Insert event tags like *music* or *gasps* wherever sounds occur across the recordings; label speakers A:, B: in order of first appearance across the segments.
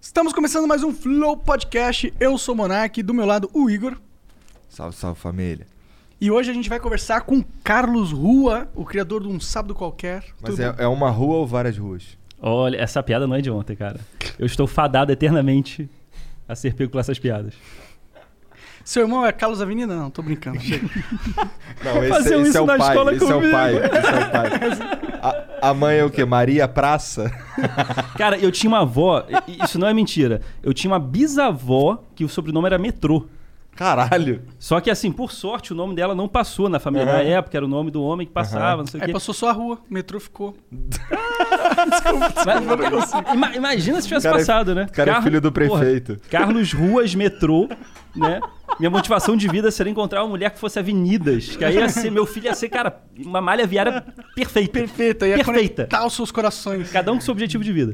A: Estamos começando mais um Flow Podcast. Eu sou o Monark, do meu lado o Igor.
B: Salve, salve família.
A: E hoje a gente vai conversar com Carlos Rua, o criador de Um Sábado Qualquer.
B: Mas
A: Tudo
B: é, é uma rua ou várias ruas?
C: Olha, essa piada não é de ontem, cara. Eu estou fadado eternamente a ser pego com essas piadas.
A: Seu irmão é Carlos Avenida? Não,
B: *laughs*
A: tô brincando. Chega.
B: Não, esse,
C: Faziam
B: esse
C: um isso
B: é o
C: na
B: pai,
C: escola
B: esse é o
C: comigo.
B: pai, esse é o pai.
C: *laughs*
B: A, a mãe é o quê? Maria Praça?
C: Cara, eu tinha uma avó, e- e isso não é mentira. Eu tinha uma bisavó que o sobrenome era Metrô.
B: Caralho.
C: Só que assim, por sorte, o nome dela não passou na família
B: Aham.
C: na época, era o nome do homem que passava, não sei o
A: Aí
C: quê.
A: passou só a rua, o metrô ficou.
C: Mas- ima- imagina se tivesse
B: É, né? O cara é-
C: passado, né?
B: o cara é filho do
C: porra,
B: prefeito.
C: Carlos Ruas Metrô, né? Minha motivação de vida seria encontrar uma mulher que fosse avenidas. Que aí ia ser, meu filho ia ser, cara, uma malha viária perfeita.
A: Perfeita, ia
C: Perfeita.
A: conectar os seus corações.
C: Cada um com seu objetivo de vida.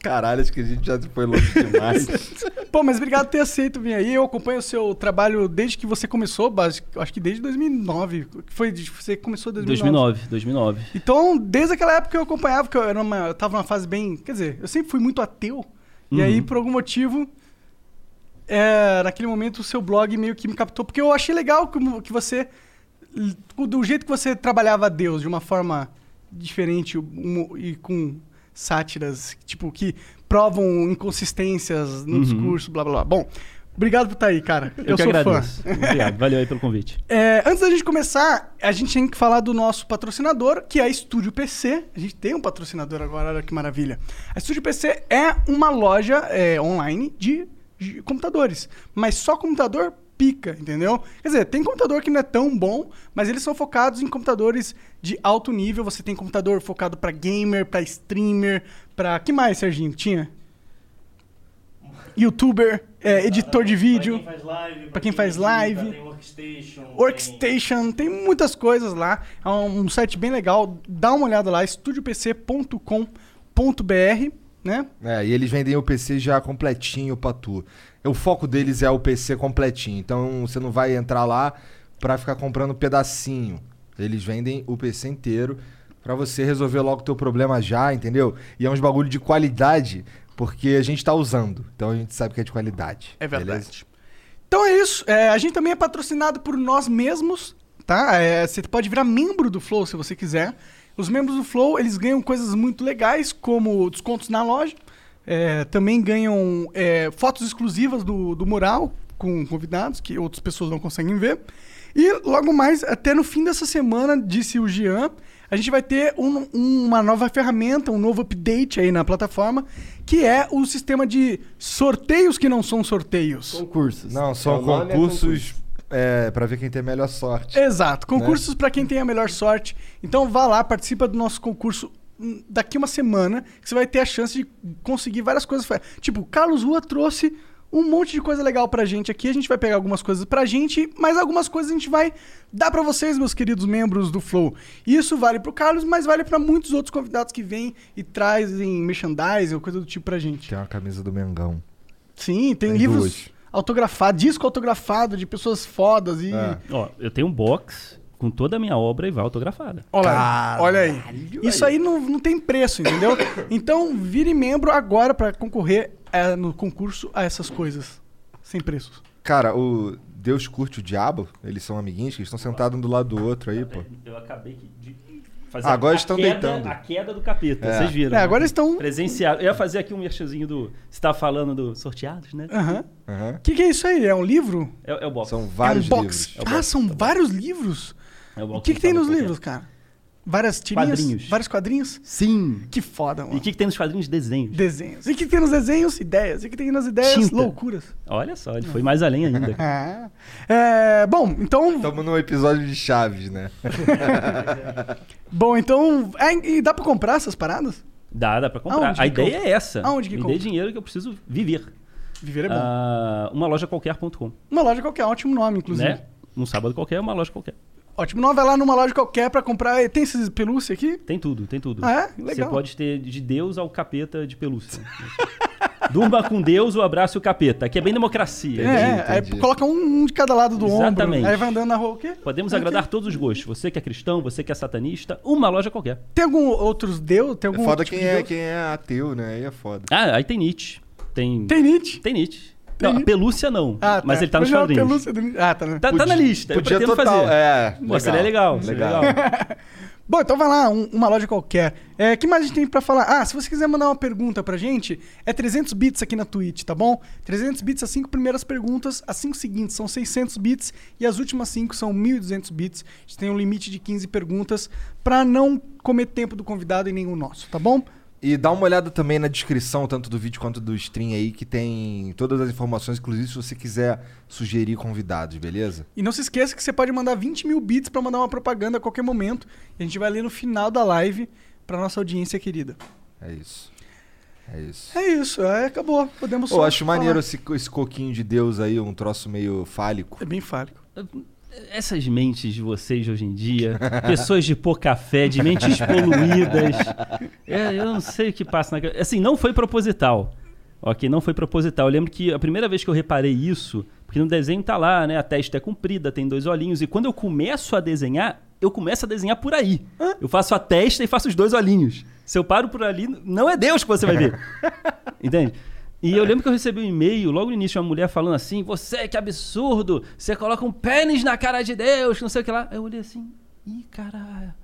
B: Caralho, acho que a gente já foi longe demais. *laughs*
A: Pô, mas obrigado por ter aceito vir aí. Eu acompanho o seu trabalho desde que você começou, basi- acho que desde 2009. Foi, de- você começou em 2009.
C: 2009, 2009.
A: Então, desde aquela época eu acompanhava, porque eu, era uma, eu tava numa fase bem. Quer dizer, eu sempre fui muito ateu. E
C: Uhum.
A: aí, por algum motivo, é, naquele momento o seu blog meio que me captou. Porque eu achei legal como que você. Do jeito que você trabalhava Deus, de uma forma diferente um- e com sátiras, tipo, que provam inconsistências no discurso, blá blá blá. Bom, obrigado por estar aí, cara. Eu,
C: Uhum. Eu, que
A: sou fã.
C: agradeço. Obrigado. Valeu aí pelo convite.
A: É, antes da gente começar, a gente tem que falar do nosso patrocinador, que é a Estúdio PC. A gente tem um patrocinador agora, olha que maravilha. A Estúdio PC é uma loja é, online de, de computadores, mas só computador pica, entendeu? Quer dizer, tem computador que não é tão bom, mas eles são focados em computadores de alto nível. Você tem computador focado pra gamer, pra streamer, pra que mais,
D: *laughs*
A: Serginho? Tinha? YouTuber, é, editor de vídeo.
D: Pra quem faz live.
A: Pra quem faz live.
D: edita, né? Tem workstation. tem-
A: Workstation, tem muitas coisas lá. É um, um site bem legal. Dá uma olhada lá, estudiopc.com.br, né?
B: É, e eles vendem o PC já completinho pra tu. O foco deles é o PC completinho. Então você não vai entrar lá pra ficar comprando pedacinho. Eles vendem o PC inteiro pra você resolver logo o teu problema já, entendeu? E é uns bagulho de qualidade, porque a gente tá usando. Então a gente sabe que é de qualidade.
A: É verdade.
B: beleza?
A: Então é isso. É, a gente também é patrocinado por nós mesmos, tá? É, você pode virar membro do Flow se você quiser. Os membros do Flow, eles ganham coisas muito legais, como descontos na loja. É, também ganham é, fotos exclusivas do, do mural com convidados, que outras pessoas não conseguem ver. E logo mais, até no fim dessa semana, disse o Jean, a gente vai ter um- uma nova ferramenta, um novo update aí na plataforma, que é o sistema de sorteios que não são sorteios.
E: Concursos.
B: Não, são
E: O nome é
B: concursos
E: concurso.
B: é, para ver quem tem a melhor sorte. Né?
A: Exato, concursos pra quem tem a melhor sorte. Então vá lá, participa do nosso concurso hum, daqui uma semana, que você vai ter a chance de conseguir várias coisas. fe- Tipo, o Carlos Rua trouxe um monte de coisa legal pra gente aqui. A gente vai pegar algumas coisas pra gente, mas algumas coisas a gente vai dar pra vocês, meus queridos membros do Flow. E Isso vale pro Carlos, mas vale pra muitos outros convidados que vêm e trazem merchandising ou coisa do tipo pra gente.
B: Tem uma camisa do Mengão.
A: Sim, tem,
B: Tá. Tem
A: livros
B: duas.
A: autografados, disco autografado de pessoas fodas e
B: É.
C: Ó, eu tenho um box com toda a minha obra e vai autografada.
A: Olha aí, olha aí. Isso aí não, não tem preço, *laughs* entendeu? Então, vire membro agora pra concorrer eh, no concurso a essas coisas. Sem preços.
B: Cara, o Deus curte o diabo, eles são amiguinhos, que eles estão sentados um do lado do outro aí, pô.
C: Eu acabei de fazer
B: Ah, agora
C: a
B: estão
C: queda,
B: deitando.
C: A queda do capeta,
B: É.
C: vocês viram.
A: É,
C: né?
A: agora estão.
C: Presenciado. Eu ia fazer aqui um merchanzinho do. Você tá falando do sorteados, né?
A: Aham. O
B: Aham.
A: que, que é isso aí? É um livro?
C: É, é o box.
B: São vários
A: é um box.
B: livros.
A: Ah, são vários livros?
C: É o
A: O
C: box
A: que, que tem
C: fala
A: nos
C: um pouquinho.
A: livros, cara? Várias tirinhas?
C: Quadrinhos.
A: Vários quadrinhos?
E: Sim.
A: Que foda,
C: E
A: mano.
C: o que, que tem nos quadrinhos? Desenhos.
A: Desenhos. E o que, que tem nos desenhos? Ideias. E o que tem nas ideias?
C: Tinta.
A: Loucuras.
C: Olha só, ele foi mais além ainda.
A: Ah. É, bom, então
B: Estamos num episódio de Chaves, né?
A: Bom, então. é, e dá pra comprar essas paradas?
C: Dá, dá pra comprar.
A: Aonde
C: a
A: que
C: ideia
A: compra?
C: é essa.
A: Aonde que
C: Me
A: compra?
C: dê dinheiro que eu preciso viver.
A: Viver é bom.
C: Ah, uma loja qualquer.com.
A: Uma loja qualquer, ótimo nome, inclusive.
C: Né? Um sábado qualquer, uma loja qualquer.
A: Ótimo nome, vai lá numa loja qualquer pra comprar. Tem esses pelúcia aqui?
C: Tem tudo, tem tudo.
A: Ah, é? Legal.
C: Você pode ter de Deus ao capeta de pelúcia. *laughs* Durma com Deus ou abraça o capeta. Aqui é bem democracia.
A: é, aí
B: entendi.
A: coloca um, um de cada lado do
C: Exatamente.
A: ombro. Aí vai andando na rua o quê?
C: Podemos
A: Ok.
C: agradar todos os gostos. Você que é cristão, você que é satanista, uma loja qualquer.
A: Tem algum outros deus? Tem algum
B: É foda
A: tipo
B: quem
A: de
B: é,
A: deus?
B: quem é ateu, né? Aí é foda.
C: Ah, aí tem Nietzsche. Tem.
A: Tem Nietzsche.
C: Tem Nietzsche. Não, a pelúcia não.
A: Ah,
C: Mas ele tá nos
A: Não,
C: quadrinhos.
A: pelúcia do Nietzsche. Ah, tá. né?
C: Tá, tá na lista. eu pretendo fazer.
B: É,
C: Pô, seria legal. seria
B: Legal.
C: legal.
A: Bom, então vai lá, um- uma loja qualquer. É, que mais a gente tem pra falar? Ah, se você quiser mandar uma pergunta pra gente, é 300 bits aqui na Twitch, tá bom? 300 bits as cinco primeiras perguntas, as cinco seguintes são 600 bits e as últimas cinco são 1.200 bits. A gente tem um limite de 15 perguntas pra não comer tempo do convidado e nenhum nosso, tá bom?
B: E dá uma olhada também na descrição, tanto do vídeo quanto do stream aí, que tem todas as informações, inclusive se você quiser sugerir convidados, beleza?
A: E não se esqueça que você pode mandar 20 mil bits pra mandar uma propaganda a qualquer momento. E a gente vai ler no final da live pra nossa audiência querida.
B: É isso. É isso.
A: É isso, é, acabou. Podemos
B: Eu
A: só
B: acho
A: falar.
B: maneiro assim. esse, co- esse coquinho de Deus aí, um troço meio fálico.
A: É bem fálico.
C: Essas mentes de vocês de hoje em dia, pessoas de pouca fé, de mentes poluídas. É, eu não sei o que passa na cabeça. Assim, não foi proposital. Ok, não foi proposital. Eu lembro que a primeira vez que eu reparei isso, porque no desenho tá lá, né? A testa é comprida, tem dois olhinhos, e quando eu começo a desenhar, eu começo a desenhar por aí. Eu faço a testa e faço os dois olhinhos. Se eu paro por ali, não é Deus que você vai ver. Entende? E eu lembro que eu recebi um e-mail logo no início, uma mulher falando assim: Você, que absurdo! Você coloca um pênis na cara de Deus, que não sei o que lá. Aí eu olhei assim: Ih, caralho,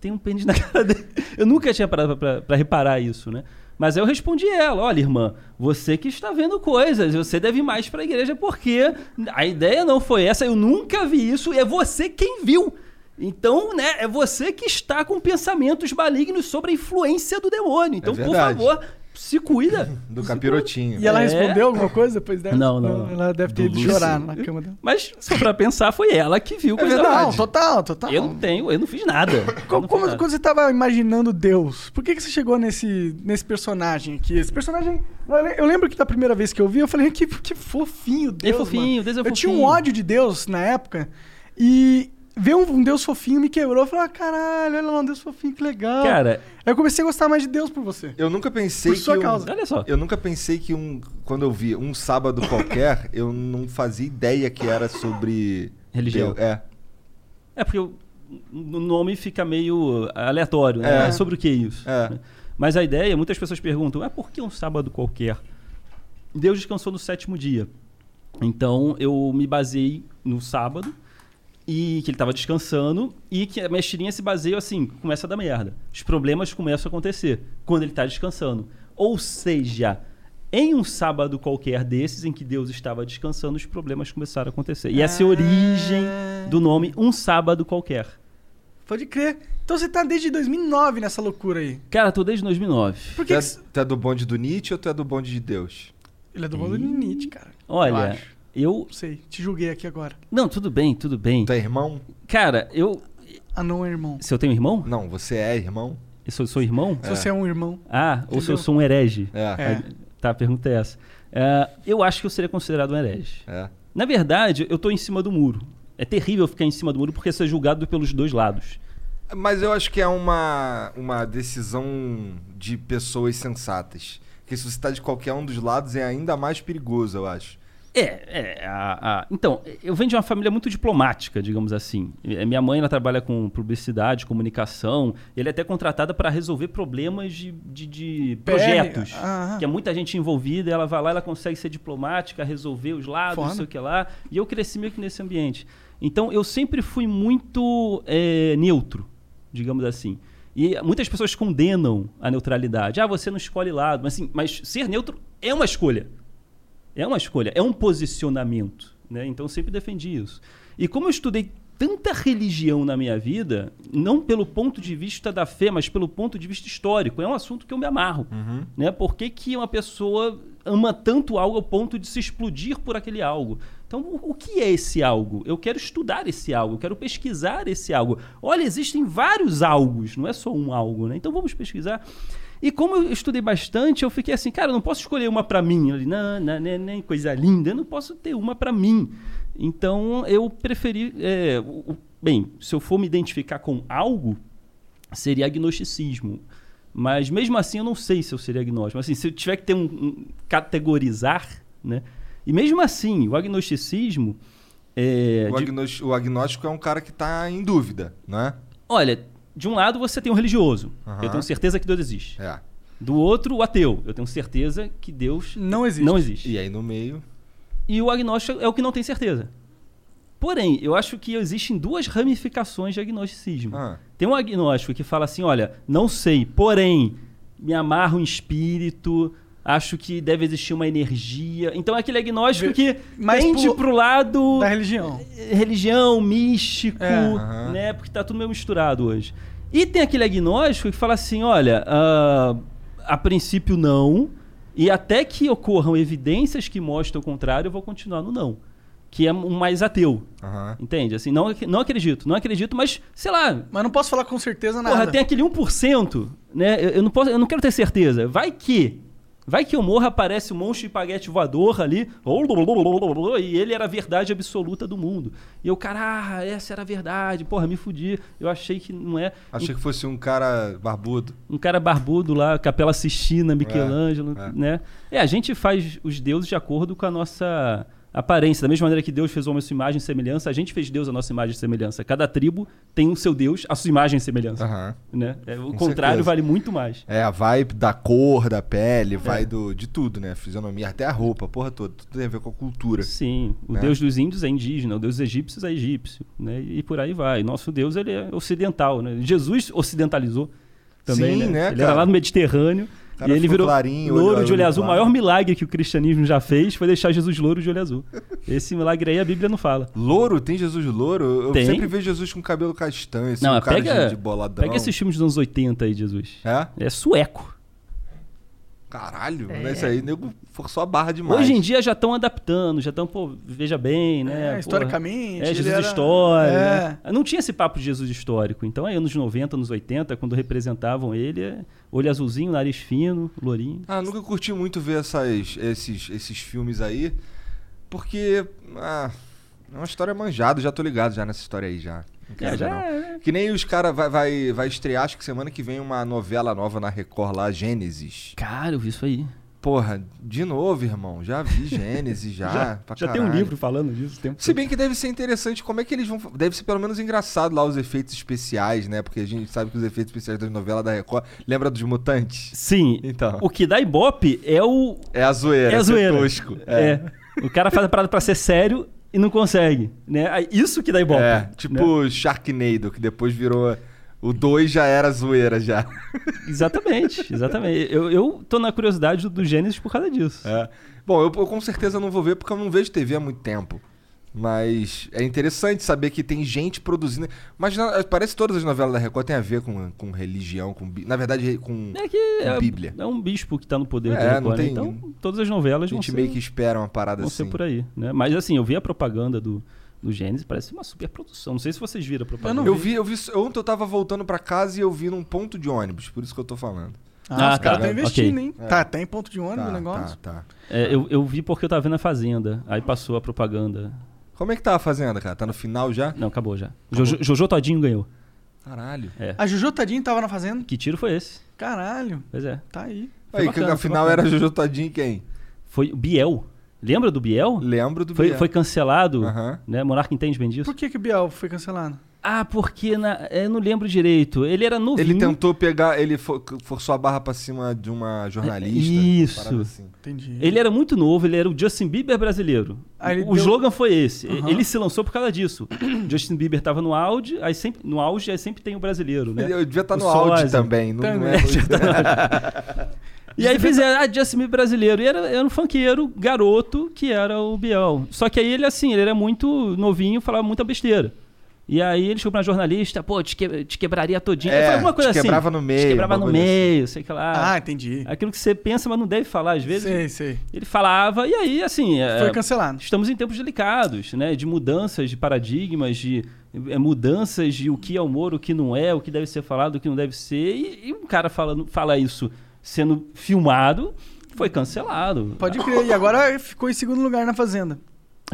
C: tem um pênis na *laughs* cara dele. Eu nunca tinha parado pra, pra reparar isso, né? Mas aí eu respondi ela: Olha, irmã, você que está vendo coisas, você deve ir mais pra igreja porque a ideia não foi essa, eu nunca vi isso e é você quem viu. Então, né, é você que está com pensamentos malignos sobre a influência do demônio. Então, por
B: verdade.
C: favor, se cuida.
B: Do
C: Se
B: capirotinho.
A: E ela
C: É?
A: respondeu alguma coisa depois dessa?
C: Não, não, não.
A: Ela deve ter
C: Do
A: ido
C: Lúcio.
A: chorar na cama dela.
C: Mas, só pra pensar, foi ela que viu. coisa
A: É não,
C: errada.
A: total, total.
C: Eu não tenho, eu não fiz nada. Eu
A: Co-
C: não fiz
A: *laughs* como-
C: nada.
A: quando você tava imaginando Deus, por que, que você chegou nesse, nesse personagem aqui? Esse personagem. eu le- Eu lembro que da primeira vez que eu vi, eu falei, que, que fofinho Deus.
C: fofinho,
A: mano."
C: Deus é
A: Eu
C: fofinho.
A: tinha um ódio de Deus na época. E ver um, um Deus fofinho me quebrou. Eu falei, ah, caralho, olha lá, um Deus fofinho, que legal.
C: Cara,
A: Aí eu comecei a gostar mais de Deus por você.
B: Eu nunca pensei
A: Por sua
B: que um-
A: causa.
C: olha só.
B: Eu nunca pensei que um. Quando eu vi um sábado qualquer, eu não fazia ideia que era sobre.
C: Religião.
B: Deus. É.
C: É porque o o nome fica meio aleatório,
B: É.
C: né? Sobre o que é isso.
B: É.
C: Mas a ideia, muitas pessoas perguntam, é por que um sábado qualquer? Deus descansou no sétimo dia. Então eu me baseei no sábado e que ele estava descansando e que a minha tirinha se baseia assim, começa a dar merda. Os problemas começam a acontecer quando ele está descansando. Ou seja, em um sábado qualquer desses em que Deus estava descansando, os problemas começaram a acontecer. E essa é a origem
A: Ah.
C: do nome Um Sábado Qualquer.
A: Pode crer. Então você tá desde 2009 nessa loucura aí.
C: Cara, tô desde 2009.
A: Por
B: Tu
A: que,
B: é,
A: que c-
B: tu é do bonde do Nietzsche ou tu é do bonde de Deus?
A: Ele é do mundo de Nietzsche, cara.
C: Olha, eu
A: Não sei, te julguei aqui agora.
C: Não, tudo bem, tudo bem.
A: Tá.
B: Tu é irmão?
C: Cara, eu.
A: Ah, não é irmão.
C: Se eu tenho um irmão?
B: Não, você é irmão?
C: Eu sou, sou irmão?
A: Se você é um irmão.
C: Ah, ou se
A: Entendeu?
C: eu sou um herege?
B: É.
A: É.
C: Tá, a pergunta é essa. É, eu acho que eu seria considerado um herege.
B: É.
C: Na verdade, eu tô em cima do muro. É terrível ficar em cima do muro porque você é julgado pelos dois lados.
B: Mas eu acho que é uma, uma decisão de pessoas sensatas. Porque se você tá de qualquer um dos lados, é ainda mais perigoso, eu acho.
C: É, é. a- a- Então, eu venho de uma família muito diplomática, digamos assim. É, Minha mãe ela trabalha com publicidade, comunicação. E ela é até contratada para resolver problemas de, de- de projetos.
A: ah, ah.
C: Que é muita gente envolvida. Ela vai lá, ela consegue ser diplomática, resolver os lados,
A: Foda.
C: não sei o que lá. E eu cresci meio que nesse ambiente. Então, eu sempre fui muito é, neutro, digamos assim. E muitas pessoas condenam a neutralidade. Ah, você não escolhe lado. Mas, assim, mas ser neutro é uma escolha. É uma escolha, é um posicionamento. Né? Então eu sempre defendi isso. E como eu estudei tanta religião na minha vida, não pelo ponto de vista da fé, mas pelo ponto de vista histórico, é um assunto que eu me amarro. Né? Por que, que uma pessoa ama tanto algo ao ponto de se explodir por aquele algo? Então, o, o que é esse algo? Eu quero estudar esse algo, eu quero pesquisar esse algo. Olha, existem vários algos, não é só um algo, né? Então vamos pesquisar. E como eu estudei bastante, eu fiquei assim, cara, eu não posso escolher uma pra mim. Eu falei, não, não, não, não, coisa linda, eu não posso ter uma pra mim. Então eu preferi. é, o- o- bem, se eu for me identificar com algo, seria agnosticismo. Mas mesmo assim eu não sei se eu seria agnóstico. Assim, se eu tiver que ter um, um categorizar, né? E mesmo assim, o agnosticismo. É,
B: O,
C: de-
B: agnós- o agnóstico é um cara que tá em dúvida, né?
C: Olha, de um lado você tem o religioso.
B: Aham.
C: Eu tenho certeza que Deus existe.
B: É.
C: Do outro, o ateu. Eu tenho certeza que Deus
A: Não existe.
C: não existe.
B: E aí no meio.
C: E o agnóstico é o que não tem certeza. Porém, eu acho que existem duas ramificações de agnosticismo.
B: Ah.
C: Tem um agnóstico que fala assim: olha, não sei, porém, me amarro em espírito, acho que deve existir uma energia. Então é aquele agnóstico
A: Vê-
C: que
A: mais
C: tende
A: pro-
C: pro, lado
A: Da religião.
C: religião, místico,
A: É.
B: Aham.
C: né? Porque tá tudo meio misturado hoje. E tem aquele agnóstico que fala assim, olha, ah, a princípio não, e até que ocorram evidências que mostram o contrário, eu vou continuar no não. Que é um mais ateu,
B: Aham.
C: entende? Assim, não, ac- não acredito, não acredito, mas, sei lá,
A: Mas não posso falar com certeza nada.
C: porra, tem aquele 1%, né? Eu, eu não posso, eu não quero ter certeza. Vai que... Vai que eu morra, aparece um monstro de espaguete voador ali, e ele era a verdade absoluta do mundo. E eu, cara, essa era a verdade, porra, me fudi, eu achei que não é.
B: Achei que fosse um cara barbudo.
C: Um cara barbudo lá, Capela Sistina, Michelangelo,
B: É, é.
C: né? É, a gente faz os deuses de acordo com a nossa aparência. Da mesma maneira que Deus fez o homem à sua imagem e semelhança, a gente fez Deus a nossa imagem e semelhança. Cada tribo tem o seu Deus, a sua imagem e semelhança.
B: Aham.
C: né? É, o
B: Com
C: contrário
B: certeza.
C: vale muito mais.
B: É, a vibe da cor da pele, vai
C: É.
B: do, de tudo, né? Fisionomia, até a roupa, porra toda. Tudo tem a ver com a cultura.
C: Sim, o
B: Né?
C: deus dos índios é indígena, o deus dos egípcios é egípcio, né? E por aí vai. Nosso deus ele é ocidental, né? Jesus ocidentalizou também,
B: Sim,
C: né?
B: né,
C: Ele
B: cara?
C: era lá no Mediterrâneo
B: cara
C: e ele
B: ficou
C: virou
B: clarinho, olho-
C: louro de
B: olho
C: olho azul. O
B: claro.
C: maior milagre que o cristianismo já fez foi deixar Jesus louro de olho
B: *laughs*
C: azul. Esse milagre aí a Bíblia não fala.
B: Louro? Tem Jesus louro? Eu
C: Tem.
B: sempre vejo Jesus com cabelo castanho, assim,
C: Não,
B: um cara
C: pega-
B: de, de boladão.
C: Pega esses filmes dos anos 80 aí, Jesus.
B: É?
C: É sueco.
B: Caralho, né? Isso aí, nego, forçou a barra demais.
C: É. Hoje em dia já estão adaptando, já estão, pô, veja bem, né?
A: É,
C: Pô,
A: historicamente.
C: É,
A: ele
C: Jesus
A: era-
C: histórico.
A: É.
C: né? Não tinha esse papo de Jesus histórico. Então, aí, anos 90, anos 80, quando representavam ele, é olho azulzinho, nariz fino, lourinho.
B: Ah, nunca curti muito ver essas, esses, esses filmes aí, porque. Ah, é uma história manjada, já tô ligado já nessa história aí já. Não quero
C: É, já
B: ver, não.
C: é.
B: Que nem os caras vai, vai, vai estrear, acho que semana que vem, uma novela nova na Record lá, Gênesis.
C: Cara, eu vi isso aí.
B: Porra, de novo, irmão. Já
C: *laughs*
B: vi Gênesis, já. Ah, pra
C: já tem um
B: caralho.
C: livro falando disso um o tempo.
B: Se bem que deve ser interessante como é que eles vão. Deve ser pelo menos engraçado lá os efeitos especiais, né? Porque a gente sabe que os efeitos especiais das novelas da Record. Lembra dos mutantes?
C: Sim.
B: Então.
C: O que dá ibope é o...
B: É a zoeira.
C: é a
B: ser
C: zoeira.
B: Tosco.
C: É. O cara faz a parada pra ser sério e não consegue. Né? Aí, Isso que dá ibope. né?
B: É, tipo Sharknado, que depois virou. O 2 já era zoeira
C: *laughs*
B: já.
C: Exatamente, exatamente. Eu, eu tô na curiosidade do, do Gênesis por causa disso.
B: É. Bom, eu, eu com certeza não vou ver porque eu não vejo TV há muito tempo. Mas é interessante saber que tem gente produzindo. Mas na- parece que todas as novelas da Record têm a ver com, com religião, com. bi- Na verdade, com.
C: É que é,
B: Bíblia.
C: é um bispo que tá no poder
B: É,
C: do
B: não
C: Record, né?
B: tem-
C: Então, todas as novelas
B: a gente
C: vão ser...
B: meio que espera uma parada
C: vão ser
B: assim.
C: por aí, né? Mas assim, eu vi a propaganda do, do Gênesis, parece uma super produção. Não sei se vocês viram a propaganda.
A: não
B: Eu vi, eu vi. Ontem eu tava voltando pra casa e eu vi num ponto de ônibus, por isso que eu tô falando.
A: Ah,
C: Ah,
A: os caras
C: tá.
A: estão investindo,
C: Ok.
A: hein? Tá, tem ponto de ônibus o negócio.
B: tá, tá.
C: É, eu, eu vi porque eu tava vendo a Fazenda, aí passou a propaganda.
B: Como é que tá a fazenda, cara? Tá no final já?
C: Não, acabou já. Jojo, Jojo Todinho ganhou.
B: Caralho.
A: A Juju Tadinho tava na fazenda?
C: Que tiro foi esse?
A: Caralho,
C: Pois é.
A: tá aí.
C: Foi
B: aí,
C: bacana,
B: que
C: foi
B: afinal
C: bacana.
B: era Jojo Todinho quem?
C: Foi o Biel. Lembra do Biel?
B: Lembro do
C: Foi,
B: Biel.
C: foi cancelado,
B: Aham.
C: né? Monarca entende bem disso.
A: Por que, que o Biel foi cancelado?
C: Ah, porque na, eu não lembro direito. Ele era novinho.
B: Ele tentou pegar, ele fo- forçou a barra pra cima de uma jornalista.
C: É, Isso.
B: uma parada assim.
A: Entendi.
C: Ele é era muito novo, ele era o Justin Bieber brasileiro.
A: Ah, ele
C: o
A: deu-
C: slogan foi esse.
A: Aham.
C: Ele se lançou por causa disso. *clears throat* Justin Bieber tava no auge, aí sempre, no auge aí sempre tem o brasileiro, né?
B: Ele- Eu devia estar
C: O né?
B: no áudio
C: sósia.
B: também, não,
C: *laughs*
B: não é?
C: tá E aí fizeram, ah, Justin Bieber brasileiro. E era, era um funkeiro garoto que era o Biel. Só que aí ele, assim, ele era muito novinho, falava muita besteira. E aí ele chegou pra jornalista, pô, te, que- te quebraria todinho.
B: É,
C: Ele falou alguma
B: te
C: coisa assim.
B: quebrava no meio,
C: Te quebrava
B: uma
C: no
B: coisa assim.
C: meio, sei que lá.
A: Ah, entendi.
C: Aquilo que você pensa, mas não deve falar às vezes.
A: Sei, sei.
C: Ele falava, e aí, assim...
A: Foi
C: é,
A: cancelado.
C: Estamos em tempos delicados, né? De mudanças de paradigmas, de eh, mudanças de o que é humor, o que não é, o que deve ser falado, o que não deve ser. E, e um cara falando, fala isso sendo filmado, foi cancelado.
A: Pode crer. E agora ficou em segundo lugar na Fazenda.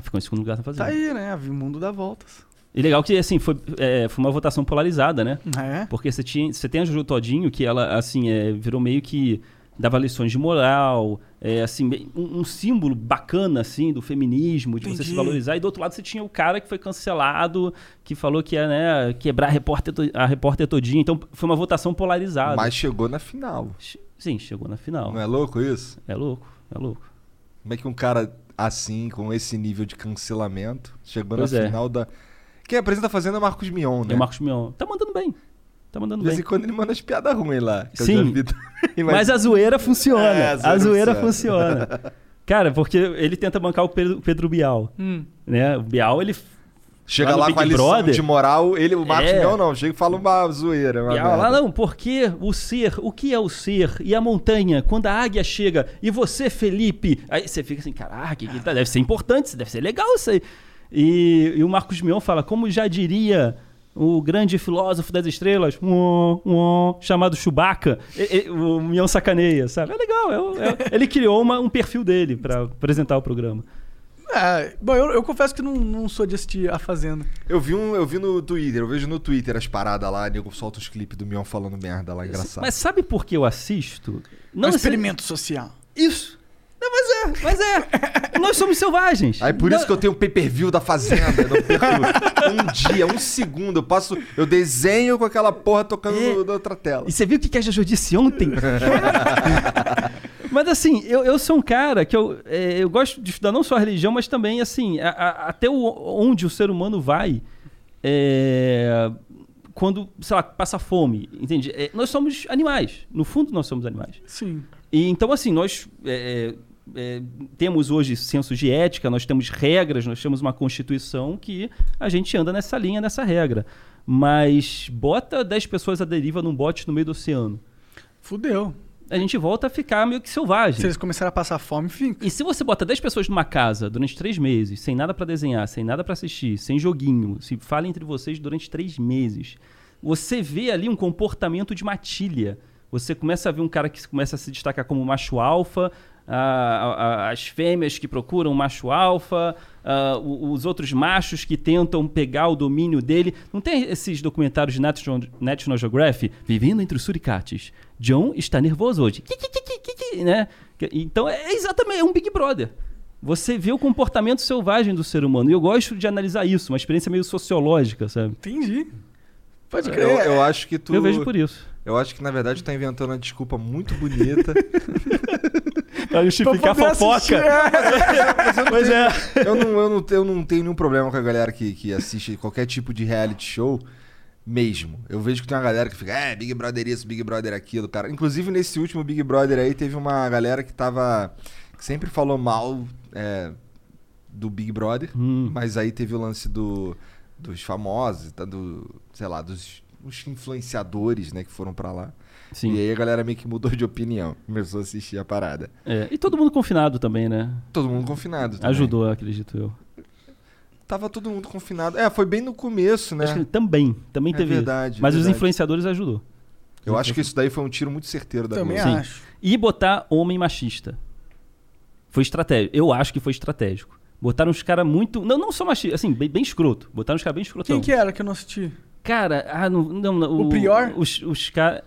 C: Ficou em segundo lugar na fazenda.
A: Tá aí, né? O mundo dá voltas.
C: E legal que, assim, foi, é, foi uma votação polarizada, né?
A: É.
C: Porque você, tinha, você tem a Juju Todinho, que ela, assim, é, virou meio que... Dava lições de moral, é, assim, bem- um, um símbolo bacana, assim, do feminismo, de você se
A: Entendi.
C: valorizar. E do outro lado você tinha o cara que foi cancelado, que falou que ia, né, quebrar a repórter, to- a repórter todinha. Então, foi uma votação polarizada.
B: Mas chegou na final.
C: Che- Sim, chegou na final.
B: Não é louco isso?
C: É louco, é louco.
B: Como é que um cara assim, com esse nível de cancelamento, chegou
C: Pois
B: na
C: é.
B: final da. Quem apresenta a fazenda é Marcos Mion, né?
C: E o Marcos Mion tá mandando bem. Tá mandando
B: De vez
C: bem.
B: em quando ele manda as piadas ruins lá. que eu
C: Sim.
B: já vi também, *laughs* mas-
C: Mas a zoeira funciona.
B: É,
C: a zoeira,
B: funciona.
C: funciona. Cara, porque ele tenta bancar o Pedro, Pedro Bial,
A: Hum.
C: né? O Bial, ele...
B: Chega
C: Lá no
B: lá,
C: Big
B: com a lição
C: Brother?
B: de moral, ele, o Marcos
C: É.
B: Mion não, chega e fala uma zoeira. Uma
C: Bial lá,
B: merda.
C: não, porque o ser, o que é o ser? E a montanha, quando a águia chega, e você, Felipe... Aí você fica assim, caraca, que que tá? deve ser importante, deve ser legal isso aí. E, e o Marcos Mion fala, como já diria... O grande filósofo das estrelas, uom, uom, chamado Chewbacca, E- e- o Mion sacaneia, sabe? É legal, é o- é o- ele criou uma- um perfil dele pra apresentar o programa.
A: É, bom, eu, eu confesso que não, não sou de assistir A Fazenda.
B: Eu vi, um, eu vi no Twitter, eu vejo no Twitter as paradas lá, nego solta os clipes do Mion falando merda lá, engraçado.
C: Mas sabe por que eu assisto?
A: Não, um
C: necessari-
A: É experimento social.
C: Isso. Não, mas é, mas é. Nós somos selvagens.
B: Aí por
C: Não-
B: isso que eu tenho um pay-per-view da Fazenda, eu não perco
C: *laughs*
B: um dia, um segundo, eu passo, eu desenho com aquela porra tocando
C: É.
B: no- na outra tela.
C: E você viu o que que a Jojo disse ontem? *laughs* mas assim, eu, eu sou um cara que eu, é, eu gosto de estudar não só a religião, mas também, assim, a- a- até o- onde o ser humano vai é, quando, sei lá, passa fome, entende? É, nós somos animais. No fundo, nós somos animais.
A: Sim.
C: E, então, assim, nós é, é, temos hoje senso de ética, nós temos regras, nós temos uma constituição que a gente anda nessa linha, nessa regra. Mas bota 10 pessoas à deriva num bote no meio do oceano.
A: Fudeu.
C: A gente volta a ficar meio que selvagem.
A: Se eles começaram a passar fome, fica.
C: E se você bota 10 pessoas numa casa durante 3 meses, sem nada pra desenhar, sem nada pra assistir, sem joguinho, se fala entre vocês durante 3 meses, você vê ali um comportamento de matilha. Você começa a ver um cara que começa a se destacar como macho alfa, a- a- as fêmeas que procuram macho alfa, a, Ah, o- os outros machos que tentam pegar o domínio dele. Não tem esses documentários de National, National Geographic? Vivendo entre os suricates. John está nervoso hoje. Ki, ki, ki, ki, que- que- né? Que- Então é exatamente é um Big Brother. Você vê o comportamento selvagem do ser humano. E eu gosto de analisar isso, uma experiência meio sociológica, sabe?
A: Entendi. Pode crer.
B: Eu, eu acho que tu.
C: É, Eu vejo por isso.
B: eu acho que na verdade tu tá inventando uma desculpa muito
C: *laughs*
B: bonita. tá
C: Pra
A: Pra
C: justificar a
A: poder
C: fofoca.
A: Então assistir, é.
C: Pois é.
B: eu, não, eu, não, eu não tenho nenhum problema com a galera que, que assiste qualquer tipo de reality show mesmo. Eu vejo que tem uma galera que fica, é, Big Brother isso, Big Brother aquilo, cara. Inclusive, nesse último Big Brother aí, teve uma galera que tava. que sempre falou mal é, do Big Brother,
C: Hum.
B: mas aí teve o lance do, dos famosos, tá, do, sei lá, dos os influenciadores, né, que foram pra lá.
C: Sim.
B: E aí a galera meio que mudou de opinião, começou a assistir a parada.
C: É, E todo mundo confinado também, né?
B: Todo mundo confinado. também.
C: Ajudou, acredito eu.
B: Tava todo mundo confinado. É, foi bem no começo, né?
C: Acho que também, também
B: É
C: teve.
B: verdade,
C: mas os
B: verdade.
C: influenciadores ajudou.
B: Eu acho que isso daí foi um tiro muito certeiro da
A: Também
B: Globo.
C: Sim.
A: acho.
C: E botar homem machista. Foi estratégico. Eu acho que foi estratégico. Botaram uns caras muito. Não, não só machista, assim, bem, bem escroto. Botaram uns caras bem escrotão.
A: Quem que era que eu não assisti?
C: Cara, ah, não, não, não,
A: O Prior?
C: Os, os caras.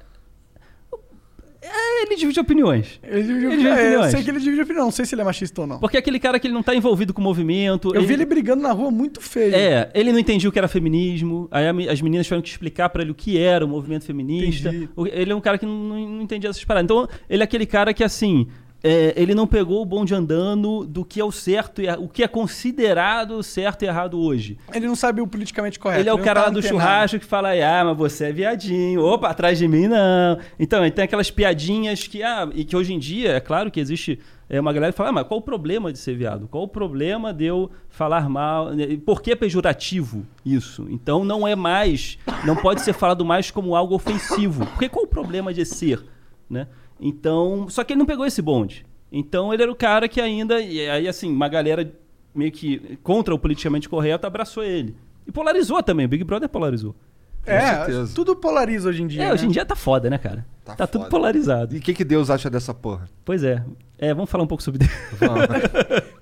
C: É, ele divide opiniões.
A: Ele divide
C: Ele
A: opinião.
C: divide
A: É, eu
C: opiniões.
A: sei que ele divide opinião. Não sei se ele é machista ou não.
C: Porque aquele cara que ele não tá envolvido com o movimento.
A: Eu vi ele brigando na rua muito feio.
C: É, ele não entendia o que era feminismo. Aí a me- as meninas tiveram que explicar pra ele o que era o movimento feminista.
A: Entendi.
C: O- Ele é um cara que não, não- não entendia essas paradas. Então, ele é aquele cara que, assim, é, ele não pegou o bonde andando do que é o certo e a- o que é considerado certo e errado hoje.
A: Ele não sabe o politicamente correto.
C: ele é o
A: não
C: cara
A: tá
C: lá do
A: antenado.
C: churrasco que fala, ah, mas você é viadinho. Opa, atrás de mim não. Então, ele tem aquelas piadinhas que, ah, e que hoje em dia, é claro que existe é, uma galera que fala, ah, mas qual o problema de ser viado? Qual o problema de eu falar mal? E Por que é pejorativo isso? Então, não é mais, não pode ser falado mais como algo ofensivo. Porque qual o problema de ser, né? Então, só que ele não pegou esse bonde. Então, ele era o cara que ainda, e aí assim, uma galera meio que contra o politicamente correto abraçou ele. E polarizou também, o Big Brother polarizou.
A: É,
B: certeza.
A: tudo polariza hoje em dia.
C: É, hoje em
A: né?
C: dia tá foda, né, cara?
B: Tá
C: Tá, tudo
B: foda.
C: polarizado.
B: E o que, que Deus acha dessa porra?
C: Pois é. É, vamos falar um pouco sobre *laughs* Deus.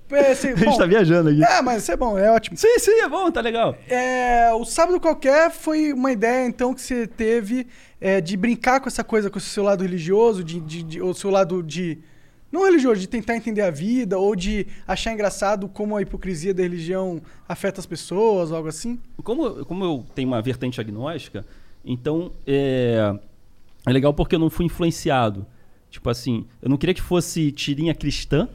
A: É, assim,
C: *laughs* A gente
A: bom,
C: tá viajando aqui.
A: é, mas isso é bom, é ótimo.
C: Sim, sim, é bom, tá legal.
A: É, o sábado qualquer foi uma ideia então que você teve é, de brincar com essa coisa, com o seu lado religioso, de, de- de- ou seu lado de não religioso, de tentar entender a vida ou de achar engraçado como a hipocrisia da religião afeta as pessoas, algo assim.
C: Como, como eu tenho uma vertente agnóstica, então é, é legal porque eu não fui influenciado. Tipo assim, eu não queria que fosse tirinha cristã.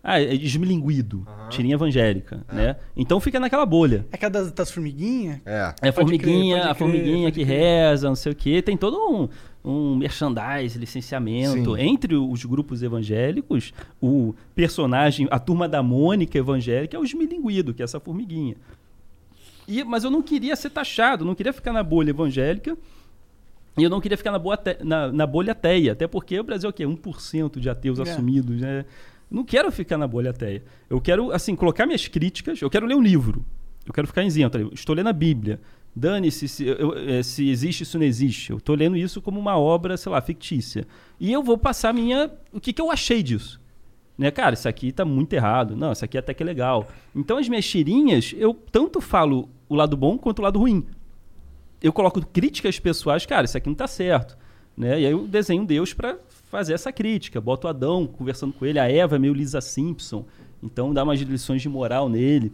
C: Ah, é esmilinguido. Tirinha evangélica, né? Então fica naquela bolha.
A: É aquela das, das formiguinhas.
B: É.
C: É a
A: Pode crer,
C: formiguinha,
A: pode
C: a
A: crer,
C: formiguinha
A: pode
C: que
A: crer.
C: reza, não sei o quê. Tem todo um, um merchandise, licenciamento.
B: Sim.
C: Entre os grupos evangélicos, o personagem, a turma da Mônica evangélica é o esmilinguido, que é essa formiguinha. E, mas eu não queria ser taxado, não queria ficar na bolha evangélica e eu não queria ficar na, boa te- na, na bolha ateia, até porque o Brasil é o quê? 1% de ateus
A: É.
C: assumidos, né? Não quero ficar na bolha ateia. Eu quero, assim, colocar minhas críticas, eu quero ler um livro. Eu quero ficar isento. ali. Estou lendo a Bíblia. Dane-se se, eu- eh, se existe, se não existe. Eu estou lendo isso como uma obra, sei lá, fictícia. E eu vou passar minha... O que, que eu achei disso? né? Cara, isso aqui tá muito errado. Não, isso aqui até que é legal. Então as minhas tirinhas, eu tanto falo o lado bom quanto o lado ruim. Eu coloco críticas pessoais, cara, isso aqui não tá certo, né? E aí eu desenho Deus pra fazer essa crítica. Boto o Adão conversando com ele, a Eva é meio Lisa Simpson. Então dá umas lições de moral nele.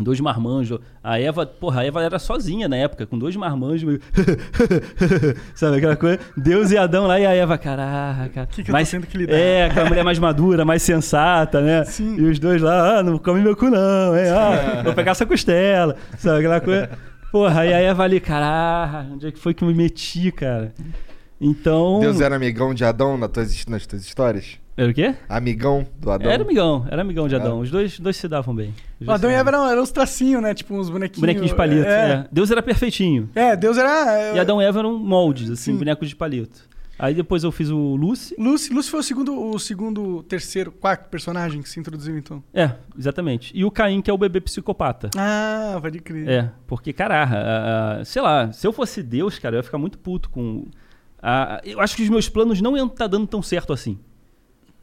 C: Dois marmanjos. A Eva, porra, a Eva era sozinha na época, com dois marmanjos. meio *laughs* Sabe aquela coisa? Deus e Adão lá e a Eva, caraca.
A: Que que eu tô tendo que lidar?
C: É, aquela mulher mais madura, mais sensata, né?
A: Sim. É.
C: E os dois lá, ah, não come meu cu não, hein? Ah, vou pegar essa costela, sabe aquela coisa? Porra, e aí a Eva ali, caraca, onde é que foi que eu me meti, cara? Então...
B: Deus é- era amigão de Adão nas tuas, nas tuas histórias?
C: Era o quê?
B: Amigão do Adão? É.
C: Era amigão, era amigão de Adão.
B: Era?
C: Os dois, dois se davam bem.
A: O
C: Os dois
A: Adão
C: se
A: e Eva
C: davam.
A: eram, eram os tracinhos, né? Tipo uns bonequinhos.
C: Bonequinho de palito,
A: É,
C: é. Deus era perfeitinho.
A: é. Deus era.
C: E Adão e Eva eram moldes, assim,
A: Sim.
C: bonecos de palito. Aí depois eu fiz o Lucy.
A: Lucy, Lucy foi o segundo, o segundo, terceiro, quarto personagem que se introduziu então.
C: É, exatamente. E o Caim, que é o bebê psicopata.
A: Ah, pode crer.
C: É, porque, caraca, a- a- sei lá, se eu fosse Deus, cara, eu ia ficar muito puto com. a- a- eu acho que os meus planos não iam estar dando tão certo assim.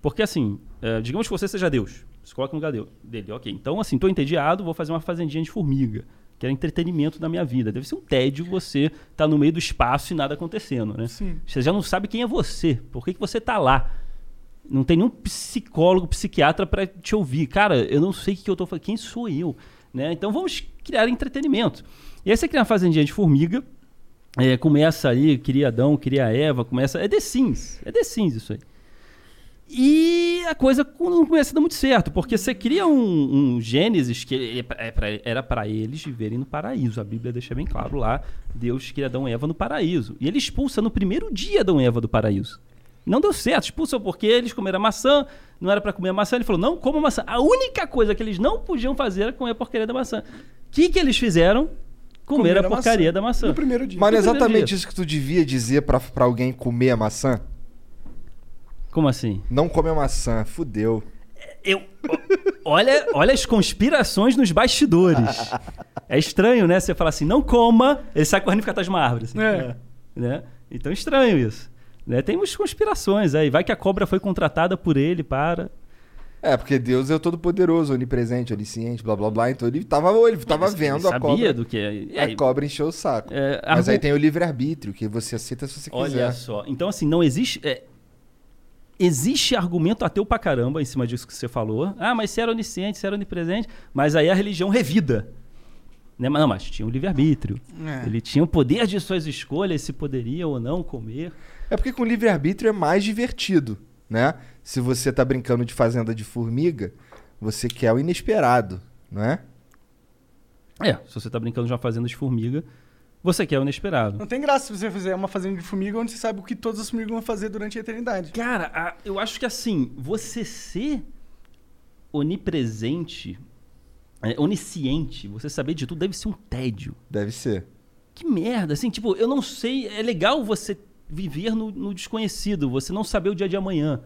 C: Porque, assim, é, digamos que você seja Deus. Se coloca no lugar deu- dele. Ok, então, assim, tô entediado, vou fazer uma fazendinha de formiga. Que era entretenimento da minha vida. Deve ser um tédio você estar no meio do espaço e nada acontecendo, né?
A: Sim.
C: Você já não sabe quem é você. Por que, que você tá lá? Não tem nenhum psicólogo, psiquiatra pra te ouvir. Cara, eu não sei o que, que eu tô falando. Quem sou eu? Né? Então vamos criar entretenimento. E aí você cria uma fazendinha de formiga. é, começa ali, cria Adão, cria Eva, começa. É The Sims. É The Sims isso aí. E a coisa co- não começa a dar muito certo, porque você cria um, um Gênesis que ele- é pra- é pra- era para eles viverem no paraíso. A Bíblia deixa bem claro lá: Deus cria Adão e Eva no paraíso. E ele expulsa no primeiro dia Adão e Eva do paraíso. Não deu certo, expulsou porque eles comeram a maçã, não era para comer a maçã. Ele falou: não coma maçã. A única coisa que eles não podiam fazer era comer a porcaria da maçã. O que, que eles fizeram? Comer,
A: Comer
C: a
A: a maçã.
C: porcaria da maçã.
A: No primeiro dia.
B: Mas não é
C: No primeiro
B: exatamente
C: dia.
B: isso que tu devia dizer pra, pra alguém comer a maçã?
C: Como assim?
B: Não come a maçã, fudeu.
C: Eu. Olha, olha as conspirações nos
B: *laughs*
C: bastidores. É estranho, né? Você fala assim, não coma, ele sai correndo e fica atrás de uma árvore. assim,
A: É.
C: né? Então é estranho isso. Né? Tem umas conspirações aí. Vai que a cobra foi contratada por ele para.
B: É, porque Deus é o todo-poderoso, onipresente, onisciente, blá blá blá. Então ele tava, ele tava
C: Ele
B: vendo a
C: sabia
B: cobra.
C: do que é. E aí,
B: A cobra encheu o saco.
C: É,
B: Mas
C: argu-
B: aí tem o livre-arbítrio, que você aceita se você
C: Olha
B: quiser.
C: só. Então, assim, não existe. é, existe argumento ateu pra caramba em cima disso que você falou. Ah, mas você era onisciente, você era onipresente. Mas aí a religião revida. Né? Mas não, mas tinha o livre-arbítrio.
A: É.
C: Ele tinha o poder de suas escolhas, se poderia ou não comer.
B: É porque com livre-arbítrio é mais divertido, né? Se você tá brincando de fazenda de formiga, você quer o inesperado, não é?
C: É, se você tá brincando de uma fazenda de formiga, você quer o inesperado.
A: Não tem graça se você fizer uma fazenda de formiga onde você sabe o que todas as formigas vão fazer durante a eternidade.
C: Cara, a- eu acho que assim, você ser onipresente, é, onisciente, você saber de tudo, deve ser um tédio.
B: Deve ser.
C: que merda, assim, tipo, eu não sei, é legal você viver no, no desconhecido, você não saber o dia de amanhã.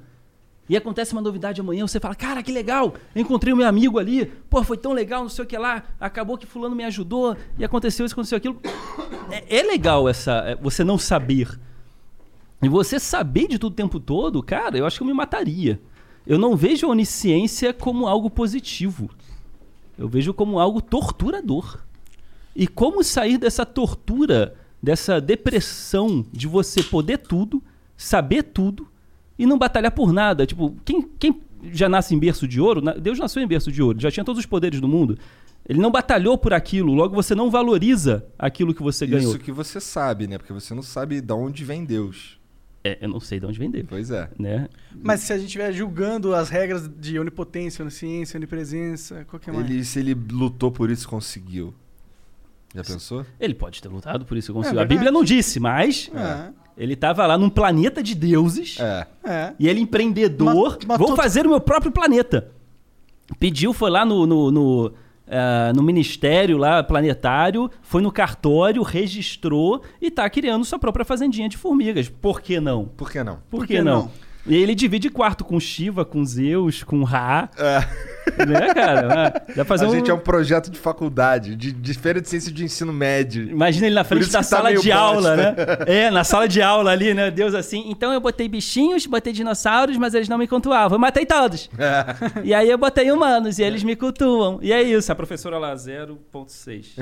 C: E acontece uma novidade amanhã, você fala, cara, que legal, eu encontrei o meu amigo ali, pô, foi tão legal, não sei o que lá, acabou que fulano me ajudou, e aconteceu isso, aconteceu aquilo. *coughs* É, é legal essa, é, você não saber. E você saber de tudo o tempo todo, cara, eu acho que eu me mataria. Eu não vejo a onisciência como algo positivo. Eu vejo como algo torturador. E como sair dessa tortura, dessa depressão de você poder tudo, saber tudo e não batalhar por nada? Tipo, quem, quem já nasce em berço de ouro, na- Deus nasceu em berço de ouro, já tinha todos os poderes do mundo. Ele não batalhou por aquilo, logo você não valoriza aquilo que você ganhou.
B: Isso que você sabe, né? Porque você não sabe de onde vem Deus.
C: É, eu não sei de onde vender,
B: Pois é.
C: né?
A: Mas se a gente estiver julgando as regras de onipotência, onisciência, onipresença, qualquer mais.
B: Ele, se ele lutou por isso, conseguiu. Já pensou?
C: Ele pode ter lutado por isso. que
A: É
C: Conseguiu. a
A: verdade.
C: Bíblia não disse, mas
A: É,
C: ele estava lá num planeta de deuses.
B: É.
A: é.
C: E ele, empreendedor,
A: Ma- matou-
C: vou fazer o meu próprio planeta. Pediu, foi lá no, no, no, ah, no ministério lá planetário, foi no cartório, registrou e tá criando sua própria fazendinha de formigas. Por que não?
B: Por que não?
C: Por, que, não? E ele divide quarto com Shiva, com Zeus, com Ra. Né, cara? Dá pra fazer
B: a
C: um...
B: gente é um projeto de faculdade, de, de feira de ciência de ensino médio.
C: Imagina ele na
B: Por
C: frente
B: isso
C: da
B: que tá
C: sala
B: meio
C: de
B: bosta. *laughs*
C: aula, né? É, na sala de aula ali, né? Deus assim. Então eu botei bichinhos, botei dinossauros, mas eles não me cultuavam. Eu matei todos.
B: É.
C: E aí eu botei humanos e eles me cultuam. E é isso, a professora lá, 0.6.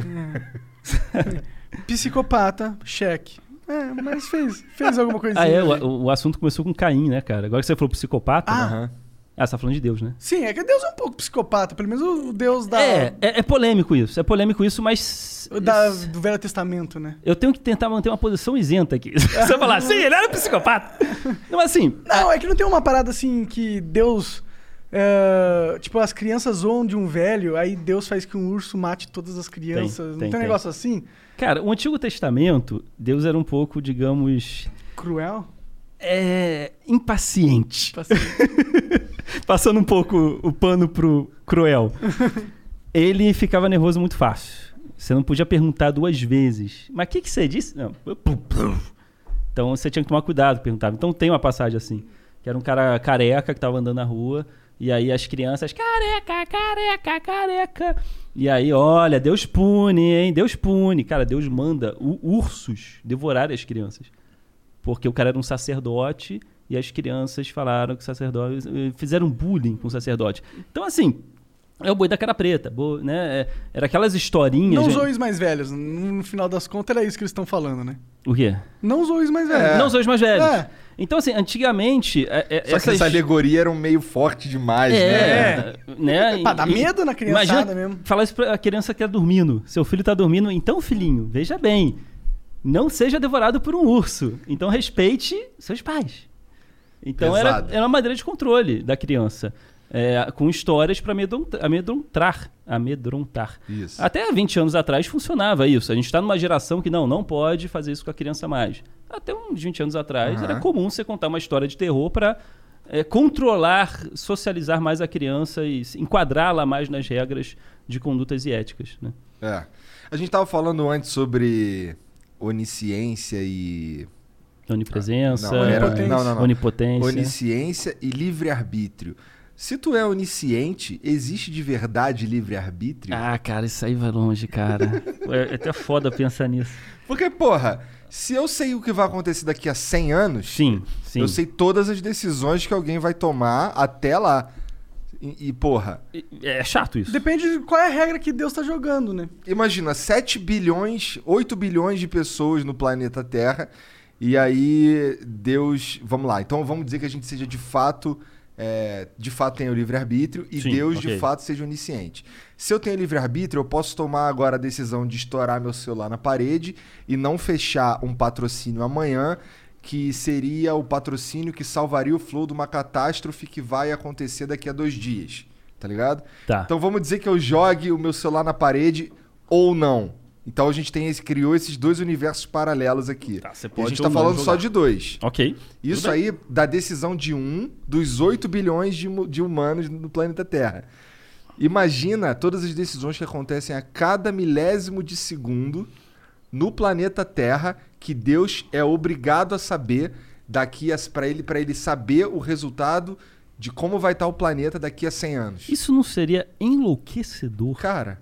A: Psicopata, cheque. É, mas fez, fez alguma assim. coisinha.
C: *laughs* *laughs* Ah, é,
A: ali.
C: o, o assunto começou com Caim, né, cara? Agora que você falou psicopata. né?
B: Aham.
C: Ah, você tá falando de Deus, né?
A: Sim, é que Deus é um pouco psicopata, pelo menos o Deus
B: Tá.
A: da,
C: É, é, é polêmico isso, é polêmico isso, mas.
A: o da- do Velho Testamento, né?
C: Eu tenho que tentar manter uma posição isenta aqui. *laughs* Você vai falar, sim, ele era psicopata. Não, mas assim,
A: Não, é que não tem uma parada assim que Deus. é, tipo, as crianças zoam de um velho, aí Deus faz que um urso mate todas as crianças. não
C: tem,
A: tem, um
C: tem.
A: negócio assim?
C: cara, o Antigo Testamento, Deus era um pouco, digamos,
A: Cruel?
C: é, impaciente.
A: Tipo assim,
C: *laughs* Passando um pouco o pano pro cruel. Ele ficava nervoso muito fácil. Você não podia perguntar duas vezes. Mas o que, que você disse? Não. Então você tinha que tomar cuidado, perguntava. Então tem uma passagem assim, que era um cara careca que tava andando na rua, e aí as crianças, careca, careca, careca. E aí, olha, Deus pune, hein? Deus pune. Cara, Deus manda u- ursos devorar as crianças. Porque o cara era um sacerdote e as crianças falaram que o sacerdote. eh, fizeram bullying com o sacerdote. Então, assim, é o boi da cara preta, bo- né? É- Era aquelas historinhas.
A: não
C: né?
A: zoe os mais velhos. No final das contas, era isso que eles estão falando, né?
C: O quê?
A: Não zoe os mais velhos.
C: Não são os mais velhos.
A: É.
C: Então, assim, antigamente. é- é-
B: Só que
C: essas-
B: essa alegoria era um meio forte demais, né?
C: É, né?
A: Pra dar
C: E-
A: medo na criançada
C: imagina
A: mesmo.
C: Falar isso pra a criança que tá dormindo. Seu filho tá dormindo, então, filhinho, veja bem. Não seja devorado por um urso. Então respeite seus pais. Então era,
B: Pesado.
C: era uma maneira de controle da criança. é, com histórias para amedrontar. Amedrontar.
B: Isso.
C: Até há 20 anos atrás funcionava isso. A gente está numa geração que não, não pode fazer isso com a criança mais. Até uns 20 anos atrás
B: Aham.
C: era comum você contar uma história de terror para controlar, socializar mais a criança e se- enquadrá-la mais nas regras de condutas e éticas. Né?
B: É. A gente tava falando antes sobre onisciência e.
C: Onipresença,
B: Não, era-
A: onipotência.
B: não, não, não.
C: onipotência.
B: Onisciência e livre-arbítrio. Se tu é onisciente, existe de verdade livre-arbítrio?
C: Ah, cara, isso aí vai longe,
B: *laughs*
C: cara. É é até foda pensar nisso.
B: Porque, porra, se eu sei o que vai acontecer daqui a 100 anos,
C: Sim, sim.
B: eu sei todas as decisões que alguém vai tomar até lá. E, e, porra,
C: É chato isso.
A: Depende de qual é a regra que Deus tá jogando, né?
B: imagina 7 bilhões, 8 bilhões de pessoas no planeta Terra. E aí, Deus. Vamos lá. Então vamos dizer que a gente seja de fato. é, de fato tenha o livre-arbítrio e
C: Sim,
B: Deus
C: ok.
B: de fato seja onisciente. Se eu tenho livre-arbítrio, eu posso tomar agora a decisão de estourar meu celular na parede e não fechar um patrocínio amanhã, que seria o patrocínio que salvaria o flow de uma catástrofe que vai acontecer daqui a dois dias. Tá ligado?
C: Tá.
B: Então vamos dizer que eu jogue o meu celular na parede ou não. Então a gente tem esse, criou esses dois universos paralelos aqui.
C: Tá,
B: e
C: você
B: a
C: pode
B: gente
C: ou
B: tá
C: não
B: falando
C: jogar.
B: só de dois.
C: Ok.
B: Isso aí da decisão de um dos 8 bilhões de, mu- de humanos no planeta Terra. Imagina todas as decisões que acontecem a cada milésimo de segundo no planeta Terra que Deus é obrigado a saber daqui para ele para ele saber o resultado de como vai estar o planeta daqui a 100 anos.
C: Isso não seria enlouquecedor?
B: Tipo, Cara,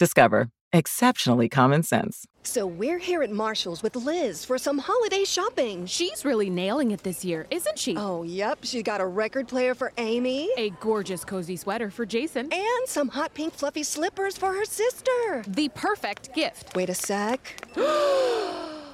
F: Discover exceptionally common sense.
E: So we're here at Marshall's with Liz for some holiday shopping.
G: She's really nailing it this year, isn't she?
E: Oh, yep, she got a record player for Amy
G: A gorgeous cozy sweater for Jason.
E: and some hot pink fluffy slippers for her sister.
G: the perfect gift.
E: Wait a sec.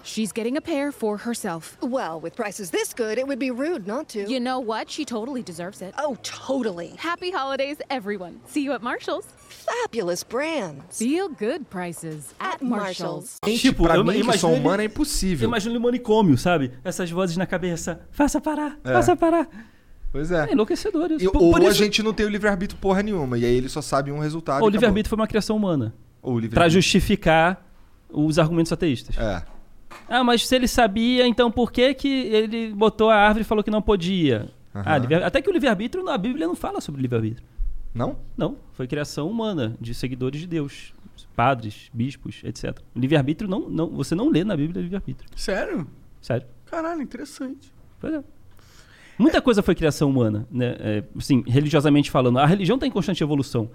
G: She's getting a pair for herself.
E: Well, with prices this good, it would be rude not to.
G: You know what? She totally deserves it.
E: oh, totally.
G: Happy holidays, everyone. See you at Marshall's.
E: Fabulous brands.
G: Feel good prices at,
E: At Marshall's.
B: Gente,
C: Tipo,
B: pra
C: eu
B: mim, que
C: imagino
B: sou
C: ele-
B: humano, é impossível.
C: Imagina um o manicômio, sabe? Essas vozes na cabeça. Faça parar, faça parar.
B: Pois
C: É
B: é.
C: enlouquecedor isso.
B: E-
C: Por-
B: ou
C: por
B: a
C: isso-
B: gente não tem o livre-arbítrio porra nenhuma. E aí ele só sabe um resultado.
C: Ou O
B: e acabou.
C: livre-arbítrio foi uma criação humana.
B: Ou o
C: Pra
B: livre-arbítrio.
C: justificar os argumentos ateístas.
B: É.
C: Ah, mas se ele sabia, então por que que ele botou a árvore e falou que não podia? Ah, livre- até que o livre-arbítrio, na Bíblia não fala sobre livre-arbítrio.
B: Não?
C: Não, foi criação humana, de seguidores de Deus. Padres, bispos, etc. Livre-arbítrio, não, não, você não lê na Bíblia livre-arbítrio.
A: Sério?
C: Sério.
A: Caralho, interessante.
C: Pois é. Muita coisa foi criação humana, né? É, assim, religiosamente falando. A religião está em constante evolução.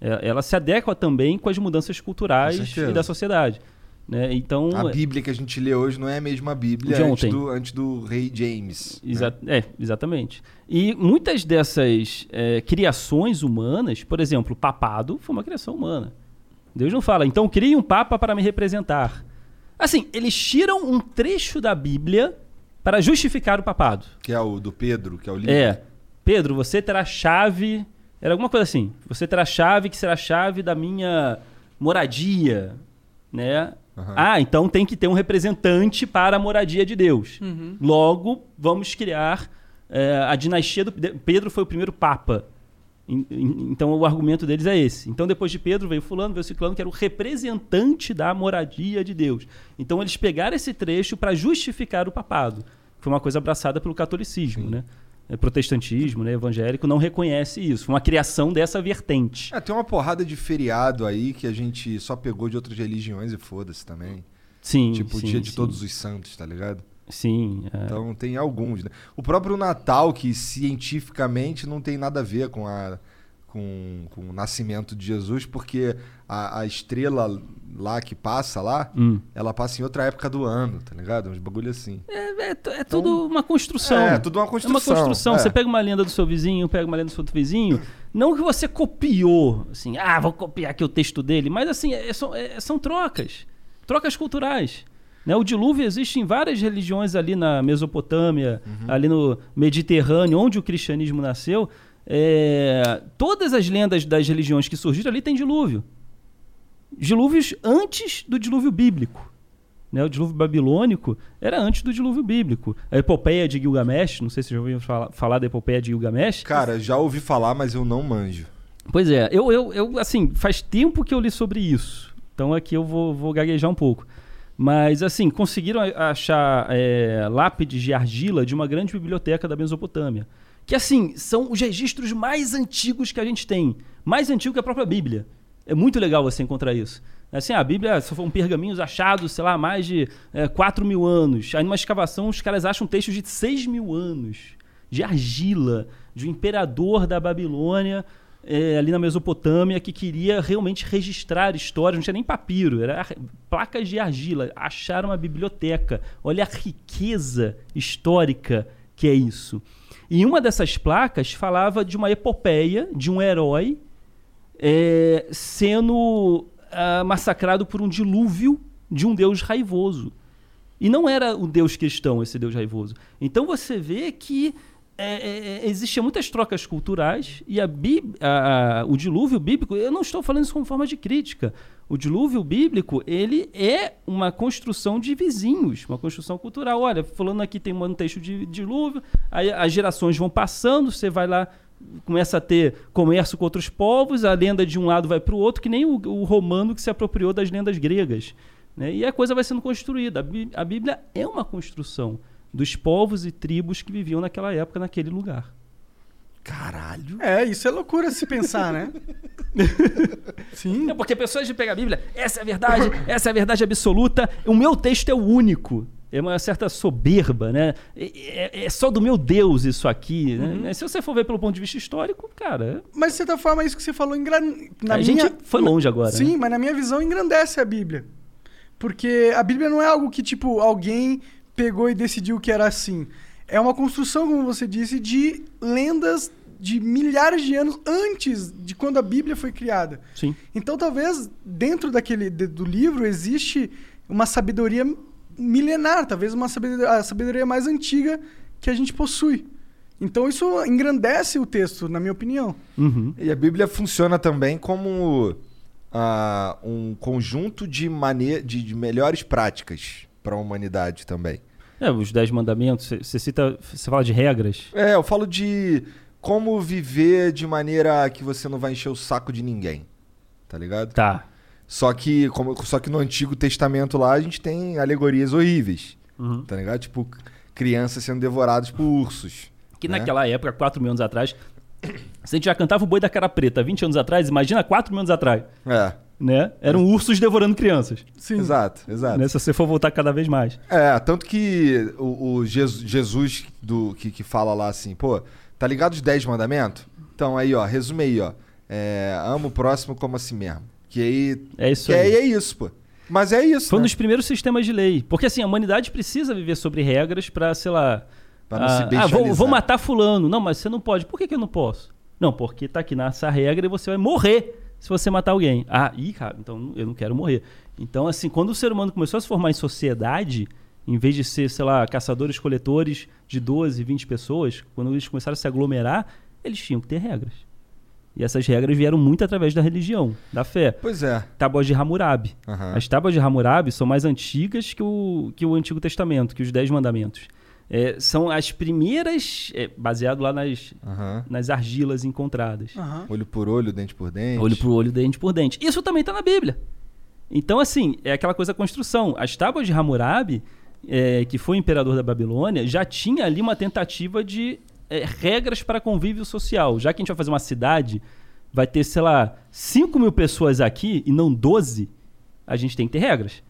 C: É, ela se adequa também com as mudanças
B: Com
C: culturais
B: certeza.
C: e da sociedade. Né? Então,
B: A Bíblia que a gente lê hoje não é a mesma Bíblia
C: De
B: antes
C: ontem.
B: do, antes do rei James. né?
C: Exa- É, exatamente. E muitas dessas é, criações humanas, por exemplo, o papado foi uma criação humana. Deus não fala, então crie um papa para me representar. Assim, eles tiram um trecho da Bíblia para justificar o papado.
B: Que é o do Pedro, que é o livro.
C: É, Pedro, você terá chave. Era alguma coisa assim. Você terá chave que será a chave da minha moradia, né?
B: Aham.
C: Ah, então tem que ter um representante para a moradia de Deus. Logo, vamos criar é, a dinastia do de- Pedro foi o primeiro papa. Em- em- Então o argumento deles é esse. Então depois de Pedro veio fulano, veio ciclano, que era o representante da moradia de Deus. Então eles pegaram esse trecho para justificar o papado. Foi uma coisa abraçada pelo catolicismo, né? É, protestantismo, né? Evangélico não reconhece isso. Foi uma criação dessa vertente.
B: É, tem uma porrada de feriado aí que a gente só pegou de outras religiões e foda-se também.
C: Sim,
B: tipo, o
C: sim,
B: dia de
C: sim.
B: todos os santos, tá ligado?
C: Sim, é.
B: Então tem alguns, né? O próprio Natal, que cientificamente não tem nada a ver com, a, com, com o nascimento de Jesus, porque a, a estrela lá que passa lá,
C: Hum.
B: ela passa em outra época do ano, tá ligado? Uns bagulho assim.
C: É, tu- é tudo uma construção.
B: É, tudo uma construção,
C: É uma construção.
B: é.
C: Você pega uma lenda do seu vizinho, pega uma lenda do seu outro vizinho. Não que você copiou, assim, ah, vou copiar aqui o texto dele, mas assim, é- são, é- são trocas. Trocas culturais. Né? O dilúvio existe em várias religiões ali na Mesopotâmia,
B: Uhum.
C: ali no Mediterrâneo, onde o cristianismo nasceu. É, todas as lendas das religiões que surgiram ali têm dilúvio. Dilúvios antes do dilúvio bíblico né, o dilúvio babilônico era antes do dilúvio bíblico. A epopeia de Gilgamesh, não sei se vocês já ouviram falar, falar da epopeia de Gilgamesh.
B: Cara, já ouvi falar, mas eu não manjo.
C: Pois é, eu, eu, eu, assim, faz tempo que eu li sobre isso. Então aqui eu vou, vou gaguejar um pouco. Mas, assim, conseguiram a- achar é, lápides de argila de uma grande biblioteca da Mesopotâmia. Que, assim, são os registros mais antigos que a gente tem. Mais antigo que a própria Bíblia. É muito legal você encontrar isso. Assim, a Bíblia só foram pergaminhos achados, sei lá, há mais de é, 4 mil anos. Aí numa escavação os caras acham textos de 6 mil anos de argila, de um imperador da Babilônia, eh, ali na Mesopotâmia, que queria realmente registrar histórias, não tinha nem papiro, era ar- placas de argila. Acharam uma biblioteca. Olha a riqueza histórica que é isso. E uma dessas placas falava de uma epopeia de um herói eh, sendo ah, massacrado por um dilúvio de um deus raivoso. E não era o Deus cristão esse Deus raivoso. Então você vê que é, é, é, existiam muitas trocas culturais e a Bí- a- a- o dilúvio bíblico, eu não estou falando isso como forma de crítica. O dilúvio bíblico, ele é uma construção de vizinhos, uma construção cultural. Olha, falando aqui tem um texto de dilúvio, aí as gerações vão passando, você vai lá começa a ter comércio com outros povos, a lenda de um lado vai para o outro, que nem o, o romano que se apropriou das lendas gregas. né? E a coisa vai sendo construída. A Bí- a Bíblia é uma construção dos povos e tribos que viviam naquela época, naquele lugar.
B: Caralho.
A: É, isso é loucura se pensar, né? Sim.
C: É porque pessoas de pegar a Bíblia, essa é a verdade, essa é a verdade absoluta, o meu texto é o único. É uma certa soberba, né? É, é- é só do meu Deus isso aqui. Né? Se você for ver pelo ponto de vista histórico, cara,
A: Mas de certa forma, é isso que você falou engran... na
C: a
A: minha...
C: gente foi longe agora.
A: Sim,
C: né?
A: mas na minha visão engrandece a Bíblia. Porque a Bíblia não é algo que, tipo, alguém pegou e decidiu que era assim. É uma construção, como você disse, de lendas de milhares de anos antes de quando a Bíblia foi criada.
C: Sim.
A: Então, talvez dentro daquele de- do livro existe uma sabedoria milenar, talvez uma sabedoria, a sabedoria mais antiga que a gente possui. Então, isso engrandece o texto, na minha opinião.
C: Uhum.
B: E a Bíblia funciona também como ah, um conjunto de, mane de, de melhores práticas para a humanidade também.
C: É, os Dez Mandamentos, você- você cita, você fala de regras.
B: É, eu falo de como viver de maneira que você não vai encher o saco de ninguém. Tá ligado?
C: Tá.
B: Só que, como- só que no Antigo Testamento lá a gente tem alegorias horríveis.
C: Uhum.
B: Tá ligado? Tipo, crianças sendo devoradas por ursos.
C: Que
B: né?
C: naquela época, 4 mil anos atrás, se a gente já cantava o boi da cara preta 20 anos atrás, imagina 4 mil anos atrás,
B: É,
C: né? Eram ursos devorando crianças.
A: Sim.
B: exato, exato.
C: Né? Se você for voltar cada vez mais.
B: É, tanto que o, o Jesus, Jesus do, que, que fala lá assim, pô, tá ligado os 10 mandamentos? Então aí, ó, resume aí, ó. É, amo o próximo como a si mesmo. Que aí.
C: É isso
B: que aí
C: aí.
B: é isso, pô. Mas é isso.
C: Foi um
B: né?
C: dos primeiros sistemas de lei. Porque assim, a humanidade precisa viver sobre regras pra, sei lá.
B: Pra não
C: ah,
B: se
C: ah, vou,
B: bestializar."
C: vou matar fulano. Não, mas você não pode. Por que, que eu não posso? Não, porque tá aqui nessa regra e você vai morrer se você matar alguém. Ah, ih, cara, então eu não quero morrer. Então, assim, quando o ser humano começou a se formar em sociedade, em vez de ser, sei lá, caçadores, coletores de 12, 20 pessoas, quando eles começaram a se aglomerar, eles tinham que ter regras. E essas regras vieram muito através da religião, da fé
B: Pois é.
C: tábuas de Hammurabi.
B: Aham.
C: As tábuas de Hammurabi são mais antigas que o, que o Antigo Testamento, que os Dez Mandamentos. É, são as primeiras, é, baseado lá nas,
B: Aham.
C: nas argilas encontradas.
A: Aham.
B: Olho por olho, dente por dente.
C: Olho por olho, dente por dente. Isso também está na Bíblia. Então, assim, é aquela coisa da construção. As tábuas de Hammurabi, é, que foi o imperador da Babilônia, já tinha ali uma tentativa de é, regras para convívio social. Já que a gente vai fazer uma cidade, vai ter, sei lá, 5 mil pessoas aqui e não 12, a gente tem que ter regras.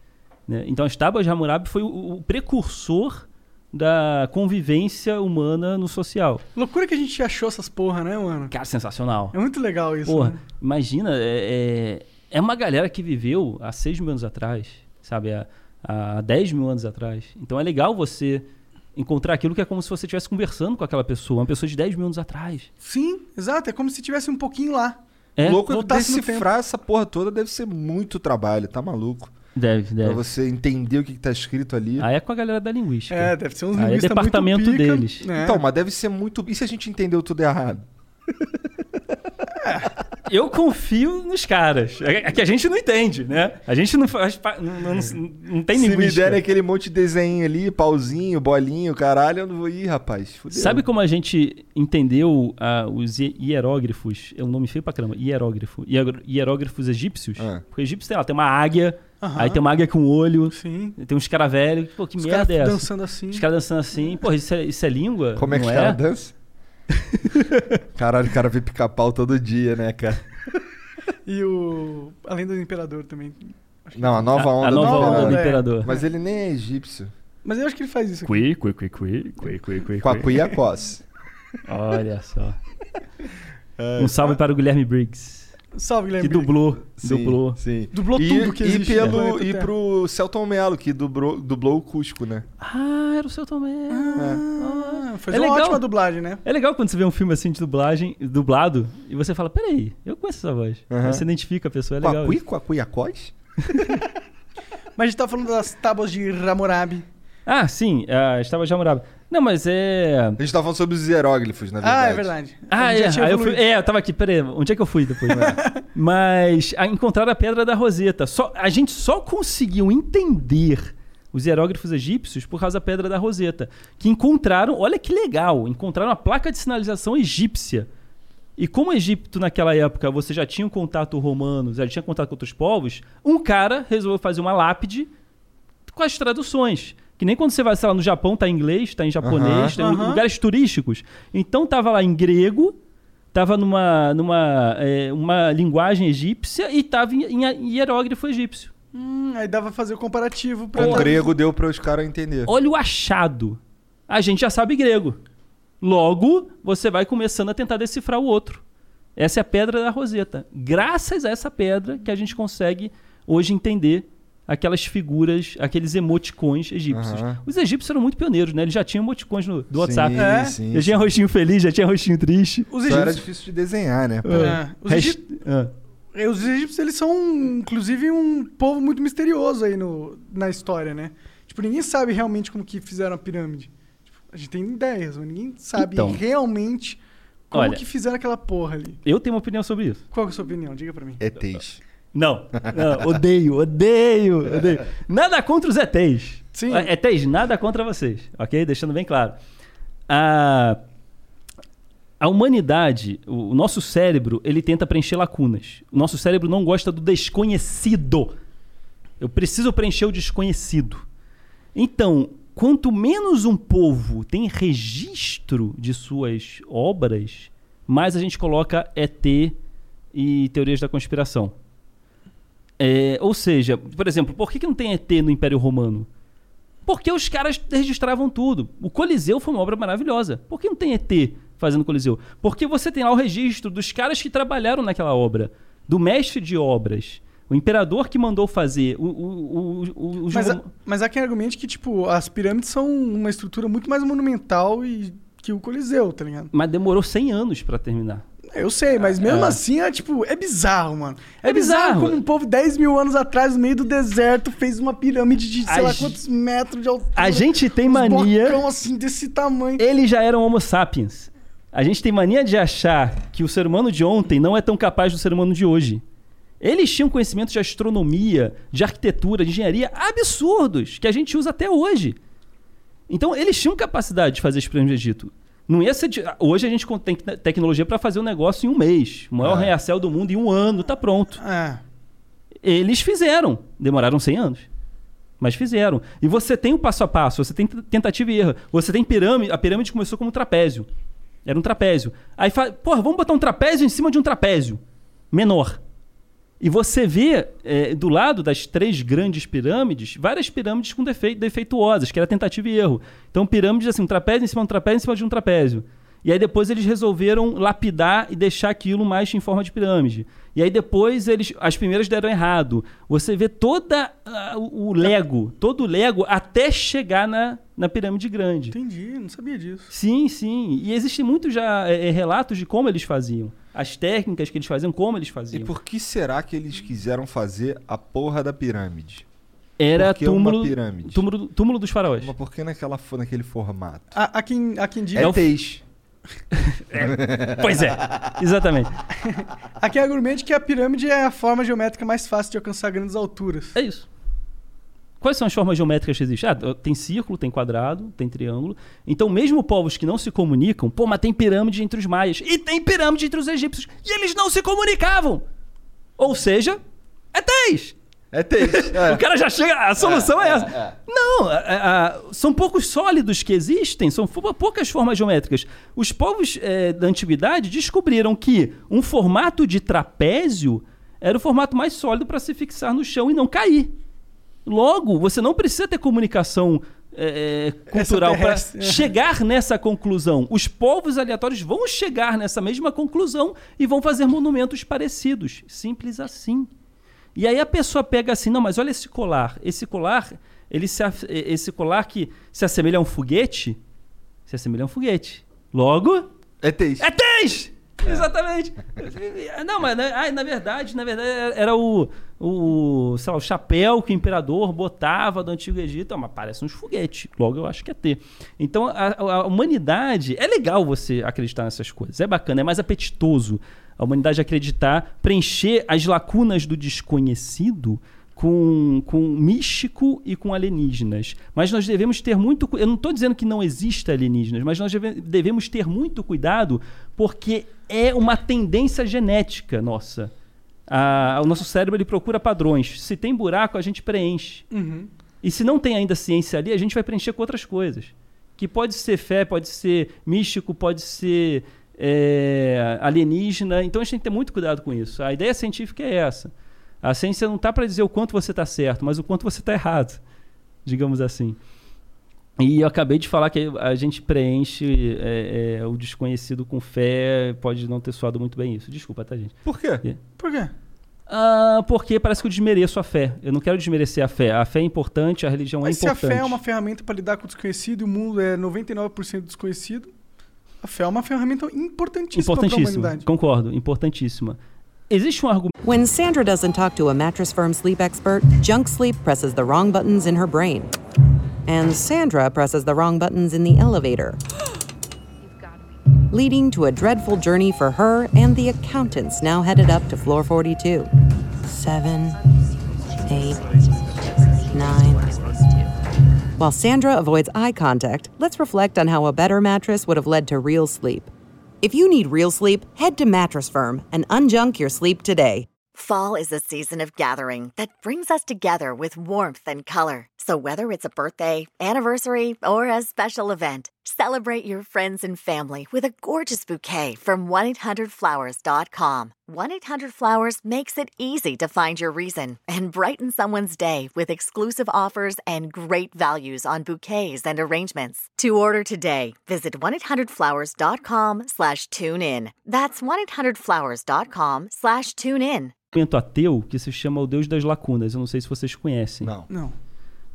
C: né? Então, as tábuas de Hammurabi foi o, o precursor da convivência humana no social.
A: Loucura que a gente achou essas porra, né, mano?
C: Cara, sensacional.
A: É muito legal isso.
C: Porra,
A: né?
C: imagina, é, é, é uma galera que viveu há 6 mil anos atrás, sabe? Há, há 10 mil anos atrás. Então é legal você encontrar aquilo que é como se você estivesse conversando com aquela pessoa, uma pessoa de 10 mil anos atrás.
A: Sim, exato. É como se tivesse um pouquinho lá.
C: É,
B: louco é
A: voltasse no
B: decifrar essa porra toda deve ser muito trabalho, tá maluco?
C: deve,
B: Pra
C: deve.
B: você entender o que, que tá escrito ali.
C: É. Aí é com a galera da linguística.
A: É, deve ser uns
C: Aí é
A: linguista muito
C: departamento
A: pica,
C: deles.
A: né?
B: Então, mas deve ser muito. E se a gente entendeu tudo errado?
C: Eu confio nos caras. É que a gente não entende, né? A gente não faz. pa- Não, não, não tem
B: Se
C: linguística.
B: me derem aquele monte de desenho ali, pauzinho, bolinho, caralho, eu não vou ir, rapaz. Fudeu.
C: Sabe como a gente entendeu ah, os hie- hierógrafos? É um nome feio pra caramba. Hierógrafo. Hiero- Hierógrafos egípcios?
B: Ah.
C: Porque egípcio, sei lá, tem uma águia,
A: Aham.
C: aí tem uma águia com um olho,
A: Sim.
C: tem uns caras velhos. Pô, que
A: Os caras
C: merda é essa?
A: dançando assim.
C: Os caras dançando assim. Pô, isso é, isso é língua?
B: Como é que
C: Não
B: os caras dançam? *laughs* Caralho, o cara vê pica-pau todo dia, né, cara?
A: E o. Além do Imperador também.
B: Não, a
C: A,
B: nova onda
C: a nova
B: do
C: onda,
B: imperador.
C: do
A: é.
C: imperador.
B: né? Mas ele nem é egípcio.
A: Mas eu acho que ele faz isso. aqui.
C: Cui, cui, cui, cui, cui, cui, cui,
B: Com é a
C: cui.
B: Cuiacós.
C: Olha só.
B: É.
C: Um salve para o Guilherme Briggs,
A: Salve,
C: que
A: Guilherme.
C: dublou.
B: Sim,
C: Dublou.
B: Sim.
A: Dublou
B: e,
A: tudo que É existe
B: E,
A: no
B: pelo,
A: planeta
B: e
A: Terra.
B: pro Celton Mello, que dublou, dublou o Cusco, né?
C: Ah, era o seu Tomé.
A: Ah, foi
C: É
A: uma
C: legal.
A: ótima dublagem, né?
C: É legal quando você vê um filme assim de dublagem, dublado, e você fala, peraí, eu conheço essa voz.
B: Aham.
C: Aí Você identifica a pessoa, é
B: Com
C: legal.
B: a Cui, com a Cuiacós?
A: Mas a gente tá falando das tábuas de Hammurabi.
C: Ah, sim, ah, estava já morava. Não, mas é.
B: A gente tava falando sobre os hieróglifos, na verdade.
A: Ah, é verdade.
C: Ah,
A: Ele já
C: é.
A: tinha
C: Aí eu fui,
A: evoluído.
C: é, eu tava aqui, peraí, onde é que eu fui depois?
A: *laughs*
C: mas a, encontraram a pedra da Roseta. Só, a gente só conseguiu entender os hierógrafos egípcios por causa da pedra da Roseta. Que encontraram, olha que legal, encontraram a placa de sinalização egípcia. E como o Egito, naquela época, você já tinha um contato romano, já tinha contato com outros povos, um cara resolveu fazer uma lápide com as traduções. Que nem quando você vai, sei lá, no Japão tá em inglês, tá em japonês, tá em
A: Aham.
C: lugares turísticos. Então tava lá em grego, tava numa, numa é, uma linguagem egípcia e tava em, em hierógrafo egípcio.
A: Hum, aí dava pra fazer o comparativo pra.
B: Com grego deu pra os caras entender.
C: Olha o achado. A gente já sabe grego. Logo, você vai começando a tentar decifrar o outro. Essa é a pedra da Roseta. Graças a essa pedra que a gente consegue hoje entender aquelas figuras, aqueles emoticons egípcios.
B: Aham.
C: Os egípcios eram muito pioneiros, né? Eles já tinham emoticons no, do WhatsApp.
B: Sim,
A: É.
B: sim,
C: já tinha
B: sim.
C: rostinho feliz, já tinha rostinho triste.
A: Os
B: Só era
A: egípcios,
B: difícil de desenhar, né?
A: É. Os
C: Hasht- Ah.
A: É, os egípcios, eles são, inclusive, um povo muito misterioso aí no, na história, né? Tipo, ninguém sabe realmente como que fizeram a pirâmide. Tipo, a gente tem ideias, mas ninguém sabe
C: Então.
A: realmente como
C: Olha.
A: que fizeram aquela porra ali.
C: Eu tenho uma opinião sobre isso.
A: Qual que é a sua opinião? Diga pra mim.
B: É teixe.
C: *laughs* Não, não, Ah, odeio, odeio, odeio. Nada contra os ETs.
A: Sim.
C: Ah, ETs, nada contra vocês, ok? Deixando bem claro. A, a humanidade, o, o nosso cérebro, ele tenta preencher lacunas. O nosso cérebro não gosta do desconhecido. Eu preciso preencher o desconhecido. Então, quanto menos um povo tem registro de suas obras, mais a gente coloca ET e teorias da conspiração. É, ou seja, por exemplo, por que, que não tem ET no Império Romano? Porque os caras registravam tudo. O Coliseu foi uma obra maravilhosa. Por que não tem ET fazendo Coliseu? Porque você tem lá o registro dos caras que trabalharam naquela obra, do mestre de obras, o imperador que mandou fazer, o, o, o, o, os
A: Mas,
C: rom-
A: a- mas há quem argumente que, tipo, as pirâmides são uma estrutura muito mais monumental e que o Coliseu, tá ligado?
C: Mas demorou 100 anos pra terminar.
A: Eu sei, mas mesmo
C: é.
A: assim é tipo, é bizarro, mano. É,
C: É
A: bizarro.
C: bizarro.
A: como um povo 10 mil anos atrás, no meio do deserto, fez uma pirâmide de sei
C: A
A: lá
C: gen-
A: quantos metros de altura.
C: A gente tem
A: uns
C: mania. É.
A: blocão, assim desse tamanho.
C: Eles já eram Homo sapiens. A gente tem mania de achar que o ser humano de ontem não é tão capaz do ser humano de hoje. Eles tinham conhecimento de astronomia, de arquitetura, de engenharia absurdos que a gente usa até hoje. Então eles tinham capacidade de fazer as pirâmides do Egito. Não ia ser de- Hoje a gente con- tem te- tecnologia para fazer um negócio em um mês. O maior
B: Ah.
C: reacel do mundo em um ano, tá pronto.
A: É.
C: Eles fizeram. Demoraram 100 anos. Mas fizeram. E você tem o passo a passo, você tem t- tentativa e erro. Você tem pirâmide. A pirâmide começou como um trapézio. Era um trapézio. Aí fala, porra, vamos botar um trapézio em cima de um trapézio. Menor. E você vê eh, do lado das três grandes pirâmides, várias pirâmides com defeito, defeituosas, que era tentativa e erro. Então, pirâmides assim, um trapézio em cima de um trapézio em cima de um trapézio. E aí depois eles resolveram lapidar e deixar aquilo mais em forma de pirâmide. E aí depois eles. As primeiras deram errado. Você vê toda ah, o o Lego, todo o Lego até chegar na, na pirâmide grande.
A: Entendi, não sabia disso.
C: Sim, sim. E existem muitos já eh, eh, relatos de como eles faziam. As técnicas que eles faziam, como eles
B: E
C: faziam.
B: por que será que eles quiseram fazer a porra da pirâmide?
C: Era
B: por que é uma
C: túmulo,
B: pirâmide?
C: túmulo túmulo dos faraós.
B: Mas por que naquela, fo- naquele formato?
A: Há, há quem, há quem diga.
B: É teixe.
C: Pois é, exatamente.
A: Há quem argumente é que a pirâmide é a forma geométrica mais fácil de alcançar grandes alturas.
C: É isso. Quais são as formas geométricas que existem? Ah, tem círculo, tem quadrado, tem triângulo. Então, mesmo povos que não se comunicam, pô, mas tem pirâmide entre os maias. E tem pirâmide entre os egípcios. E eles não se comunicavam. Ou seja, é 10.
B: É teixe. é.
C: O cara já chega. A solução é, essa. Não, a- a- a- são poucos sólidos que existem, são fo- poucas formas geométricas. Os povos eh, da antiguidade descobriram que um formato de trapézio era o formato mais sólido para se fixar no chão e não cair. Logo, você não precisa ter comunicação eh, eh, cultural para
A: Extraterrestre, é.
C: chegar nessa conclusão. Os povos aleatórios vão chegar nessa mesma conclusão e vão fazer monumentos parecidos. Simples assim. E aí a pessoa pega assim, não, mas olha esse colar. Esse colar, ele se af- eh, esse colar que se assemelha a um foguete, se assemelha a um foguete. Logo,
B: É teixe.
C: *laughs* é três! Exatamente. *laughs* Não, mas na, ai, na verdade, na verdade era- era o, o, sei lá, o chapéu que o imperador botava do antigo Egito. Ah, mas parece uns foguetes. Logo eu acho que é ter. Então a, a humanidade é legal você acreditar nessas coisas. É bacana, é mais apetitoso a humanidade acreditar, preencher as lacunas do desconhecido com, com místico e com alienígenas. Mas nós devemos ter muito. cu- Eu não estou dizendo que não exista alienígenas, mas nós deve- devemos ter muito cuidado porque é uma tendência genética nossa. A- o nosso cérebro ele procura padrões. Se tem buraco, a gente preenche. E se não tem ainda ciência ali, a gente vai preencher com outras coisas. Que pode ser fé, pode ser místico, pode ser é, alienígena. Então a gente tem que ter muito cuidado com isso. A ideia científica é essa. A ciência não está para dizer o quanto você está certo, mas o quanto você está errado, digamos assim. E eu acabei de falar que a gente preenche é, é, o desconhecido com fé. Pode não ter soado muito bem isso. Desculpa, tá, gente?
B: Por quê?
A: Por
C: É
A: quê?
C: Ah, porque parece que eu desmereço a fé. Eu não quero desmerecer a fé. A fé é importante, a religião
A: Mas
C: é
A: se a
C: importante.
A: fé é uma ferramenta para lidar com o desconhecido e o mundo é 99% desconhecido, a fé é uma ferramenta importantíssima para a
C: importantíssima.
A: humanidade.
C: Concordo, importantíssima. Existe um argumento
F: When Sandra doesn't talk to a mattress firm sleep expert, junk sleep presses the wrong buttons in her brain. And Sandra presses the wrong buttons in the elevator, leading to a dreadful journey for her and the accountants now headed up to floor 42. Seven, eight, nine. While Sandra avoids eye contact, let's reflect on how a better mattress would have led to real sleep. If you need real sleep, head to Mattress Firm and unjunk your sleep today.
H: Fall is a season of gathering that brings us together with warmth and color. So, whether it's a birthday, anniversary, or a special event, celebrate your friends and family with a gorgeous bouquet from 1 800 Flowers.com. 1 800 Flowers makes it easy to find your reason and brighten someone's day with exclusive offers and great values on bouquets and arrangements. To order today, visit 1-800-Flowers.com slash tune in. That's 1-800-Flowers.com slash tune in.
C: ateu que se chama o Deus das Lacunas. Eu não sei se vocês conhecem.
B: Não.
A: Não.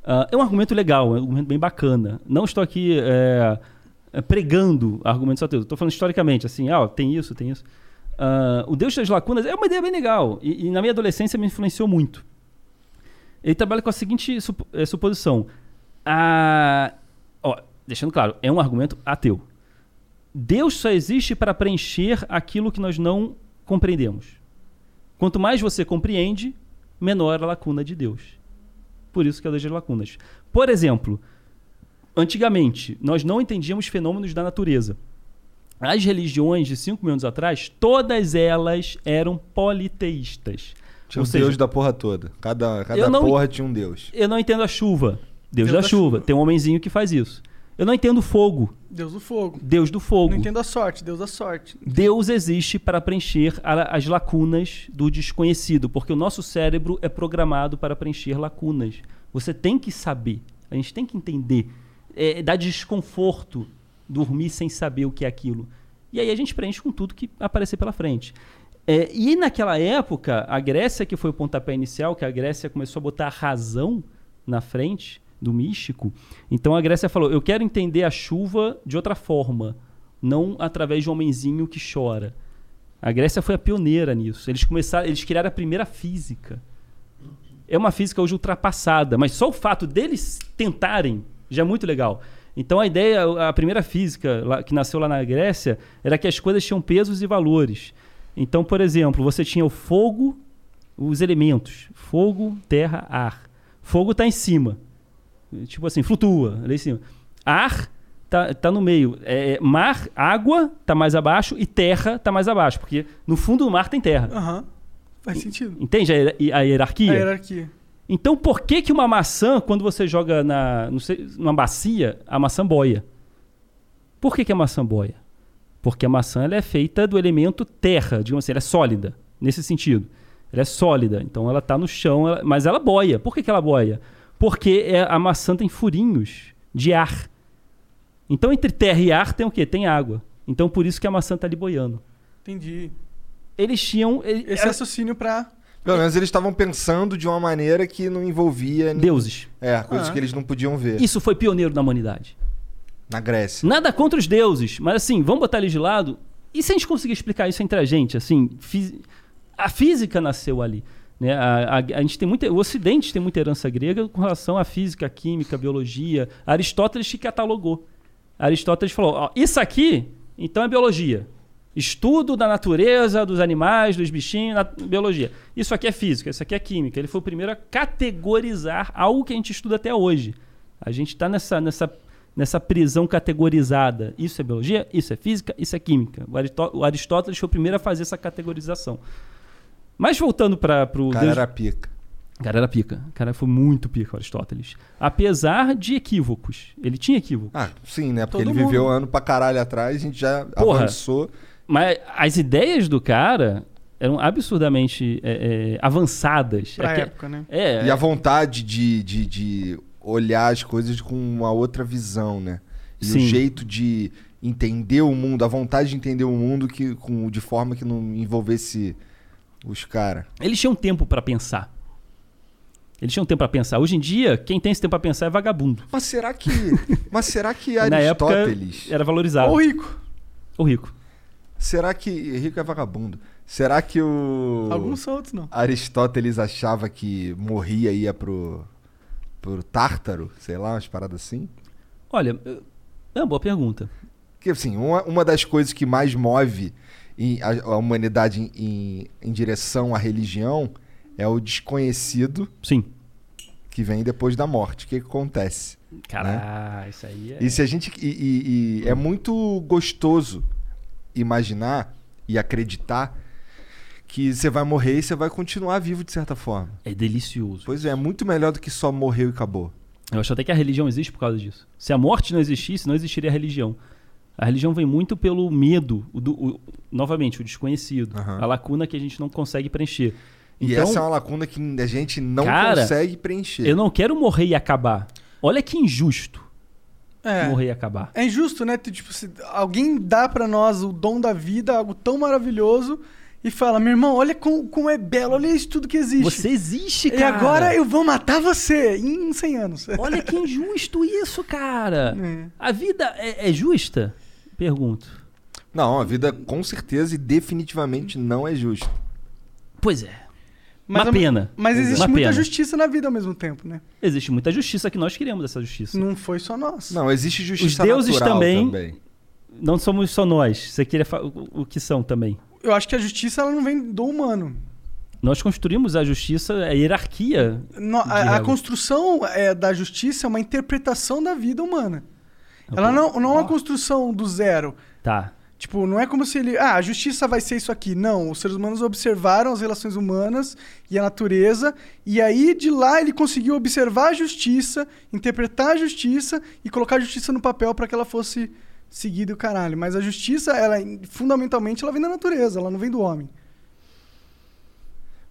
C: Ah, é um argumento legal, é um argumento bem bacana. Não estou aqui é, é, pregando argumentos ateus. Estou falando historicamente, assim, ah, ó, tem isso, tem isso. Ah, o Deus das Lacunas é uma ideia bem legal. E, e na minha adolescência me influenciou muito. Ele trabalha com a seguinte sup- eh, suposição. Ah, ó, deixando claro, é um argumento ateu. Deus só existe para preencher aquilo que nós não compreendemos. Quanto mais você compreende, menor a lacuna de Deus. Por isso que é a lei das lacunas. Por exemplo, antigamente, nós não entendíamos fenômenos da natureza. As religiões de 5 mil anos atrás, todas elas eram politeístas.
B: Tinha
C: Ou
B: um
C: seja,
B: deus da porra toda. Cada, cada
C: Eu não-
B: porra tinha um deus.
C: eu não entendo a chuva. Deus, da, chuva. Tem um homenzinho que faz isso. Eu não entendo fogo.
A: Deus do fogo.
C: Deus do fogo.
A: Não entendo a sorte, Deus da sorte.
C: Deus existe para preencher a- as lacunas do desconhecido, porque o nosso cérebro é programado para preencher lacunas. Você tem que saber, a gente tem que entender. É, dá desconforto dormir sem saber o que é aquilo. E aí a gente preenche com tudo que aparecer pela frente. É, e naquela época, a Grécia, que foi o pontapé inicial, que a Grécia começou a botar a razão na frente do místico. Então a Grécia falou: eu quero entender a chuva de outra forma, não através de um homenzinho que chora. A Grécia foi a pioneira nisso. Eles começaram, eles criaram a primeira física. É uma física hoje ultrapassada, mas só o fato deles tentarem já é muito legal. Então a ideia, a primeira física lá- que nasceu lá na Grécia era que as coisas tinham pesos e valores. Então, por exemplo, você tinha o fogo, os elementos: fogo, terra, ar. Fogo está em cima, tipo assim, flutua ali em cima. Ar tá, tá no meio. É, mar, água tá mais abaixo e terra tá mais abaixo, porque no fundo do mar tem terra.
A: Aham. Faz sentido.
C: Entende a, hier- a hierarquia?
A: A hierarquia.
C: Então por que que uma maçã, quando você joga na, não sei, numa bacia, a maçã boia? Por que, que a maçã boia? Porque a maçã ela é feita do elemento terra, digamos assim, ela é sólida, nesse sentido. Ela é sólida, então ela está no chão, ela- mas ela boia. Por que, que ela boia? Porque é- a maçã tem furinhos de ar. Então entre terra e ar tem o quê? Tem água. Então por isso que a maçã está ali boiando.
A: Entendi.
C: Eles tinham... ele-
A: Esse
C: era-
A: raciocínio pra.
B: Pelo menos eles estavam pensando de uma maneira que não envolvia... ni-
C: Deuses.
B: É, coisas
A: Ah.
B: que eles não podiam ver.
C: Isso foi pioneiro na humanidade.
B: Na Grécia.
C: Nada contra os deuses, mas assim, vamos botar eles de lado. E se a gente conseguir explicar isso entre a gente, assim, fisi- a física nasceu ali. Né? A, a- a gente tem muita, o Ocidente tem muita herança grega com relação à física, química, biologia. Aristóteles que catalogou. Aristóteles falou: ó, isso aqui, então é biologia. Estudo da natureza, dos animais, dos bichinhos, na biologia. Isso aqui é física, isso aqui é química. Ele foi o primeiro a categorizar algo que a gente estuda até hoje. A gente está nessa, nessa, nessa prisão categorizada. Isso é biologia, isso é física, isso é química. O, Aristó- o Aristóteles foi o primeiro a fazer essa categorização. Mas voltando para o
B: O cara era pica.
C: o cara era pica. O cara foi muito pica, o Aristóteles. Apesar de equívocos. Ele tinha equívocos.
B: Ah, sim, né? Porque
A: Todo
B: ele viveu
A: mundo.
B: ano pra caralho atrás, a gente já
C: Porra.
B: avançou.
C: Mas as ideias do cara eram absurdamente é, é, avançadas.
A: Pra
C: É que-
A: época, né?
C: É,
B: E a vontade de, de, de olhar as coisas com uma outra visão, né? E o
C: Sim.
B: jeito de entender o mundo, a vontade de entender o mundo que, com, de forma que não envolvesse os caras.
C: eles tinham tempo pra pensar. Eles tinham tempo pra pensar. Hoje em dia, quem tem esse tempo pra pensar é vagabundo.
B: Mas será
C: *laughs*
B: que. mas será que
C: Na época,
B: Aristóteles.
C: era valorizado.
A: Ou
C: Ou,
A: rico.
C: rico.
B: Será que. Rico é vagabundo. Será que o.
A: Alguns são, outros não.
B: Aristóteles achava que morria e ia pro. pro Tártaro? Sei lá, umas paradas assim?
C: Olha, é uma boa pergunta.
B: Porque, assim, uma, uma das coisas que mais move em- a, a humanidade em, em- em direção à religião é o desconhecido
C: Sim.
B: que vem depois da morte. O que, que acontece?
C: Caralho, isso aí é...
B: E se a gente. E, e- e é muito gostoso imaginar e acreditar que você vai morrer e você vai continuar vivo de certa forma.
C: é delicioso.
B: Pois é, é muito melhor do que só morreu e acabou.
C: Eu acho até que a religião existe por causa disso. Se a morte não existisse, não existiria a religião. A religião vem muito pelo medo, o do- o- novamente, o desconhecido,
B: Aham.
C: a lacuna que a gente não consegue preencher.
B: E
C: Então,
B: essa é uma lacuna que a gente não
C: Cara,
B: consegue preencher.
C: eu não quero morrer e acabar. Olha que injusto
A: É.
C: morrer e acabar.
A: É injusto, né? Tu, Tipo, se alguém dá pra nós o dom da vida, algo tão maravilhoso, e fala: meu irmão, olha como, como é belo, olha isso tudo que existe.
C: Você existe,
A: e
C: cara.
A: agora eu vou matar você em 100 anos.
C: Olha que injusto isso, cara.
A: É.
C: A vida é, é justa? Pergunto.
B: Não, a vida com certeza e definitivamente não é justa.
C: Pois é.
A: *laughs* Mas
C: uma
A: ao-
C: pena.
A: Mas existe
C: Uma
A: muita
C: pena.
A: justiça na vida ao mesmo tempo, né?
C: Existe muita justiça que nós queremos essa justiça.
A: Não foi só nós.
B: Não, existe justiça
C: Os deuses
B: natural
C: também-
B: também.
C: Não somos só nós. Você queria fa- o, o que são também.
A: Eu acho que a justiça ela não vem do humano.
C: Nós construímos a justiça, a hierarquia.
A: No-
C: De
A: a, a
C: regra.
A: construção é, da justiça é uma interpretação da vida humana. Ela não, não é
C: Ah.
A: uma construção do zero.
C: Tá.
A: Tipo, não é como se ele. Ah, a justiça vai ser isso aqui. Não, os seres humanos observaram as relações humanas e a natureza, e aí de lá ele conseguiu observar a justiça, interpretar a justiça e colocar a justiça no papel para que ela fosse seguida e o caralho. Mas a justiça, ela fundamentalmente, ela vem da natureza, ela não vem do homem.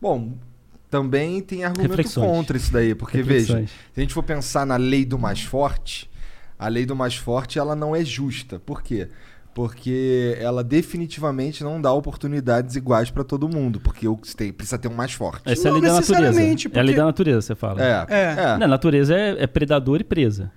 B: Bom, também tem argumento
C: Reflexões.
B: contra isso daí, porque veja,
C: Reflexões.
B: se a gente for pensar na lei do mais forte, a lei do mais forte ela não é justa. Por quê? Porque ela definitivamente não dá oportunidades iguais pra todo mundo, porque o que tem- precisa ter um mais forte.
C: Essa é a
A: Não
C: lei da natureza.
A: necessariamente,
C: É a lei
A: porque-
C: da natureza, você fala.
B: É,
A: É.
B: é.
C: Não, a natureza é, é predador e presa.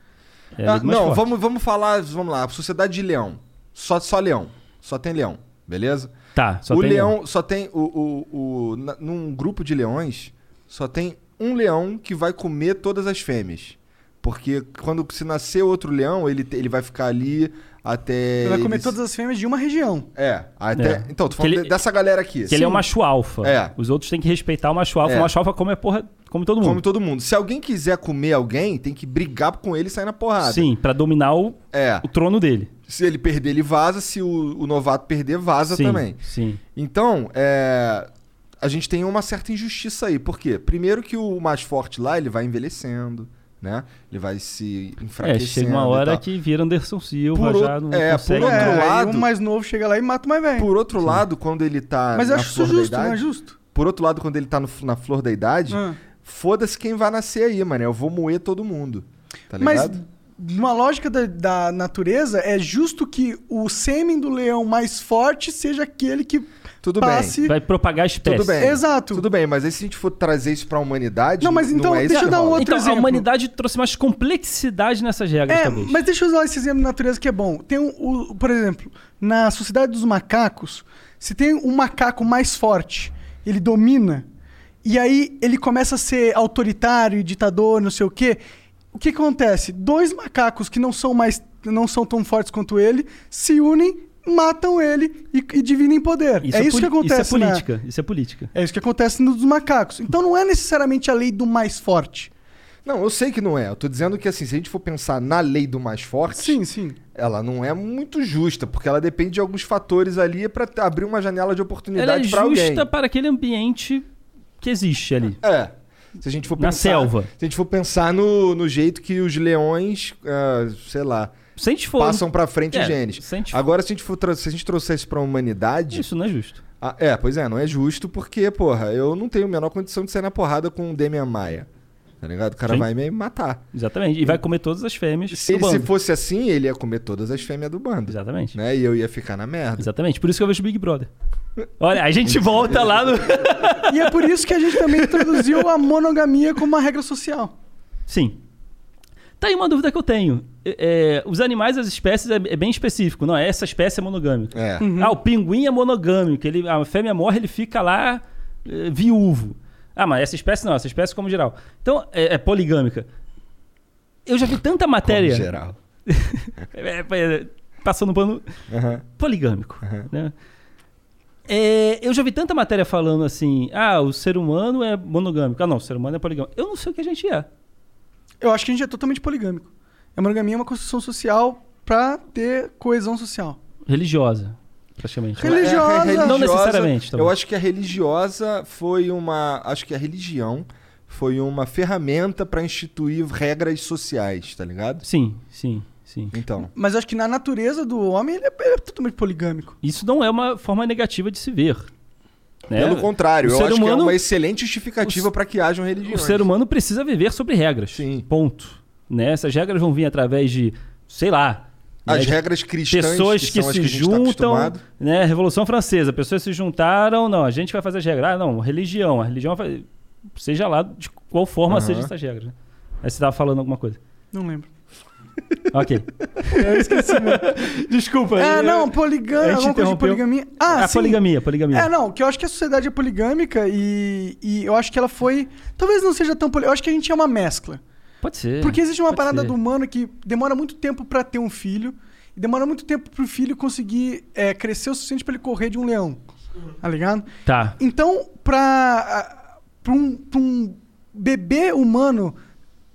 C: É a
B: Ah,
C: lei do mais
B: não,
C: forte.
B: vamos, vamos falar, vamos lá, sociedade de leão. Só, só leão. Só tem leão, beleza?
C: Tá, só
B: o
C: tem
B: leão, é só tem o, o, o- na- num grupo de leões só tem um leão que vai comer todas as fêmeas. Porque quando se nascer outro leão, ele, te- ele vai ficar ali até
A: Ele vai comer
B: ele se-
A: todas as fêmeas de uma região.
B: É, até
C: É.
B: Então, tô
C: Que ele-
B: falando de- dessa galera aqui.
C: Que ele é o macho alfa.
B: É.
C: Os outros têm que respeitar o macho alfa.
B: É.
C: O macho alfa come a porra, come todo
B: Come
C: mundo.
B: todo mundo. Se alguém quiser comer alguém, tem que brigar com ele e sair na porrada.
C: Sim, pra dominar o,
B: É.
C: o trono dele.
B: Se ele perder, ele vaza. Se o, o novato perder, vaza
C: sim,
B: também.
C: Sim.
B: Então, é, a gente tem uma certa injustiça aí. Por quê? Primeiro que o mais forte lá, ele vai envelhecendo, né? Ele vai se
C: É,
B: enfraquecendo.
C: chega uma
B: e
C: hora
B: tal.
C: que vira Anderson Silva,
B: Por
C: já
B: outro-
C: não
B: é, por
C: consegue.
B: outro
A: É, aí
B: lado-
A: o mais novo chega lá e mata o mais velho.
B: Por outro lado, quando ele tá
A: Mas eu
B: na
A: acho isso
B: flor
A: justo,
B: da
A: não é
B: idade...
A: justo?
B: Por outro lado, quando ele tá no- na flor da idade,
A: Ah.
B: foda-se quem vai nascer aí, mano. Eu vou moer todo mundo. Tá
A: Mas
B: ligado?
A: numa lógica da, da natureza, é justo que o sêmen do leão mais forte seja aquele que
B: Tudo bem.
A: passe.
C: Vai propagar a espécie.
B: Tudo bem.
A: Exato.
B: Tudo bem, mas aí se a gente for trazer isso pra humanidade.
A: Não, mas então
B: é isso
A: deixa
B: que
A: eu dar um
B: rola.
A: outro-
C: Então, a
A: exemplo.
C: humanidade trouxe mais complexidade nessas regras,
A: É,
C: talvez.
A: mas deixa eu usar esse exemplo da natureza que é bom. Tem um, o- por exemplo, na sociedade dos macacos, se tem um macaco mais forte, ele domina, e aí ele começa a ser autoritário, ditador, não sei o quê. O que acontece? Dois macacos que não são mais não são tão fortes quanto ele se unem, matam ele e, e dividem poder. é isso que
C: poli-
A: acontece.
C: Isso é
B: né?
A: na-
C: política. Isso é política.
A: é isso que acontece nos macacos. Então não é necessariamente a lei do mais forte.
B: Não, eu sei que não é. Eu tô dizendo que assim, se a gente for pensar na lei do mais forte,
A: Sim, sim.
B: ela não é muito justa, porque ela depende de alguns fatores ali pra t- abrir uma janela de oportunidade
C: Ela é
B: pra alguém.
C: justa para aquele ambiente que existe ali.
B: É. Se a gente for
C: Na
B: pensar,
C: selva.
B: Se a gente for pensar no, no jeito que os leões, ah, sei lá,
C: Sente fome.
B: passam pra frente
C: É,
B: os um genes.
C: se a gente-
B: Agora, se a gente, for tra- se a gente trouxer isso pra humanidade.
C: Isso não é justo.
B: Ah, é, pois é, não é justo porque, porra, eu não tenho a menor condição de sair na porrada com o Demian Maia. Tá ligado? O cara
C: Sim.
B: vai me matar.
C: Exatamente. E vai comer todas as fêmeas
B: Se,
C: do
B: ele, se
C: bando.
B: fosse assim, ele ia comer todas as fêmeas do bando.
C: Exatamente.
B: Né? E eu ia ficar na merda.
C: Exatamente. Por isso que eu vejo Big Brother. Olha,
B: *laughs*
C: a gente volta lá no.
A: E é por isso que a gente também introduziu a monogamia como uma regra social.
C: Sim. Tá aí uma dúvida que eu tenho. É, é, os animais, as espécies, é, é bem específico. Não, essa espécie é monogâmica.
B: É.
C: Ah, o pinguim é monogâmico. Ele, a fêmea morre, ele fica lá é, viúvo. Ah, mas essa espécie não, essa espécie como geral. Então, é, é poligâmica. Eu já vi tanta matéria.
B: Como geral.
C: É, é, é, passando pano
B: Aham.
C: poligâmico. né? É, eu já vi tanta matéria falando assim: ah, o ser humano é monogâmico. Ah, não, o ser humano é poligâmico. Eu não sei o que a gente é.
A: Eu acho que a gente é totalmente poligâmico. A monogamia é uma construção social pra ter coesão social.
C: Religiosa, praticamente.
A: Reli- Religiosa.
B: É, é
C: Não necessariamente, tá bom.
B: Eu acho que a religiosa foi uma. Acho que a religião foi uma ferramenta pra instituir regras sociais, tá ligado?
C: Sim, sim, sim.
B: Então.
A: Mas eu acho que na natureza do homem ele é, ele é totalmente poligâmico.
C: Isso não é uma forma negativa de se ver. né?
B: Pelo contrário,
C: o
B: eu
C: ser
B: acho que
C: humano-
B: é uma excelente justificativa pra que hajam
C: O
B: religiões.
C: ser humano precisa viver sobre regras.
B: Sim.
C: Ponto. Né? Essas regras vão vir através de, sei lá.
B: As
C: né?
B: regras cristãs
C: Pessoas
B: que
C: que,
B: são as
C: se
B: que a gente tá
C: juntam,
B: acostumado.
C: né? Revolução Francesa, pessoas se juntaram, não, a gente vai fazer as regras. Ah, não, religião, a religião vai- seja lá de qual forma
B: Aham.
C: seja essas regras. né? Aí você tava falando alguma coisa.
A: Não lembro.
B: *laughs*
C: Ok. *laughs* Desculpa.
A: É,
C: eu-
A: não, poligâmica.
C: a gente
A: Alguma coisa de
C: interrompeu.
A: poligamia. Ah,
C: Ah,
A: sim.
C: poligamia, poligamia.
A: É, não, que eu acho que a sociedade é poligâmica e, e eu acho que ela foi. Talvez não seja tão poligâmica. Eu acho que a gente é uma mescla.
C: Pode ser.
A: Porque existe uma
C: É, pode
A: parada
C: ser.
A: do humano que demora muito tempo pra ter um filho e demora muito tempo pro filho conseguir é, crescer o suficiente pra ele correr de um leão. Tá ligado?
C: Tá.
A: Então, pra, pra, um, pra um bebê humano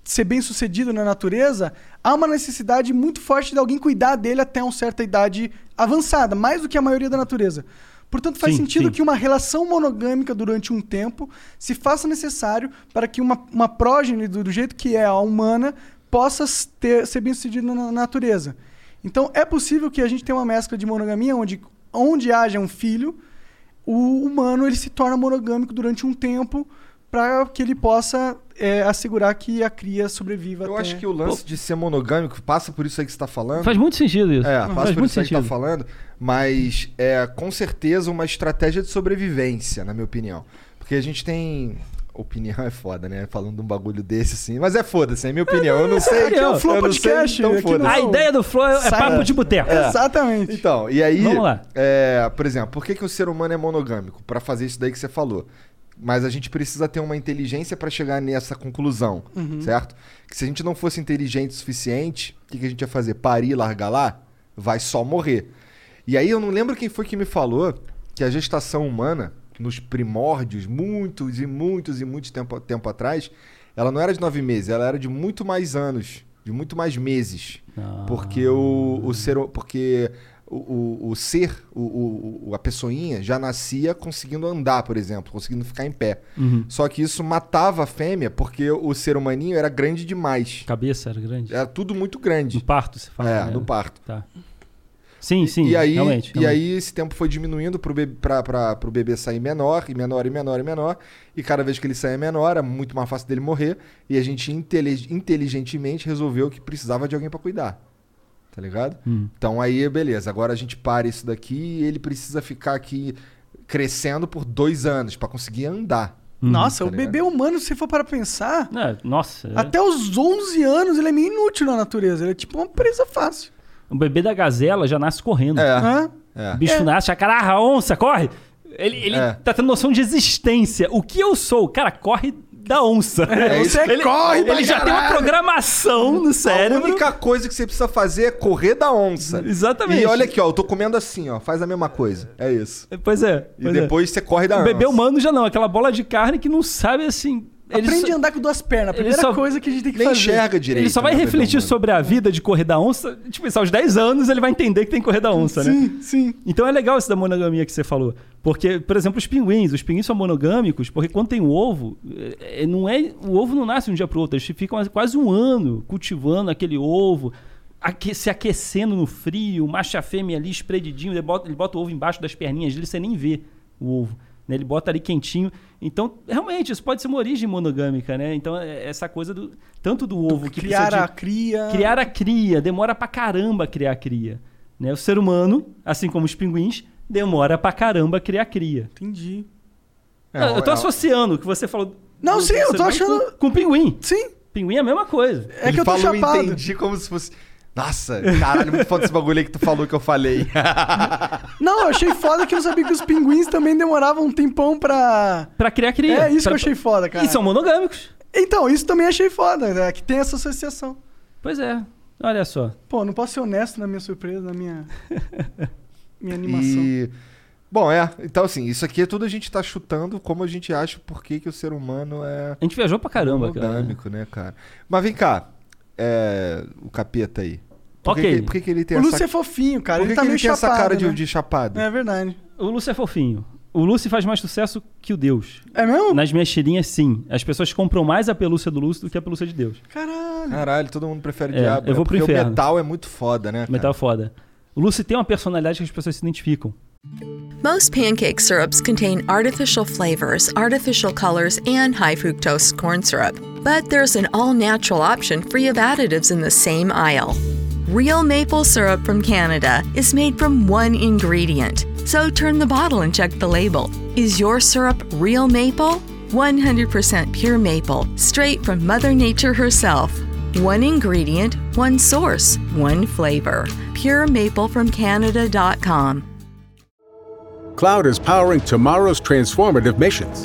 A: ser bem sucedido na natureza, há uma necessidade muito forte de alguém cuidar dele até uma certa idade avançada, mais do que a maioria da natureza. Portanto, faz
C: Sim,
A: sentido
C: sim.
A: que uma relação monogâmica durante um tempo se faça necessário para que uma, uma prógene, do, do jeito que é a humana, possa s- ter, ser bem sucedida na na natureza. Então, é possível que a gente tenha uma mescla de monogamia onde, onde haja um filho, o humano ele se torna monogâmico durante um tempo para que ele possa é, assegurar que a cria sobreviva.
B: Eu
A: até-
B: acho que o lance de ser monogâmico passa por isso aí que você tá falando.
C: Faz muito sentido isso.
B: É, passa
C: Faz
B: por
C: muito
B: isso aí que tá
C: sentido.
B: falando, mas é com certeza uma estratégia de sobrevivência, na minha opinião. Porque a gente tem. Opinião é foda, né? Falando de um bagulho desse assim. Mas é foda-se, é minha opinião. Eu não sei.
A: aqui é o Flow
B: eu não sei,
A: Podcast,
B: então
A: aqui
B: foda-se.
A: não-
C: A ideia do Flow é, é
A: Sai-
C: papo de boteco.
A: Exatamente.
B: Então, e aí.
C: Vamos lá.
B: é, por exemplo, por que, que o ser humano é monogâmico? Pra fazer isso daí que você falou. Mas a gente precisa ter uma inteligência pra chegar nessa conclusão,
C: Uhum.
B: certo? Que se a gente não fosse inteligente o suficiente, o que, que a gente ia fazer? Parir e largar lá? Vai só morrer. E aí eu não lembro quem foi que me falou que a gestação humana, nos primórdios, muitos e muitos e muito tempo, tempo atrás, ela não era de nove meses, ela era de muito mais anos, de muito mais meses.
C: Ah.
B: Porque o, o ser. Porque o, o, o ser, o, o- o- a pessoinha, já nascia conseguindo andar, por exemplo, conseguindo ficar em pé.
C: Uhum.
B: Só que isso matava a fêmea porque o ser humaninho era grande demais.
C: Cabeça era grande.
B: Era tudo muito
C: No
B: grande.
C: parto, você fala.
B: É,
C: né?
B: no parto.
C: Tá. Sim, sim.
B: E aí,
C: realmente,
B: e
C: realmente.
B: aí esse tempo foi diminuindo pro bebê, pra, pra, pro bebê sair menor, e menor, e menor, e menor. E cada vez que ele saia menor, era muito mais fácil dele morrer. E a gente intele- inteligentemente resolveu que precisava de alguém pra cuidar. Tá ligado?
C: Hum.
B: Então aí, beleza. Agora a gente para isso daqui e ele precisa ficar aqui crescendo por dois anos pra conseguir andar.
A: Nossa,
B: Tá
A: o bebê humano, se for para pensar,
C: É, nossa. é.
A: até os 11 anos ele é meio inútil na natureza. Ele é tipo uma presa fácil. né?
C: O bebê da gazela já nasce correndo.
B: É. Ah.
A: Hã?
C: O bicho nasce, já, caraca, onça, corre! Ele, ele
B: É.
C: tá tendo noção de existência. O que eu sou? Cara, corre da onça.
B: É isso.
A: Você corre, pra
C: Ele já tem uma
A: caralho.
C: programação no
B: é A
C: cérebro.
B: única coisa que você precisa fazer é correr da onça.
C: Exatamente.
B: E olha aqui, ó, eu tô comendo assim, ó. Faz a mesma coisa. É isso.
C: Pois é.
B: E
C: pois é.
B: depois você corre da
C: O
B: onça.
C: bebê humano já não, aquela bola de carne que não sabe assim. ele
A: Aprende
C: só-
A: a andar com duas pernas. A
C: ele
A: primeira
C: só-
A: coisa que a gente tem que
B: Nem
A: fazer.
B: enxerga direito.
C: Ele só vai
B: né, bebê
C: refletir
B: humano.
C: sobre a vida de correr da onça. Tipo, isso, aos 10 anos ele vai entender que tem que correr da onça, né?
A: Sim, sim.
C: Então é legal isso da monogamia que você falou. Porque, por exemplo, os pinguins. Os pinguins são monogâmicos porque quando tem um ovo, é, é, não é, o ovo não nasce de um dia para outro. Eles ficam quase um ano cultivando aquele ovo, aque- se aquecendo no frio, macho e a fêmea ali espremidinho. Ele bota, ele bota o ovo embaixo das perninhas dele, você nem vê o ovo. né? Ele bota ali quentinho. Então, realmente, isso pode ser uma origem monogâmica, né? Então, é essa coisa do tanto do ovo que precisa
A: Criar
C: de-
A: a cria.
C: Criar a cria, demora pra caramba criar a cria. Né? O ser humano, assim como os pinguins, demora pra caramba criar a cria.
A: Entendi.
B: É,
C: eu tô
B: é-
C: associando o que você falou.
A: Não,
C: do
A: sim, eu
C: ser
A: tô
C: humano
A: achando-
C: Com, com pinguim.
A: Sim.
C: Pinguim é a mesma coisa.
A: É
B: Ele
A: que eu tô
B: falou,
A: chapado.
B: entendi como se fosse. Nossa, caralho, muito foda esse bagulho aí que tu falou que eu falei.
A: Não, eu achei foda que eu sabia que os pinguins também demoravam um tempão pra.
C: Pra criar a cria.
A: É isso que
C: Pra- um-
A: eu achei foda, cara.
C: E são monogâmicos.
A: Então, isso também achei foda, né? Que tem essa associação.
C: Pois é. Olha só.
A: Pô, não posso ser honesto na minha surpresa,
B: *laughs*
A: na minha. minha *laughs* animação.
B: e. Bom, é. Então, assim, isso aqui é tudo a gente tá chutando como a gente acha por que que o ser humano é
C: A gente viajou pra caramba, cara.
B: dinâmico, né, cara? Mas vem cá, é, o capeta aí. Por,
C: Ok.
B: que, que- por que, que ele tem
A: O
B: essa
A: Lúcio é fofinho, cara.
B: Por que que
A: ele tá
B: ele
A: meio
B: tem
A: chapado.
B: essa cara de,
A: né?
B: de chapado?
A: É verdade.
C: O Lúcio é fofinho. O Lúcio faz mais sucesso que o Deus.
A: É mesmo?
C: Nas minhas tirinhas, sim. As pessoas compram mais a pelúcia do Lúcio do que a pelúcia de Deus.
A: Caralho.
B: Caralho, todo mundo prefere
C: É,
B: diabo.
C: eu
B: né?
C: vou pro
B: Porque o
C: inferno.
B: metal é muito foda, né? cara?
C: Metal tá foda. O Lucy tem uma personalidade que as pessoas se identificam.
I: Most pancake syrups contain artificial flavors, artificial colors, and high fructose corn syrup. But there's an all natural option free of additives in the same aisle. Real maple syrup from Canada is made from one ingredient. So turn the bottle and check the label. Is your syrup real maple? 100% pure maple, straight from Mother Nature herself. One ingredient, one source, one flavor. PureMapleFromCanada.com.
J: Cloud is powering tomorrow's transformative missions.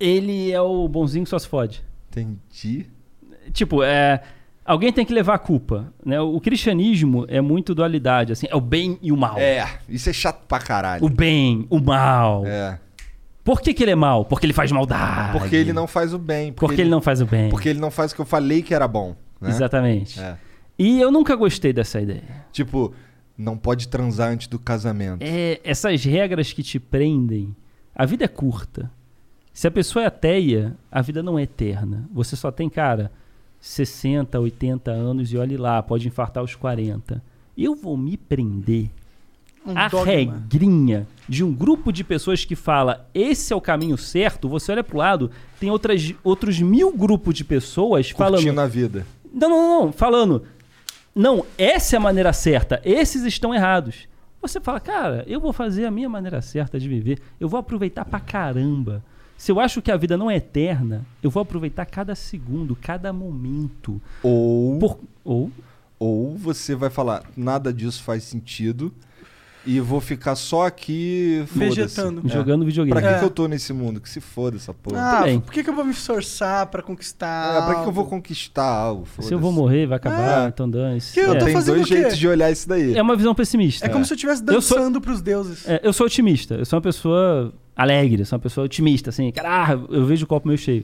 C: Ele é o bonzinho que só se fode.
B: Entendi.
C: Tipo, é. Alguém tem que levar a culpa, né? O cristianismo é muito dualidade, assim, é o bem e o mal.
B: É, isso é chato pra caralho.
C: O bem, o mal.
B: É.
C: Por que, que ele é mal? Porque ele faz maldade.
B: Porque ele não faz o bem.
C: Porque ele não faz o bem.
B: Porque ele não faz o que eu falei que era bom. Né?
C: Exatamente.
B: É.
C: E eu nunca gostei dessa ideia.
B: Tipo, não pode transar antes do casamento.
C: É, essas regras que te prendem. A vida é curta. Se a pessoa é ateia, a vida não é eterna. Você só tem, cara, 60, 80 anos e olhe lá, pode infartar aos 40. Eu vou me prender
A: Um
C: a
A: dogma.
C: regrinha de um grupo de pessoas que fala esse é o caminho certo, você olha pro lado, tem outras, outros mil grupos de pessoas
B: Curtindo
C: falando.
B: a vida.
C: Não, não, não, falando. Não, essa é a maneira certa, esses estão errados. Você fala, cara, eu vou fazer a minha maneira certa de viver, eu vou aproveitar pra caramba. Se eu acho que a vida não é eterna, eu vou aproveitar cada segundo, cada momento.
B: Ou,
C: Por- Ou
B: ou você vai falar, nada disso faz sentido e vou ficar só aqui foda-se.
A: Vegetando.
B: É.
C: jogando videogame.
B: Pra que,
A: É.
B: que eu tô nesse mundo? Que se foda essa porra.
A: Ah,
C: bem. É,
A: por que, que eu vou me esforçar pra conquistar?
B: Ah, pra que, que eu vou
A: algo?
B: conquistar algo?
C: Se eu vou morrer, vai acabar,
B: É.
C: então dane-se.
A: Que eu
C: É.
A: tô
B: Tem
A: fazendo
B: dois
A: o quê?
B: jeitos de olhar isso daí.
C: É uma visão pessimista.
A: É como se eu estivesse
C: Eu sou-
A: dançando pros deuses.
C: É, eu sou otimista, eu sou uma pessoa alegre, eu sou uma pessoa otimista, assim, caralho, eu vejo o copo meio cheio.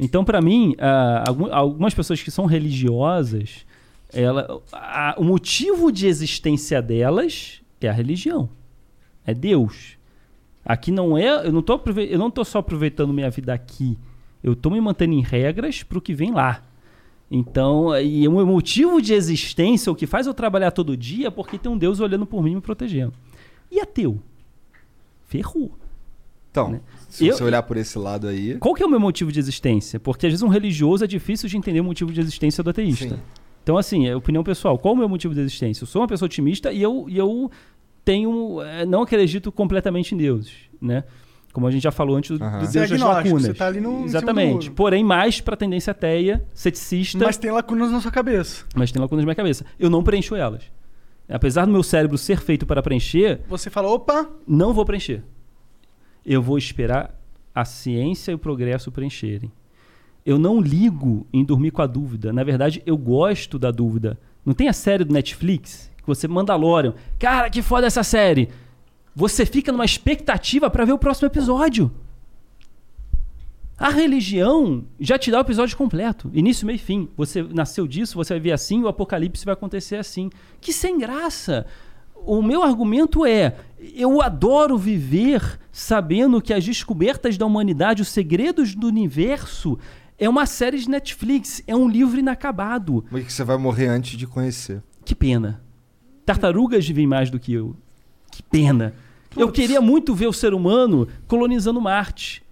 C: Então, pra mim, ah, algu- algumas pessoas que são religiosas, ela, a- o motivo de existência delas é a religião, é Deus. Aqui não é, eu não tô, aprove- eu não tô só aproveitando minha vida aqui, eu tô me mantendo em regras pro que vem lá. Então, e o meu motivo de existência, o que faz eu trabalhar todo dia, é porque tem um Deus olhando por mim e me protegendo. E ateu? Ferrou.
B: Então, se
C: Eu-
B: você olhar por esse lado aí.
C: Qual que é o meu motivo de existência? Porque às vezes um religioso é difícil de entender o motivo de existência do ateísta.
B: Sim.
C: Então, assim, é opinião pessoal. Qual o meu motivo de existência? Eu sou uma pessoa otimista e eu, e eu tenho. eh, Não acredito completamente em deuses, né? Como a gente já falou antes do, do
A: Você é
C: Deus das
A: agnóstico,
C: lacunas.
A: você tá ali no- em cima do
C: Exatamente.
A: muro.
C: Porém, mais pra tendência ateia, ceticista.
A: Mas tem lacunas na sua cabeça.
C: mas tem lacunas na minha cabeça. Eu não preencho elas. Apesar do meu cérebro ser feito para preencher,
A: Você fala, opa,
C: não vou preencher. Eu vou esperar a ciência e o progresso preencherem. Eu não ligo em dormir com a dúvida. Na verdade, eu gosto da dúvida. Não tem a série do Netflix que você Mandalorian. Cara, que foda essa série. Você fica numa expectativa para ver o próximo episódio. A religião já te dá o episódio completo, início, meio e fim. Você nasceu disso, você vai ver assim, o apocalipse vai acontecer assim. Que sem graça! O meu argumento é: eu adoro viver sabendo que as descobertas da humanidade, os segredos do universo, é uma série de Netflix, é um livro inacabado.
B: Mas que você vai morrer antes de conhecer.
C: Que pena. Tartarugas vivem mais do que eu. Que pena. Eu queria muito ver o ser humano colonizando Marte.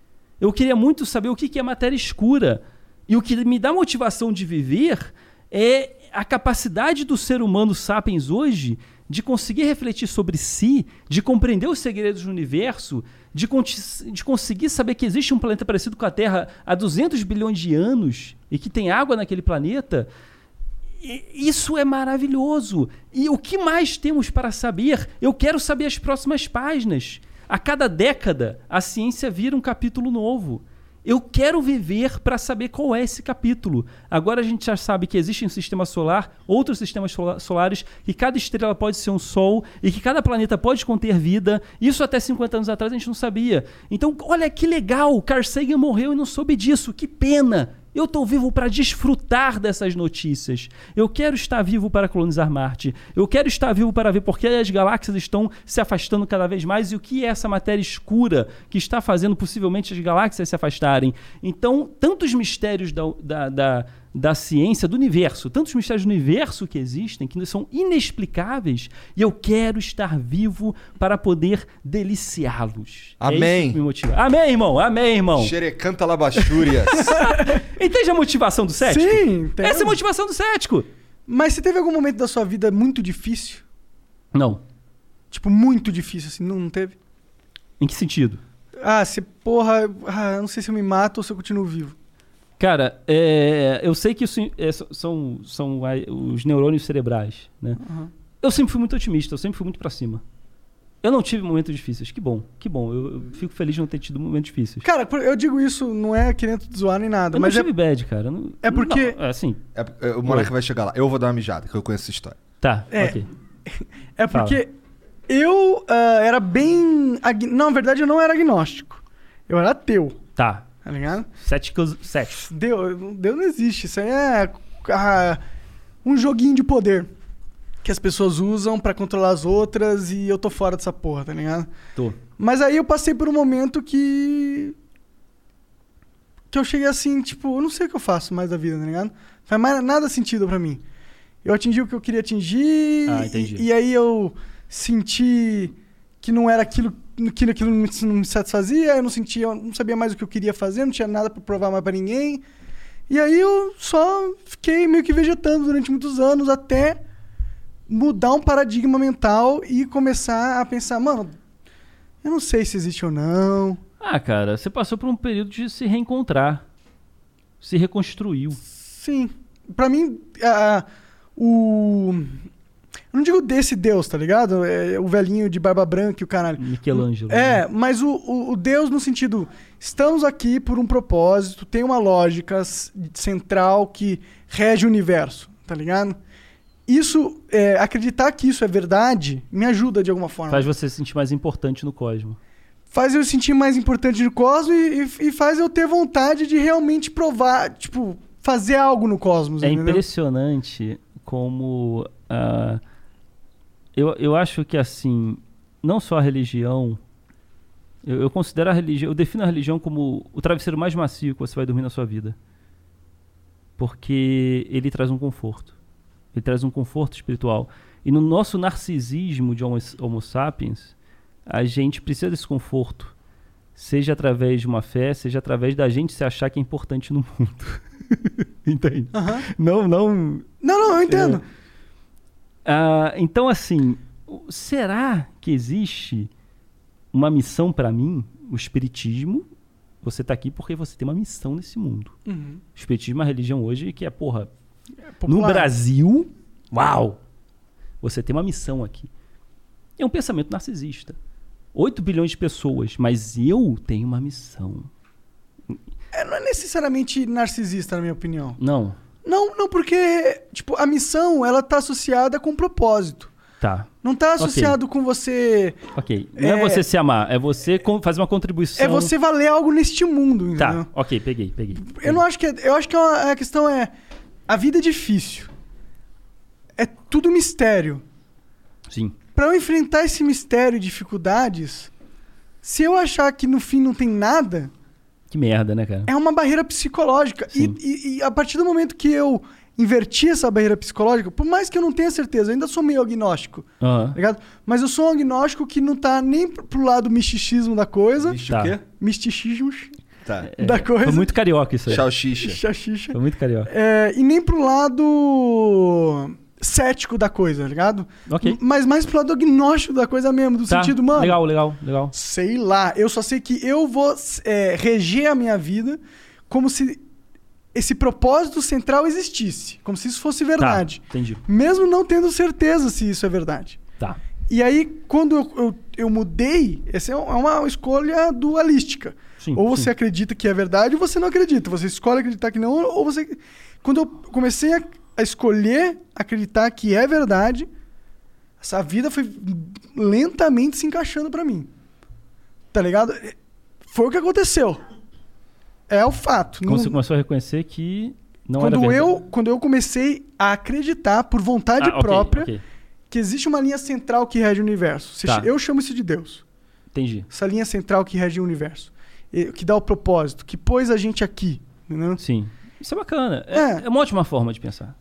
C: Eu queria muito saber o que que é matéria escura. E o que me dá motivação de viver é a capacidade do ser humano sapiens hoje de conseguir refletir sobre si, de compreender os segredos do universo, de, conti- de conseguir saber que existe um planeta parecido com a Terra há 200 bilhões de anos e que tem água naquele planeta. E- Isso é maravilhoso. E o que mais temos para saber? Eu quero saber as próximas páginas. A cada década, a ciência vira um capítulo novo. Eu quero viver para saber qual é esse capítulo. Agora a gente já sabe que existe um sistema solar, outros sistemas sola- solares, que cada estrela pode ser um sol e que cada planeta pode conter vida. Isso até 50 anos atrás a gente não sabia. Então, olha que legal, Carl Sagan morreu e não soube disso. Que pena. Eu estou vivo para desfrutar dessas notícias. Eu quero estar vivo para colonizar Marte. Eu quero estar vivo para ver por que as galáxias estão se afastando cada vez mais e o que é essa matéria escura que está fazendo possivelmente as galáxias se afastarem. Então, tantos mistérios da, da, da, da ciência, do universo, tantos mistérios do universo que existem, que são inexplicáveis, e eu quero estar vivo para poder deliciá-los. É isso
B: Amém.
C: que me motiva. Amém, irmão. Amém, irmão.
B: Xerecanta
C: *laughs*
B: labachúrias.
C: Entende a motivação do cético?
A: Sim, entendo.
C: Essa é a motivação do cético.
A: mas você teve algum momento da sua vida muito difícil?
C: Não.
A: Tipo, muito difícil, assim, não, não teve?
C: Em que sentido?
A: Ah, você, porra, ah, não sei se eu me mato ou se eu continuo vivo.
C: Cara, é, eu sei que isso é, so- são, são a- os neurônios cerebrais, né? Eu sempre fui muito otimista, eu sempre fui muito pra cima. Eu não tive momentos difíceis, que bom, que bom. Eu, eu fico feliz de não ter tido momentos difíceis.
A: Cara, por- eu digo isso, não é querendo te zoar nem nada,
C: eu
A: mas
C: não
A: é,
C: tive bad, cara. eu não-
A: é porque-
C: não, assim,
B: É- é, o moleque vai chegar lá. Eu vou dar uma mijada, que eu conheço essa história.
C: tá,
A: É.
C: ok.
A: é
C: Fala.
A: porque eu ah, era bem. ag- Não, na verdade eu não era agnóstico. Eu era ateu,
C: Tá.
A: tá ligado?
C: Céticos, céticos.
A: Deus, Deus não existe. Isso aí é ah, um joguinho de poder que as pessoas usam pra controlar as outras e eu tô fora dessa porra, tá ligado?
C: Tô.
A: Mas aí eu passei por um momento que. que eu cheguei assim, tipo, eu não sei o que eu faço mais da vida, tá ligado? Faz mais nada sentido pra mim. Eu atingi o que eu queria atingir.
C: Ah, entendi.
A: E, e aí eu senti que não era aquilo que aquilo não me, não me satisfazia, eu não sentia, eu não sabia mais o que eu queria fazer, não tinha nada pra provar mais pra ninguém. E aí eu só fiquei meio que vegetando durante muitos anos até mudar um paradigma mental e começar a pensar, mano, eu não sei se existe ou não.
C: Ah, cara, você passou por um período de se reencontrar. Se reconstruiu.
A: Sim. Pra mim, a- o. Eu não digo desse Deus, tá ligado? É, o velhinho de barba branca e o caralho.
C: Michelangelo. né?
A: É, mas o, o, o Deus no sentido, estamos aqui por um propósito, tem uma lógica s- central que rege o universo, tá ligado? Isso, é, acreditar que isso é verdade, me ajuda de alguma forma.
C: Faz você se sentir mais importante no cosmo.
A: faz eu sentir mais importante no cosmos e, e- e faz eu ter vontade de realmente provar, tipo, fazer algo no cosmos,
C: É
A: entendeu?
C: impressionante como. ah, eu, eu acho que, assim, não só a religião. Eu, eu considero a religião. Eu defino a religião como o travesseiro mais macio que você vai dormir na sua vida. Porque ele traz um conforto. Ele traz um conforto espiritual. E no nosso narcisismo de Homo, homo sapiens, a gente precisa desse conforto. seja através de uma fé, seja através da gente se achar que é importante no mundo. *laughs* Entende? Não, não. Não, É.
A: não, eu entendo.
C: Ah, então, assim, o- será que existe uma missão pra mim? O Espiritismo, você tá aqui porque você tem uma missão nesse mundo.
A: Uhum.
C: O Espiritismo é uma religião hoje que é, porra, no
A: popular.
C: Brasil, uau! Você tem uma missão aqui. É um pensamento narcisista. 8 bilhões de pessoas, mas eu tenho uma missão.
A: É, não é necessariamente narcisista, na minha opinião.
C: Não,
A: Não, não, porque, tipo, a missão, ela tá associada com propósito.
C: tá.
A: Não tá
C: Ok.
A: associado com você...
C: Ok. Não é,
A: É-
C: você se amar, é você con- fazer uma contribuição.
A: É você valer algo neste mundo, entendeu?
C: Tá, ok, peguei, peguei.
A: Eu não acho que... é- Eu acho que é uma- a questão é... A vida é difícil. É tudo mistério.
C: Sim.
A: Pra eu enfrentar esse mistério e dificuldades, se eu achar que no fim não tem nada,
C: Que merda, né, cara?
A: é uma barreira psicológica. E, e- e a partir do momento que eu inverti essa barreira psicológica, por mais que eu não tenha certeza, eu ainda sou meio agnóstico,
C: Aham.
A: tá ligado? Mas eu sou um agnóstico que não tá nem pro pro lado misticismo da coisa.
C: Tá.
B: quê?
A: Misticismo
B: Tá.
A: da coisa.
C: É,
A: *laughs*
C: Foi muito carioca isso aí.
B: Tchau, xixa.
A: Xaxixa.
C: Foi muito carioca.
A: É, e nem pro lado cético da coisa, tá ligado?
C: Ok.
A: Mas mais pro lado agnóstico da coisa mesmo, do
C: Tá,
A: sentido, mano.
C: Legal, legal, legal. Tá,
A: Sei lá, eu só sei que eu vou é, reger a minha vida como se esse propósito central existisse, como se isso fosse verdade.
C: Tá, entendi.
A: Mesmo não tendo certeza se isso é verdade.
C: Tá.
A: E aí, quando eu, eu, eu mudei, essa é um- é uma escolha dualística.
C: Sim,
A: ou você
C: sim.
A: acredita que é verdade ou você não acredita. Você escolhe acreditar que não, ou você. Quando eu comecei a, a escolher acreditar que é verdade, essa vida foi lentamente se encaixando pra mim. Tá ligado? Foi o que aconteceu. É o fato.
C: Quando
A: Não-
C: Então você começou a reconhecer que não era
A: quando,
C: verdade.
A: eu, quando eu comecei a acreditar por vontade
C: Ah, ok,
A: própria
C: ok.
A: que existe uma linha central que rege o universo. Se
C: Tá.
A: ch- Eu chamo isso de Deus.
C: Entendi.
A: Essa linha central que rege o universo. E- Que dá o propósito, que pôs a gente aqui. entendeu?
C: Sim. Isso é bacana. É, é uma ótima forma de pensar.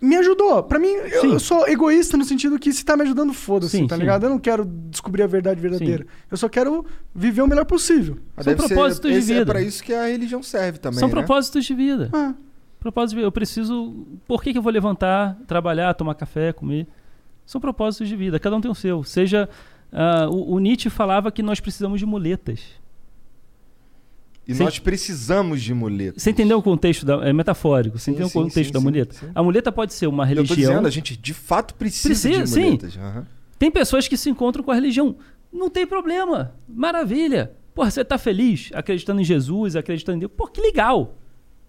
A: Me ajudou. Pra mim, eu,
C: Sim.
A: eu sou egoísta no sentido que se tá me ajudando, foda-se,
C: Sim,
A: tá
C: sim.
A: ligado? Eu não quero descobrir a verdade verdadeira. Eu só quero viver o melhor possível.
B: Mas
C: São
B: deve ser-
C: propósitos de
B: esse É
C: vida.
B: pra isso que a religião serve também.
C: São
B: né?
C: propósitos de vida.
A: Ah,
C: Propósitos de vida. Eu preciso. Por que, que eu vou levantar, trabalhar, tomar café, comer? São propósitos de vida. Cada um tem o seu. Seja. ah, o, o Nietzsche falava que nós precisamos de muletas.
B: E
C: Sim.
B: nós precisamos de muleta.
C: Você entendeu o contexto da, é metafórico? Você
B: Sim,
C: entendeu
B: sim,
C: o contexto
B: sim,
C: da
B: sim,
C: muleta?
B: sim.
C: A muleta pode ser uma religião.
B: Eu tô dizendo, a gente de fato precisa,
C: Precisa,
B: de
C: sim.
B: muletas. Aham. É
C: Tem pessoas que se encontram com a religião. Não tem problema. Maravilha. Porra, você tá feliz acreditando em Jesus, acreditando em Deus. Pô, que legal.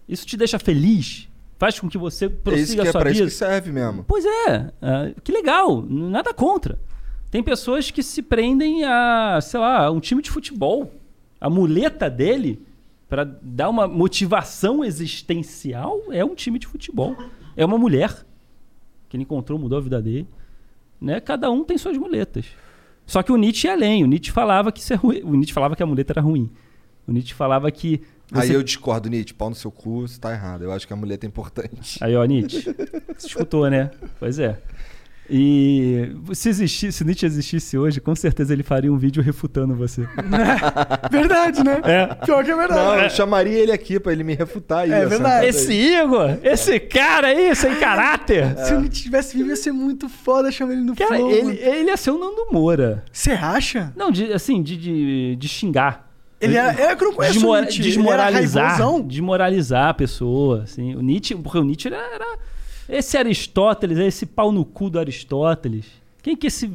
C: Isso te deixa feliz. Faz com que você
B: É isso
C: prossiga
B: que é
C: a sua
B: pra isso
C: vida.
B: que serve mesmo.
C: Pois é, ah, que legal, n- nada contra. Tem pessoas que se prendem a, sei lá, um time de futebol. A muleta dele, para dar uma motivação existencial, é um time de futebol. É uma mulher que ele encontrou, mudou a vida dele. Né? Cada um tem suas muletas. Só que o Nietzsche é além. O Nietzsche falava que isso é ruim. O Nietzsche falava que a muleta era ruim. O Nietzsche falava que.
B: Aí
C: você-
B: eu discordo, Nietzsche, pau no seu cu, você tá errado. Eu acho que a muleta é importante.
C: Aí, ó, Nietzsche. Você escutou, né? Pois é. E se existisse, se Nietzsche existisse hoje, com certeza ele faria um vídeo refutando você.
A: verdade,
C: *laughs*
A: né? Pior que é
B: Não,
A: verdade.
B: eu chamaria ele aqui pra ele me refutar aí.
A: É
B: essa
A: verdade.
B: parada
C: Esse
B: aí.
C: Igor, esse cara aí, sem caráter.
A: Se eu não é. tivesse vivo, ia ser muito foda chamar ele no
C: Cara,
A: flow.
C: ele,
A: mano.
C: ele ia ser o Nando Moura.
A: Você acha?
C: Não, de- assim, de, de, de xingar.
A: Ele era. É que eu não conheço
C: Desmo-
A: o Nietzsche. Ele era
C: desmoralizar. *laughs*
A: raivosão.
C: desmoralizar a pessoa. Assim. O Nietzsche, porque o Nietzsche ele era. Esse Aristóteles, esse pau no cu do Aristóteles. Quem que esse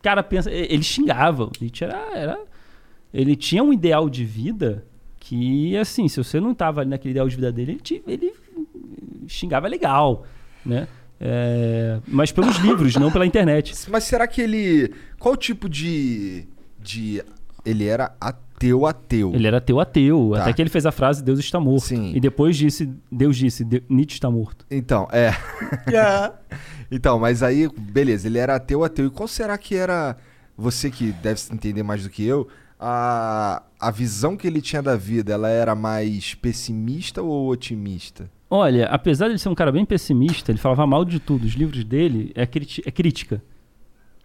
C: cara pensa? E- Ele xingava. O Nietzsche era. era- ele tinha um ideal de vida que, assim, se você não tava ali naquele ideal de vida dele, ele, te- ele xingava legal, né? É, mas pelos livros, não pela internet.
B: Mas será que ele. Qual tipo de. de. Ele era ateu, ateu.
C: Ele é era ateu ateu,
B: Tá.
C: até que ele fez a frase Deus está morto.
B: Sim.
C: E depois disse, Deus disse, "De- Nietzsche está morto.
B: Então, é.
A: Yeah.
B: *laughs* Então, mas aí, beleza, ele era ateu, ateu. E qual será que era. Você que deve se entender mais do que eu. A, a visão que ele tinha da vida, ela era mais pessimista ou otimista?
C: Olha, apesar de ele ser um cara bem pessimista, ele falava mal de tudo. Os livros dele é, criti- é crítica.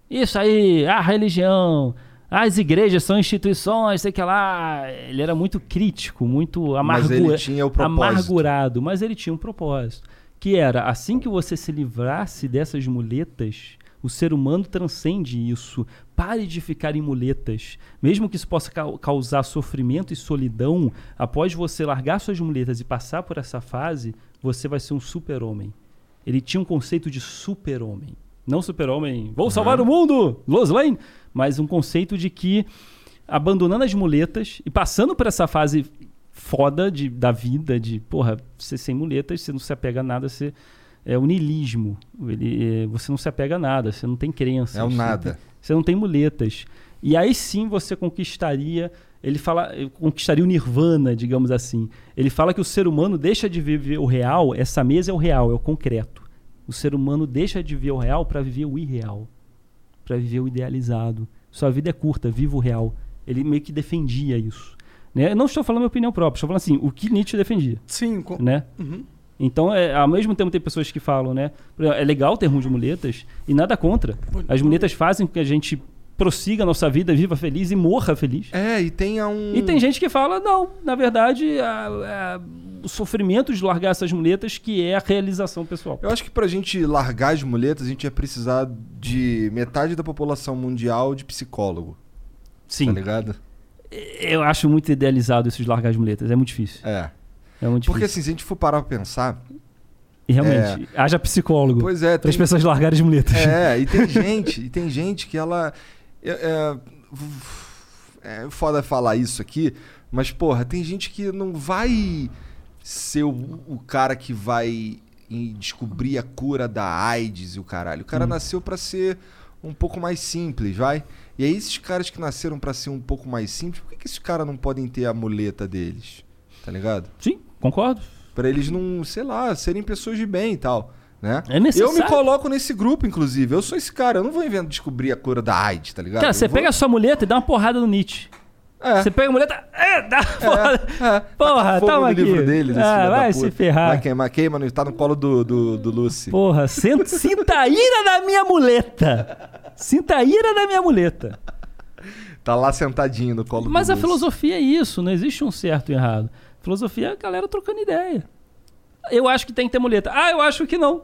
C: Isso aí, a religião, as igrejas são instituições, sei que lá. Ele era muito crítico, muito amargu...
B: Mas ele tinha o propósito.
C: amargurado, mas ele tinha um propósito. Que era, assim que você se livrasse dessas muletas, o ser humano transcende isso. Pare de ficar em muletas. Mesmo que isso possa cau- causar sofrimento e solidão, após você largar suas muletas e passar por essa fase, você vai ser um super-homem. Ele tinha um conceito de super-homem. Não super-homem, vou salvar o mundo, Lois Lane, mas um conceito de que abandonando as muletas e passando por essa fase foda de, da vida, de, porra, você sem muletas, você não se apega a nada, você é o niilismo. Ele, é, você não se apega a nada, você não tem crença.
B: É o nada.
C: Você não tem muletas. E aí sim você conquistaria. Ele fala, conquistaria o nirvana, digamos assim. Ele fala que o ser humano deixa de viver o real, essa mesa é o real, é o concreto. O ser humano deixa de viver o real para viver o irreal, para viver o idealizado. Sua vida é curta, viva o real. Ele meio que defendia isso. Né? Eu não estou falando minha opinião própria, estou falando assim, o que Nietzsche defendia.
A: Sim, co-
C: Né?
A: Uhum.
C: Então, é, ao mesmo tempo, tem pessoas que falam, né? por exemplo, É legal ter ruim de muletas e nada contra. As muletas fazem com que a gente prossiga a nossa vida, viva feliz e morra feliz.
B: É, e tem um.
C: E tem gente que fala, não, na verdade, a- a- o sofrimento de largar essas muletas que é a realização pessoal.
B: Eu acho que pra gente largar as muletas, a gente ia precisar de metade da população mundial de psicólogo.
C: Sim.
B: Tá ligado?
C: Eu acho muito idealizado esses largar as muletas, é muito difícil.
B: É.
C: É muito
B: Porque
C: difícil.
B: assim, se a gente for parar pra pensar.
C: E realmente, haja psicólogo.
B: Pois é,
C: Para as pessoas largarem as muletas.
B: É, e tem gente, e tem gente que ela. É, é, é foda falar isso aqui, mas, porra, tem gente que não vai ser o, o cara que vai em- descobrir a cura da AIDS e o caralho. O cara nasceu pra ser um pouco mais simples, vai? E aí, esses caras que nasceram pra ser um pouco mais simples, por que, que esses caras não podem ter a muleta deles? Tá ligado?
C: Sim, concordo.
B: Pra eles não, sei lá, serem pessoas de bem e tal, né?
C: É necessário.
B: Eu me coloco nesse grupo, inclusive. Eu sou esse cara. Eu não vou inventar descobrir a cura da AIDS, tá ligado?
C: Cara, você
B: Eu vou-
C: pega a sua muleta e dá uma porrada no Nietzsche.
B: É.
C: Você pega a muleta, é, dá uma porrada.
B: É,
C: Porra,
B: taca fogo
C: tamo
B: no
C: aqui.
B: livro dele, desse
C: ah,
B: filho da
C: vai
B: puta.
C: se ferrar.
B: Vai queimar, queima, no- tá no colo do, do, do Lucy.
C: Porra, senta, sinta a ira da minha muleta. Sinta a ira da minha muleta.
B: Tá lá sentadinho no colo
C: Mas
B: do
C: a
B: Lucy.
C: filosofia é isso, não existe um certo e errado. Filosofia é a galera trocando ideia. Eu acho que tem que ter muleta. Ah, eu acho que não.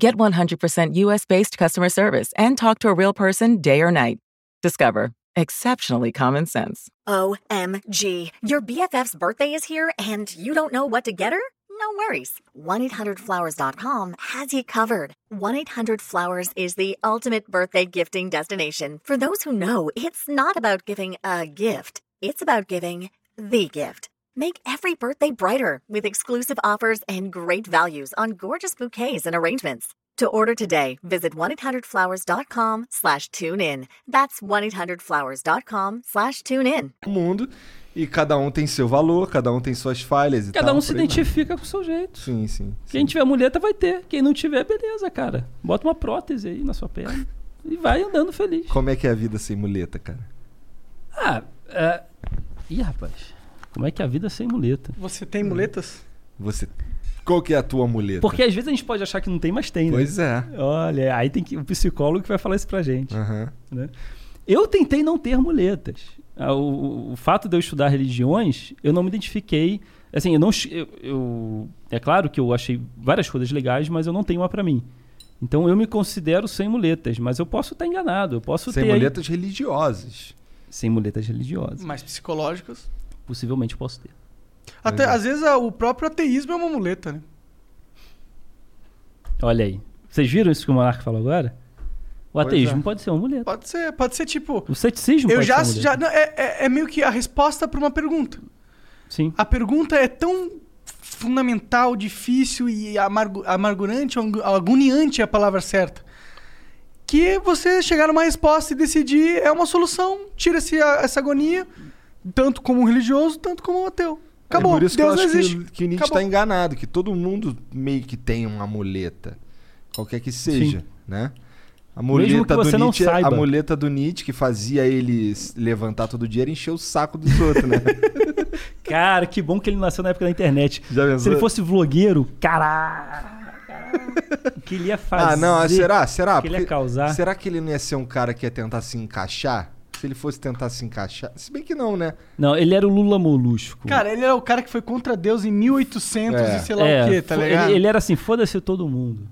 F: Get 100% US based customer service and talk to a real person day or night. Discover exceptionally common sense.
H: OMG. Your BFF's birthday is here and you don't know what to get her? No worries. 1-800-Flowers.com has you covered. 1-800-Flowers is the ultimate birthday gifting destination. For those who know, it's not about giving a gift. It's about giving the gift. Make every birthday brighter with exclusive offers and great values on gorgeous bouquets and arrangements. To order today, visit 1-800-Flowers.com slash tune in. That's 1-800-Flowers.com slash tune in.
B: mundo e cada um tem seu valor, cada um tem suas falhas e
C: Cada
B: tal,
C: um se
B: por aí vai.
C: identifica com o seu jeito.
B: Sim, sim.
C: Quem tiver muleta vai ter. Quem não tiver, beleza, cara. Bota uma prótese aí na sua perna e vai andando feliz.
B: Como é que é a vida sem muleta, cara?
C: Ah, é... Ih, rapaz. Como é que é a vida sem muleta?
A: Você tem muletas?
B: Você. Qual que é a tua muleta?
C: Porque às vezes a gente pode achar que não tem, mas tem, né?
B: Pois é.
C: Olha, aí tem que o psicólogo que vai falar isso pra gente.
B: Aham.
C: né? Eu tentei não ter muletas. Ah, O, o- o fato de eu estudar religiões, eu não me identifiquei. Assim, eu não. ch- eu- eu- é claro que eu achei várias coisas legais, mas eu não tenho uma pra mim. Então eu me considero sem muletas, mas eu posso estar enganado. Eu posso
B: Sem
C: ter aí-
B: muletas religiosas.
C: sem muletas religiosas.
A: Mais psicológicas.
C: Possivelmente eu posso ter.
A: Até, às vezes a- o próprio ateísmo é uma muleta, né?
C: Olha aí. Vocês viram isso que o Monarca falou agora? O
B: Pois
C: ateísmo
B: é.
C: pode ser uma muleta.
A: Pode ser, pode ser tipo.
C: O ceticismo
A: Eu
C: pode
A: já.
C: ser uma muleta.
A: já não, é, é- é meio que a resposta pra uma pergunta.
C: Sim.
A: A pergunta é tão fundamental, difícil e amargu- amargurante, angu- agoniante é a palavra certa. Que você chegar numa resposta e decidir é uma solução. Tira-se a- essa agonia, tanto como um religioso, tanto como um ateu. Acabou.
B: É por isso
A: Deus
B: que eu
A: não
B: acho
A: existe.
B: Que, que Nietzsche
A: Acabou.
B: está enganado, que todo mundo meio que tem uma muleta, qualquer que seja,
C: Sim.
B: né? A
C: Mesmo que
B: muleta, do
C: você não
B: Nietzsche, é-
C: saiba.
B: a muleta do Nietzsche que fazia ele s- levantar todo dia era encher o saco dos outros,
C: *laughs*
B: né?
C: Cara, que bom que ele nasceu na época da internet.
B: Já pensou?
C: Se ele fosse vlogueiro, caralho. Que ele ia fazer.
B: ah, não, ah, será? Será?
C: Que ele ia
B: Porque-
C: causar.
B: Será que ele não ia ser um cara que ia tentar se encaixar? Se ele fosse tentar se encaixar. Se bem que não, né?
C: Não, ele era o Lula Molusco.
A: Cara, ele era o cara que foi contra Deus em 1800
B: É.
A: e sei lá o quê, tá
C: fo-
A: ligado?
C: Ele, ele era assim, foda-se todo mundo.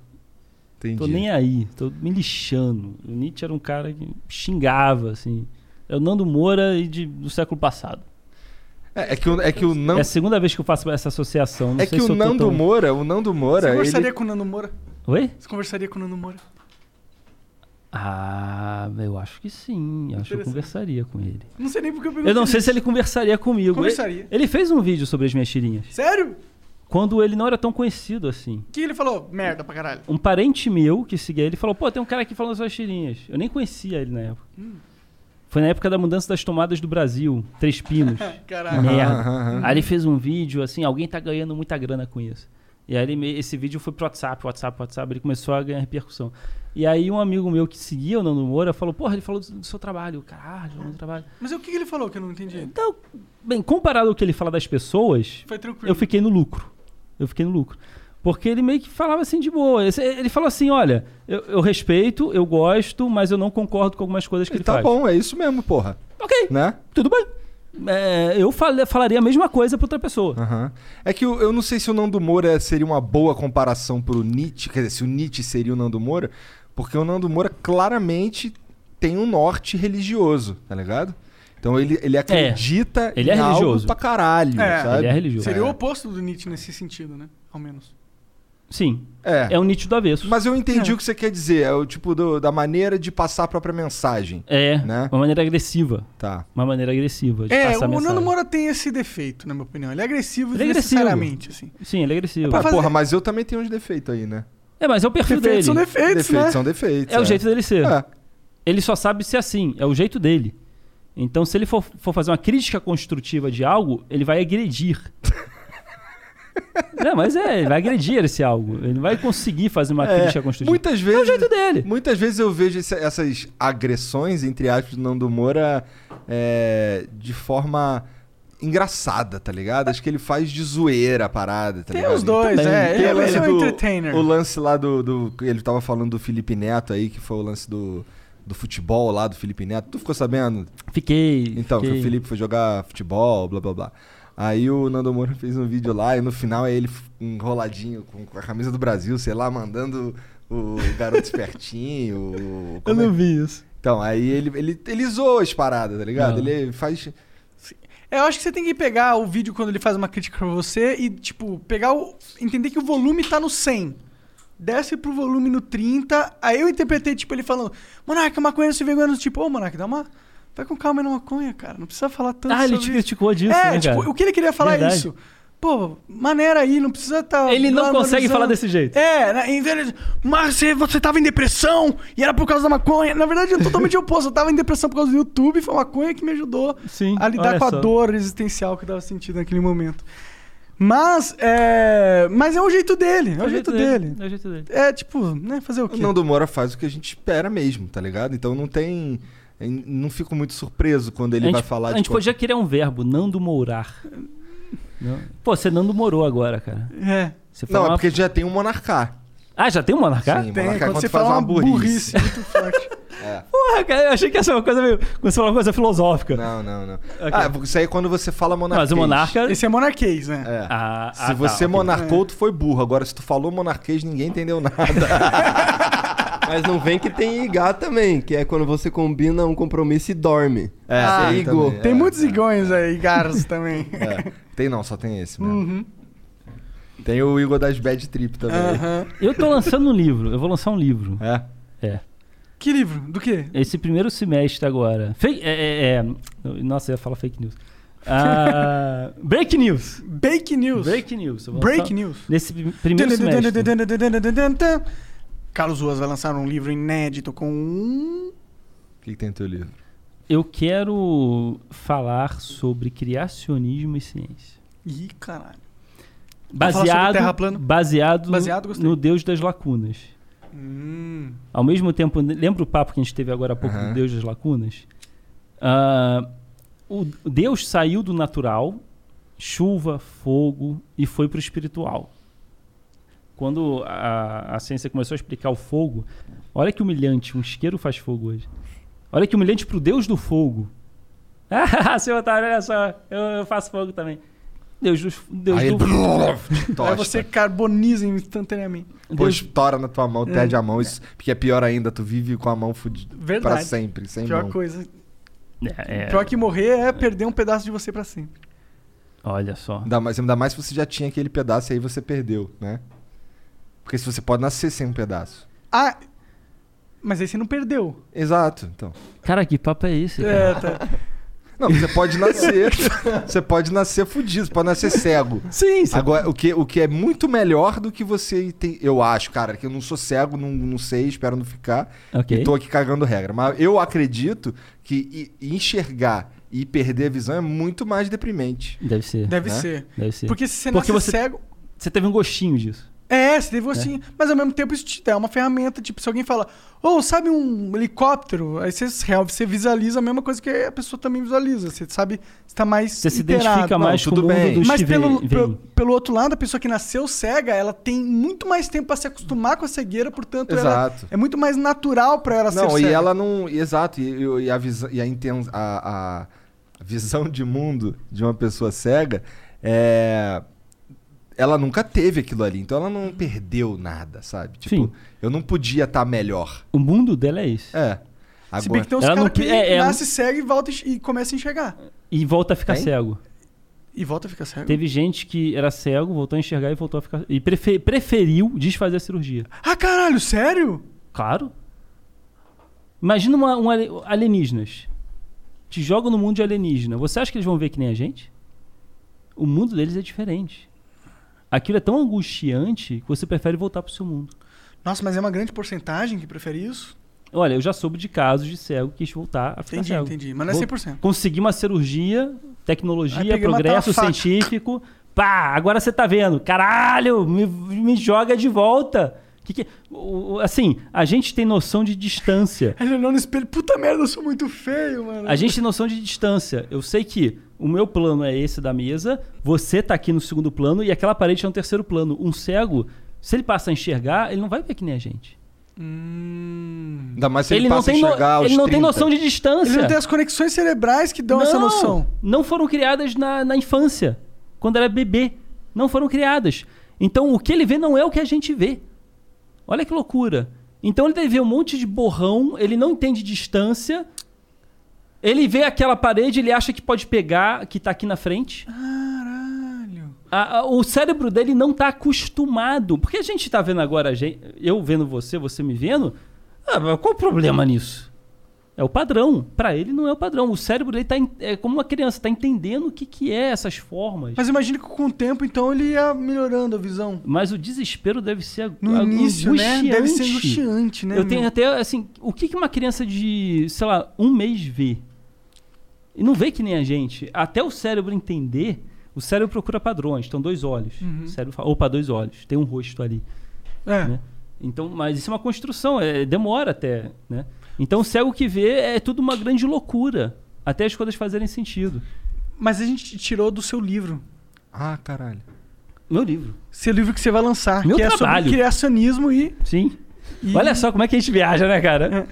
B: Entendi.
C: Tô nem aí, tô me lixando. O Nietzsche era um cara que xingava, assim. É o Nando Moura e de- do século passado.
B: É, é que, o- é que o Nando.
C: É a segunda vez que eu faço essa associação. Não
B: É
C: sei
B: que
C: se
B: o
C: eu tô
B: Nando
C: tão-
B: Moura, o Nando
A: Você
B: Moura.
A: conversaria
B: Ele...
A: com o Nando Moura?
C: Oi?
A: Você conversaria com o Nando Moura?
C: Ah, eu acho que sim. Eu acho que eu
A: Interessante.
C: conversaria com ele.
A: Não sei nem porque eu perguntei.
C: Eu não sei
A: isso.
C: se ele conversaria comigo.
A: Conversaria.
C: Ele, ele fez um vídeo sobre as minhas tirinhas.
A: Sério?
C: Quando ele não era tão conhecido assim.
A: O que ele falou? Merda pra caralho.
C: Um parente meu que seguia ele falou: pô, tem um cara aqui falando suas tirinhas. Eu nem conhecia ele na época.
B: Hum.
C: Foi na época da mudança das tomadas do Brasil, Três Pinos.
A: Caralho.
C: Merda.
B: *laughs* Aham, aham.
C: Aí ele fez um vídeo assim, alguém tá ganhando muita grana com isso. E aí ele me- esse vídeo foi pro WhatsApp, WhatsApp, WhatsApp, ele começou a ganhar repercussão. E aí um amigo meu que seguia o Nando Moura falou, porra, ele falou do, do seu trabalho, Eu, caralho, do meu trabalho.
A: Mas o que que ele falou que eu não entendi?
C: Então, bem, comparado ao que ele fala das pessoas,
A: Foi tranquilo.
C: eu fiquei no lucro. Eu fiquei no lucro. Porque ele meio que falava assim de boa. Esse- Ele falou assim, olha, eu, eu respeito, eu gosto, mas eu não concordo com algumas coisas que ele
B: Tá
C: faz.
B: bom, é isso mesmo, porra.
C: Ok,
B: Né?
C: tudo bem. É, eu fal- falaria a mesma coisa pra outra pessoa.
B: Aham. É que eu, eu não sei se o Nando Moura seria uma boa comparação pro Nietzsche, quer dizer, se o Nietzsche seria o Nando Moura, porque o Nando Moura claramente tem um norte religioso, tá ligado? Então ele, ele acredita
C: ele é
B: em algo
C: religioso.
B: pra caralho,
A: É.
B: Ah, sabe?
C: Ele é religioso.
A: Seria o oposto do Nietzsche nesse sentido, né? Ao menos.
C: Sim.
B: É.
C: É, um nítido avesso.
B: Mas eu entendi
A: É.
B: o que você quer dizer, é o tipo do- da maneira de passar a própria mensagem.
C: É,
B: Né?
C: uma maneira agressiva.
B: Tá.
C: Uma maneira agressiva de
A: É,
C: passar
A: o
C: mensagem.
A: Nando Moura tem esse defeito, na minha opinião. Ele é agressivo
C: Ele é agressivo.
A: desnecessariamente, assim.
C: Sim, ele é agressivo.
B: Ah,
A: fazer-
B: porra, mas eu também tenho uns defeitos aí, né?
C: É, mas é o perfil
A: Defeitos são
C: dele.
A: defeitos,
B: defeitos
A: né?
B: são defeitos.
C: É o jeito dele ser.
B: É.
C: Ele só sabe ser assim, é o jeito dele. Então, se ele for, for fazer uma crítica construtiva de algo, ele vai
B: *laughs*
C: agredir. Não, mas é, ele vai agredir esse algo. Ele não vai conseguir fazer uma
B: É,
C: crítica construtiva.
B: Muitas vezes.
C: É o jeito dele.
B: Muitas vezes eu vejo esse- essas agressões, entre aspas, do Nando Moura é, de forma engraçada, tá ligado? Acho que ele faz de zoeira a parada, tá
A: Tem
B: ligado?
A: os dois,
C: Também.
A: é.
B: Tem
A: Ele é,
B: o lance
A: ele é um
B: do-
A: entertainer.
B: O lance lá do, do- Ele tava falando do Felipe Neto aí, que foi o lance do. Do futebol lá do Felipe Neto. Tu ficou sabendo?
C: Fiquei.
B: Então, que
C: fiquei.
B: o Felipe foi jogar futebol, blá blá blá. Aí o Nando Moura fez um vídeo lá e no final é ele f- enroladinho com com a camisa do Brasil, sei lá, mandando o garoto *laughs* espertinho. o-
C: Eu
B: como é-
C: não vi isso.
B: Então, aí ele, ele, ele zoa as paradas, tá ligado?
C: Não.
B: Ele faz.
A: É, eu acho que você tem que pegar o vídeo quando ele faz uma crítica pra você e, tipo, pegar o. entender que o volume tá no 100. Desce pro volume no 30. Aí eu interpretei, tipo, ele falando: Monarca, maconha, se vegano. Tipo, ô, Monarca, dá uma. Vai com calma aí na maconha, cara. Não precisa falar tanto
C: Ah, ele
A: sobre
C: te
A: isso."
C: criticou disso,
A: É,
C: né,
A: tipo,
C: cara?
A: o que ele queria falar
C: Verdade.
A: é isso. Pô, maneira aí, não precisa tá.
C: Ele não consegue
A: glamorizando.
C: falar desse jeito.
A: É, né, em vez de- mas você, você tava em depressão e era por causa da maconha. Na verdade, eu totalmente *laughs* oposto. Eu tava em depressão por causa do YouTube, foi a maconha que me ajudou
C: Sim,
A: a lidar
C: olha
A: com a
C: só.
A: dor existencial que eu tava sentindo naquele momento. Mas é, mas é o jeito dele, é, o jeito, dele.
C: É o jeito dele.
A: É tipo, né, fazer o
B: O
A: quê?
B: Nando Moura faz o que a gente espera mesmo, tá ligado? Então não tem. Não fico muito surpreso quando ele
C: a
B: vai
C: gente,
B: falar
C: A
B: de.
C: gente
B: qual-
C: podia criar um verbo, Nando Mourar. Não? Pô, você é Nando Morou agora, cara.
A: É.
C: Você fala
B: Não, é
C: uma-
B: porque já tem um monarcar.
C: Ah, já tem um monarca?
B: Sim, é
A: Tem,
B: monarcar
A: quando você fala uma burrice,
C: *laughs*
A: muito forte.
C: Porra, cara, eu achei que ia ser uma coisa meio. Quando você fala uma coisa filosófica.
B: Não, não, não. Ah, isso aí é quando você fala monarquês.
C: Mas o monarca.
A: Esse é monarquês, né?
B: É.
C: Ah,
B: Se
C: ah,
B: você
C: tá, ok.
K: É.
B: monarcou, tu foi burro. Agora, se tu falou monarquês, ninguém entendeu nada.
K: *laughs* Mas não vem que tem igá também, que é quando você combina um compromisso e dorme.
B: É,
K: Ah,
B: tem
K: Igor.
B: também,
A: Tem
B: é,
A: muitos
B: é,
A: igões aí, garos também.
B: *laughs* é. Tem não, só tem esse mesmo. Tem o Igor das Bad Trip também.
A: Aham.
C: Eu tô lançando um livro, eu vou lançar um livro.
B: É.
C: É.
A: Que livro? Do quê?
C: Esse primeiro semestre agora. Fake. É, é, é. Nossa, eu ia falar fake news.
A: *laughs*
C: Ah, break news.
A: Bake News.
C: Break news. eu vou
A: Break
C: lançar
A: news.
C: Nesse prim- primeiro semestre. né?
A: Carlos Ruas vai lançar um livro inédito com um.
B: O que, que tem no teu livro?
C: Eu quero falar sobre criacionismo e ciência.
A: Ih, caralho. Vai falar sobre
C: Baseado,
A: terra plana?
C: baseado,
A: Baseado, gostei.
C: no Deus das Lacunas.
A: Hum.
C: Ao mesmo tempo, lembra o papo que a gente teve agora há pouco
A: Aham.
C: do Deus das Lacunas? Ah, o o Deus saiu do natural, chuva, fogo, e foi para o espiritual. Quando a, a ciência começou a explicar o fogo, olha que humilhante, um isqueiro faz fogo hoje. Olha que humilhante para o Deus do fogo. *laughs* Ah, seu otário, olha só, eu, eu faço fogo também. Deus do... Deus
B: Aí
A: *laughs*
C: do...
B: ele-
A: Aí
B: Tosta.
A: você carboniza instantaneamente.
B: Pô, estoura na tua mão,
A: É.
B: perde a mão, isso, porque é pior ainda, tu vive com a mão fudida
A: Verdade.
B: pra sempre, sem
A: Pior
B: mão.
A: coisa.
C: É, é.
A: Pior que morrer é perder um pedaço de você pra sempre.
C: Olha só.
B: Ainda mais, ainda mais se você já tinha aquele pedaço e aí você perdeu, né? Porque se você pode nascer sem um pedaço.
A: Ah, mas aí você não perdeu.
B: Exato, então.
C: Cara, que papo é esse?
A: É, tá.
C: *laughs*
B: Não, você pode nascer. você pode nascer fudido, você pode nascer cego.
A: Sim, sim.
B: Agora, o que, o que é muito melhor do que você tem. Eu acho, cara, que eu não sou cego, não, não sei, espero não ficar.
C: Ok.
B: E tô aqui cagando regra. Mas eu acredito que e- enxergar e perder a visão é muito mais deprimente.
C: Deve ser.
A: Deve
B: né?
A: ser.
C: Deve ser.
A: Porque se você
C: Porque
A: nasce
C: você-
A: cego.
C: Você teve um gostinho disso.
A: É, você teve assim. Mas ao mesmo tempo isso te dá uma ferramenta. Tipo, se alguém fala, ô, sabe um helicóptero? Aí você, real- você visualiza a mesma coisa que a pessoa também visualiza. Você sabe, você tá mais.
C: Você se
A: inteirado.
C: identifica mais com o mundo dos
A: Mas
C: que
A: pelo,
C: vem-
A: pelo,
C: vem.
A: pelo outro lado, a pessoa que nasceu cega, ela tem muito mais tempo pra se acostumar com a cegueira, portanto, ela-
B: Exato.
A: é muito mais natural pra ela ser
B: Não, e
A: cega.
B: ela não. Exato, e, e- e a, visão, e a, inten- a- a visão de mundo de uma pessoa cega é. Ela nunca teve aquilo ali, então ela não perdeu nada, sabe? Tipo,
C: Sim.
B: eu não podia estar melhor.
C: O mundo dela é isso.
B: É. Agora...
A: Se bem que tem uns caras que
C: é, um
A: nasce cego e, volta e- e começa a enxergar.
C: E volta a ficar
A: Tem?
C: cego.
A: E volta a ficar cego.
C: Teve gente que era cego, voltou a enxergar e voltou a ficar. E prefe- preferiu desfazer a cirurgia.
A: Ah, caralho, sério?
C: Claro. Imagina uma, um ale- alienígenas. Te jogam no mundo de alienígena. Você acha que eles vão ver que nem a gente? O mundo deles é diferente. Aquilo é tão angustiante que você prefere voltar pro seu mundo.
A: Nossa, mas é uma grande porcentagem que prefere isso?
C: Olha, eu já soube de casos de cego que quis voltar a ficar
A: Entendi,
C: cego.
A: entendi. Mas não é
C: Vou-
A: 100%.
C: Consegui uma cirurgia,
A: Aí
C: tecnologia,
A: peguei e matava
C: progresso
A: a faca.
C: científico. Pá, agora você tá vendo. Caralho, me, me joga de volta. Que que- o- o- assim, a gente tem noção de distância.
A: Ele olhou no espelho, puta merda, eu sou muito feio, mano.
C: A gente tem noção de distância. Eu sei que o meu plano é esse da mesa, você tá aqui no segundo plano e aquela parede é no terceiro plano. Um cego, se ele passa a enxergar, ele não vai ver que nem a gente.
B: Ainda mais se ele,
C: Ele não
B: passa a
C: tem no-
B: enxergar aos
C: ele não tem
B: 30.
C: noção de distância.
A: Ele não tem as conexões cerebrais que dão essa noção.
C: é. Não foram criadas na, na infância, quando era bebê. Não foram criadas. Então o que ele vê não é o que a gente vê. Olha que loucura. Então ele deve ver um monte de borrão, ele não entende distância. Ele vê aquela parede, ele acha que pode pegar, que tá aqui na frente.
A: Caralho.
C: A- a- o cérebro dele não tá acostumado. Porque a gente tá vendo agora, a gente, eu vendo você, você me vendo. Ah, mas qual o problema nisso? É o padrão. Pra ele não é o padrão. O cérebro dele tá en- é como uma criança, tá entendendo o que, que é essas formas.
A: Mas imagina que com o tempo, então, ele ia melhorando a visão.
C: Mas o desespero deve ser ag-
A: No início, né?
C: angustiante.
A: Deve ser angustiante, né,
C: Eu tenho
A: meu?
C: até, assim, o que que uma criança de, sei lá, um mês vê? E não vê que nem a gente. Até o cérebro entender, o cérebro procura padrões. Então, dois olhos.
A: Uhum.
C: O cérebro fala, opa, dois olhos. Tem um rosto ali.
A: É.
C: né? Então, mas isso é uma construção, é, demora até, né? Então, o cego que vê é tudo uma grande loucura. Até as coisas fazerem sentido.
A: Mas a gente te tirou do seu livro.
B: Ah, caralho.
C: Meu livro.
A: Seu livro que você vai lançar.
C: Meu
A: que é
C: trabalho.
A: sobre criacionismo e...
C: Sim.
A: E-
C: Olha só como é que a gente viaja, né, cara?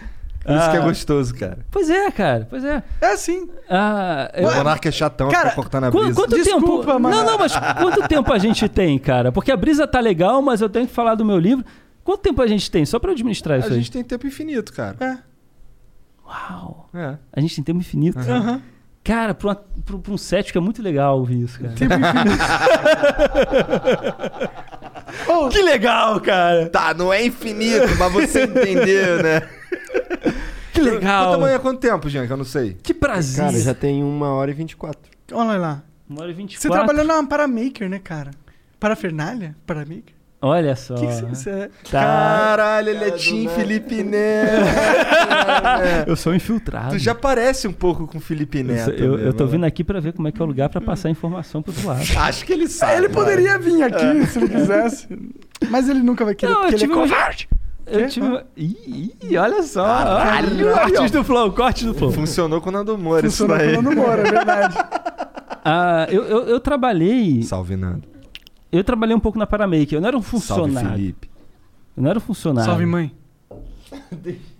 B: Isso que é
C: Ah,
B: gostoso, cara.
C: Pois é, cara, pois é.
A: É
C: *laughs*
A: assim.
C: Ah, eu-
B: O Monarca é chatão,
A: Cara,
B: fica cortando a
C: Qu-
B: brisa.
C: quanto
A: Desculpa,
C: tempo?
A: mas-
C: Não, não, mas quanto tempo a gente tem, cara? Porque a brisa tá legal, mas eu tenho que falar do meu livro. Quanto tempo a gente tem? Só pra eu administrar
B: A
C: isso aí.
B: gente tem tempo infinito, cara.
C: Uau!
B: É.
C: A gente tem tempo infinito.
A: Aham.
C: Cara, pra, uma- pra- pra um cético é muito legal ouvir isso, cara.
A: *laughs* Tempo Oh,
C: Que legal, cara!
B: Tá, não é infinito, mas
C: *laughs*
B: você entendeu, né?
C: Que
B: Quanto
C: legal!
B: tamanho é quanto tempo, Jean? Que eu não sei.
C: Que prazer!
K: Cara, já tem uma hora e 24.
A: Olha lá.
C: Uma hora e vinte e
A: Você
C: quatro.
A: trabalhou na Paramaker, né, cara? Parafernália? Paramaker?
C: Olha só.
A: Que que você- é? você-
C: Tá,
B: Caralho, ele é Tim
K: *laughs*
B: Felipe Neto.
C: Eu sou infiltrado.
B: tu já parece um pouco com o Felipe Neto.
C: Eu, eu, eu tô
B: mesmo,
C: vindo aqui pra ver como é que é o lugar pra passar informação pro outro lado.
B: né? Acho que ele sabe.
A: Ele
C: tá.
B: cara.
A: poderia vir aqui se ele
C: *laughs*
A: quisesse. Mas ele nunca vai querer,
C: É. Não, eu
A: porque ele é
C: tive um uma-
A: covarde.
C: Eu
A: Quê?
C: tive. uma- Ih, ih, olha só.
B: Caralho,
C: cortes
B: aí, ó.
C: do Flow, cortes do Flow.
B: Funcionou com o Nando Moura isso
A: Funcionou
B: daí.
A: quando mora, é verdade.
C: *laughs* Ah, eu, eu, eu trabalhei.
B: Salve, Nando.
C: Eu trabalhei um pouco na Paramaker. Eu não era um
B: Salve,
C: funcionário.
B: Felipe.
C: eu não era um funcionário.
A: Salve, mãe.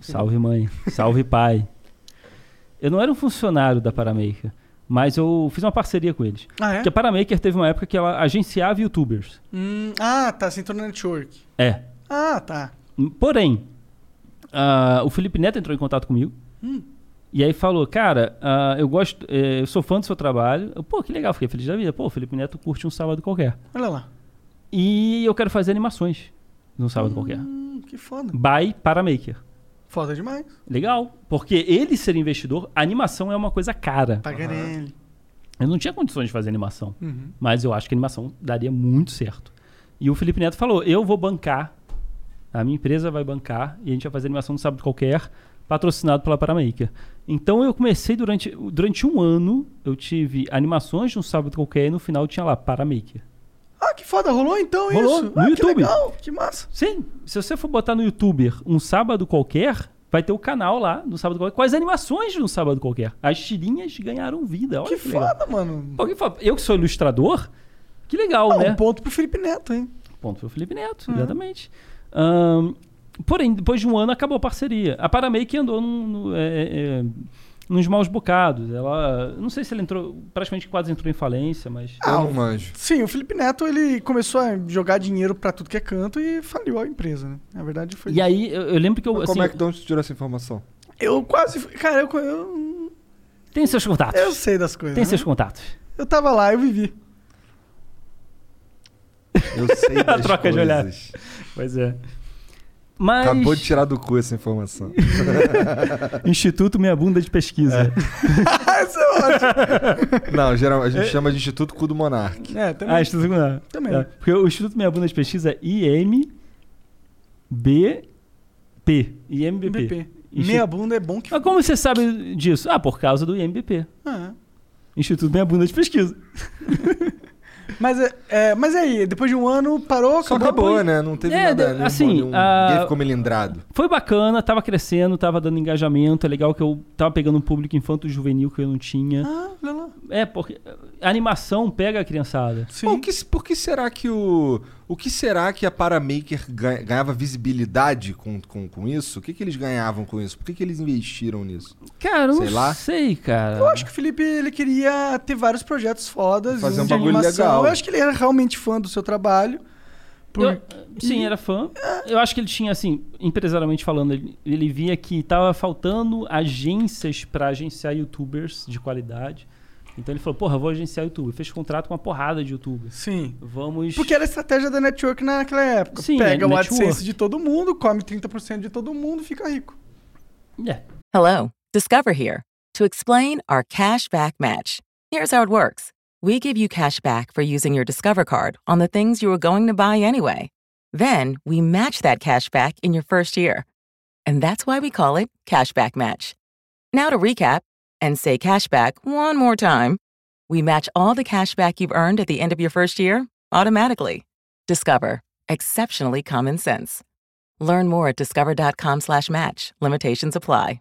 C: Salve mãe, salve pai. Eu não era um funcionário da Paramaker, mas eu fiz uma parceria com eles.
A: Ah, é?
C: Porque a Paramaker teve uma época que ela agenciava youtubers.
A: Hum, ah, tá. Você entrou no network.
C: É.
A: Ah, tá.
C: Porém, ah, o Felipe Neto entrou em contato comigo. E aí falou, cara, ah, eu gosto, eh, eu sou fã do seu trabalho. Eu, Pô, que legal, fiquei feliz da vida. Pô, o Felipe Neto curte um sábado qualquer.
A: Olha lá.
C: E eu quero fazer animações num sábado qualquer.
A: Hum, que foda.
C: By Paramaker.
A: Foda demais.
C: Legal, porque ele ser investidor, a animação é uma coisa cara.
A: Tagarelli.
C: Eu não tinha condições de fazer animação,
A: Uhum.
C: mas eu acho que animação daria muito certo. E o Felipe Neto falou: eu vou bancar, a minha empresa vai bancar e a gente vai fazer animação no sábado qualquer, patrocinado pela Paramaker. Então eu comecei durante, durante um ano, eu tive animações de um sábado qualquer e no final tinha lá Paramaker.
A: Ah, que foda. Rolou então
C: Rolou,
A: isso?
C: no
A: ah,
C: YouTube.
A: Que legal. Que massa.
C: Sim, se você for botar no YouTuber um sábado qualquer, vai ter o canal lá no sábado qualquer. Quais animações de um sábado qualquer? As tirinhas ganharam vida. Olha
A: Que
C: que, legal.
A: foda, mano.
C: Alguém fala, eu que sou ilustrador, que legal,
A: Ah,
C: né?
A: Um ponto pro Felipe Neto, hein?
C: Ponto pro Felipe
B: Hum.
C: Neto, exatamente. Ahn, porém, depois de um ano acabou a parceria. A Paramake andou num, no- é, é, nos maus bocados. Ela. Não sei se ela entrou. Praticamente quase entrou em falência, mas.
B: Ah, um anjo.
A: Sim, o Felipe Neto, ele começou a jogar dinheiro pra tudo que é canto e faliu a empresa, né? Na verdade, foi...
C: E aí, eu, eu lembro que eu.
B: Mas
C: Assim,
B: como é que de onde tu tirou essa
C: *laughs*
B: informação?
A: Eu quase... fui- Cara, eu, eu,
B: tá?
C: Tem seus contatos.
A: eu sei das coisas.
C: Tem
A: né?
C: seus contatos.
A: Eu tava lá, eu vivi.
B: Eu sei das
C: troca de olhar.
B: coisas.
C: Pois é. Mas.
B: Acabou de tirar do cu essa informação.
C: Instituto Minha Bunda de
B: É.
C: Pesquisa. Ah,
B: Não, geral, a
C: É.
B: gente chama de Instituto Cu do Monarque.
A: É, também.
C: Ah, Instituto Minha
A: Também.
C: É, porque o Instituto Minha Bunda de Pesquisa é IMBP. IMBP.
A: BP.
C: Instituto-
A: Meia bunda é bom que...
C: Mas como você sabe disso? Ah, por causa do IMBP.
A: Ah,
C: Instituto Meia Bunda de Pesquisa.
A: Mas, é, é, mas aí, depois de um ano, parou,
B: Só
A: acabou.
B: acabou, né? Não teve
C: É,
B: nada.
C: de-
B: nenhum-
C: assim,
B: nenhum-
C: ah,
B: Ninguém ficou melindrado.
C: Foi bacana, tava crescendo, tava dando engajamento. É legal que eu tava pegando um público infanto-juvenil que eu não tinha.
A: Ah, olha lá.
C: É, porque a animação pega a criançada.
A: Sim.
B: Pô, o que- por que será que o. O que será que a Paramaker ganha- ganhava visibilidade com, com, com isso? O que, que eles ganhavam com isso? Por que, que eles investiram nisso?
C: Cara, eu
B: Sei
C: não
B: lá.
C: sei, cara.
A: Eu acho que o Felipe ele queria ter vários projetos fodas.
B: Fazer um
A: de
B: bagulho
A: animação.
B: legal.
A: Eu acho que ele era realmente fã do seu trabalho. Por...
C: Eu- sim, era fã. Eu acho que ele tinha, assim, empresarialmente falando, ele, ele via que tava faltando agências pra agenciar youtubers de qualidade. Então ele falou, porra, vou agenciar youtuber. Fez contrato com uma porrada de youtubers.
A: Sim.
C: Vamos...
A: Porque era a estratégia da network naquela época.
C: Sim,
A: Pega
C: é,
A: o
C: network.
A: AdSense de todo mundo, come 30% de todo mundo, fica rico.
C: É,
F: Hello, Discover here to explain our cash back match. Here's how it works we give you cash back for using your Discover card on the things you were going to buy anyway. Then we match that cash back in your first year. And that's why we call it Cashback Match. Now to recap and say cashback one more time. We match all the cashback you've earned at the end of your first year automatically. Discover. Exceptionally common sense. Learn more at discover.com slash match. Limitations apply.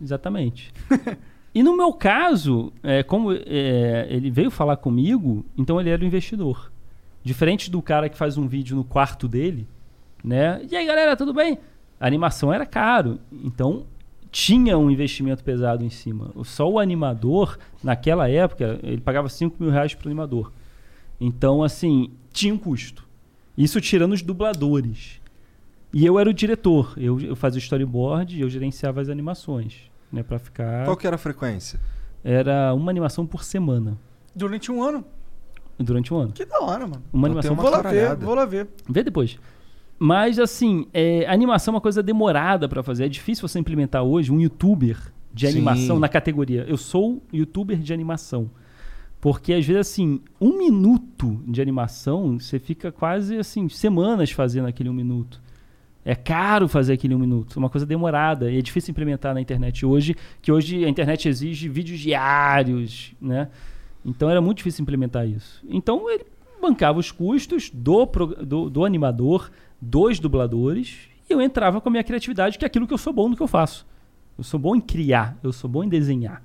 C: Exatamente. e no meu caso, é, como é, ele veio falar comigo, então ele era o investidor. Diferente do cara que faz um vídeo no quarto dele, né? E aí, galera, tudo bem? A animação era caro, então tinha um investimento pesado em cima. O- Só o animador, naquela época, ele pagava 5 mil reais para animador. Então, assim, tinha um custo. Isso tirando os dubladores. E eu era o diretor. Eu, eu fazia o storyboard e eu gerenciava as animações. Né, para ficar.
B: Qual que era a frequência?
C: Era uma animação por semana.
A: Durante um ano.
C: Durante um ano.
A: Que da hora, mano.
C: Uma animação
A: vou lá
C: por
A: ver,
C: semana.
A: vou lá ver.
C: Vê depois. Mas assim, é, a animação é uma coisa demorada pra fazer. É difícil você implementar hoje um youtuber de
B: Sim.
C: animação na categoria. Eu sou um youtuber de animação. Porque às vezes assim, um minuto de animação, você fica quase assim, semanas fazendo aquele um minuto. É caro fazer aquele um minuto, é uma coisa demorada e é difícil implementar na internet hoje, que hoje a internet exige vídeos diários, né? Então era muito difícil implementar isso. Então ele bancava os custos do, pro- do, do animador, dos dubladores, e eu entrava com a minha criatividade, que é aquilo que eu sou bom no que eu faço. Eu sou bom em criar, eu sou bom em desenhar.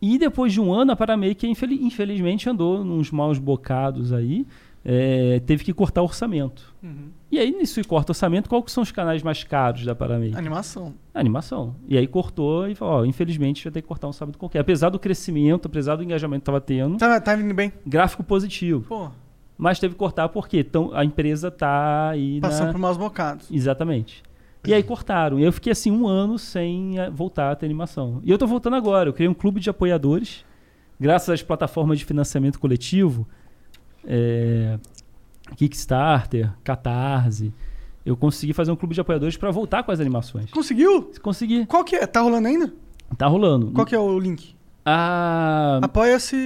C: E depois de um ano, a Paramake, infeli- infelizmente, andou nos maus bocados aí. é, teve que cortar orçamento. E aí, nisso que corta orçamento, qual que são os canais mais caros da Paramake?
A: Animação.
C: Animação. E aí cortou e falou, ó, infelizmente vai ter que cortar um sábado qualquer. Apesar do crescimento, apesar do engajamento que tava tendo.
A: Tá, indo bem.
C: Gráfico positivo.
A: Pô.
C: Mas teve que cortar porque tão, a empresa tá aí na-
A: Passando por maus bocados.
C: Exatamente. E aí cortaram. E eu fiquei assim um ano sem eh, voltar a ter animação. E eu tô voltando agora. Eu criei um clube de apoiadores. Graças às plataformas de financiamento coletivo, eh, Kickstarter, Catarse, eu consegui fazer um clube de apoiadores para voltar com as animações.
A: Conseguiu?
C: Consegui.
A: Qual que é? Tá rolando ainda?
C: Tá rolando.
A: Qual que é o link?
C: Ah,
A: Apoia-se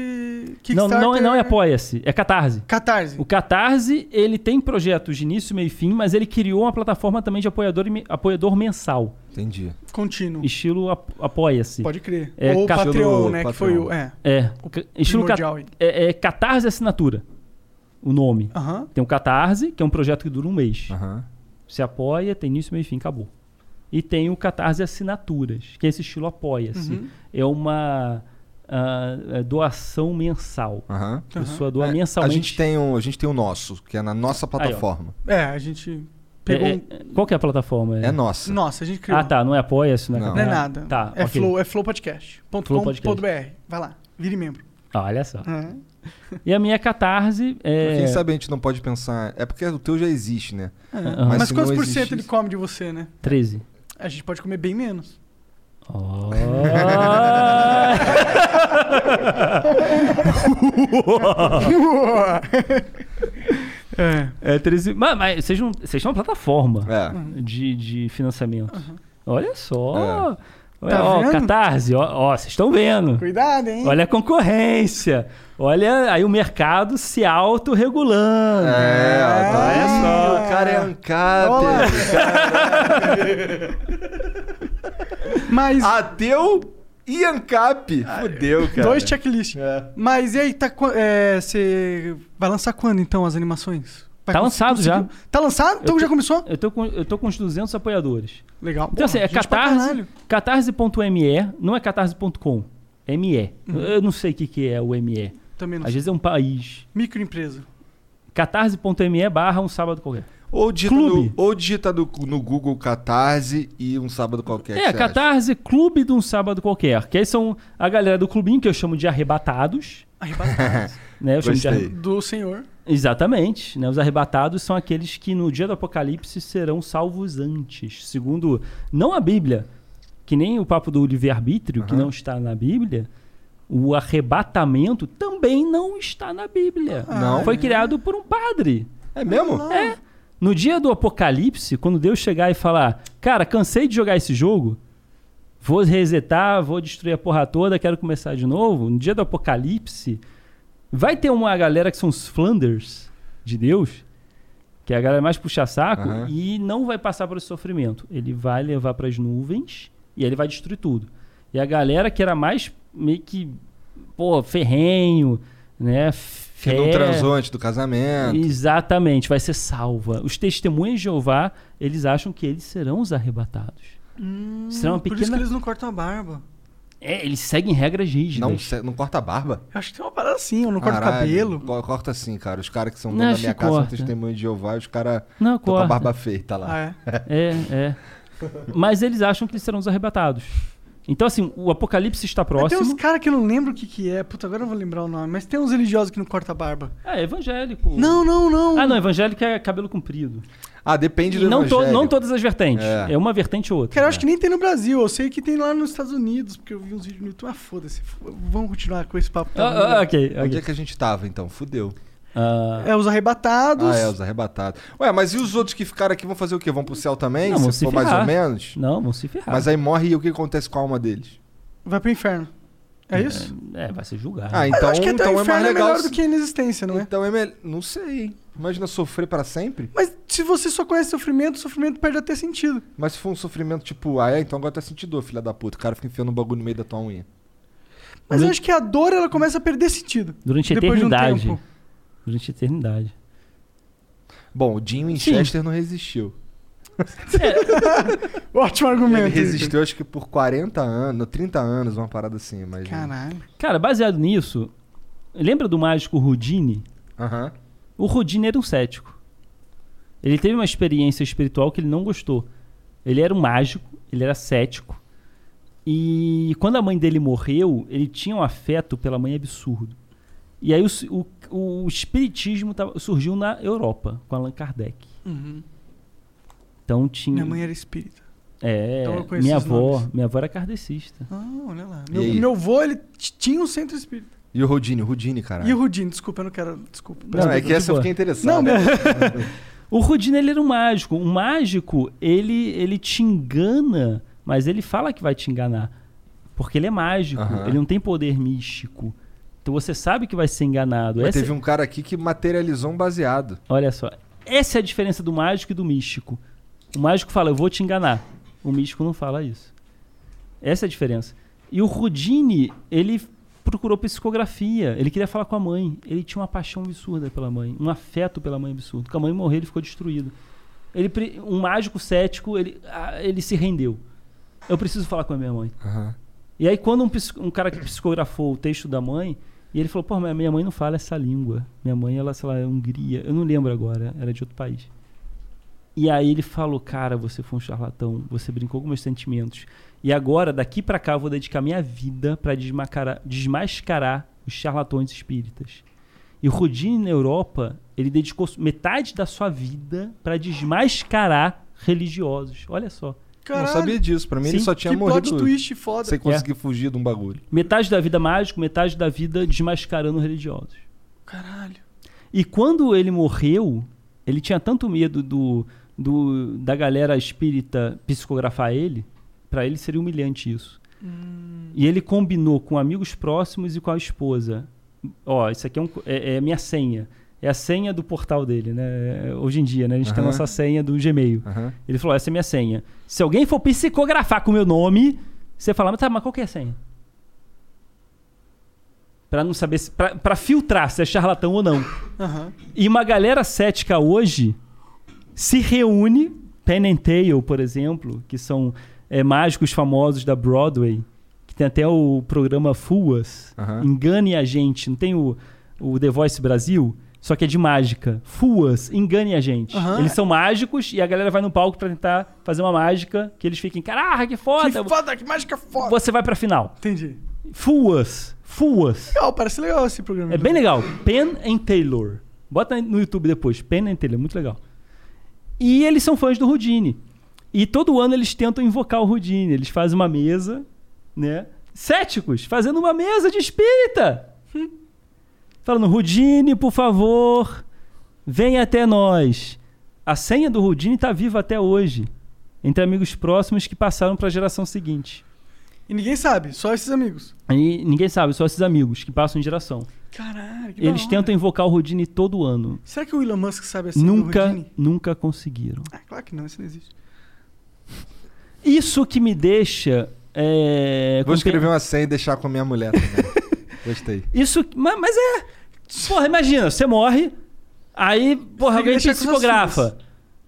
C: não,
A: Kickstarter.
C: não, não é apoia-se, é Catarse.
A: Catarse.
C: O Catarse, ele tem projetos de início, meio e fim, mas ele criou uma plataforma também de apoiador, e me- apoiador mensal.
B: Entendi.
A: Contínuo.
C: Estilo ap- apoia-se.
A: Pode crer.
C: É,
A: Ou o
C: ca-
A: Patreon, né? Que foi o. É.
C: É.
A: O
C: ca- Estilo cat-
A: primordial aí.
C: é, é Catarse Assinatura, o nome.
A: Aham.
C: Tem o Catarse, que é um projeto que dura um mês.
B: Ah.
C: Você apoia, tem início, meio e fim, acabou. E tem o Catarse Assinaturas, que é esse estilo apoia-se.
A: Uhum.
C: É uma ah, é doação mensal.
B: Aham.
C: A pessoa doa
B: É,
C: mensalmente.
B: A gente, tem um, a gente tem o nosso, que é na nossa plataforma.
A: É, a gente pegou
C: É-
A: um.
C: é- qual que é a plataforma?
B: É nossa.
A: Nossa, a gente criou.
C: Ah, tá. Não é apoia-se, né?
A: Não é nada.
C: Tá,
A: é,
C: ok.
A: flow, é flowpodcast.com.br.
C: Flow Podcast.
A: Vai lá, vire membro.
C: Olha só.
A: Uhum.
C: E a minha catarse é...
B: Pra Quem sabe a gente não pode pensar. É porque o teu já existe, né?
A: É.
C: Aham.
A: Mas,
B: se não
A: quantos por cento
B: existisse-
A: ele come de você, né?
C: 13.
A: A gente pode comer bem *laughs* menos.
B: *laughs*
C: Oh. é. 13. Mas, mas vocês, não, vocês são uma plataforma
B: É.
C: de, de financiamento. Olha
B: É.
C: só. Olha,
A: Tá
C: ó,
A: vendo?
C: Catarse, ó, ó, vocês estão vendo.
A: Cuidado, hein?
C: Olha a concorrência. Olha aí o mercado se autorregulando. É,
B: tá
C: olha só. O cara é
A: Mas.
C: Ah,
B: Ateu e ANCAP. Fudeu, cara.
A: Dois checklists. Mas e aí, tá, qua- é, você vai lançar quando então as animações? Vai
C: Tá
A: cons-
C: lançado
A: conseguir-
C: já.
A: Tá lançado? Então já começou?
C: Eu tô, com, eu tô com uns 200 apoiadores.
A: Legal.
C: Então
A: Porra,
C: assim, é
A: gente pra
C: catarse,
A: caralho.
C: catarse.me, não é catarse.com, é ME.
A: Hum.
C: Eu não sei o que, que é o ME.
A: Também não
C: Às
A: sei.
C: vezes é um país.
A: Microempresa.
C: catarse.me barra um sábado qualquer.
B: Ou digita, no, ou digita no, no Google Catarse e um sábado qualquer.
C: É,
B: que você acha.
C: Catarse Clube de um Sábado Qualquer. Que aí são a galera do clubinho que eu chamo de arrebatados. *laughs*
A: Arrebatados.
C: né, eu chamo de
B: Gostei.
C: arre-
A: Do senhor.
C: Exatamente. Né? Os arrebatados são aqueles que no dia do apocalipse serão salvos antes. Segundo, não a Bíblia, que nem o papo do livre-arbítrio, que não está na Bíblia, o arrebatamento também não está na Bíblia.
B: Não?
C: Foi criado por um padre.
B: É mesmo?
C: É. No dia do apocalipse, quando Deus chegar e falar, cara, cansei de jogar esse jogo, vou resetar, vou destruir a porra toda, quero começar de novo. No dia do apocalipse, vai ter uma galera que são os Flanders de Deus, que é a galera mais puxa-saco,
B: Aham.
C: e não vai passar por esse sofrimento. Ele vai levar pras nuvens e aí ele vai destruir tudo. E a galera que era mais meio que, pô, ferrenho, né?
B: Que não
C: fé-
B: transou antes do casamento.
C: Exatamente, vai ser salva. Os testemunhas de Jeová, eles acham que eles serão os arrebatados.
A: Hum,
C: Será é uma
A: Por isso
C: pequena-
A: que eles não cortam a barba.
C: É, eles seguem regras rígidas.
B: Não, se- não corta a barba?
A: Eu acho que tem uma parada assim, eu não corto o
B: Caralho,
A: cabelo.
B: co- Corta sim, cara. Os caras que são
C: Não,
B: dono da
C: acho
B: minha
C: que
B: casa são
C: corta.
B: testemunhos de Jeová e os caras
C: Não,
B: com a
C: corta.
B: barba feita lá.
A: Ah, é?
C: É, é. Mas eles acham que eles serão os arrebatados. Então, assim, o apocalipse está
A: Mas Tem
C: próximo.
A: uns caras que eu não lembro o que que é. Puta, agora eu não vou lembrar o nome. Mas tem uns religiosos que não corta a barba.
C: É, evangélico.
A: Não, não, não.
C: Ah, não, evangélico é cabelo comprido.
B: Ah, depende
C: E
B: do
C: não, to-
B: evangélico.
C: não todas as vertentes. É, uma vertente ou outra.
A: Cara, eu acho que nem tem no Brasil. Eu sei que tem lá nos Estados Unidos, porque eu vi uns vídeos no YouTube. Ah, foda-se. F- Vamos continuar com esse papo.
C: Então,
A: tá bom,
C: Ah,
A: né?
B: Ah, Onde é que a gente tava, então? Fudeu.
A: É os arrebatados.
B: Ah, é, os arrebatados. Ué, mas e os outros que ficaram aqui vão fazer o quê? Vão pro céu também?
C: Não, vão
B: se
C: se
B: for mais ou
C: ferrar.
B: menos?
C: Não, vão se ferrar.
B: Mas aí morre e o que acontece com a alma deles?
A: Vai pro inferno. É isso?
C: É, vai ser julgado.
B: Ah, então,
A: eu acho que até
B: então
A: o
B: é mais
A: inferno é,
B: legal.
A: melhor do que a inexistência, não é?
B: Então é melhor. Não sei. Imagina sofrer pra sempre.
A: Mas se você só conhece sofrimento, o sofrimento perde até sentido.
B: Mas se for um sofrimento tipo, ah, é, então agora tá sentindo dor, filha da puta. O cara fica enfiando um bagulho no meio da tua unha.
A: Mas eu acho que a dor, ela começa a perder sentido.
C: Durante a
A: depois de um
C: eternidade.
A: tempo.
C: Durante a eternidade.
B: Bom, o Jim Winchester não resistiu.
A: Ótimo argumento.
B: Ele resistiu, acho que por 40 anos, 30 anos, uma parada assim. Mas...
A: Caralho.
C: Cara, baseado nisso, lembra do mágico Houdini?
B: Aham.
C: O Houdini era um cético. Ele teve uma experiência espiritual que ele não gostou. Ele era um mágico, ele era cético. E quando a mãe dele morreu, ele tinha um afeto pela mãe absurdo. E aí o, s- o- o espiritismo tava- surgiu na Europa, com Allan Kardec.
A: Uhum.
C: Então tinha.
A: Minha mãe era espírita.
C: É,
A: Então eu conheço
C: minha
A: os
C: avó,
A: nomes.
C: minha avó era kardecista.
A: Ah, olha lá.
B: E
A: Meu,
B: aí?
A: meu avô, ele t- tinha um centro espírita.
B: E o Rodine, o Rodine, caralho.
A: E o Rudinho, desculpa, eu não quero. Desculpa.
B: Não, é que essa eu fiquei interessado.
A: Não, meu.
C: O Rodine ele era um mágico. Um mágico, ele, ele te engana, mas ele fala que vai te enganar. Porque ele é mágico,
B: Aham.
C: ele não tem poder místico. Então você sabe que vai ser enganado.
B: Mas
C: Essa-
B: teve um cara aqui que materializou um baseado.
C: Olha só. Essa é a diferença do mágico e do místico. O mágico fala, eu vou te enganar. O místico não fala isso. Essa é a diferença. E o Rudine, ele procurou psicografia. Ele queria falar com a mãe. Ele tinha uma paixão absurda pela mãe. Um afeto pela mãe absurdo. Quando a mãe morreu, ele ficou destruído. Ele, pre- um mágico cético, ele, ah, ele se rendeu. Eu preciso falar com a minha mãe. E aí, quando um, psico- um cara que psicografou o texto da mãe, e ele falou: Pô, mas minha mãe não fala essa língua. Minha mãe, ela, sei lá, é Hungria. Eu não lembro agora, era de outro país. E aí ele falou: Cara, você foi um charlatão, você brincou com meus sentimentos. E agora, daqui pra cá, eu vou dedicar minha vida pra desmacarar- desmascarar os charlatões espíritas. E o Rodine, na Europa, ele dedicou metade da sua vida pra desmascarar religiosos. Olha só.
B: Eu Não sabia disso. Pra mim ele
C: Sim.
B: só tinha
C: Que
B: morrido.
C: plot twist foda.
B: Sem conseguir fugir de um bagulho.
C: Metade da vida mágico, metade da vida desmascarando religiosos. Caralho. E quando ele morreu, ele tinha tanto medo do, do da galera espírita psicografar ele, pra ele seria humilhante isso. E ele combinou com amigos próximos e com a esposa. Ó, isso aqui é, um co- é- é minha senha. É a senha do portal dele, né? Hoje em dia, né? A gente tem a
B: Aham.
C: nossa senha do Gmail.
B: Aham.
C: Ele falou: essa é minha senha. Se alguém for psicografar com o meu nome, você fala, mas tá, mas qual que é a senha? Pra não saber se. Pra, pra filtrar se é charlatão ou não.
A: Aham.
C: E uma galera cética hoje se reúne, Penn and Tail, por exemplo, que são é, mágicos famosos da Broadway, que tem até o programa Fuas, Engane a Gente, não tem o, o The Voice Brasil? Só que é de mágica. Fuas, engane a gente.
A: Aham.
C: Eles são mágicos e a galera vai no palco pra tentar fazer uma mágica que eles fiquem, caraca, que foda!
A: Que foda, que mágica foda.
C: Você vai pra final.
A: Entendi.
C: Fuas, Fuas.
A: Legal, parece legal esse programa.
C: É bem legal. Penn and Taylor. Bota no YouTube depois. Penn and Taylor, muito legal. E eles são fãs do Houdini. E todo ano eles tentam invocar o Houdini. Eles fazem uma mesa, né? Céticos, fazendo uma mesa de espírita. Falando, Houdini, por favor, venha até nós. A senha do Houdini está viva até hoje. Entre amigos próximos que passaram para a geração seguinte.
A: E ninguém sabe, só esses amigos.
C: E ninguém sabe, só esses amigos que passam de geração.
A: Caralho, que da
C: Eles
A: hora.
C: tentam invocar o Houdini todo ano.
A: um- Será que o Elon Musk sabe assim?
C: nunca, nunca conseguiram.
A: Ah, Claro que não, isso não existe.
C: Isso que me deixa. é,
B: Vou
C: com
B: escrever uma senha e deixar com a minha mulher também. Gostei.
C: pe- Isso. ma- Mas, é. Porra, imagina, você morre, aí, porra,
A: Tem que
C: alguém te
A: deixar com suas
C: psicografa.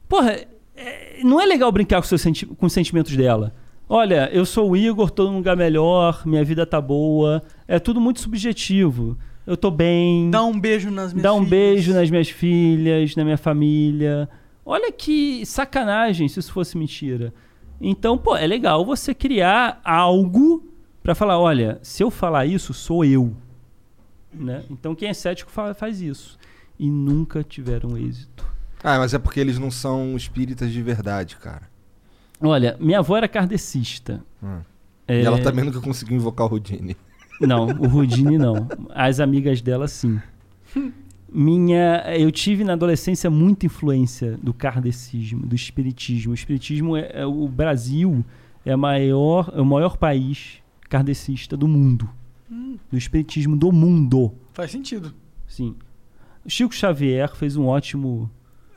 C: Porra, é, não é legal brincar com, seus senti- com os sentimentos dela. Olha, eu sou o Igor, tô num lugar melhor, minha vida tá boa. É tudo muito subjetivo. Eu tô bem.
A: Dá um beijo nas minhas
C: Dá um beijo nas minhas filhas, na minha família. Olha que sacanagem se isso fosse mentira. Então, pô, é legal você criar algo pra falar, olha, se eu falar isso, sou eu. Né? Então quem é cético fa- faz isso. E nunca tiveram êxito.
B: Ah, mas é porque eles não são espíritas de verdade, cara.
C: Olha, minha avó era kardecista. É-
B: Hum. E ela também nunca conseguiu invocar o Houdini.
C: Não, o Rudine não. As amigas dela, sim. Minha, eu tive na adolescência muita influência do kardecismo, do espiritismo. O espiritismo é, é- o Brasil é, a maior, é o maior país kardecista do mundo.
A: Hum.
C: Do espiritismo do mundo.
A: Faz sentido.
C: Sim. Chico Xavier fez um ótimo.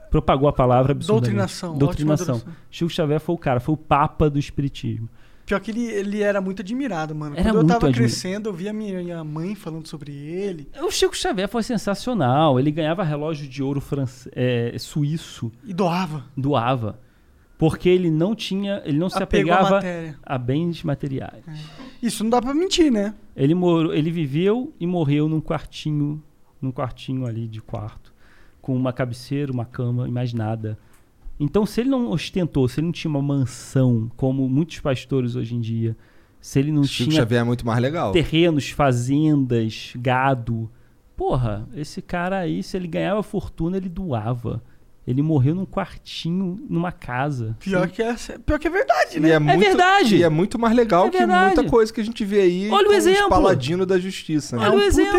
C: propagou a palavra absurdamente.
A: Doutrinação, ótima
C: Doutrinação.
A: doutrinação.
C: Chico Xavier foi o cara, foi o papa do espiritismo.
A: Pior que ele, ele era muito admirado, mano.
C: Era
A: Quando eu
C: muito
A: tava
C: admirado.
A: crescendo, eu via minha, minha mãe falando sobre ele.
C: O Chico Xavier foi sensacional. Ele ganhava relógio de ouro france- é, suíço.
A: E doava.
C: Doava. Porque ele não tinha. Ele não se
A: Apego à
C: apegava
A: matéria. É.
C: a bens materiais.
A: Isso não dá pra mentir, né?
C: Ele, morou, ele viveu e morreu num quartinho. Num quartinho ali de quarto. Com uma cabeceira, uma cama e mais nada. Então, se ele não ostentou, se ele não tinha uma mansão, como muitos pastores hoje em dia, se ele não
B: Chico
C: tinha
B: Xavier é muito mais legal.
C: terrenos, fazendas, gado. Porra, esse cara aí, se ele ganhava fortuna, ele doava. Ele morreu num quartinho, numa casa.
A: Pior, que é, pior que é verdade,
C: E
A: né?
C: é É muito- verdade.
B: E é muito mais legal
A: É
B: que
A: verdade.
B: muita coisa que a gente vê aí
C: Olha o
B: com
C: exemplo.
B: os paladino da justiça. Né?
C: Olha o É um exemplo.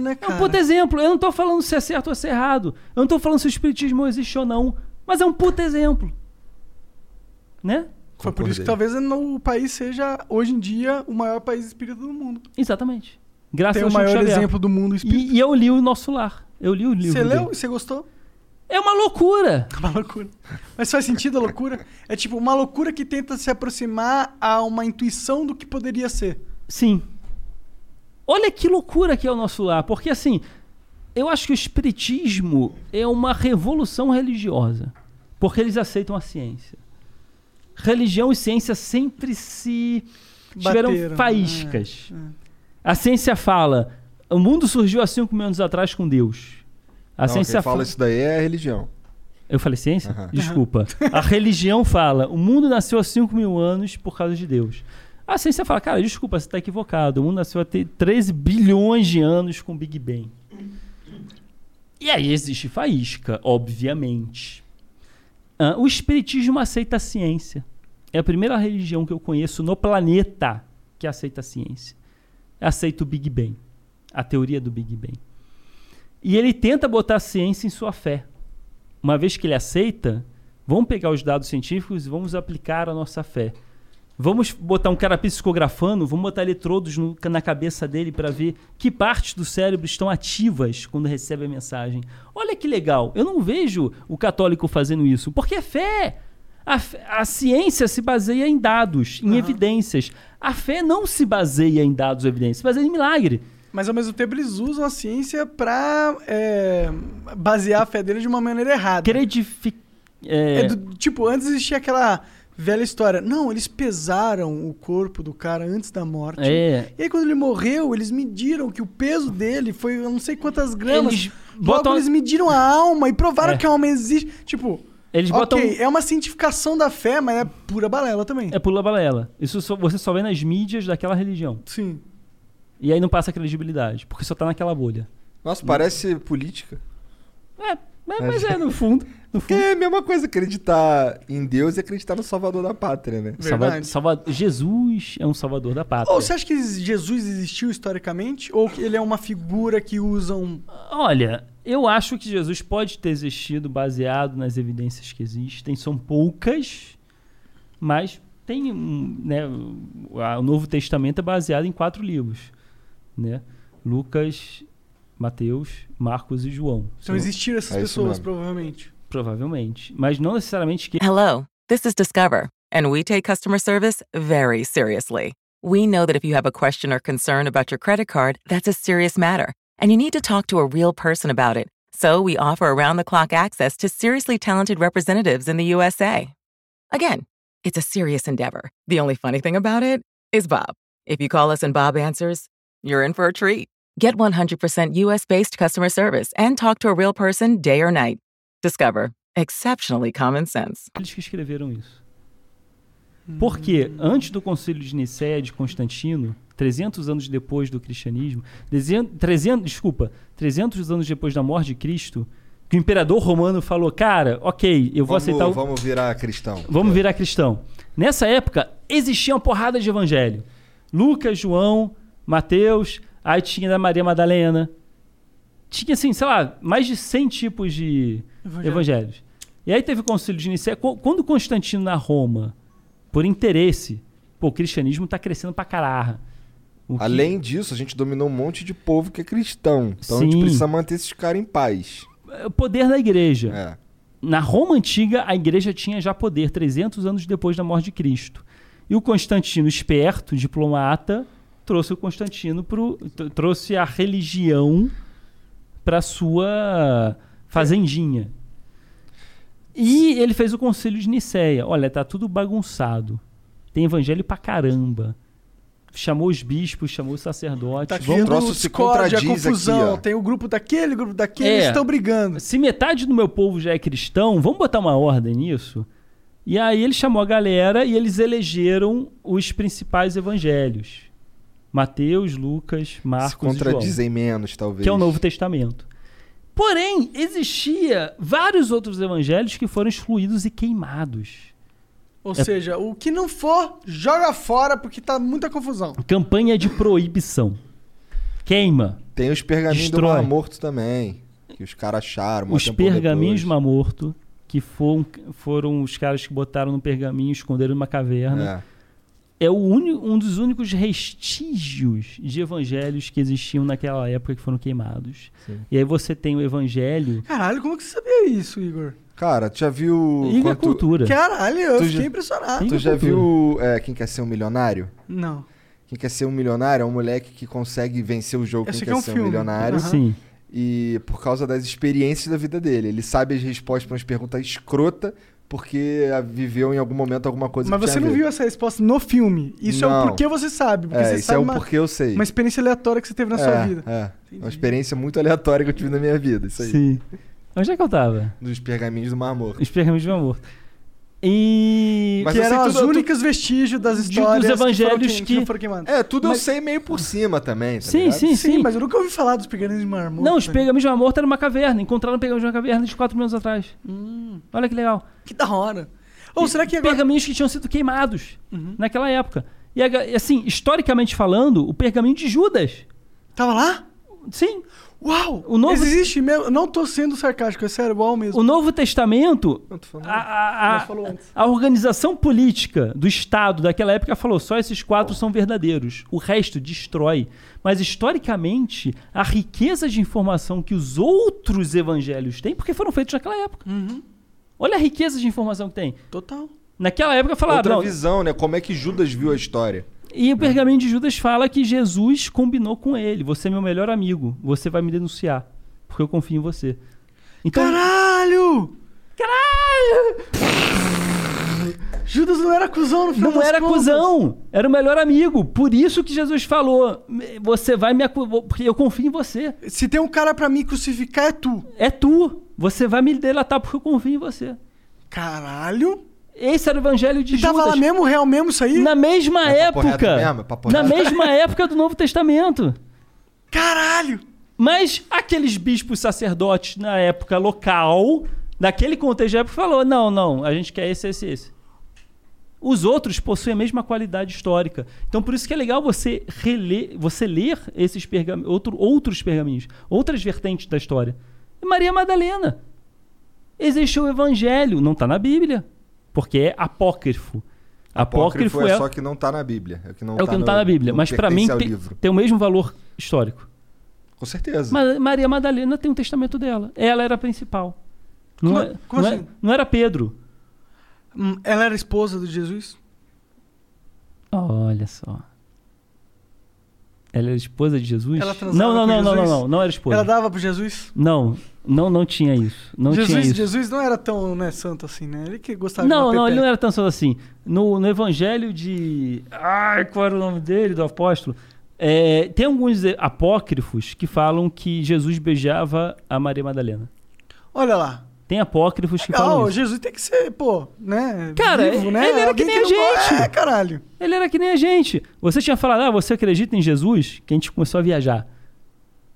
A: né,
C: É um puta exemplo. Eu não tô falando se é certo ou se é errado. Eu não tô falando se o espiritismo existe ou não. Mas é um puta exemplo. Né?
A: Foi por isso que talvez no- o país seja, hoje em dia, o maior país espírita do mundo.
C: Exatamente. Graças
A: Tem
C: ao
A: o
C: Chico
A: maior
C: Xavier.
A: exemplo do mundo espírita.
C: E, e eu li o Nosso Lar. Eu li o livro.
A: Você leu?
C: dele.
A: Você gostou? *laughs*
C: É uma loucura.
A: É uma loucura. Mas faz sentido a loucura? É tipo uma loucura que tenta se aproximar a uma intuição do que poderia ser.
C: Sim. Olha que loucura que é o nosso lar, porque assim, eu acho que o espiritismo é uma revolução religiosa, porque eles aceitam a ciência. Religião e ciência sempre se tiveram
A: Bateram,
C: faíscas.
A: é, é.
C: A ciência fala, o mundo surgiu há 5 mil anos atrás com Deus.
B: Não,
C: A
B: quem
C: ciência
B: fala isso daí é a religião.
C: Eu falei ciência? Desculpa. A religião fala, o mundo nasceu há 5 mil anos por causa de Deus. A ciência fala, cara, desculpa, você está equivocado. O mundo nasceu há te- 13 bilhões de anos com o Big Bang. E aí existe faísca, obviamente. Ah, o espiritismo aceita a ciência. É a primeira religião que eu conheço no planeta que aceita a ciência. Aceita o Big Bang, a teoria do Big Bang. E ele tenta botar a ciência em sua fé. Uma vez que ele aceita, vamos pegar os dados científicos e vamos aplicar a nossa fé. Vamos botar um cara psicografando, vamos botar eletrodos no- na cabeça dele para ver que partes do cérebro estão ativas quando recebe a mensagem. Olha que legal. Eu não vejo o católico fazendo isso, porque é fé. A, f- a ciência se baseia em dados, em evidências. A fé não se baseia em dados ou evidências, se baseia em milagre.
A: Mas ao mesmo tempo eles usam a ciência pra é, basear a fé deles de uma maneira errada.
C: Credific... É...
A: do- tipo, antes existia aquela velha história. Não, eles pesaram o corpo do cara antes da morte.
C: É.
A: E aí quando ele morreu, eles mediram que o peso dele foi eu não sei quantas gramas.
C: Eles
A: Logo,
C: botam-
A: eles mediram a alma e provaram
C: É.
A: que a alma existe. Tipo...
C: Eles
A: ok,
C: botam-
A: é uma cientificação da fé, mas é pura balela também.
C: É pula balela. Isso só- você só vê nas mídias daquela religião.
A: Sim.
C: E aí não passa credibilidade, porque só tá naquela bolha. Hum.
B: Nossa, parece política.
C: É, mas é, no fundo.
A: *laughs*
B: Porque é a mesma coisa acreditar em Deus e acreditar no Salvador da Pátria, né?
C: Salva, salva- Jesus é um salvador da pátria.
A: Ou você acha que Jesus existiu historicamente? Ou que ele é uma figura que usam.
C: Olha, eu acho que Jesus pode ter existido baseado nas evidências que existem. São poucas, mas tem um, né, o a- o Novo Testamento é baseado em quatro livros, né? Lucas, Mateus, Marcos e João.
A: Então existiram
B: É
A: essas pessoas, provavelmente.
C: Provavelmente, mas não necessariamente que
F: Hello, this is Discover, and we take customer service very seriously. We know that if you have a question or concern about your credit card, that's a serious matter, and you need to talk to a real person about it. So we offer around the clock access to seriously talented representatives in the USA. Again, it's a serious endeavor. The only funny thing about it is Bob. If you call us and Bob answers, you're in for a treat. Get 100% US based customer service and talk to a real person day or night. Discover exceptionally common sense.
C: eles que escreveram isso. Porque antes do concílio de Nicéia de Constantino, 300 anos depois do cristianismo, 300, 300, desculpa, 300 anos depois da morte de Cristo, que o imperador romano falou, cara, ok, eu vou
B: vamos,
C: aceitar o...
B: Vamos virar cristão.
C: Vamos virar cristão. Nessa época, existia uma porrada de evangelho. Lucas, João, Mateus, aí tinha da Maria Madalena. Tinha, assim, sei lá, mais de 100 tipos de
A: Evangelho.
C: evangelhos. E aí teve o concílio de Nicéia. Qu- Quando Constantino na Roma, por interesse, pô, o cristianismo tá crescendo pra caralho.
B: Além disso, a gente dominou um monte de povo que é cristão. Então a gente
C: Sim.
B: precisa manter esses caras em paz. É.
C: É o poder da igreja. Na Roma antiga, a igreja tinha já poder, 300 anos depois da morte de Cristo. E o Constantino, esperto, diplomata, trouxe o Constantino pro, tr- trouxe a religião para sua fazendinha. E ele fez o concílio de Niceia. Olha, tá tudo bagunçado. Tem evangelho pra caramba. Chamou os bispos, chamou os sacerdotes.
A: Tá criando discórdia, confusão. Tem o grupo daquele, o grupo daquele,
C: É.
A: eles estão brigando.
C: Se metade do meu povo já é cristão, vamos botar uma ordem nisso? E aí ele chamou a galera e eles elegeram os principais evangelhos. Mateus, Lucas,
B: Se
C: Marcos e João.
B: contradizem menos, talvez.
C: Que é o Novo Testamento. Porém, existia vários outros evangelhos que foram excluídos e queimados.
A: Ou
C: É-
A: seja, o que não for, joga fora, porque tá muita confusão.
C: Campanha de proibição. Queima.
B: Tem os pergaminhos do
C: Destrói.
B: Mar Morto também. Que os caras acharam. mó
C: Os
B: tempão
C: pergaminhos de Mamorto, que foram, foram os caras que botaram no pergaminho, esconderam numa caverna. É, o único, um dos únicos restígios de evangelhos que existiam naquela época que foram queimados.
B: Sim.
C: E aí você tem o evangelho.
A: Caralho, como que você sabia isso, Igor?
B: Cara, tu já viu.
C: Liga a cultura.
A: Caralho, eu
B: Tu
A: fiquei
B: já-
A: impressionado.
B: Tu já viu é, Quem Quer Ser um Milionário?
A: Não.
B: Quem Quer Ser um Milionário é um moleque que consegue vencer o jogo
A: Eu
B: Quem
A: sei
B: Quer
A: que é um
B: Ser um
A: filme.
B: Milionário.
A: Aham. Sim.
B: E por causa das experiências da vida dele. Ele sabe as respostas para umas perguntas escrota porque ah, viveu em algum momento alguma coisa
A: Mas
B: que
A: você
B: tinha a
A: não
B: ver.
A: viu essa resposta no filme. Isso é
B: Não.
A: o porquê você sabe. Porque
B: É,
A: você
B: isso
A: sabe
B: é o
A: uma-
B: porquê eu sei.
A: Uma experiência aleatória que você teve na sua
B: É,
A: vida.
B: É. Uma experiência muito aleatória que eu tive na minha vida, isso aí.
C: Sim. Onde é que eu tava?
B: Dos pergaminhos do Mar Morto.
C: Os pergaminhos de Mamorto. E.
B: Mas
A: que
B: eu sei
A: eram
B: tudo-
A: os
B: eu tô-
A: únicos vestígios das histórias que foram
C: um evangelhos
A: queim-
C: que-
A: não foram queimadas.
B: É, tudo
A: Mas-
B: eu sei meio por cima também, tá
C: Sim,
B: ligado?
C: sim, sim.
A: mas é eu nunca ouvi falar dos pergaminhos de marmota.
C: Não, os pergaminhos de Mamorto eram uma caverna. Encontraram pergaminhos de uma caverna de 4 mil anos atrás. Olha que legal.
A: Que da hora. Ou será que agora...
C: Pergaminhos que tinham sido queimados naquela época. E a ga- assim, historicamente falando, o pergaminho de Judas.
A: Tava lá?
C: Sim.
A: Uau!
C: O novo,
A: Existe mesmo. Não tô sendo sarcástico, é sério, uau mesmo.
C: o novo Testamento,
A: A,
C: a- a organização política do Estado daquela época falou: só esses quatro são verdadeiros. O resto destrói. Mas historicamente, a riqueza de informação que os outros evangelhos têm, porque foram feitos naquela época.
B: Uhum.
C: Olha a riqueza de informação que tem.
A: Total.
C: Naquela época falaram.
B: Outra
C: não,
B: visão, né? Como é que Judas viu a história?
C: E o pergaminho de Judas fala que Jesus combinou com ele: Você é meu melhor amigo, você vai me denunciar, porque eu confio em você. Então,
A: Caralho!
C: Caralho!
A: Judas não era cuzão no final
C: Não
A: das
C: era
A: contas.
C: cuzão, era o melhor amigo. Por isso que Jesus falou: Você vai me. acu- Porque eu confio em você.
A: Se tem um cara pra me crucificar, é tu.
C: É tu. Você vai me delatar porque eu confio em você.
A: Caralho!
C: Esse era o evangelho de
A: E tava
C: Judas.
A: lá mesmo, real mesmo isso aí?
C: Na mesma
B: papo reto
C: época.
B: mesmo? É papo
C: na
B: reto? *laughs*
C: mesma época do Novo Testamento.
A: Caralho!
C: Mas aqueles bispos sacerdotes na época local, naquele contexto da época, falou: não, não, a gente quer esse, esse, esse. Os outros possuem a mesma qualidade histórica. Então, por isso que é legal você reler, você ler esses pergaminhos, outro, outros pergaminhos, outras vertentes da história. E Maria Madalena. Existe o evangelho, não está na Bíblia, porque é apócrifo.
B: Apócrifo,
C: Apócrifo,
B: é,
C: é,
B: só que não tá na Bíblia. É o que não,
C: é o que não
B: no-
C: está na Bíblia. Mas para mim
B: pertence ao
C: tem-
B: livro.
C: tem o mesmo valor histórico.
B: Com certeza.
C: Ma- Maria Madalena tem um testamento dela. Ela era a principal. Não,
A: Como-
C: é-
A: como
C: não é-
A: assim?
C: não era Pedro.
A: Hum, Ela era esposa de Jesus?
C: Olha só. Ela era esposa de Jesus?
A: Ela transava
C: não, não,
A: com
C: não, não, não,
A: Jesus?
C: não, não era esposa.
A: Ela dava pro Jesus?
C: Não, não, não tinha isso. Não tinha
A: Jesus,
C: isso.
A: Jesus não era tão né, santo assim, né? Ele que gostava de
C: Não,
A: uma
C: não, ele
A: pepeca.
C: não era tão santo assim. No, no evangelho de. Ai, qual era o nome dele, do apóstolo? É, tem alguns e- apócrifos que falam que Jesus beijava a Maria Madalena.
A: Olha lá.
C: Tem apócrifos que falam
A: Não,
C: isso.
A: Jesus tem que ser, pô, né?
C: Cara,
A: vivo, né?
C: ele era que
A: Alguém
C: nem a
A: não go-
C: gente.
A: É, caralho.
C: Ele era que nem a gente. Você tinha falado, ah, você acredita em Jesus? Que a gente começou a viajar.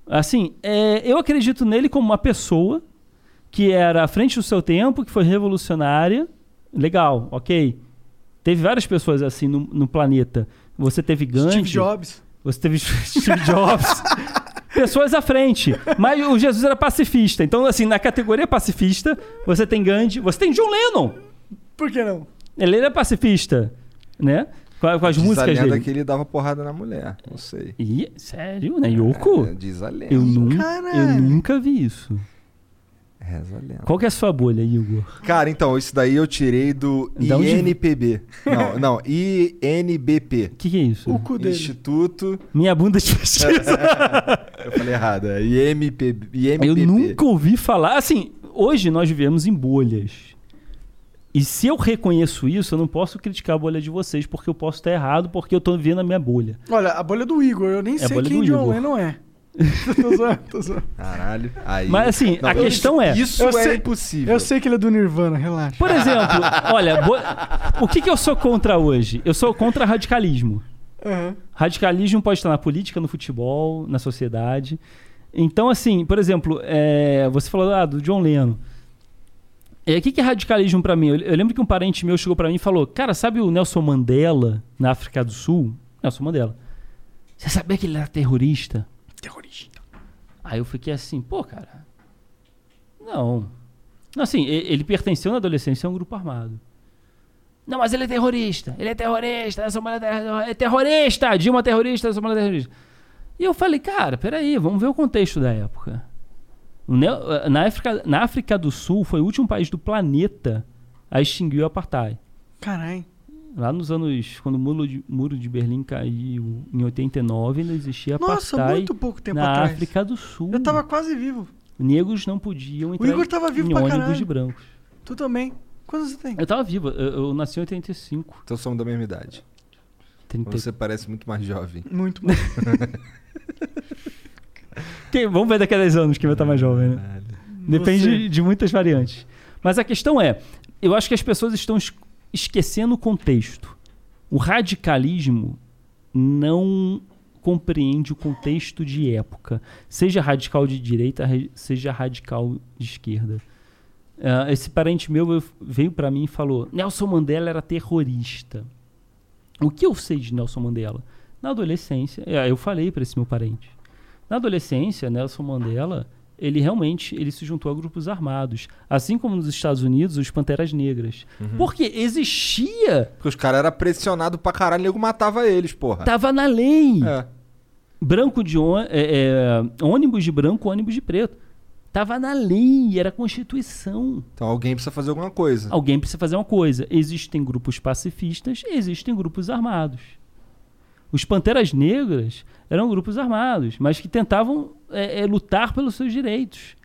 C: Assim, é, eu acredito nele como uma pessoa que era à frente do seu tempo, que foi revolucionária. Legal, ok. Teve várias pessoas assim no, no planeta. Você teve Gandhi.
A: Steve Jobs.
C: Você teve *laughs* Steve Jobs. pessoas à frente. Mas o Jesus era pacifista. Então, assim, na categoria pacifista, você tem Gandhi, você tem John Lennon.
A: Por que não?
C: Ele era pacifista, né? Com, a- com as
B: Diz a
C: músicas
B: lenda
C: dele.
B: que ele dava porrada na mulher, não sei.
C: Ih, sério, né? Yoko?
B: É, diz a lenda.
C: Eu, nun- eu
B: Caralho.
C: nunca vi isso.
B: Reza a lenda.
C: Qual que é a sua bolha, Igor?
B: Cara, então, isso daí eu tirei do
C: Da onde-
B: INPB. Não, não, INBP. O
C: que, é isso?
A: O cu dele.
B: Instituto...
C: Minha bunda de
B: eu falei errado, é IMPB. IMPB.
C: Eu nunca ouvi falar. Assim, hoje nós vivemos em bolhas. E se eu reconheço isso, eu não posso criticar a bolha de vocês, porque eu posso estar errado, porque eu tô vivendo a minha bolha.
A: Olha, a bolha do Igor, eu nem
C: É a
A: sei
C: bolha
A: quem
C: do
A: John
C: Igor.
A: Lennon é. *laughs* tô zoando, tô zoando.
B: Caralho. Aí...
C: Mas, assim, a
B: eu-
C: questão é-
B: Isso
C: Eu
B: é
C: sei-
B: impossível.
A: Eu sei que ele é do Nirvana, relaxa.
C: Por exemplo, olha, bo- o que, que eu sou contra hoje? Eu sou contra radicalismo.
A: Aham.
C: Radicalismo pode estar na política, no futebol, na sociedade. Então, assim, por exemplo, é, você falou ah, do John Lennon. É, o que, que é radicalismo pra mim? Eu, eu lembro que um parente meu chegou pra mim e falou: Cara, sabe o Nelson Mandela na África do Sul? Nelson Mandela. Você sabia que ele era terrorista? Terrorista. Aí eu fiquei assim, pô, cara. Não. Não, Assim, e- ele pertenceu na adolescência a um grupo armado. Não, mas ele é terrorista. Ele é terrorista. Essa mulher é terro- é terrorista. Dilma é terrorista. Essa mulher é terrorista. E eu falei, cara, peraí, vamos ver o contexto da época. O neo- eh, Na África, na África do Sul foi o último país do planeta a extinguir o apartheid.
A: Caralho.
C: Lá nos anos, quando o muro de, muro de Berlim caiu em 89, ainda existia
A: Nossa,
C: apartheid
A: muito pouco tempo
C: na
A: atrás.
C: África do Sul.
A: Eu tava quase vivo.
C: Negros não podiam entrar
A: Igor tava vivo
C: em
A: pra
C: ônibus
A: caralho.
C: de brancos.
A: Tu também. Quantos você tem?
C: Eu tava vivo, eu, eu nasci em 85.
B: Então somos da mesma idade. Então Você parece muito mais jovem.
A: Muito mais.
C: Quem- vamos ver daqui a 10 anos quem vai estar mais jovem, né? Depende
A: Você.
C: de, de muitas variantes. Mas a questão é, eu acho que as pessoas estão es- esquecendo o contexto. O radicalismo não compreende o contexto de época. Seja radical de direita, re- seja radical de esquerda. Ah, esse parente meu veio- veio para mim e falou: Nelson Mandela era terrorista. O que eu sei de Nelson Mandela? Na adolescência, é, eu falei para esse meu parente. Na adolescência, Nelson Mandela, ele realmente ele se juntou a grupos armados, assim como nos Estados Unidos, os Panteras Negras. Porque existia,
B: Porque os caras eram pressionados pra caralho, o nego matava eles, porra.
C: tava na lei.
B: É.
C: Branco de ô- é, é, ônibus de branco, ônibus de preto. Tava na lei, era a Constituição.
B: Então alguém precisa fazer alguma coisa.
C: Alguém precisa fazer uma coisa. Existem grupos pacifistas, existem grupos armados. Os Panteras Negras eram grupos armados, mas que tentavam é, é, lutar pelos seus direitos.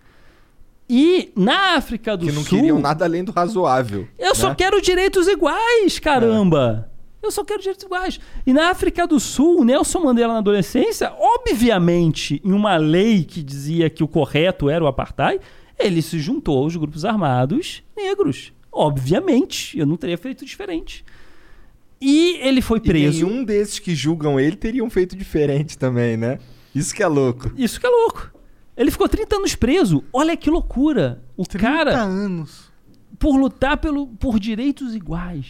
C: E na África do
B: que não
C: Sul.
B: queriam nada além do razoável.
C: Eu só
B: né? É.
C: quero direitos iguais, caramba! Eu só quero direitos iguais. E na África do Sul, o Nelson Mandela na adolescência, obviamente, em uma lei que dizia que o correto era o apartheid, ele se juntou aos grupos armados negros. Obviamente, eu não teria feito diferente. E ele foi
B: E
C: preso.
B: nenhum desses que julgam ele teriam feito diferente também, né? Isso que é louco.
C: Isso que é louco. Ele ficou 30 anos preso. Olha que loucura. O cara.
A: anos.
C: Por lutar pelo, por direitos iguais.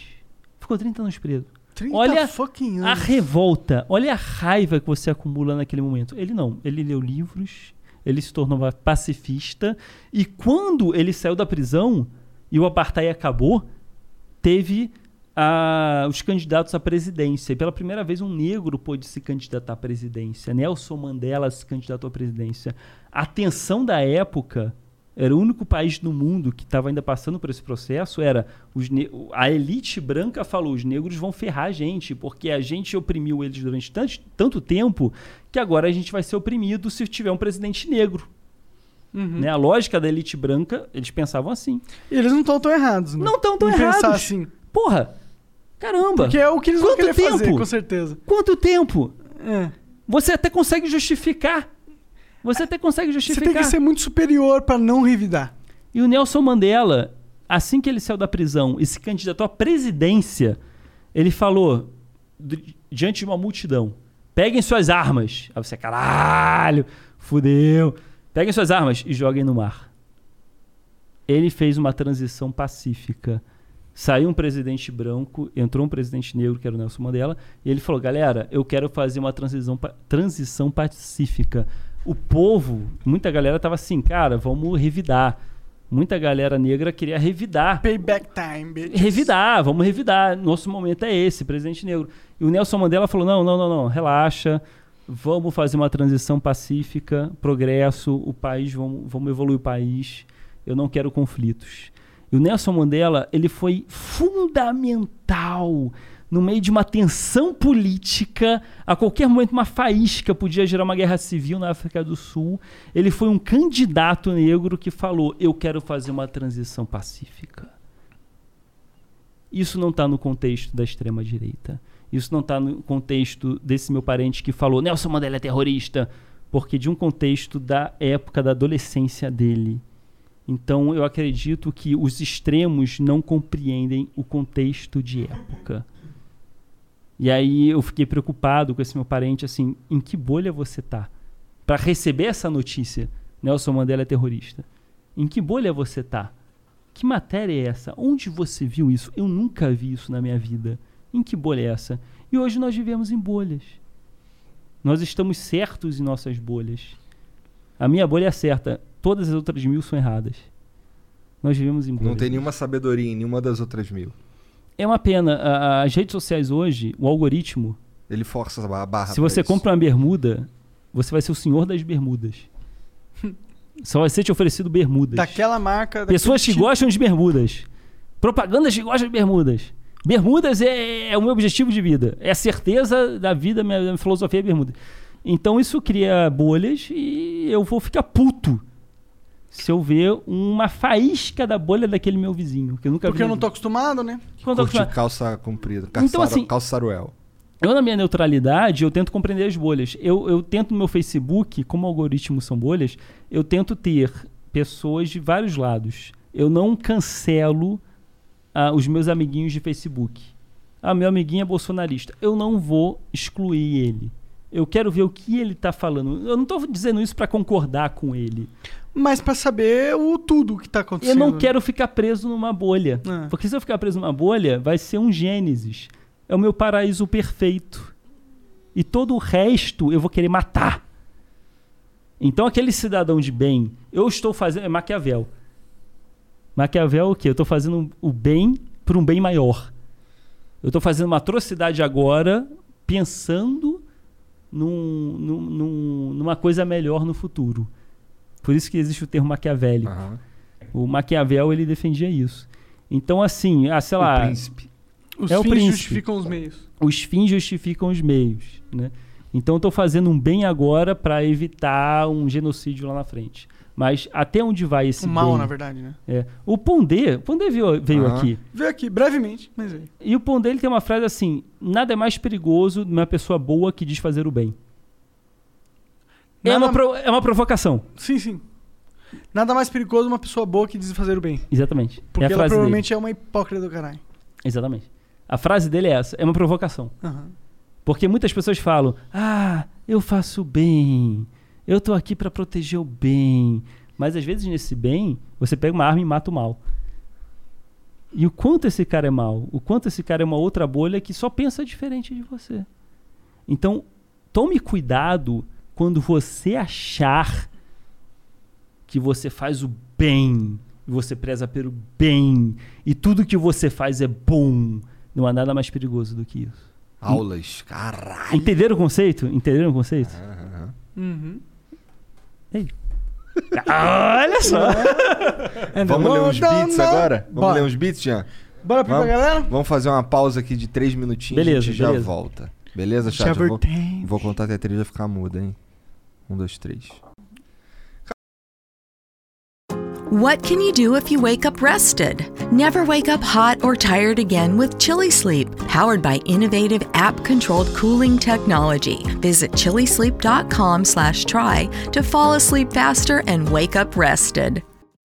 C: Ficou 30 anos preso.
A: 30
C: Olha
A: fucking
C: a
A: anos.
C: revolta. Olha a raiva que você acumula naquele momento. Ele não. Ele leu livros. Ele se tornou pacifista. E quando ele saiu da prisão e o apartheid acabou, teve ah, os candidatos à presidência. E pela primeira vez um negro pôde se candidatar à presidência. Nelson Mandela se candidatou à presidência. A tensão da época era o único país no mundo que estava ainda passando por esse processo era os ne- a elite branca falou os negros vão ferrar a gente porque a gente oprimiu eles durante tanto, tanto tempo que agora a gente vai ser oprimido se tiver um presidente negro
A: Uhum.
C: né? a lógica da elite branca eles pensavam assim
A: E eles não estão tão errados, né?
C: não estão tão
A: Em
C: errados
A: pensar assim.
C: porra caramba
A: Porque é o que eles vão
C: Quanto
A: querer fazer,
C: tempo?
A: com certeza.
C: quanto tempo
A: É.
C: você até consegue justificar você até consegue
A: Você
C: justificar
A: tem que ser muito superior pra não revidar.
C: E o Nelson Mandela, assim que ele saiu da prisão e se candidatou à presidência, ele falou di- diante de uma multidão: peguem suas armas. Aí você, caralho, fudeu. Peguem suas armas e joguem no mar. Ele fez uma transição pacífica. Saiu um presidente branco, entrou um presidente negro, que era o Nelson Mandela, e ele falou: galera, eu quero fazer uma transição, pa- transição pacífica. O povo, muita galera tava assim, cara, vamos revidar. Muita galera negra queria revidar.
A: Payback time, bitch.
C: Revidar, vamos revidar. Nosso momento é esse, presidente negro. E o Nelson Mandela falou: não, não, não, não, relaxa. Vamos fazer uma transição pacífica, progresso, o país, vamos, vamos evoluir o país. Eu não quero conflitos. E o Nelson Mandela, ele foi fundamental no meio de uma tensão política. A qualquer momento, uma faísca podia gerar uma guerra civil na África do Sul. Ele foi um candidato negro que falou: Eu quero fazer uma transição pacífica. Isso não está no contexto da extrema-direita. Isso não está no contexto desse meu parente que falou Nelson Mandela é terrorista, porque de um contexto da época da adolescência dele. Então eu acredito que os extremos não compreendem o contexto de época. E aí eu fiquei preocupado com esse meu parente, assim, em que bolha você tá? Para receber essa notícia, Nelson Mandela é terrorista. Em que bolha você tá? Que matéria é essa? Onde você viu isso? Eu nunca vi isso na minha vida. Em que bolha é essa? E hoje nós vivemos em bolhas. Nós estamos certos em nossas bolhas. A minha bolha é certa, todas as outras mil são erradas. Nós vivemos em bolhas.
B: Não tem nenhuma sabedoria em nenhuma das outras mil.
C: É uma pena. a- a- As redes sociais hoje, o algoritmo.
B: Ele força a barra.
C: Se você
B: pra isso.
C: compra uma bermuda, você vai ser o senhor das bermudas. Só vai ser te oferecido bermudas.
A: Daquela marca. daquele
C: Pessoas que
A: tipo.
C: gostam de bermudas. Propagandas que gostam de bermudas. Bermudas é, é o meu objetivo de vida. É a certeza da vida, minha, minha filosofia é bermuda. Então isso cria bolhas e eu vou ficar puto se eu ver uma faísca da bolha daquele meu vizinho. Que eu nunca
A: Porque
C: vi
A: eu
C: na
A: não tô acostumado, né?
C: Quando eu
B: Curte
C: falo-
B: calça comprida.
C: Então,
B: calçaro-
C: assim-
B: Calçaruel.
C: Eu, na minha neutralidade, eu tento compreender as bolhas. Eu, eu tento no meu Facebook, como algoritmos são bolhas, eu tento ter pessoas de vários lados. Eu não cancelo ah, os meus amiguinhos de Facebook. Ah, meu amiguinho é bolsonarista. Eu não vou excluir ele. Eu quero ver o que ele está falando. Eu não estou dizendo isso para concordar com ele.
A: Mas pra saber o tudo que tá acontecendo.
C: Eu não quero ficar preso numa bolha.
A: É.
C: Porque se eu ficar preso numa bolha, vai ser um Gênesis. É o meu paraíso perfeito. E todo o resto eu vou querer matar. Então, aquele cidadão de bem, eu estou fazendo. É Maquiavel. Maquiavel é o quê? Eu estou fazendo o bem para um bem maior. Eu estou fazendo uma atrocidade agora, pensando num- num- num- numa coisa melhor no futuro. Por isso que existe o termo maquiavélico. O Maquiavel ele defendia isso. Então, assim, ah, sei lá.
B: príncipe.
A: Os
C: é o
A: fins
C: príncipe.
A: justificam os meios.
C: Os fins justificam os meios. Né? Então, estou fazendo um bem agora para evitar um genocídio lá na frente. Mas até onde vai esse
A: O mal,
C: bem?
A: na verdade, né?
C: É. O Pondé, o Pondé veio, veio
A: Aham.
C: aqui.
A: Veio aqui, brevemente, mas veio.
C: E o Pondé ele tem uma frase assim: nada é mais perigoso de uma pessoa boa que diz fazer o bem. É
A: Nada-
C: uma, pro- é uma provocação.
A: Sim, sim. Nada mais perigoso uma pessoa boa que diz fazer o bem.
C: Exatamente.
A: Porque
C: é a
A: ela
C: frase dele.
A: provavelmente é uma hipócrita do caralho.
C: Exatamente. A frase dele é essa: é uma provocação.
A: Aham.
C: Porque muitas pessoas falam: "Ah, eu faço o bem. Eu tô aqui para proteger o bem". Mas às vezes nesse bem, você pega uma arma e mata o mal. E o quanto esse cara é mal, o quanto esse cara é uma outra bolha que só pensa diferente de você. Então, tome cuidado quando você achar que você faz o bem, você preza pelo bem, e tudo que você faz é bom. Não há nada mais perigoso do que isso.
B: Aulas. Caralho.
C: Entenderam o conceito? Entenderam o conceito?
A: Uhum.
C: Ei.
A: Ah.
C: Olha só!
B: Vamos ler uns beats
A: Não, não.
B: agora? Vamos
A: Bora.
B: ler uns beats, Jean?
A: Bora pra
B: vamos,
A: galera?
B: Vamos fazer uma pausa aqui de três minutinhos e a
C: Beleza,
B: gente já
C: beleza.
B: volta. Beleza,
C: Te
B: chat? Eu Vou,
C: advertente.
B: vou contar até três e vai ficar muda, hein? Um, dois, três.
I: What can you do if you wake up rested? Never wake up hot or tired again with Chili Sleep, powered by innovative app-controlled cooling technology. Visit chillisleep.com/try to fall asleep faster and wake up rested.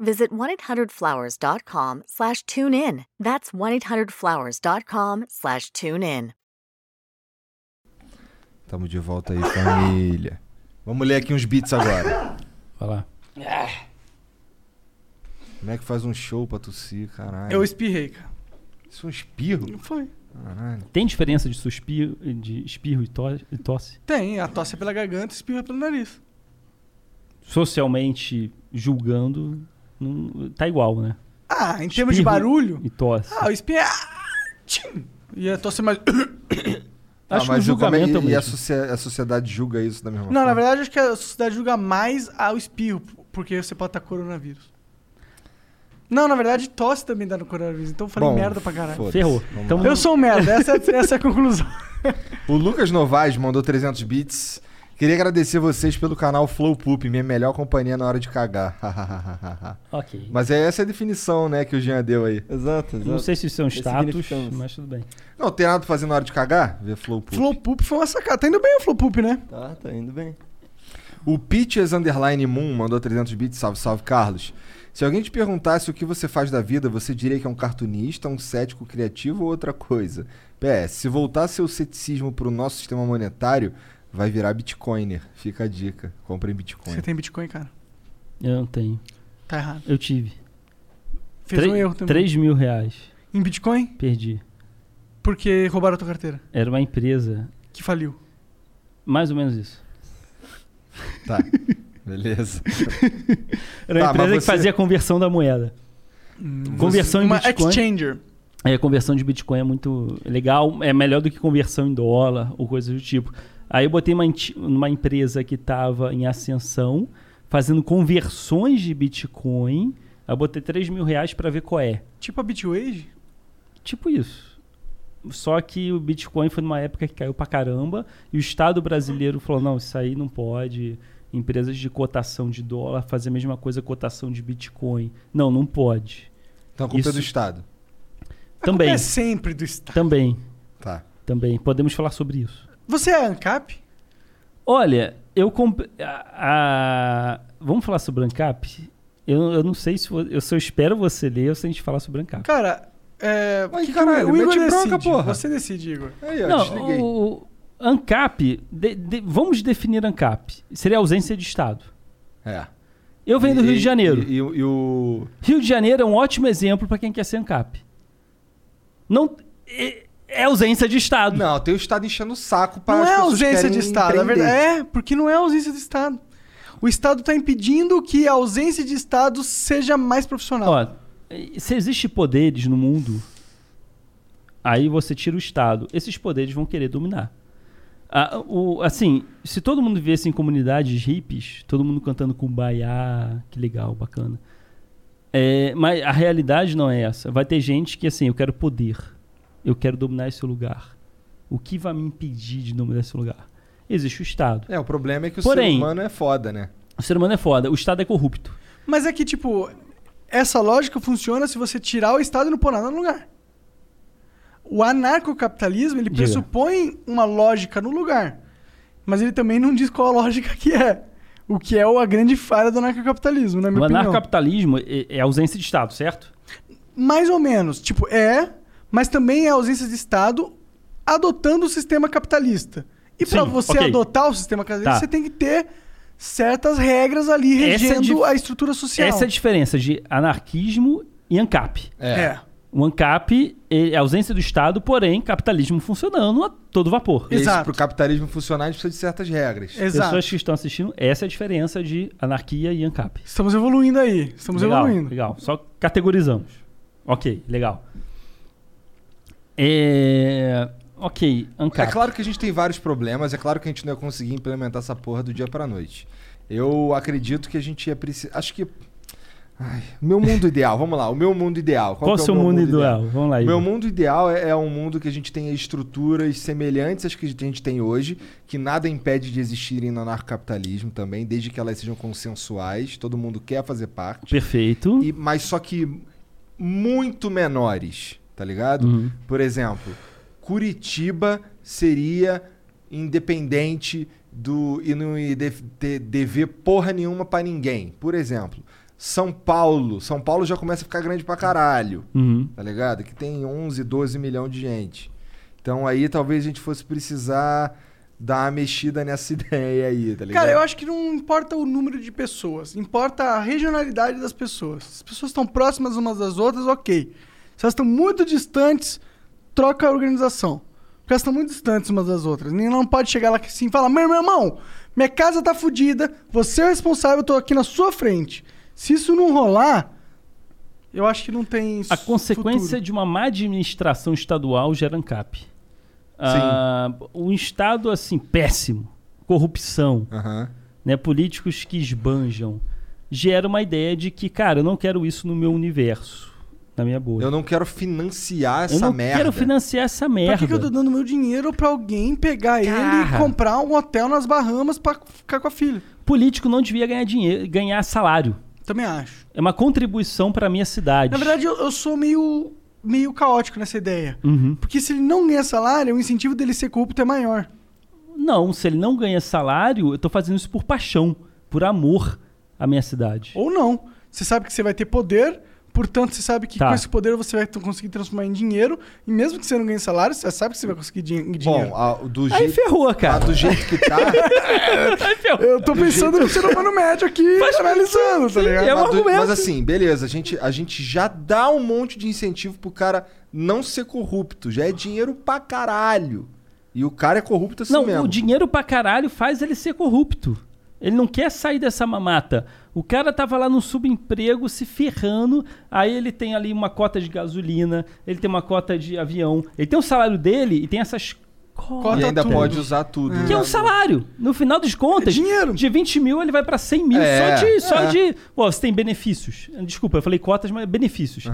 H: visit 1-800-Flowers.com slash tune in. That's 1-800-Flowers.com slash tune in.
B: Tamo de volta aí, família. Vamos ler aqui uns beats agora.
C: Vai lá.
B: Como é que faz um show pra tossir, caralho?
A: Eu espirrei, cara.
B: Isso é um espirro?
A: Não foi.
B: Caralho.
C: Tem diferença de suspiro, de espirro e to- e tosse?
A: Tem, a tosse é pela garganta e espirra pelo nariz.
C: Socialmente julgando, não- tá igual, né?
A: Ah, em termos de
C: Espirro
A: barulho?
C: E tosse.
A: Ah, o espirro é... Tchim! E a tosse é mais...
B: Ah,
C: Acho que
B: mas
C: o
B: o como é-
C: julgamento é o
B: e a,
C: mesmo.
B: socie- a sociedade julga isso da mesma
A: Não, na
B: forma?
A: verdade, acho que a sociedade julga mais ao espirro, porque você pode estar com coronavírus. Não, na verdade, tosse também dá no coronavírus. Então eu falei
B: Bom,
A: merda pra caralho.
B: foda-se. Ferrou. Então-
A: Eu sou um merda, essa, é- essa é a
B: *laughs*
A: conclusão.
B: O Lucas Novaes mandou 300 bits. Queria agradecer vocês pelo canal Flow Poop, minha melhor companhia na hora de cagar. *laughs*
C: Ok.
B: Mas é essa a definição, né, que o Jean deu aí.
K: Exato,
C: Não sei se isso é um status, mas tudo bem.
B: Não, tem nada pra fazer na hora de cagar? Ver Flow Poop.
A: Flow Poop foi uma sacada. Tá indo bem o Flow Poop, né?
K: Tá, tá indo bem.
B: O Peaches Underline Moon mandou 300 bits. Salve, salve, Carlos. Se alguém te perguntasse o que você faz da vida, você diria que é um cartunista, um cético criativo ou outra coisa? PS, se voltar seu ceticismo pro nosso sistema monetário, vai virar bitcoiner. Fica a dica. Comprem bitcoin.
A: Você tem Bitcoin, cara?
C: Eu não tenho.
A: Tá errado.
C: Eu tive.
A: Fez um erro também.
C: 3 mil reais.
A: Em Bitcoin?
C: Perdi.
A: Porque roubaram a tua carteira.
C: Era uma empresa.
A: Que faliu.
C: Mais ou menos isso.
B: Tá. Beleza.
C: Era uma
B: Tá, mas
C: empresa que
B: você-
C: fazia a conversão da moeda. Conversão em
A: Uma
C: Bitcoin.
A: exchanger.
C: É, conversão de Bitcoin é muito legal, é melhor do que conversão em dólar ou coisa do tipo. Aí eu botei uma, enti- uma empresa que estava em ascensão, fazendo conversões de Bitcoin. Aí eu botei 3 mil reais para ver qual é.
A: Tipo a Bitwage?
C: Tipo isso. Só que o Bitcoin foi numa época que caiu pra caramba e o Estado brasileiro falou: não, isso aí não pode. Empresas de cotação de dólar fazer a mesma coisa cotação de Bitcoin. Não, não pode.
B: Então a culpa é
C: Isso-
B: do Estado.
C: Também.
A: É sempre do Estado.
C: Também.
B: Tá.
C: Também. Podemos falar sobre isso.
A: Você é ANCAP?
C: Olha, eu comp... a- a- Vamos falar sobre ANCAP? Eu, eu não sei se... vo- Eu só espero você ler ou se a gente falar sobre ANCAP.
A: Cara, é...
B: Ai,
A: que que
B: caralho,
A: o Igor
B: mete bronca,
A: decide.
B: porra.
A: Você decide, Igor.
B: Aí, ó,
C: não,
B: desliguei.
C: o, o ANCAP... de- de- Vamos definir ANCAP. Seria ausência de Estado.
B: É.
C: Eu venho do
B: E-
C: Rio de Janeiro.
B: E, e- e o.
C: Rio de Janeiro é um ótimo exemplo para quem quer ser ANCAP. Não... É é ausência de Estado.
B: Não, tem o Estado enchendo o saco para
A: Não
B: as
A: é
B: pessoas
A: ausência
B: querem
A: de Estado, a
B: empreender.
A: verdade é, porque não é ausência de Estado. O Estado está impedindo que a ausência de Estado seja mais profissional.
C: Ó, se existe poderes no mundo, aí você tira o Estado. Esses poderes vão querer dominar. Ah, o, assim, se todo mundo vivesse em comunidades hippies, todo mundo cantando Kumbaya, que legal, bacana. É, mas a realidade não é essa. Vai ter gente que, assim, eu quero poder. Eu quero dominar esse lugar. O que vai me impedir de dominar esse lugar? Existe o Estado.
B: É, o problema é que o
C: Porém-
B: ser humano é foda, né?
C: O ser humano é foda. O Estado é corrupto.
A: Mas é que, tipo, essa lógica funciona se você tirar o Estado e não pôr nada no lugar. O anarcocapitalismo, ele
C: Diga.
A: pressupõe uma lógica no lugar. Mas ele também não diz qual a lógica que é. O que é a grande falha do anarcocapitalismo, na minha
C: o
A: opinião.
C: anarcocapitalismo é, é ausência de Estado, certo?
A: Mais ou menos. Tipo, é, mas também é ausência de Estado adotando o sistema capitalista. E pra
C: Sim,
A: você
C: ok.
A: adotar o sistema capitalista,
C: Tá.
A: você tem que ter certas regras ali
C: Essa é a
A: regendo
C: dif-
A: a estrutura social.
C: Essa é a diferença de anarquismo e ANCAP.
A: É. É.
C: O ANCAP é a ausência do Estado, porém, capitalismo funcionando a todo vapor.
B: E Isso, pro capitalismo funcionar, a gente precisa de certas regras.
C: Pessoas que estão assistindo, essa é a diferença de anarquia e ANCAP.
A: Estamos evoluindo aí. Estamos
C: legal,
A: evoluindo.
C: Legal, só categorizamos. Ok, legal. É... Ok,
B: É
C: ANCAP.
B: claro que a gente tem vários problemas, é claro que a gente não ia conseguir implementar essa porra do dia pra noite. Eu acredito que a gente ia precisar. Acho que. Meu mundo ideal, vamos lá. O meu mundo ideal.
C: Qual,
B: que é
C: o seu
B: meu
C: mundo, ideal? Vamos lá,
B: O
C: Igor.
B: meu mundo ideal é, é um mundo que a gente tenha estruturas semelhantes às que a gente tem hoje, que nada impede de existirem no anarcocapitalismo também, desde que elas sejam consensuais, todo mundo quer fazer parte.
C: Perfeito.
B: E, mas só que muito menores, tá ligado?
C: Uhum.
B: Por exemplo, Curitiba seria independente do e não ia de- de- dever porra nenhuma pra ninguém. Por exemplo, São Paulo. São Paulo já começa a ficar grande pra caralho,
C: Uhum.
B: tá ligado? Que tem 11, 12 milhões de gente. Então aí talvez a gente fosse precisar dar uma mexida nessa *laughs* ideia aí, tá ligado?
A: Cara, eu acho que não importa o número de pessoas, importa a regionalidade das pessoas. Se as pessoas estão próximas umas das outras, ok. Se elas estão muito distantes, troca a organização. Porque elas estão muito distantes umas das outras. Ninguém não pode chegar lá que assim e falar: meu irmão, minha casa tá fodida, você é o responsável, eu tô aqui na sua frente. Se isso não rolar, eu acho que não tem.
C: A consequência de uma má administração estadual gera ANCAP. Ah, um Estado, assim, péssimo, corrupção, né, políticos que esbanjam, gera uma ideia de que, cara, eu não quero isso no meu universo, na minha bolha.
B: Eu não quero financiar essa
C: Eu não
B: merda.
C: quero financiar essa merda.
A: Por que, que eu tô dando meu dinheiro pra alguém pegar ele e comprar um hotel nas Bahamas pra ficar com a filha?
C: Político não devia ganhar dinheiro, ganhar salário.
A: Também acho.
C: É uma contribuição para minha cidade.
A: Na verdade, eu, eu sou meio, meio caótico nessa ideia.
C: Uhum.
A: Porque se ele não ganha salário, o incentivo dele ser corrupto é maior.
C: Não, se ele não ganha salário, eu tô fazendo isso por paixão, por amor à minha cidade. *laughs*
A: Ou não. Você sabe que você vai ter poder, portanto, você sabe que
C: Tá.
A: com esse poder você vai t- conseguir transformar em dinheiro. E mesmo que você não ganhe salário, você sabe que você vai conseguir din- dinheiro.
B: Bom, a- do
A: Aí
B: jeito,
C: ferrou, cara.
B: do jeito que
C: *laughs*
B: tá.
A: eu tô pensando no ser humano médio aqui,
C: *laughs*
A: analisando, tá
C: é um
A: ligado?
B: mas, do- mas assim, beleza, a gente, a gente já dá um monte de incentivo pro cara não ser corrupto. Já é dinheiro pra caralho. E o cara é corrupto assim
C: não,
B: mesmo.
C: o dinheiro pra caralho faz ele ser corrupto. Ele não quer sair dessa mamata. O cara tava lá no subemprego se ferrando, aí ele tem ali uma cota de gasolina, ele tem uma cota de avião, ele tem o salário dele e tem essas cotas.
B: e ainda
C: todas.
B: pode usar tudo.
C: Que é um
B: né?
C: salário. No final das contas, de 20 mil ele vai pra 100 mil.
B: É,
C: só de. Só
B: é.
C: de pô, você tem benefícios. Desculpa, eu falei cotas, mas benefícios.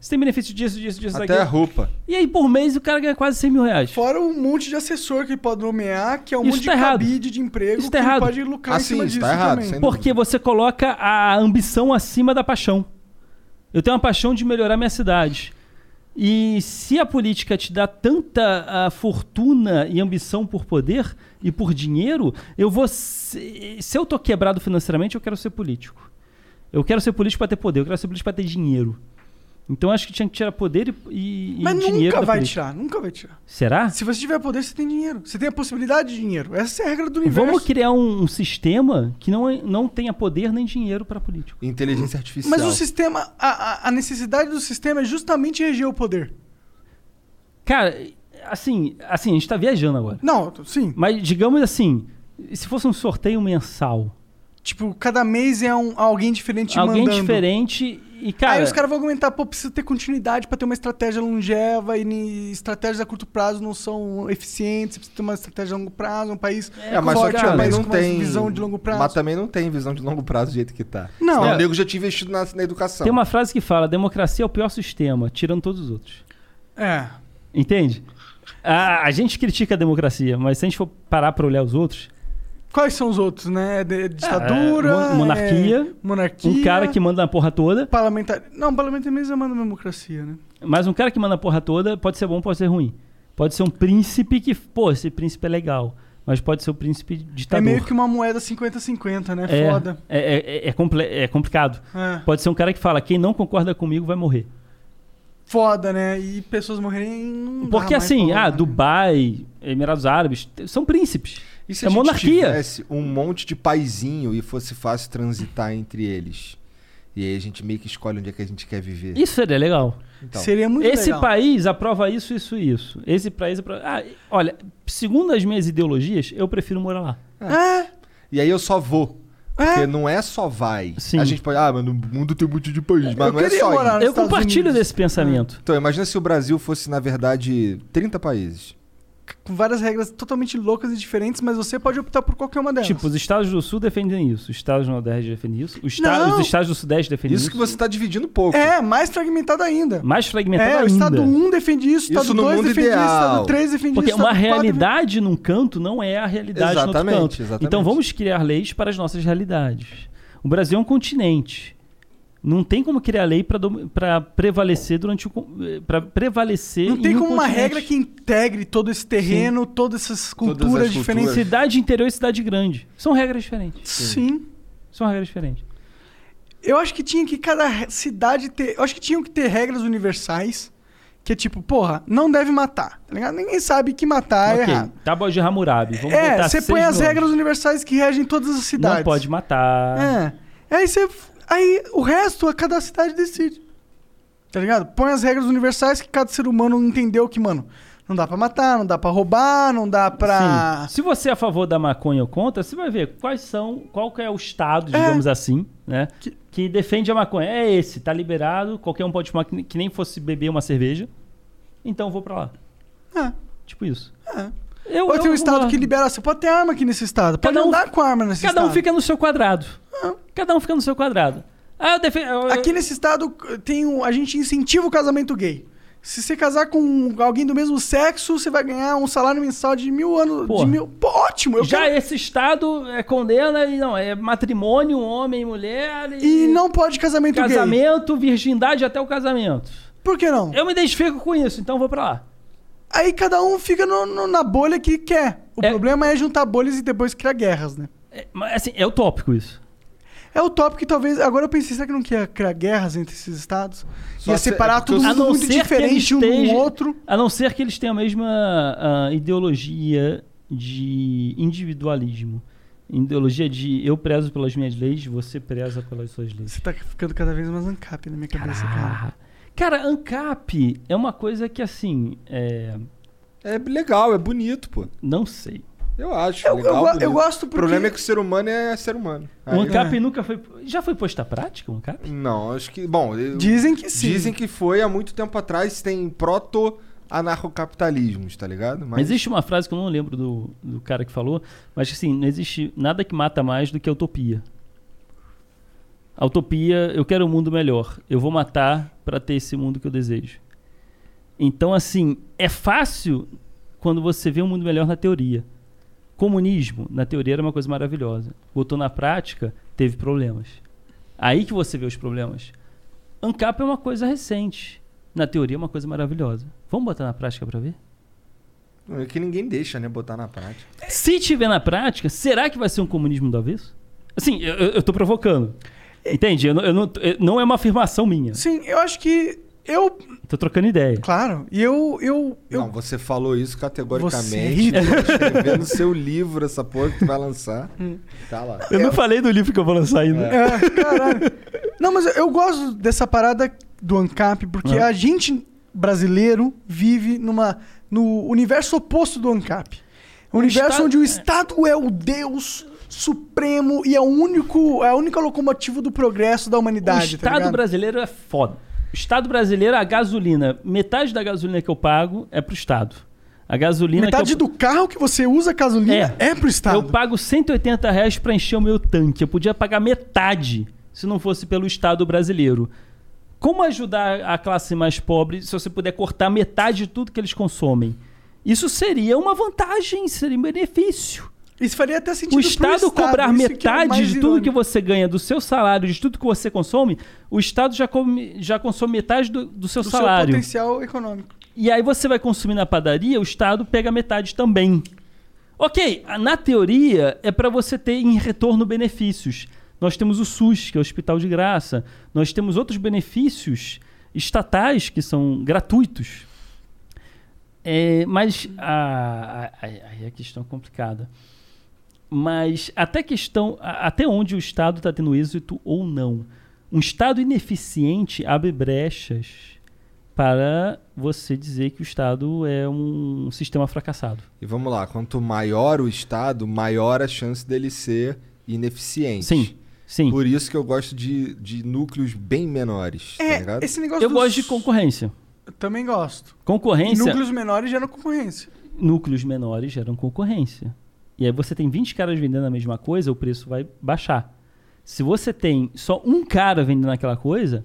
C: Você tem benefício disso, disso, disso,
B: Até a roupa.
C: E aí, por mês, o cara ganha quase 100 mil reais.
A: Fora um monte de assessor que ele pode nomear, que é um
C: Isso
A: monte de
C: tá errado.
A: cabide de emprego
C: Isso tá
A: que ele
C: errado.
A: pode
B: Ah,
A: lucrar em cima
B: tá
A: disso também.
C: Porque você coloca a ambição acima da paixão. Eu tenho uma paixão de melhorar minha cidade. E se a política te dá tanta ah, fortuna e ambição por poder e por dinheiro, eu vou. Se, se eu tô quebrado financeiramente, eu quero ser político. Eu quero ser político para ter poder, eu quero ser político para ter dinheiro. Então eu acho que tinha que tirar poder e, e,
A: Mas
C: e dinheiro.
A: nunca
C: da
A: vai
C: política.
A: tirar, nunca vai tirar.
C: Será?
A: Se você tiver poder, você tem dinheiro. Você tem a possibilidade de dinheiro. Essa é a regra do universo.
C: Vamos criar um, um sistema que não, é- não tenha poder nem dinheiro para político.
B: Inteligência artificial.
A: Mas o sistema, a, a- a necessidade do sistema é justamente reger o poder.
C: Cara, assim, assim, a gente tá viajando agora.
A: Não, sim.
C: Mas digamos assim, se fosse um sorteio mensal,
A: Tipo, cada mês é um, alguém diferente
C: alguém
A: mandando.
C: diferente e cara,
A: Aí os caras vão argumentar, pô, precisa ter continuidade pra ter uma estratégia longeva e ni- estratégias a curto prazo não são eficientes, precisa ter uma estratégia a longo prazo, um país
B: É, mas só que
A: forte, um
B: também
A: país
B: não
A: com mais
B: tem.
A: visão de longo prazo.
B: Mas também não tem visão de longo prazo do jeito que tá.
A: Não.
B: Senão
A: É.
B: o nego já tinha investido na, na educação.
C: tem uma frase que fala: democracia é o pior sistema, tirando todos os outros.
A: É.
C: Entende? A, a gente critica a democracia, mas se a gente for parar pra olhar os outros,
A: Quais são os outros, né? De- ditadura,
C: É, mon- monarquia,
A: é, monarquia,
C: um cara que manda a porra toda,
A: parlamentar, não, parlamentarismo é uma democracia, né?
C: mas um cara que manda a porra toda pode ser bom, pode ser ruim. Pode ser um príncipe que, pô, esse príncipe é legal, mas pode ser o príncipe
A: É
C: ditador.
A: meio que uma moeda 50-50, né?
C: Tá É,
A: Foda.
C: É, é- é comple- é complicado.
A: É.
C: Pode ser um cara que fala: quem não concorda comigo vai morrer.
A: Foda, né? E pessoas morrerem não dá
C: Porque
A: mais
C: assim,
A: pra- né?
C: ah, Dubai, Emirados Árabes, t- são príncipes.
B: E se
C: é
B: a gente
C: monarquia.
B: tivesse um monte de paizinho e fosse fácil transitar entre eles? E aí a gente meio que escolhe onde é que a gente quer viver.
C: Isso seria legal.
B: Então.
A: Seria muito
C: Esse
A: legal.
C: país aprova isso, isso, isso. Esse país aprova. Ah, olha, segundo as minhas ideologias, eu prefiro morar lá.
A: É.
B: E aí eu só vou. Porque não é só vai. A gente pode, ah, mas no mundo tem muito de país, mas não é só ir.
A: É.
C: Eu compartilho desse pensamento.
B: Então, imagina se o Brasil fosse, na verdade, 30 países.
A: com várias regras totalmente loucas e diferentes, mas você pode optar por qualquer uma delas.
C: Tipo, os estados do sul defendem isso, os estados do nordeste defendem isso, os, esta-
A: Não.
C: os estados do sudeste defendem isso.
A: Isso que você
B: tá dividindo pouco.
A: É, mais fragmentado ainda.
C: Mais fragmentado
A: É,
C: ainda.
A: o estado 1 defende isso, o
C: Isso
A: estado
C: no
A: 2
C: mundo
A: defende isso, o
C: ideal.
A: estado 3 defende
C: Porque
A: isso.
C: uma
A: o estado 4
C: realidade num canto não é a realidade no
B: Exatamente,
C: outro canto.
B: exatamente.
C: Então vamos criar leis para as nossas realidades. O Brasil é um continente. Não tem como criar lei para prevalecer durante o para prevalecer
A: Não tem
C: em um
A: como uma
C: continente.
A: regra que integre todo esse terreno, todas essas culturas diferentes.
C: Cidade interior e cidade grande. São regras diferentes.
A: Sim.
C: São regras diferentes.
A: Eu acho que tinha que cada re- cidade ter. Eu acho que tinham que ter regras universais. Que é tipo, porra, não deve matar. Tá ligado? Ninguém sabe que matar é
C: ok.
A: errado.
C: Tábua de Hammurabi. Vamos
A: é,
C: botar
A: você
C: seis
A: põe as
C: nomes.
A: regras universais que regem todas as cidades.
C: Não pode matar.
A: É. Aí você. Aí o resto, a cada cidade decide. Tá ligado? Põe as regras universais que cada ser humano entendeu que, mano, não dá pra matar, não dá pra roubar, não dá pra.
C: Sim. Se você é a favor da maconha ou contra, você vai ver quais são, qual que é o estado, digamos assim, né? Que, defende a maconha. É esse, tá liberado, qualquer um pode fumar que, que nem fosse beber uma cerveja. Então eu vou pra lá.
A: É.
C: Tipo isso.
A: Eu, pode ter um estado que libera. Você pode ter arma aqui nesse estado. Pode andar com arma nesse
C: Cada
A: estado.
C: um fica no seu quadrado. Cada um fica no seu quadrado. Ah, eu defendo.
A: Aqui nesse estado tem um, a gente incentiva o casamento gay. Se você casar com alguém do mesmo sexo, você vai ganhar um salário mensal de mil anos.
C: Porra.
A: De mil, Pô, ótimo! Eu
C: Já
A: quero-
C: esse estado é, condena e não, é matrimônio, homem e mulher.
A: E não pode casamento, gay.
C: Casamento, virgindade até o casamento.
A: Por que não?
C: Eu me identifico com isso, então vou pra lá.
A: Aí cada um fica no- no- na bolha que quer. O problema é juntar bolhas e depois criar guerras, né?
C: É, mas, assim, é utópico isso.
A: É o tópico que talvez. Agora eu pensei, será que não quer criar guerras entre esses estados?
C: Só
A: Ia
B: é
C: se-
A: separar tudo
C: a não
A: muito
C: ser que eles
A: diferente um do
C: estejam-
A: outro.
C: A não ser que eles tenham a mesma ah, ideologia de individualismo. Ideologia de eu prezo pelas minhas leis, você preza pelas suas leis.
A: Você tá ficando cada vez mais ancap na minha cabeça, cara.
C: Cara, ANCAP é uma coisa que, assim. É,
B: é legal, é bonito, pô.
C: Não sei.
B: Eu acho.
C: Eu- eu
B: legal,
C: go- eu
B: bonito.
C: gosto
B: O
C: porque-
B: problema é que o ser humano é ser humano.
C: O
B: Aí-
A: é.
C: ANCAP nunca foi. Já foi posto à prática o ANCAP?
B: Não, acho que. Bom, eu-
C: Dizem que sim.
B: Dizem que foi há muito tempo atrás, tem proto-anarcocapitalismos, tá ligado?
C: Mas existe uma frase que eu não lembro do, do cara que falou, mas que, assim, não existe nada que mata mais do que a utopia. A utopia, eu quero um mundo melhor. Eu vou matar pra ter esse mundo que eu desejo. Então, assim, é fácil quando você vê um mundo melhor na teoria. Comunismo, na teoria, era uma coisa maravilhosa. Botou na prática, teve problemas. Aí que você vê os problemas. ANCAP é uma coisa recente. Na teoria, é uma coisa maravilhosa. Vamos botar na prática pra ver?
B: Não, É que ninguém deixa, né, botar na prática.
C: Se tiver na prática, será que vai ser um comunismo do avesso? Assim, eu, eu eu tô provocando. Entende? Eu, não- eu não, eu- não é uma afirmação minha.
A: Sim, eu acho que eu.
C: Tô trocando ideia.
A: Claro, e eu. eu, eu...
B: Não, você falou isso categoricamente.
A: Você é
B: *laughs*
A: ridículo.
B: tu vai escrever no seu livro essa porra que tu vai lançar.
A: Hum.
B: tá lá.
C: Eu não falei do livro que eu vou lançar ainda.
A: É, caralho. Não, mas eu, eu gosto dessa parada do ANCAP, porque
C: Ah.
A: a gente brasileiro vive numa, no universo oposto do ANCAP. Um
C: O
A: universo
C: Estado-
A: onde o Estado é o Deus supremo e é o único, é a única locomotiva do progresso da
C: O
A: humanidade. tá
C: Estado
A: ligado?
C: brasileiro é foda. O Estado brasileiro, a gasolina, metade da gasolina que eu pago é pro Estado. A gasolina
A: Metade
C: é que eu...
A: do carro que você usa gasolina é, pro Estado.
C: Eu pago 180 reais pra encher o meu tanque. Eu podia pagar metade se não fosse pelo Estado brasileiro. Como ajudar a classe mais pobre se você puder cortar metade de tudo que eles consomem? Isso seria uma vantagem, seria um benefício.
A: Isso faria até sentido
C: O
A: Tipo, pro
C: Estado,
A: Estado,
C: cobrar
A: isso que é o
C: metade
A: mais
C: de tudo
A: irônico.
C: que você ganha, do seu salário, de tudo que você consome, o Estado já, come- já consome metade do, do seu
A: do seu
C: salário.
A: potencial econômico.
C: E aí você vai consumir na padaria, o Estado pega metade também. Ok, na teoria é para você ter em retorno benefícios. Nós temos o SUS, que é o Hospital de Graça. Nós temos outros benefícios estatais que são gratuitos. É, mas a- a- a- aí é questão complicada. Mas até questão, a- até onde o Estado está tendo êxito ou não? Um Estado ineficiente abre brechas para você dizer que o Estado é um sistema fracassado.
B: E vamos lá, quanto maior o Estado, maior a chance dele ser ineficiente.
C: Sim, sim.
B: Por isso que eu gosto de, de núcleos bem menores, tá ligado?
A: É, esse negócio
C: Eu
A: dos-
C: gosto de concorrência.
A: Eu também gosto.
C: Concorrência.
A: Núcleos menores geram concorrência.
C: núcleos menores geram concorrência. E aí você tem 20 caras vendendo a mesma coisa, o preço vai baixar. Se você tem só um cara vendendo aquela coisa,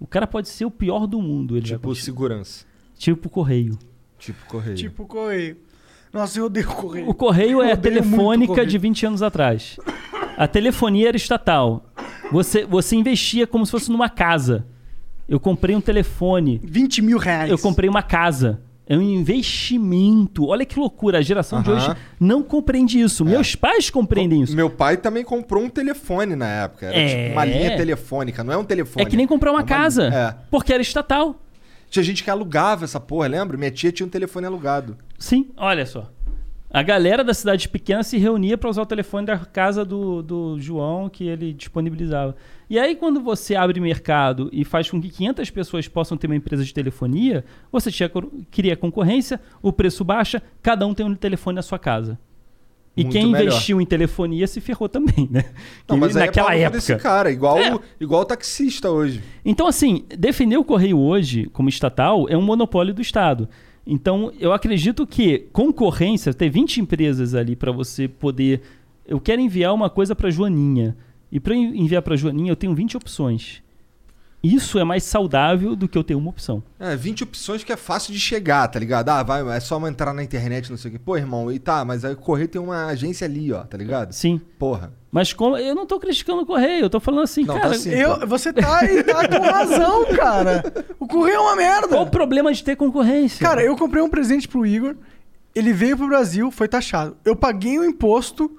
C: o cara pode ser o pior do mundo. Ele
B: Tipo
C: vai continuar.
B: segurança.
C: Tipo correio.
B: Tipo correio.
A: Tipo correio. Nossa, eu odeio correio.
C: O correio
A: Eu
C: é a
A: odeio muito
C: telefônica
A: correio.
C: de 20 anos atrás. A telefonia era estatal. Você, você investia como se fosse numa casa. Eu comprei um telefone.
A: 20 mil reais.
C: Eu comprei uma casa. É um investimento. Olha que loucura. A geração de
B: Aham.
C: hoje não compreende isso. Meus pais compreendem isso.
B: Meu pai também comprou um telefone na época. Era
C: É.
B: tipo uma linha telefônica, não é um telefone.
C: É que nem comprar uma casa. Porque era estatal.
B: Tinha gente que alugava essa porra, lembra? Minha tia tinha um telefone alugado.
C: Sim, olha só. A galera da cidade pequena se reunia para usar o telefone da casa do, do João que ele disponibilizava. E aí, quando você abre mercado e faz com que 500 pessoas possam ter uma empresa de telefonia, você tinha, cor- cria concorrência, o preço baixa, cada um tem um telefone na sua casa. E
B: Muito
C: quem
B: melhor.
C: investiu em telefonia se ferrou também, né?
B: Não,
C: Que
B: mas aí é
C: naquela
B: pau no cu
C: época.
B: desse cara, igual,
C: É.
B: o, igual o taxista hoje.
C: Então, assim, defender o correio hoje como estatal é um monopólio do Estado. Então, eu acredito que concorrência, ter 20 empresas ali para você poder. Eu quero enviar uma coisa para Joaninha. E para enviar para Joaninha, eu tenho 20 opções. Isso é mais saudável do que eu ter uma opção.
B: É, 20 opções que é fácil de chegar, tá ligado? Ah, vai, é só entrar na internet, não sei o quê. Pô, irmão, e tá, mas aí o correio tem uma agência ali, ó, tá ligado?
C: Sim.
B: Porra.
C: Mas como eu não tô criticando o correio, eu tô falando assim,
B: Não, tá
C: cara.
B: sim,
A: Eu- pô. você tá- e tá com razão, cara. O correio é uma merda. Qual
C: o problema de ter concorrência?
A: Cara, eu comprei um presente pro Igor. Ele veio pro Brasil, foi taxado. Eu paguei o imposto.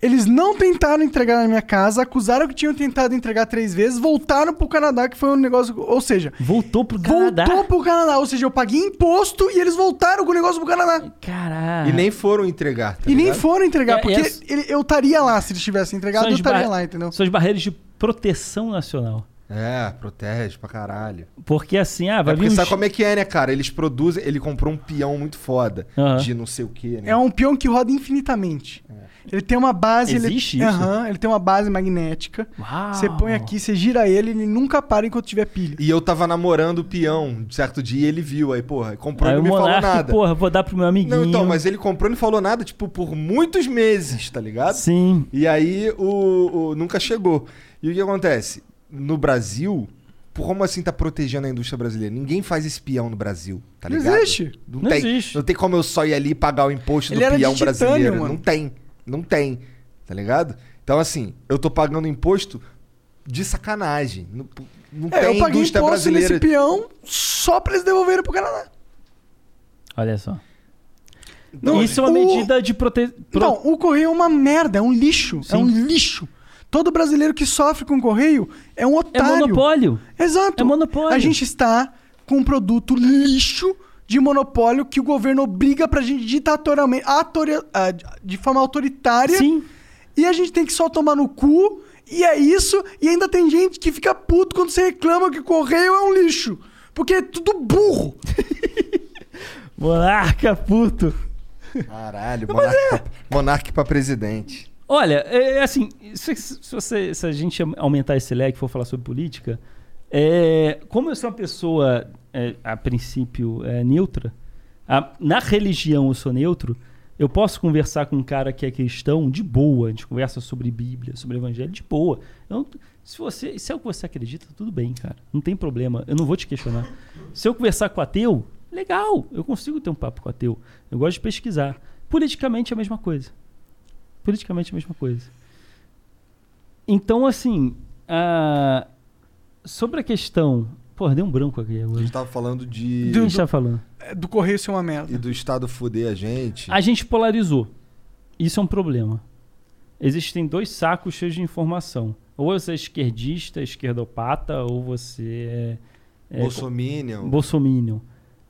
A: Eles não tentaram entregar na minha casa, acusaram que tinham tentado entregar três vezes, voltaram pro Canadá, que foi um negócio. Ou seja,
C: voltou pro
A: Canadá. Voltou pro Canadá. Ou seja, eu paguei imposto e eles voltaram com o negócio pro Canadá.
C: Caralho.
B: E nem foram entregar, tá
A: e nem
B: ligado?
A: foram entregar,
C: É,
A: porque
C: e as-
A: ele- eu estaria lá se eles tivessem entregado,
C: São
A: eu
C: as
A: estaria
C: bar-
A: lá, entendeu?
C: São as barreiras de proteção nacional.
B: É, protege pra caralho.
C: Porque assim, ah, vai
B: é porque
C: vir um
B: sabe como é que é, né, cara? Eles produzem, ele comprou um peão muito foda de não sei o quê, né?
A: É um peão que roda infinitamente. Ele tem uma base.
B: Existe
A: ele...
B: isso?
A: Aham, ele tem uma base magnética. Você põe aqui, você gira ele, ele nunca para enquanto tiver pilha.
B: E eu tava namorando o peão certo dia e ele viu, aí, porra, comprou
C: Aí
B: e
C: o
B: não me falou
C: monarca,
B: nada.
C: porra, vou dar pro meu amiguinho.
B: Não, então, mas ele comprou e não falou nada, tipo, por muitos meses, tá ligado?
C: Sim.
B: E aí o, o- nunca chegou. E o que acontece? No Brasil, por- como assim tá protegendo a indústria brasileira? Ninguém faz esse peão no Brasil, tá
A: Não
B: ligado?
A: existe.
B: Não,
A: Não
B: tem,
A: existe.
B: Não tem como eu só ir ali e pagar o imposto
A: Ele
B: do
A: era de
B: peão
A: titânio,
B: brasileiro.
A: mano.
B: Não tem. Não tem. Tá ligado? Então, assim, eu tô pagando imposto de sacanagem. Não, não
A: É,
B: tem
A: eu paguei
B: indústria
A: imposto
B: brasileira.
A: nesse peão só pra eles devolverem pro Canadá.
C: Olha só.
A: Não,
C: Isso é uma
A: o-
C: medida de proteção.
A: Não, o correio é uma merda, é um lixo. É
C: Sim.
A: um lixo. Todo brasileiro que sofre com correio é um otário.
C: monopólio.
A: Exato. É monopólio. A gente está com um produto lixo de monopólio que o governo obriga pra gente ditatorialmente, atori- ah, de forma autoritária.
C: Sim.
A: E a gente tem que só tomar no cu. E é isso. E ainda tem gente que fica puto quando você reclama que o correio é um lixo. Porque é tudo burro.
C: *laughs* Monarca puto.
B: Caralho,
A: é.
B: monarca, monarca pra presidente.
C: Olha, é, é assim, se, se você- se a gente aumentar esse leque e for falar sobre política, é, como eu sou uma pessoa, é, a princípio, é, neutra, a- na religião eu sou neutro, eu posso conversar com um cara que é cristão de boa, a gente conversa sobre Bíblia, sobre Evangelho, de boa. Eu não- se, você, se é o que você acredita, tudo bem, cara. Não tem problema, eu não vou te questionar. Se eu conversar com ateu, legal, eu consigo ter um papo com ateu. Eu gosto de pesquisar. Politicamente é a mesma coisa politicamente é a mesma coisa. Então, assim, a- sobre a questão. Pô, deu um branco aqui agora. A gente
B: tava falando de.
C: Do, do... falando.
A: É, Do correio ser uma merda.
B: E do Estado fuder a gente.
C: A gente polarizou. Isso é um problema. Existem dois sacos cheios de informação. Ou você é esquerdista, esquerdopata, ou você é. é
B: Bolsominion.
C: Bolsominion.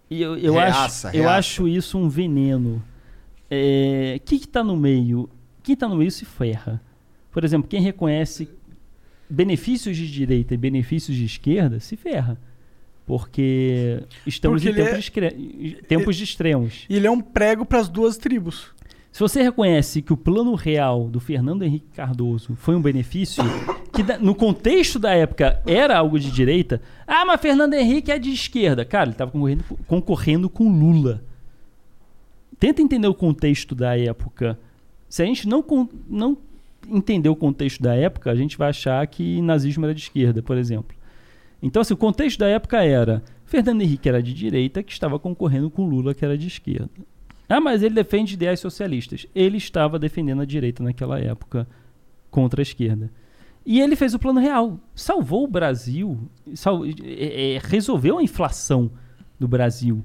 C: E eu, eu,
B: Reaça,
C: acho, eu
B: reaça.
C: acho isso um veneno. É, quem que tá no meio? Quem tá no meio se ferra. Por exemplo, quem reconhece benefícios de direita e benefícios de esquerda se ferra. Porque estamos
A: Porque
C: em
A: ele
C: tempos,
A: é-
C: de escre- tempos de extremos.
A: E ele é um prego para as duas tribos.
C: Se você reconhece que o plano real do Fernando Henrique Cardoso foi um benefício, que da- no contexto da época era algo de direita, ah, mas Fernando Henrique é de esquerda. Cara, ele estava concorrendo, concorrendo com Lula. Tenta entender o contexto da época. Se a gente não, con- não entender o contexto da época, a gente vai achar que nazismo era de esquerda, por exemplo. Então, assim, o contexto da época era Fernando Henrique era de direita, que estava concorrendo com Lula, que era de esquerda. Ah, mas ele defende ideias socialistas. Ele estava defendendo a direita naquela época contra a esquerda. E ele fez o plano real. Salvou o Brasil, sal- é, é, resolveu a inflação do Brasil.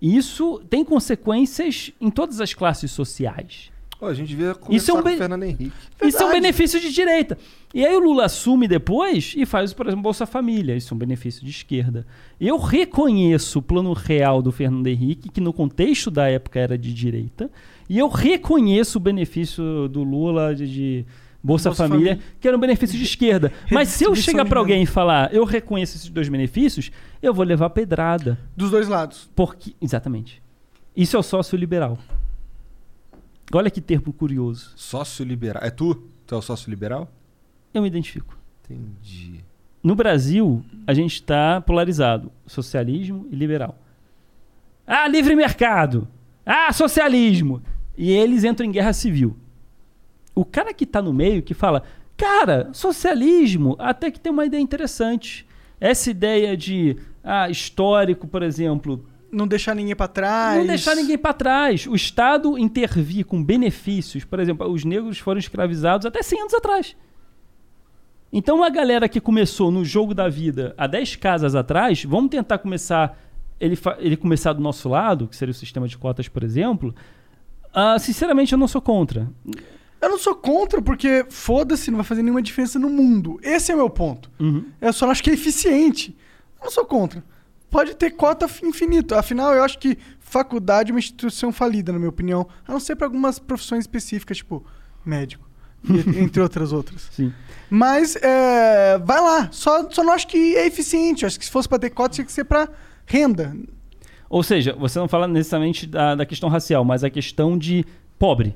C: E isso tem consequências em todas as classes sociais.
B: Pô, a gente devia conversar
C: Isso é um
B: com o
C: be-
B: Fernando Henrique.
C: Isso é um benefício de direita. E aí o Lula assume depois e faz, por exemplo, Bolsa Família. Isso é um benefício de esquerda. Eu reconheço o plano real do Fernando Henrique, que no contexto da época era de direita, e eu reconheço o benefício do Lula de, de Bolsa,
L: Bolsa
C: Família,
L: Família.
C: que era um benefício
L: *laughs*
C: de esquerda. Mas se eu
L: Redistribuição
C: chegar
L: de
C: para alguém e falar, eu reconheço esses dois benefícios, eu vou levar pedrada.
A: Dos dois lados.
C: Porque, exatamente. Isso é o sócio liberal. Olha que termo curioso.
B: Sócio liberal. É tu? Tu é o sócio liberal?
C: Eu me identifico.
B: Entendi.
C: No Brasil, a gente está polarizado: socialismo e liberal. Ah, livre mercado! Ah, socialismo! E eles entram em guerra civil. O cara que está no meio que fala: cara, socialismo até que tem uma ideia interessante. Essa ideia de ah, histórico, por exemplo,
A: Não deixar ninguém pra trás.
C: não deixar ninguém para trás. O Estado intervir com benefícios. Por exemplo, os negros foram escravizados até 100 anos atrás. Então, a galera que começou no jogo da vida há 10 casas atrás, vamos tentar começar ele, fa- ele começar do nosso lado, que seria o sistema de cotas, por exemplo. Ah, sinceramente, eu não sou contra.
A: Eu não sou contra, porque foda-se, não vai fazer nenhuma diferença no mundo. Esse é o meu ponto. Eu só não acho que é eficiente. Eu não sou contra. Pode ter cota fi- infinito. Afinal, eu acho que faculdade é uma instituição falida, na minha opinião. A não ser para algumas profissões específicas, tipo médico, e- entre outras outras.
C: Sim.
A: Mas, é, vai lá. Só, só não acho que é eficiente. Eu acho que se fosse para ter cota, tinha que ser para renda.
C: Ou seja, você não fala necessariamente da, da questão racial, mas a questão de pobre.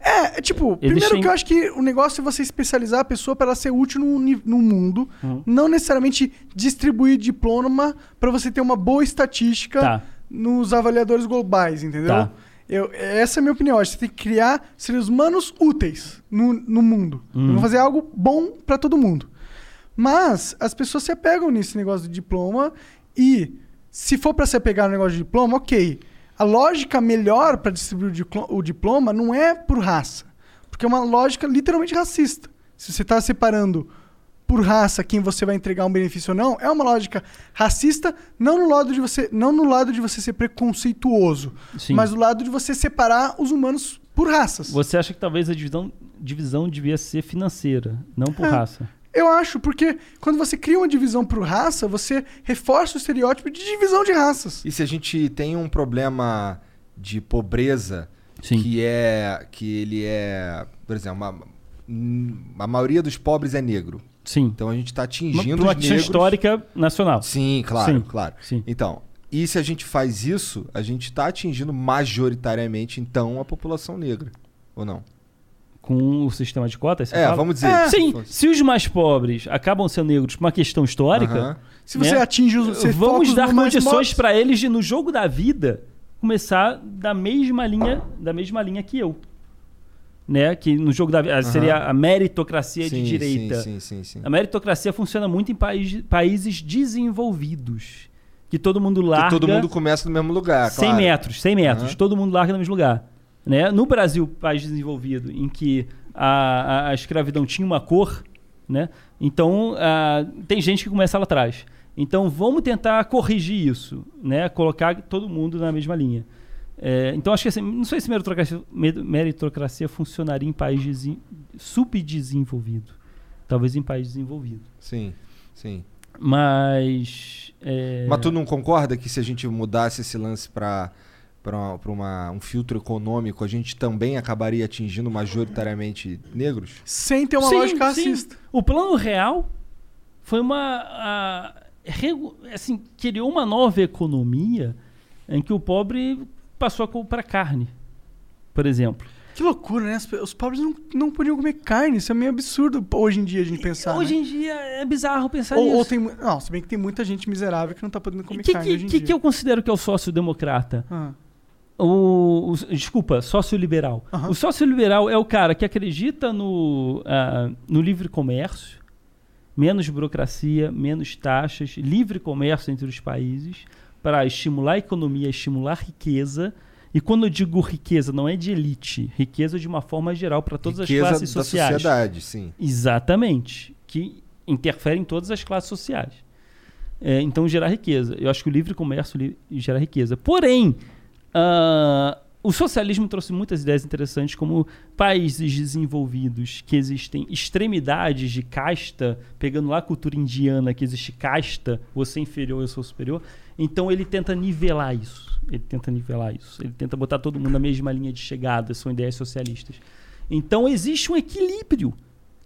A: É, é tipo, primeiro
C: Existem-
A: que eu acho que o negócio é você especializar a pessoa para ela ser útil no, ni- no mundo,
C: Uhum.
A: não necessariamente distribuir diploma para você ter uma boa estatística
C: Tá.
A: nos avaliadores globais, entendeu?
C: Tá.
A: Eu- essa é a minha opinião. Eu Acho que você tem que criar seres humanos úteis no, no mundo.
C: Uhum.
A: Vamos fazer algo bom para todo mundo. Mas as pessoas se apegam nesse negócio de diploma e se for para se apegar no negócio de diploma, ok. A lógica melhor para distribuir o diclo- o diploma não é por raça, porque é uma lógica literalmente racista. Se você está separando por raça quem você vai entregar um benefício ou não, é uma lógica racista, não no lado de você, não no lado de você ser preconceituoso,
C: Sim.
A: mas do lado de você separar os humanos por raças.
C: Você acha que talvez a divisão, divisão devia ser financeira, não por
A: É.
C: raça.
A: Eu acho, porque quando você cria uma divisão por raça, você reforça o estereótipo de divisão de raças.
B: E se a gente tem um problema de pobreza, que é que ele é, por exemplo, uma- um, a maioria dos pobres é negro.
C: Sim.
B: Então a gente está
C: Uma,
B: atingindo
C: por uma
B: os
C: questão
B: negros.
C: histórica nacional.
B: Sim, claro,
C: Sim.
B: claro. Então, e se a gente faz isso, a gente está atingindo majoritariamente então a população negra, ou não?
C: Com o sistema de cotas? você
B: É,
C: fala?
B: vamos dizer.
C: É.
B: Se
C: Sim,
B: fosse.
C: se os mais pobres acabam sendo negros por uma questão histórica.
B: Aham.
A: Se você atinge os- você foca
C: Né? Vamos
A: os mais
C: dar
A: pobres.
C: condições para eles de, no jogo da vida, começar da mesma linha, da mesma linha que eu. Né? Que no jogo da vida seria
B: Aham.
C: a meritocracia
B: Sim,
C: é de direita. É
B: sim, sim, sim, sim.
C: A meritocracia funciona muito em país- países desenvolvidos. Que todo mundo larga.
B: Que todo mundo começa no mesmo lugar, Ah,
C: 100
B: claro.
C: metros, 100 metros.
B: Aham.
C: Todo mundo larga no mesmo lugar. Né? No Brasil, país desenvolvido, em que a, a- a escravidão tinha uma cor, né? então ah, tem gente que começa lá atrás. Então vamos tentar corrigir isso, né? colocar todo mundo na mesma linha. É, então acho que assim, não sei se meritocracia, mer- meritocracia funcionaria em país desen- subdesenvolvido. Talvez em país desenvolvido.
B: Sim, sim.
C: Mas. é,
B: Mas tu não concorda que se a gente mudasse esse lance para para um filtro econômico, a gente também acabaria atingindo majoritariamente negros?
A: Sem ter É uma
C: Sim,
A: lógica
C: sim.
A: racista.
C: O plano real foi uma. a- regu- assim, criou uma nova economia em que o pobre passou a comprar carne, por exemplo.
A: Que loucura, né? As pe- Os pobres não, não podiam comer carne. Isso é meio absurdo hoje em dia a gente pensar.
C: Hoje
A: né?
C: em dia é bizarro pensar
A: ou,
C: nisso.
A: ou tem. mu- Não, se bem que tem muita gente miserável que não tá podendo comer
C: que,
A: carne
C: que,
A: hoje em
C: que,
A: dia.
C: que eu considero que é o sócio democrata?
A: Ah.
C: O, o- desculpa, sócio-liberal. O sócio-liberal é o cara que acredita no, ah, no livre comércio, menos burocracia, menos taxas, livre comércio entre os países, para estimular a economia, estimular a riqueza. E quando eu digo riqueza, não é de elite, riqueza de uma forma geral para todas
B: Riqueza
C: as classes
B: da
C: sociais.
B: sociedade, sim.
C: Exatamente. Que interfere em todas as classes sociais. É, então, gerar riqueza. Eu acho que o livre comércio li- gera riqueza. Porém, ah, o socialismo trouxe muitas ideias interessantes, como países desenvolvidos que existem extremidades de casta, pegando lá a cultura indiana, que existe casta, você é inferior, eu sou superior. Então, ele tenta nivelar isso. Ele tenta nivelar isso. Ele tenta botar todo mundo na mesma linha de chegada. São ideias socialistas. Então, existe um equilíbrio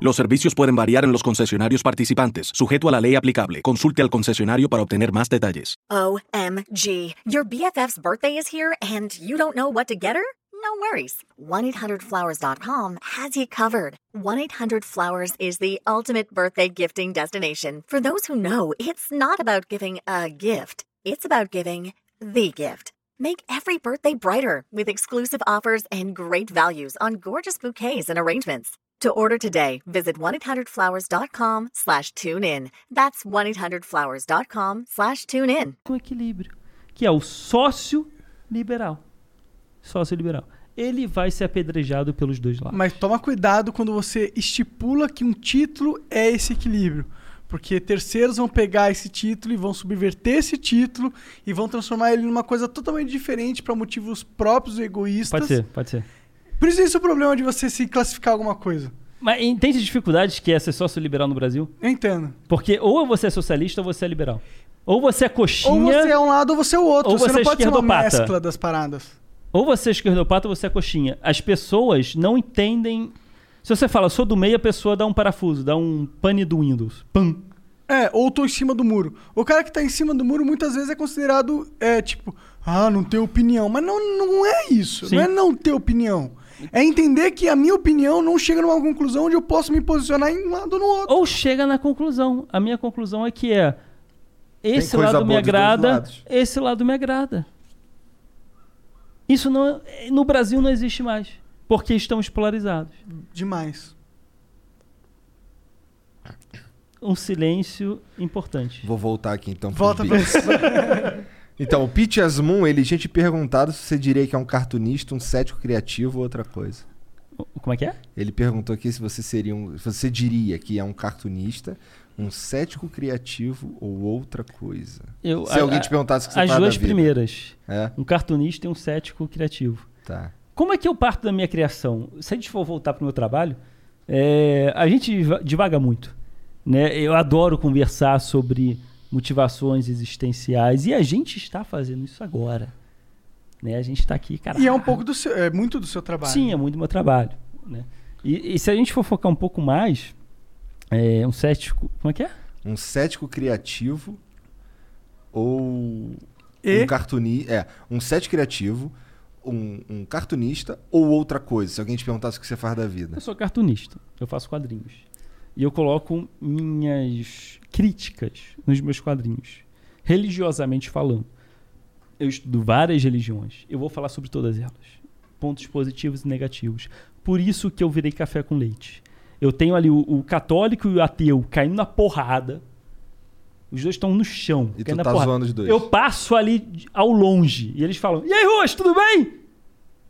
L: Los servicios pueden variar en los concesionarios participantes, sujeto a la ley aplicable. Consulte al concesionario para obtener más detalles.
H: OMG. Your BFF's birthday is here and you don't know what to get her? No worries. 1 800flowers.com has you covered. 1 800flowers is the ultimate birthday gifting destination. For those who know, it's not about giving a gift, it's about giving the gift. Make every birthday brighter with exclusive offers and great values on gorgeous bouquets and arrangements. To order today, visit 1-800-Flowers.com slash tune in. That's 1-800-Flowers.com slash tune in.
C: Um equilíbrio. que é o sócio liberal. Sócio liberal. Ele vai ser apedrejado pelos dois lados.
A: Mas toma cuidado quando você estipula que um título é esse equilíbrio. Porque terceiros vão pegar esse título e vão subverter esse título e vão transformar ele numa coisa totalmente diferente para motivos próprios e egoístas.
C: Pode ser, pode ser.
A: Por isso esse é o problema de você se classificar alguma coisa.
C: Mas entende as dificuldades que é ser sócio liberal no Brasil?
A: Eu entendo.
C: Porque ou você é socialista ou você é liberal. Ou você é coxinha.
A: Ou você é um lado ou você é o outro.
C: Ou
A: você,
C: você
A: não
C: é
A: pode ser uma
C: esquerdopata.
A: mescla das paradas.
C: Ou você é esquerdopata ou você é coxinha. As pessoas não entendem. Se você fala, sou do meio, a pessoa dá um parafuso, dá um pane do Windows. Pam.
A: É, ou tô em cima do muro. O cara que tá em cima do muro muitas vezes é considerado, é, tipo, ah, não tem opinião. Mas não, não é isso.
C: Sim.
A: Não é não ter opinião. É entender que a minha opinião não chega numa conclusão onde eu posso me posicionar em um lado ou no outro.
C: Ou chega na conclusão. A minha conclusão é que é. Esse
A: coisa
C: lado me
A: boa de todos os
C: agrada,
A: lados.
C: esse lado me agrada. Isso não, no Brasil não existe mais. Porque estamos polarizados.
A: Demais.
C: Um silêncio importante.
B: Vou voltar aqui então pros
C: Volta
B: bits.
C: pra-
B: *laughs* Então, o Pete Asmun, ele tinha te perguntado se você diria que é um cartunista, um cético criativo ou outra coisa.
C: Como é que é?
B: Ele perguntou aqui se você seria um, se você diria que é um cartunista, um cético criativo ou outra coisa.
C: Eu-
B: se
C: a-
B: alguém
C: a-
B: te perguntasse o que você
C: As
B: faz da
C: duas
B: vida.
C: primeiras.
B: É.
C: Um cartunista e um cético criativo.
B: Tá.
C: Como é que eu parto da minha criação? Se a gente for voltar para o meu trabalho, é, a gente diva- divaga muito. Né? Eu adoro conversar sobre motivações existenciais e a gente está fazendo isso agora. Né? A gente está aqui, cara.
A: E é um pouco do seu, é muito do seu trabalho.
C: *laughs* Sim, é muito do meu trabalho. Né? E, e se a gente for focar um pouco mais, é, um cético. Como é que é?
B: Um cético criativo ou
C: E?
B: um cartunista. É, um cético criativo, um, um cartunista ou outra coisa. Se alguém te perguntasse o que você faz da vida.
C: Eu sou cartunista, eu faço quadrinhos. E eu coloco minhas críticas nos meus quadrinhos, religiosamente falando. Eu estudo várias religiões, eu vou falar sobre todas elas. Pontos positivos e negativos. Por isso que eu virei café com leite. Eu tenho ali o, o católico e o ateu caindo na porrada. Os dois estão no chão.
B: E tu
C: caindo na
B: tá
C: porrada.
B: zoando os dois.
C: Eu passo ali de- ao longe e eles falam: E aí, Roxo, tudo bem?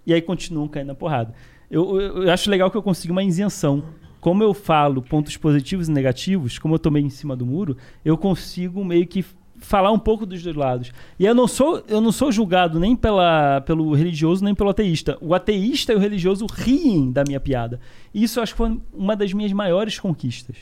C: E aí continuam caindo na porrada. Eu, eu- eu acho legal que eu consigo uma isenção. Como eu falo pontos positivos e negativos, como eu tomei em cima do muro, eu consigo meio que falar um pouco dos dois lados. E eu não sou, eu não sou julgado nem pela, pelo religioso nem pelo ateísta. O ateísta e o religioso riem da minha piada. E isso eu acho que foi uma das minhas maiores conquistas.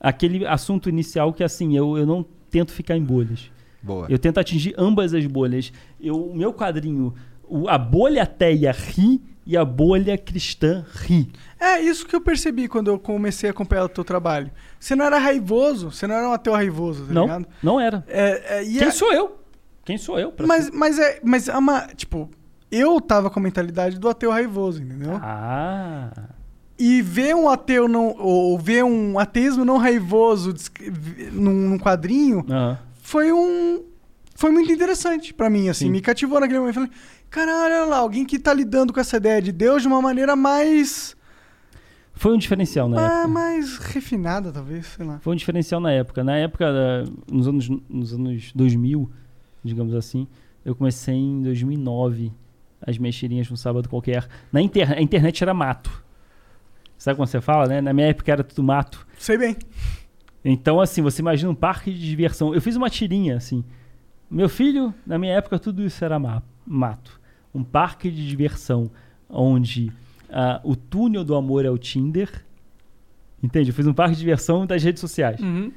C: Aquele assunto inicial que assim, eu, eu não tento ficar em bolhas.
B: Boa.
C: Eu tento atingir ambas as bolhas. Eu- o meu quadrinho, o- a bolha ateia ri e a bolha cristã ri.
A: É isso que eu percebi quando eu comecei a acompanhar o teu trabalho. Você não era raivoso, você não era um ateu raivoso, tá
C: Não,
A: ligado?
C: não era.
A: É, é, e
C: Quem
A: é-
C: sou eu? Quem sou eu? pra-
A: Mas, mas é. Mas é uma. Tipo, eu tava com a mentalidade do ateu raivoso, entendeu?
C: Ah.
A: E ver um ateu não. Ou ver um ateísmo não raivoso desc- vi- num, num quadrinho
C: Aham.
A: foi um. Foi muito interessante pra mim, assim. Me cativou naquele momento. Eu Falei, caralho, olha lá, alguém que tá lidando com essa ideia de Deus de uma maneira mais.
C: Foi um diferencial na
A: ah,
C: época.
A: mais refinada, talvez, sei lá.
C: Foi um diferencial na época. Na época, eh, nos anos, nos anos 2000, digamos assim, eu comecei em 2009 as mexerinhas num sábado qualquer. Na inter... A internet era mato. Sabe quando você fala, né? Na minha época era tudo mato.
A: Sei bem.
C: Então, assim, você imagina um parque de diversão. Eu fiz uma tirinha, assim. Meu filho, na minha época, tudo isso era ma- mato. Um parque de diversão onde ah, o túnel do amor é o Tinder. Entende? Eu fiz um parque de diversão das redes sociais.
A: Hum. Uhum.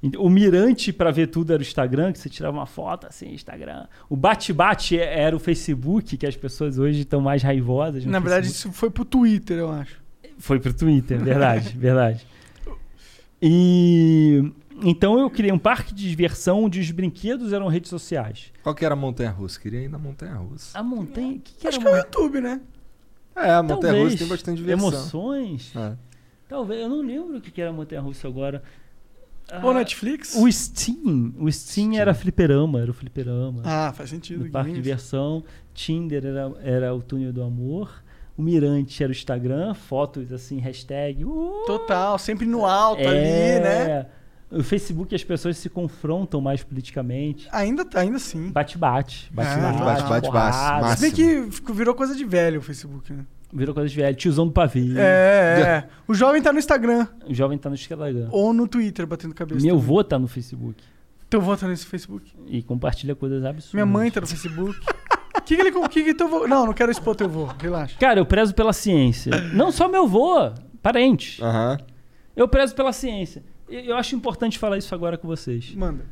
C: Ent- O mirante para ver tudo era o Instagram, que você tirava uma foto assim, Instagram. O bate-bate é- era o Facebook, que as pessoas hoje estão mais raivosas. no
A: Na verdade,
C: Facebook.
A: isso foi pro Twitter, eu acho.
C: Foi pro Twitter, verdade, *laughs* verdade. E então eu criei um parque de diversão onde os brinquedos eram redes sociais.
B: Qual que era a Montanha Russa? Queria ir na Montanha Russa.
C: A montanha. O que, que era
A: Acho que é o YouTube, né?
B: É, a Montanha
C: Ah, Talvez.
B: Russa tem bastante diversão.
C: Emoções?
B: É.
C: Talvez, eu não lembro o que que era a montanha russa agora.
A: Ou
C: Ah,
A: Netflix?
C: O Steam. O Steam, era fliperama, era o fliperama.
A: Ah, faz sentido,
C: No
A: que
C: parque de
A: nem
C: diversão. Tinder era, era o túnel do amor. O Mirante era o Instagram, fotos assim, hashtag. uh,
A: Total, sempre no alto ali, né?
C: é. O Facebook as pessoas se confrontam mais politicamente.
A: Ainda, ainda sim.
C: Bate-bate. Bate-bate.
A: Ah,
B: bate, bate,
C: porrada.
A: Se bem que ficou- virou coisa de velho o Facebook, né?
C: Virou coisa de velho. Tiozão do pavio.
A: É, é. O jovem tá no Instagram
C: O jovem tá no Instagram.
A: ou no Twitter batendo cabeça.
C: Meu
A: também.
C: vô tá no Facebook.
A: Teu vô tá nesse Facebook.
C: E compartilha coisas absurdas.
A: Minha mãe tá no
B: *laughs*
A: Facebook. O que, que ele. O que, que teu vô. Não, não quero expor teu vô, relaxa.
C: Cara, eu prezo pela ciência. Não só meu vô,
A: Ah.
C: parente. Eu prezo pela ciência. Eu eu acho importante falar isso agora com vocês.
A: Manda.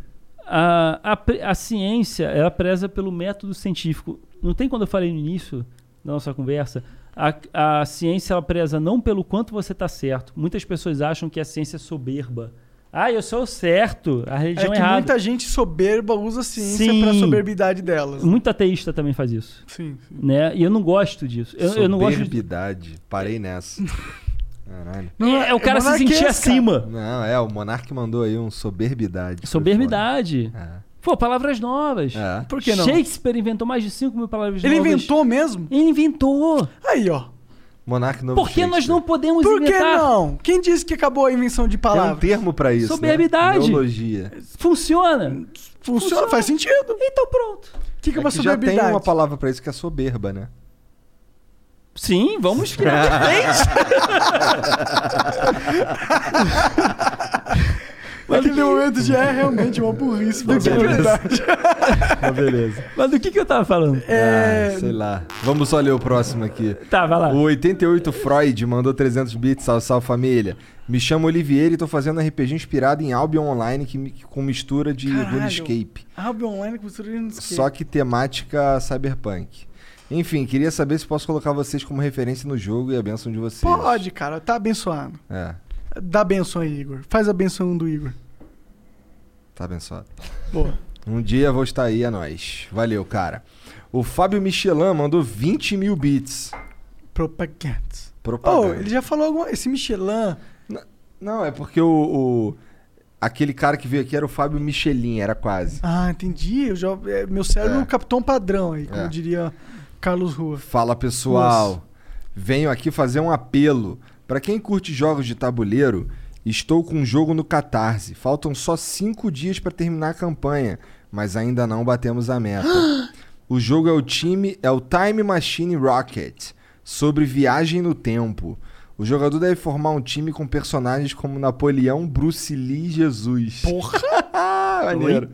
C: A, a pre- a ciência, ela preza pelo método científico. Não tem quando eu falei no início da nossa conversa? A, a ciência, ela preza não pelo quanto você está certo. Muitas pessoas acham que a ciência é soberba. Ah, eu sou certo, a
A: É
B: um
C: religião
A: que
C: é errada.
A: muita gente soberba usa a ciência
C: Sim.
A: pra soberbidade delas.
B: Hum.
C: Muito ateísta também faz isso.
A: Sim,
C: Né? E eu não gosto disso. Eu, eu não gosto de...
B: Soberbidade. Parei nessa. Caralho.
C: Não, é- é o cara se
A: monarquês,
C: sentir
A: cara.
C: acima.
B: Não, é, o Monark mandou aí um soberbidade.
C: Soberbidade. Pô, palavras novas.
B: É.
A: É. Por que não?
C: Shakespeare inventou mais de 5 mil palavras
A: Ele
C: novas.
A: inventou mesmo?
C: Ele inventou.
A: Aí, ó.
B: Monark novo
C: Por que nós não podemos
A: Por que
C: inventar?
A: não? Quem disse que acabou a invenção de
B: Tem um
A: palavras?
B: termo pra isso,
C: Soberbidade.
B: Né? Neologia.
C: Funciona.
A: Funciona, faz sentido.
C: Então pronto.
A: O que, que é
B: É
A: uma
B: que já
A: soberbidade?
B: tem uma palavra pra isso que é soberba, né?
C: Sim, vamos criar. um *laughs*
A: Naquele momento já é realmente uma
B: *laughs*
A: burrice. Uma
B: é
A: *laughs*
B: Ah, *laughs* beleza.
C: Mas do que, que eu tava falando?
B: Ah, sei lá. Vamos só ler o próximo aqui.
C: Tá, vai lá.
B: O 88 Freud mandou 300 bits. Salve, salve família. Me chamo Olivier e tô fazendo RPG inspirado em Albion Online que, mi- com mistura de
A: Caralho.
B: RuneScape.
A: Hub online com no
B: Só que temática cyberpunk. Enfim, queria saber se posso colocar vocês como referência no jogo e a benção de vocês.
A: Pode, cara. Tá abençoado.
B: É,
A: Dá benção aí, Igor. Faz a benção do Igor.
B: tá abençoado.
A: Boa.
B: Um dia vou estar aí a nós. Valeu, cara. O Fábio Michelin mandou 20 mil bits.
A: Propagandas.
B: Propaganda.
A: Oh, ele já falou alguma... Esse Michelin...
B: Não, é porque o, o- Aquele cara que veio aqui era o Fábio Michelin, era quase.
A: Ah, entendi. Eu já... é, Meu cérebro é um capitão padrão aí, como
B: É.
A: diria Carlos Rua.
B: Fala pessoal, venho aqui fazer um apelo. Pra quem curte jogos de tabuleiro, estou com um jogo no Catarse. Faltam só cinco dias pra terminar a campanha, mas ainda não batemos a meta. *gasps* o jogo é o time, é o Time Machine Rocket, sobre viagem no tempo. O jogador deve formar um time com personagens como Napoleão, Bruce Lee e Jesus. Porra! *laughs* Maneiro.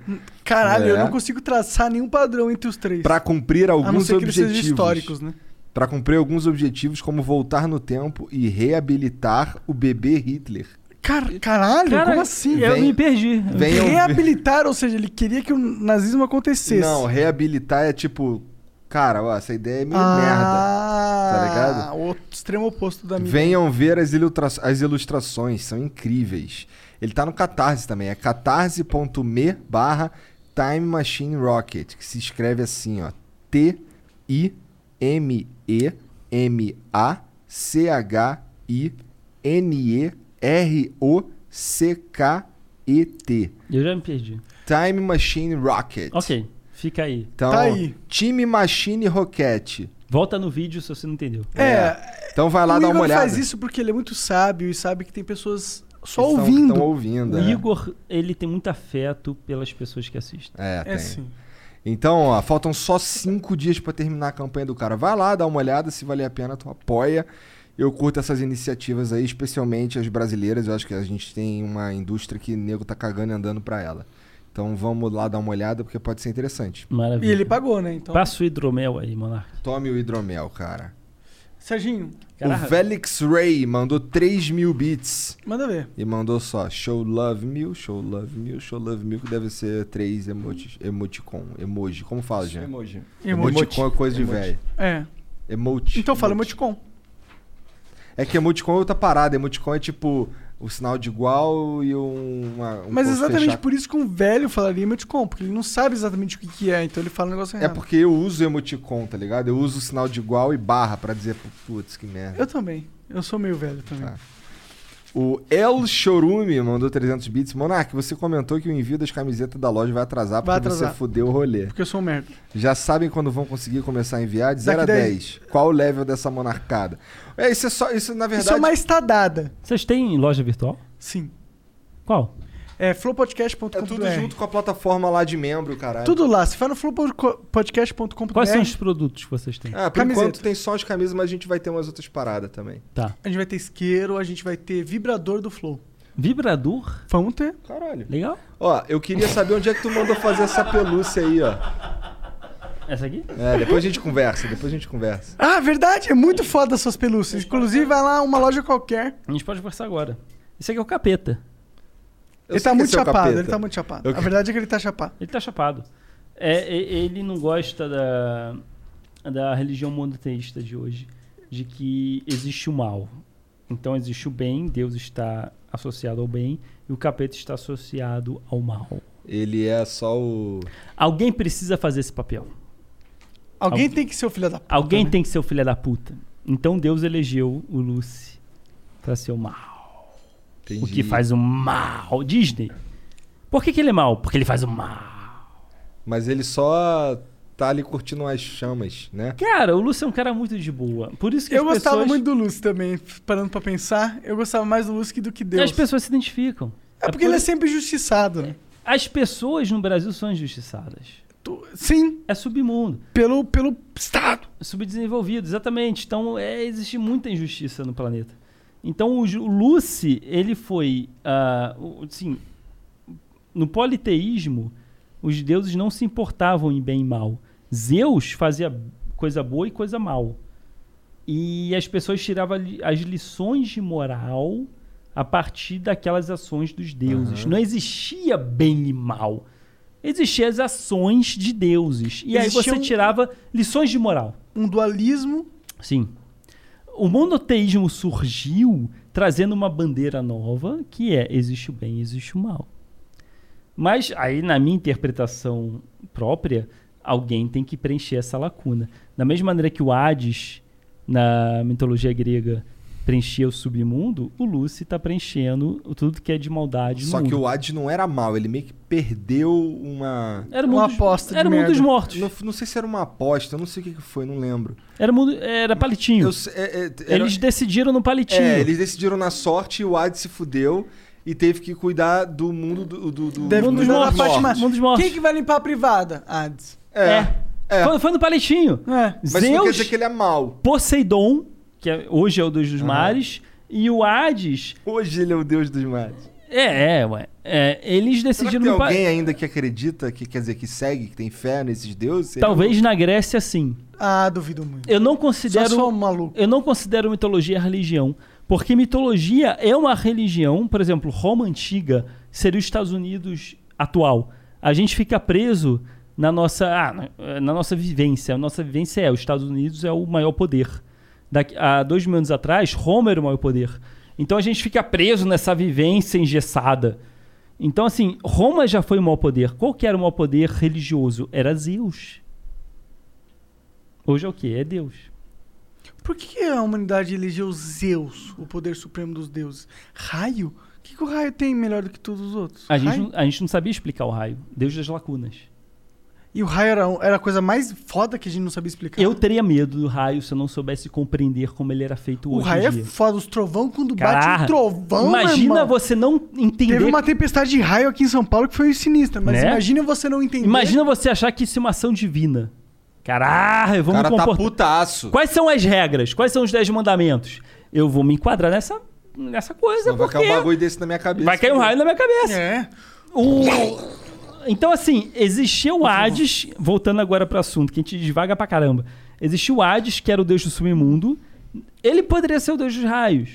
A: Caralho, eu
B: É.
A: não consigo traçar nenhum padrão entre os três.
B: Pra cumprir alguns
A: a não ser que eles
B: objetivos.
A: sejam históricos, né?
B: Pra cumprir alguns objetivos, como voltar no tempo e reabilitar o bebê Hitler.
A: Car- caralho,
C: Cara,
A: como assim?
C: Eu
B: Vem-
C: me perdi.
B: Venham
A: Reabilitar, ou seja, ele queria que o nazismo acontecesse.
B: Não, reabilitar é tipo. Cara, ó, essa ideia é meio é merda.
A: ah,
B: tá ligado?
A: O extremo oposto da minha.
B: Venham ver as, ilutra- as ilustrações, são incríveis. Ele tá no Catarse também, é catarse.me barra Time Machine Rocket, que se escreve assim, ó, T-I-M-E-M-A-C-H-I-N-E-R-O-C-K-E-T.
C: Eu já me perdi.
B: Time Machine Rocket.
C: Ok, fica aí.
B: Então,
A: Tá
B: Time Machine Rocket.
C: Volta no vídeo se você não entendeu.
A: É.
B: Então vai lá
A: o
B: dar
A: Igor
B: uma olhada.
A: faz isso porque ele é muito sábio e sabe que tem pessoas só
B: Que tão- que
A: ouvindo.
B: tão ouvindo,
C: O
B: é.
C: Igor, ele tem muito afeto pelas pessoas que assistem.
B: É, tem.
A: sim.
B: Então, ó, faltam só cinco dias pra terminar a campanha do cara. Vai lá, dá uma olhada, se valer a pena, tu apoia. Eu curto essas iniciativas aí, especialmente as brasileiras. Eu acho que a gente tem uma indústria que nego tá cagando e andando pra ela. Então vamos lá dar uma olhada, porque pode ser interessante.
C: Maravilha.
A: E ele pagou, né? Então.
C: Passa o hidromel aí, Monark.
B: Tome o hidromel, cara.
A: Serginho,
B: O Velix Ray mandou 3 mil bits.
A: manda ver.
B: E mandou só show love me, show love me, show love me, que deve ser três emojis, emoticon, emoji. Como fala, gente?
K: Emoji.
A: Emoji.
B: Emoticon é coisa de
A: Emoji.
B: velho.
A: É.
B: Emote.
A: Então fala emoticon.
B: É que emoticon é outra parada. Emoticon é tipo o sinal de igual e um. Uma, um
A: Mas
B: ponto
A: exatamente
B: fechado.
A: por isso que um velho falaria emoticon, porque ele não sabe exatamente o que, que é, então ele fala um negócio
B: É
A: errado.
B: porque eu uso emoticon, tá ligado? Eu uso o sinal de igual e barra pra dizer, putz, que merda.
A: Eu também. Eu sou meio velho também.
B: Ah. O El Chorume mandou 300 bits. Monark, você comentou que o envio das camisetas da loja vai atrasar
A: Vai
B: porque
A: atrasar.
B: você fudeu o rolê.
A: Porque eu sou um merda.
B: Já sabem quando vão conseguir começar a enviar? De 0 a
A: Daqui
B: 10.
A: dez.
B: Qual o level dessa monarcada? É, isso é só. Isso, na verdade.
A: Isso é uma estadada.
C: Vocês têm loja virtual?
A: Sim.
C: Qual?
A: É flowpodcast.com.br.
B: É tudo junto com a plataforma lá de membro, caralho.
A: Tudo lá. Se for no flowpodcast.com.br.
C: Quais são os produtos que vocês têm?
B: Ah, por
A: Camiseta.
B: enquanto tem só as camisas, mas a gente vai ter umas outras paradas também.
C: Tá.
A: A gente vai ter isqueiro, a gente vai ter vibrador do flow.
C: Vibrador?
A: Vamos ter.
B: Caralho.
C: Legal.
B: Ó, eu queria saber onde é que tu mandou fazer essa pelúcia aí, ó.
C: Essa aqui?
B: É, depois a gente conversa, depois a gente conversa.
A: Ah, verdade. É muito foda essas pelúcias. Inclusive, vai lá uma loja qualquer.
C: A gente pode conversar agora. Esse aqui é o capeta.
B: Eu
A: ele
B: sei
A: tá
B: que
A: muito
B: esse é o
A: chapado,
B: capeta.
A: ele tá muito chapado.
B: Eu-
A: A verdade é que ele tá chapado.
C: Ele tá chapado. É, e- ele não gosta da, da religião monoteísta de hoje, de que existe o mal. Então existe o bem, Deus está associado ao bem, e o capeta está associado ao mal.
B: Ele é só o.
C: Alguém precisa fazer esse papel.
A: Alguém
C: Algu-
A: tem que ser o filho da puta.
C: Alguém
A: né?
C: tem que ser o filho da puta. Então Deus elegeu o Lucy pra ser o mal. O que faz o mal. Disney. Por que, que ele é mal? Porque ele faz o mal.
B: Mas ele só tá ali curtindo as chamas, né?
C: Cara, o Lucy é um cara muito de boa. Por isso que
A: Eu
C: as
A: gostava
C: pessoas...
A: muito do Lúcio também, parando pra pensar. Eu gostava mais do Lúcio que do que Deus.
C: As pessoas se identificam.
A: É porque ele é sempre injustiçado, né?
C: As pessoas no Brasil são injustiçadas.
A: Sim.
C: É submundo.
A: Pelo, pelo Estado.
C: Subdesenvolvido, exatamente. Então, é, existe muita injustiça no planeta. Então, o, Ju- o Lucy, ele foi... ah, o- assim, no politeísmo, os deuses não se importavam em bem e mal. Zeus fazia coisa boa e coisa mal. E as pessoas tiravam li- as lições de moral a partir daquelas ações dos deuses.
M: Aham.
C: Não existia bem e mal. Existiam as ações de deuses. E
A: Existia
C: aí
A: um-
C: você tirava lições de moral.
A: Um dualismo.
C: Sim. O monoteísmo surgiu trazendo uma bandeira nova que é existe o bem e existe o mal. Mas aí, na minha interpretação própria, alguém tem que preencher essa lacuna. Da mesma maneira que o Hades, na mitologia grega, preenchia o submundo, o Lúcio está preenchendo tudo que é de maldade
B: Só
C: no
B: que
C: mundo.
B: o Hades não era mal, ele meio que perdeu uma.
C: Era o mundo Uma dos- aposta de era o mundo merda. dos mortos.
B: Não, não sei se era uma aposta, eu não sei o que que foi, não lembro.
C: Era, mundo, era palitinho.
B: Eu sei- é- é- era-
C: Eles decidiram no palitinho.
B: É, eles decidiram na sorte e o Hades se fudeu e teve que cuidar do mundo do. do, do
A: Deve
B: mundo
A: cuidar da
B: dos
A: parte
B: mortos.
A: mais-
C: mortos.
A: Quem que vai limpar a privada? Hades.
C: É. Foi, foi no palitinho.
B: Mas isso não quer dizer que ele é mal.
C: Poseidon, que é- hoje é o deus dos
B: Aham.
C: mares, e o Hades.
B: Hoje ele é o deus dos mares.
C: É, é, ué. É, eles
B: Será que
C: decidiram.
B: tem
C: no pa-
B: alguém ainda que acredita, que quer dizer, que segue, que tem fé nesses deuses?
C: Talvez na Grécia, sim.
A: Ah, duvido muito.
C: Eu não considero.
A: Só se for um maluco.
C: Eu não considero mitologia religião. Porque mitologia é uma religião, por exemplo, Roma antiga seria os Estados Unidos atual. A gente fica preso na nossa, ah, na- na nossa vivência. A nossa vivência é os Estados Unidos é o maior poder. Daqui- há dois mil anos atrás, Roma era o maior poder. Então a gente fica preso nessa vivência engessada. Então, assim, Roma já foi o maior poder. Qual que era o maior poder religioso? Era Zeus. Hoje é o quê? É Deus.
A: Por que que a humanidade elegeu Zeus, o poder supremo dos deuses? Raio? O que, que o raio tem melhor do que todos os outros?
C: A gente,
A: Raio?
C: não- a gente não sabia explicar o raio. Deus das lacunas.
A: E o raio era, um- era a coisa mais foda que a gente não sabia explicar.
C: Eu teria medo do raio se eu não soubesse compreender como ele era feito
A: O
C: hoje. em
A: raio é
C: dia.
A: foda, os trovão, quando bate
C: Caraca,
A: um trovão, meu
C: imagina
A: irmão.
C: você não entender-
A: Teve uma tempestade de raio aqui em São Paulo que foi sinistra, mas
C: Né?
A: imagina você não entender.
C: Imagina você achar que isso é uma ação divina. Caralho, vamos
B: cara tá
C: comportar.
B: putaço.
C: Quais são as regras? Quais são os 10 mandamentos? Eu vou me enquadrar nessa, nessa coisa.
B: Senão vai
C: porque
B: cair um bagulho desse na minha cabeça.
C: Vai cair um raio na minha cabeça.
A: É.
C: Então, assim, existia o Hades, voltando agora para o assunto, que a gente devaga pra caramba. Existia o Hades, que era o deus do submundo. Ele poderia ser o deus dos raios.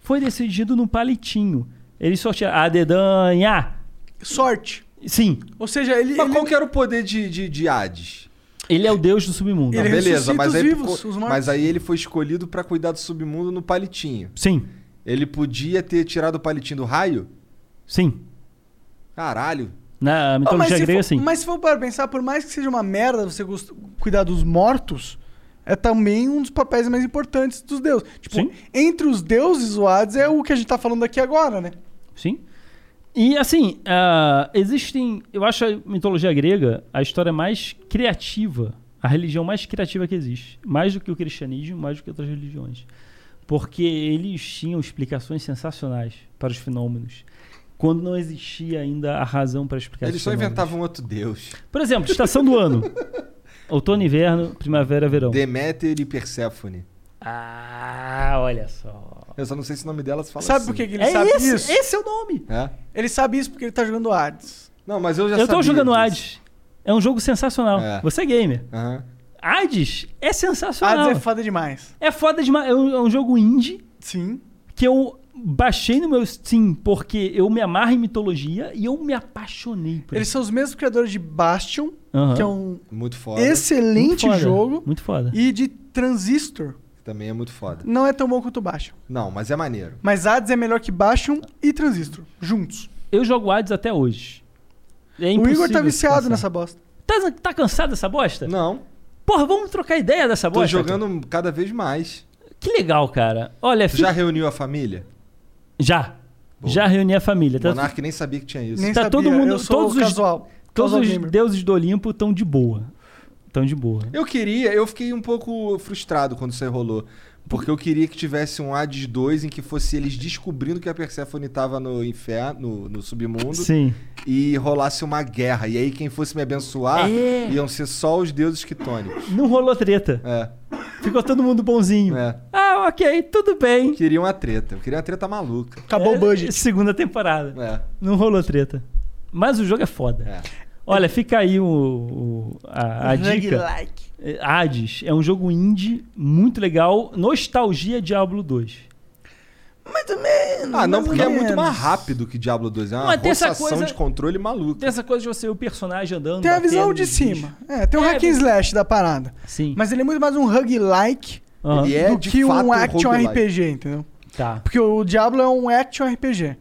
C: Foi decidido no palitinho. Ele sorteia a dedanha.
A: Sorte.
C: Sim.
A: Ou seja, ele. é
B: Mas qual
C: é
B: que era o poder de, de, de Hades?
C: Ele é o deus do submundo.
B: Não, beleza, mas aí,
A: vivos,
B: co-
A: os mortos.
B: mas aí ele foi escolhido pra cuidar do submundo no palitinho.
C: Sim.
B: Ele podia ter tirado o palitinho do raio?
C: Sim.
B: Caralho.
C: Na
A: Ah, mas,
C: mitologia
A: se
C: grega,
A: for,
C: sim.
A: mas se for para pensar, por mais que seja uma merda você gost- cuidar dos mortos, é também um dos papéis mais importantes dos deuses. Tipo, entre os deuses, o Hades é o que a gente tá falando aqui agora, né?
C: Sim. E assim, ah, existem. Eu acho a mitologia grega a história mais criativa, a religião mais criativa que existe. Mais do que o cristianismo, mais do que outras religiões. Porque eles tinham explicações sensacionais para os fenômenos. Quando não existia ainda a razão para explicar
B: Ele
C: esses
B: só
C: fenômenos.
B: inventava um outro deus.
C: Por exemplo, estação do ano: outono, inverno, primavera, verão.
B: Deméter e Perséfone.
C: Ah, olha só.
B: Eu só não sei se o nome dela se fala
A: sabe
B: assim.
A: por que que ele sabe isso?
C: é o nome.
B: É?
A: Ele sabe isso porque ele tá jogando Hades.
B: Não, mas eu
C: Eu tô jogando Hades. É um jogo sensacional. Você é gamer. Hades é sensacional.
A: Hades é foda demais.
C: É foda demais. É um, é um jogo indie.
A: Sim.
C: Que eu baixei no meu Steam porque eu me amarro em mitologia e eu me apaixonei por
A: Eles
C: isso.
A: são os mesmos criadores de Bastion,
C: Aham.
A: que é um
B: Muito foda.
A: excelente
C: Muito foda.
A: jogo,
C: Muito foda.
A: e de Transistor.
B: Também é muito foda.
A: Não é tão bom quanto Bastion.
B: Não, mas é maneiro.
A: Mas Hades é melhor que Bastion e Transistor, juntos.
C: Eu jogo Hades até hoje. É
A: o Igor tá
C: impossível
A: viciado
C: descansar.
A: nessa bosta.
C: Tá, tá cansado dessa bosta?
B: Não.
C: Porra, vamos trocar ideia dessa
B: Tô
C: bosta?
B: jogando cada vez mais.
C: Que legal, cara. Olha,
B: Tu
C: fi-
B: já reuniu a família?
C: Já. Já reuni a família. Tá,
B: Monark nem sabia que tinha isso.
C: tá todo mundo. todos os, todos
A: casual
C: os
A: gamer. É,
C: deuses do Olimpo estão de boa. Estão de boa.
B: Eu queria, eu fiquei um pouco frustrado quando isso aí rolou. Porque eu queria que tivesse um Hades 2 em que fosse eles descobrindo que a Persephone tava no inferno, no, no submundo.
C: Sim.
B: E rolasse uma guerra. E aí quem fosse me abençoar
C: É.
B: iam ser só os deuses quitônicos. É,
C: Não rolou treta.
A: É.
C: Ficou todo mundo bonzinho. Ah, ok, tudo bem. É,
B: Queria uma é. treta. Eu queria uma treta maluca.
A: Acabou o budget.
C: Segunda temporada.
B: É.
C: Não rolou treta. Mas o jogo é foda. Olha, fica aí o, o- a, a dica.
A: Roguelike.
C: É, Hades é um jogo indie muito legal. Nostalgia Diablo 2.
B: Ah, não,
C: Mais
B: porque
C: ou
B: é muito
C: menos.
B: mais rápido que Diablo 2. É uma
C: Mas tem essa
B: rotação
C: coisa-
B: de controle maluca.
C: Tem essa coisa de você ver o personagem andando.
A: Tem a visão
C: batendo
A: de
C: nos bichos.
A: cima. É, tem um hack and slash da parada.
C: Sim.
A: Mas ele é muito mais um hug-like
C: Aham. Ele é,
A: do
C: de
A: que
C: fato,
A: um
C: um
A: action
C: roguelike.
A: RPG, entendeu?
C: Tá.
A: Porque o Diablo é um action RPG.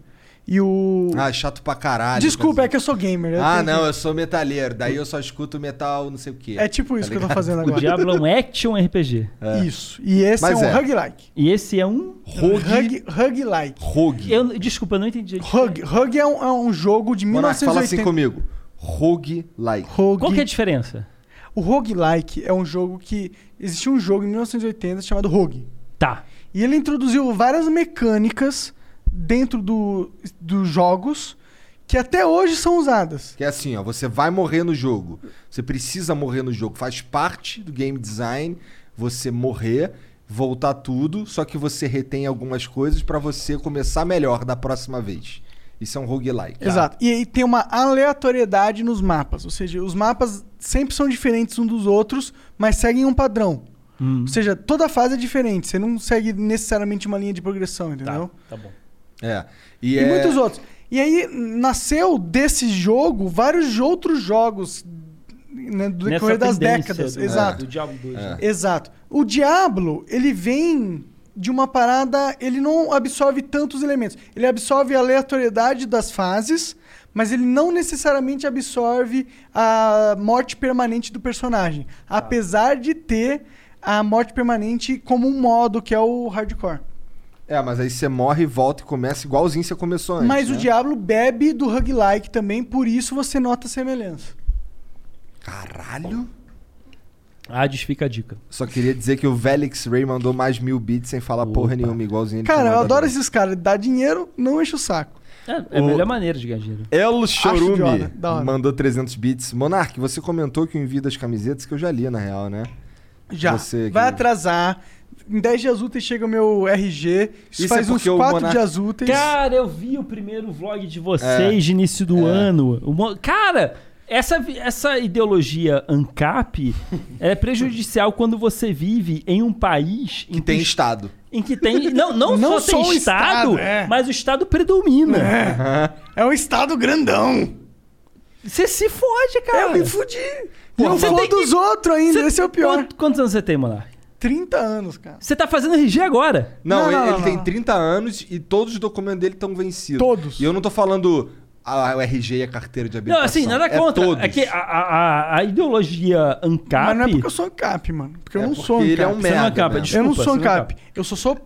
A: E o...
B: Ah, chato pra caralho.
A: Desculpa, é que eu sou gamer. eu
B: Ah,
A: tenho que-
B: não, eu sou metalheiro. Daí eu só escuto metal, não sei o quê.
A: É tipo isso que eu
B: *laughs*
A: tô fazendo agora.
C: O Diablo é um action RPG.
A: Isso. E esse é um hug-like.
C: E esse é um
A: Hug- Hug-like.
B: Rogue.
C: Eu, desculpa, eu não entendi.
A: Hug, hug é, um, é um jogo de
B: Monark,
A: 1980.
B: fala assim comigo. Rogue-like.
C: Qual que é a diferença?
A: O roguelike é um jogo que. Existia um jogo em 1980 chamado Rogue.
C: Tá.
A: E ele introduziu várias mecânicas dentro do, dos jogos que até hoje são usadas.
B: Que é assim, ó, você vai morrer no jogo. Você precisa morrer no jogo. Faz parte do game design você morrer, voltar tudo, só que você retém algumas coisas pra você começar melhor da próxima vez. Isso é um roguelike.
C: Tá.
A: Exato. E aí tem uma aleatoriedade nos mapas. Ou seja, os mapas sempre são diferentes uns dos outros, mas seguem um padrão.
C: Uhum.
A: Ou seja, toda fase é diferente. Você não segue necessariamente uma linha de progressão, entendeu?
C: Tá bom.
B: É.
A: E,
B: E, é...
A: muitos outros. E aí nasceu desse jogo vários outros jogos né, do
C: Nessa
A: decorrer das
C: tendência
A: décadas.
C: do-
A: Exato.
C: do Diablo II, né?
B: É.
A: Exato. O Diablo, ele vem de uma parada, ele não absorve tantos elementos. Ele absorve a aleatoriedade das fases, mas ele não necessariamente absorve a morte permanente do personagem,
B: Tá.
A: apesar de ter a morte permanente como um modo que é o hardcore.
B: É, mas aí você morre e volta e começa igualzinho você começou antes.
A: Mas o
B: né?
A: Diablo bebe do roguelike também, por isso você nota a semelhança.
B: Caralho.
C: Hades fica a dica.
B: Só queria dizer que o Velix Ray mandou mais mil bits sem falar porra nenhuma, igualzinho ele
A: Cara,
B: tinha
A: eu
B: mandado.
A: adoro esses caras. Dá dinheiro, não enche o saco.
C: É, é a
B: O-
C: melhor maneira de ganhar dinheiro.
B: El
A: idiota,
B: Chorumi
A: da hora.
B: mandou 300 bits. Monark, você comentou que o envio das camisetas que eu já li, na real, né?
A: Já.
B: Você,
A: Vai atrasar. Em 10 dias úteis chega o meu RG. Isso,
B: Isso
A: faz
B: é
A: uns
B: porque o
A: 4
B: Monark-
A: dias úteis.
C: Cara, eu vi o primeiro vlog de
A: É.
C: vocês de início do ano. O mo- Cara, essa, vi- essa ideologia ANCAP é prejudicial quando você vive em um país em que
B: tem
C: os-
B: Estado.
C: Em que tem. Não, não,
A: *laughs* Não
C: só,
A: só
C: tem
A: o
C: Estado,
A: Estado, é.
C: mas o Estado predomina.
A: É um estado grandão.
C: Você se fode, cara.
A: Eu me fudi. E
C: Porra,
A: não
C: você
A: falou
C: tem que-
A: dos outros ainda. Esse é o pior.
C: Quanto- Quantos anos você tem, Monark?
A: 30 anos, cara.
C: Você tá fazendo RG agora.
B: Não,
A: Não,
B: ele,
A: não,
B: ele
A: não,
B: tem
A: não.
B: 30 anos e todos os documentos dele estão vencidos.
A: Todos.
B: E eu não tô falando a, o RG e a carteira de
C: Não,
B: habilitação.
C: assim, nada
B: é
C: contra.
B: Todos.
C: É que a, a- a- a ideologia ANCAP.
A: Mas não é porque eu sou ANCAP, mano. Porque eu não sou
B: porque ele é um
A: ANCAP.
B: merda
C: não acaba,
B: mesmo.
C: desculpa,
A: Eu não sou
C: você
B: é um
C: não
A: ANCAP. Eu só sou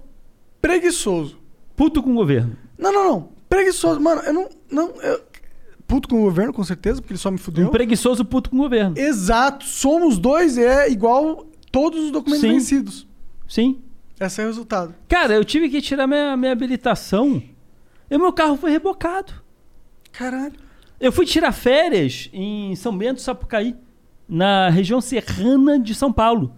A: preguiçoso.
C: Puto com o governo.
A: Não, não, não. Preguiçoso, mano. Eu não. não eu... Puto com o governo, com certeza, porque ele só me fudeu.
C: Um preguiçoso puto com o governo.
A: Exato. Somos dois é igual todos os documentos
C: Sim.
A: vencidos.
C: Sim.
A: Esse é o resultado.
C: Cara, eu tive que tirar minha, minha habilitação e meu carro foi rebocado.
A: Caralho.
C: Eu fui tirar férias em São Bento do Sapucaí, na região serrana de São Paulo.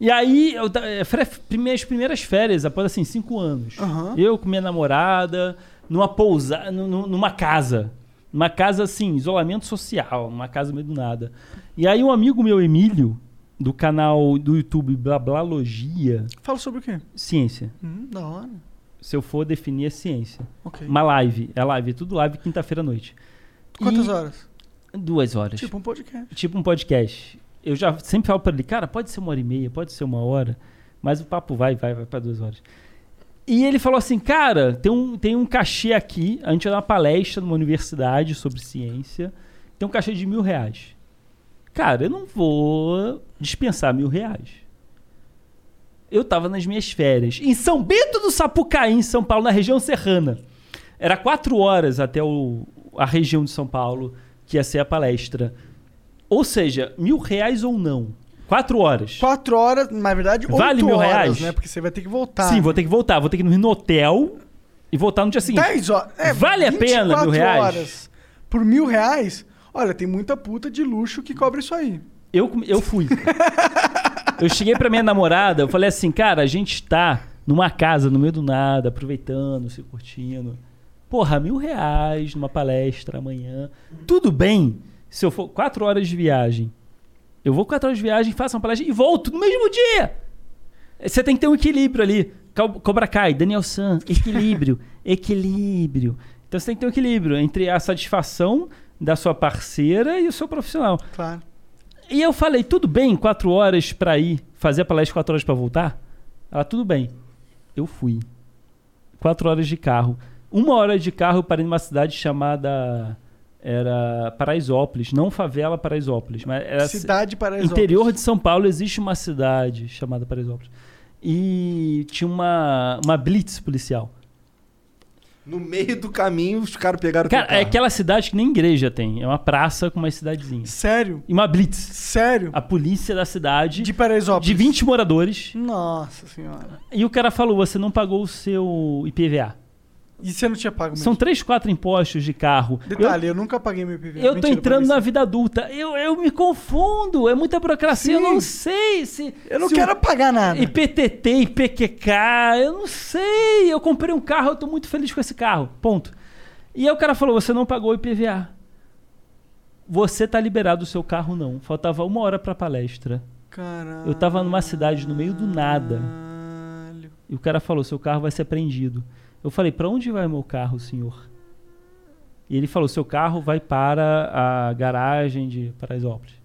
C: E aí, eu, ta- eh, fre- minhas primeiras férias, após assim, cinco anos.
A: Aham.
C: Eu com minha namorada, numa pousada, numa casa. Numa casa assim, isolamento social, numa casa no meio do nada. E aí um amigo meu, Emílio, do canal do YouTube Blablalogia,
A: Fala sobre o quê?
C: Ciência.
A: Hum, da hora.
C: Se eu for definir a ciência.
A: Ok.
C: Uma live. É live, é tudo live quinta-feira à noite.
A: Quantas
C: E-
A: horas?
C: Duas horas.
A: Tipo um podcast.
C: Tipo um podcast. Eu já sempre falo pra ele, cara, pode ser uma hora e meia, pode ser uma hora, mas o papo vai, vai, vai pra duas horas. E ele falou assim, cara, tem um, tem um cachê aqui, a gente vai dar uma palestra numa universidade sobre ciência, tem um cachê de mil reais. Cara, eu não vou dispensar mil reais. Eu tava nas minhas férias, em São Bento do Sapucaí, em São Paulo, na região serrana. Era quatro horas até o, a região de São Paulo, que ia ser a palestra. Ou seja, mil reais ou não. Quatro horas.
A: Quatro horas, na verdade, oito
C: Vale mil
A: horas,
C: reais?
A: né? Porque você vai ter que voltar.
C: Sim, vou ter que voltar. Vou ter que ir no hotel e voltar no dia seguinte.
A: 10 horas. É,
C: vale a pena
A: 24
C: mil reais?
A: horas por mil reais? Olha, tem muita puta de luxo que cobra isso aí.
C: Eu, com- eu fui. eu cheguei pra minha namorada, eu falei assim, cara, a gente tá numa casa no meio do nada, aproveitando, se curtindo. Porra, mil reais numa palestra amanhã. Tudo bem se eu for quatro horas de viagem. Eu vou quatro horas de viagem, faço uma palestra e volto no mesmo dia. Você tem que ter um equilíbrio ali. Co- Cobra Kai, Daniel San, equilíbrio, equilíbrio. Então você tem que ter um equilíbrio entre a satisfação da sua parceira e o seu profissional.
A: Claro.
C: E eu falei, tudo bem, quatro horas pra ir fazer a palestra, quatro horas pra voltar? Ela, tudo bem. Eu fui. Quatro horas de carro. Uma hora de carro eu parei numa cidade chamada. Era Paraisópolis, não favela Paraisópolis, mas era ci-
A: Cidade Paraisópolis.
C: É, Interior de São Paulo existe uma cidade chamada Paraisópolis. E tinha uma, uma blitz policial.
B: No meio do caminho, os caras pegaram
C: Cara,
B: teu carro.
C: é aquela cidade que nem igreja tem. É uma praça com uma cidadezinha.
A: Sério?
C: E uma blitz.
A: Sério?
C: A polícia da cidade.
A: De Paraisópolis.
C: De 20 moradores.
A: Nossa senhora.
C: E o cara falou: você não pagou o seu IPVA.
A: E você não tinha pago mesmo?
C: São três, quatro impostos de carro.
A: é Detalhe, eu, nunca paguei meu PV.
C: Eu, eu tô entrando na vida adulta. Eu, eu me confundo. É muita burocracia. Eu não sei se.
A: Eu não
C: se o
A: quero pagar né? nada.
C: IPTT, IPQK. Eu não sei. Eu comprei um carro. Eu tô muito feliz com esse carro. Ponto. E aí o cara falou: você não pagou o IPVA. Você tá liberado do seu carro, não. Faltava uma hora pra palestra.
A: Caralho.
C: Eu tava numa cidade no meio do nada. E o cara falou: seu carro vai ser apreendido. Eu falei: pra onde vai meu carro, senhor? E ele falou: seu carro vai para a garagem de Paraisópolis.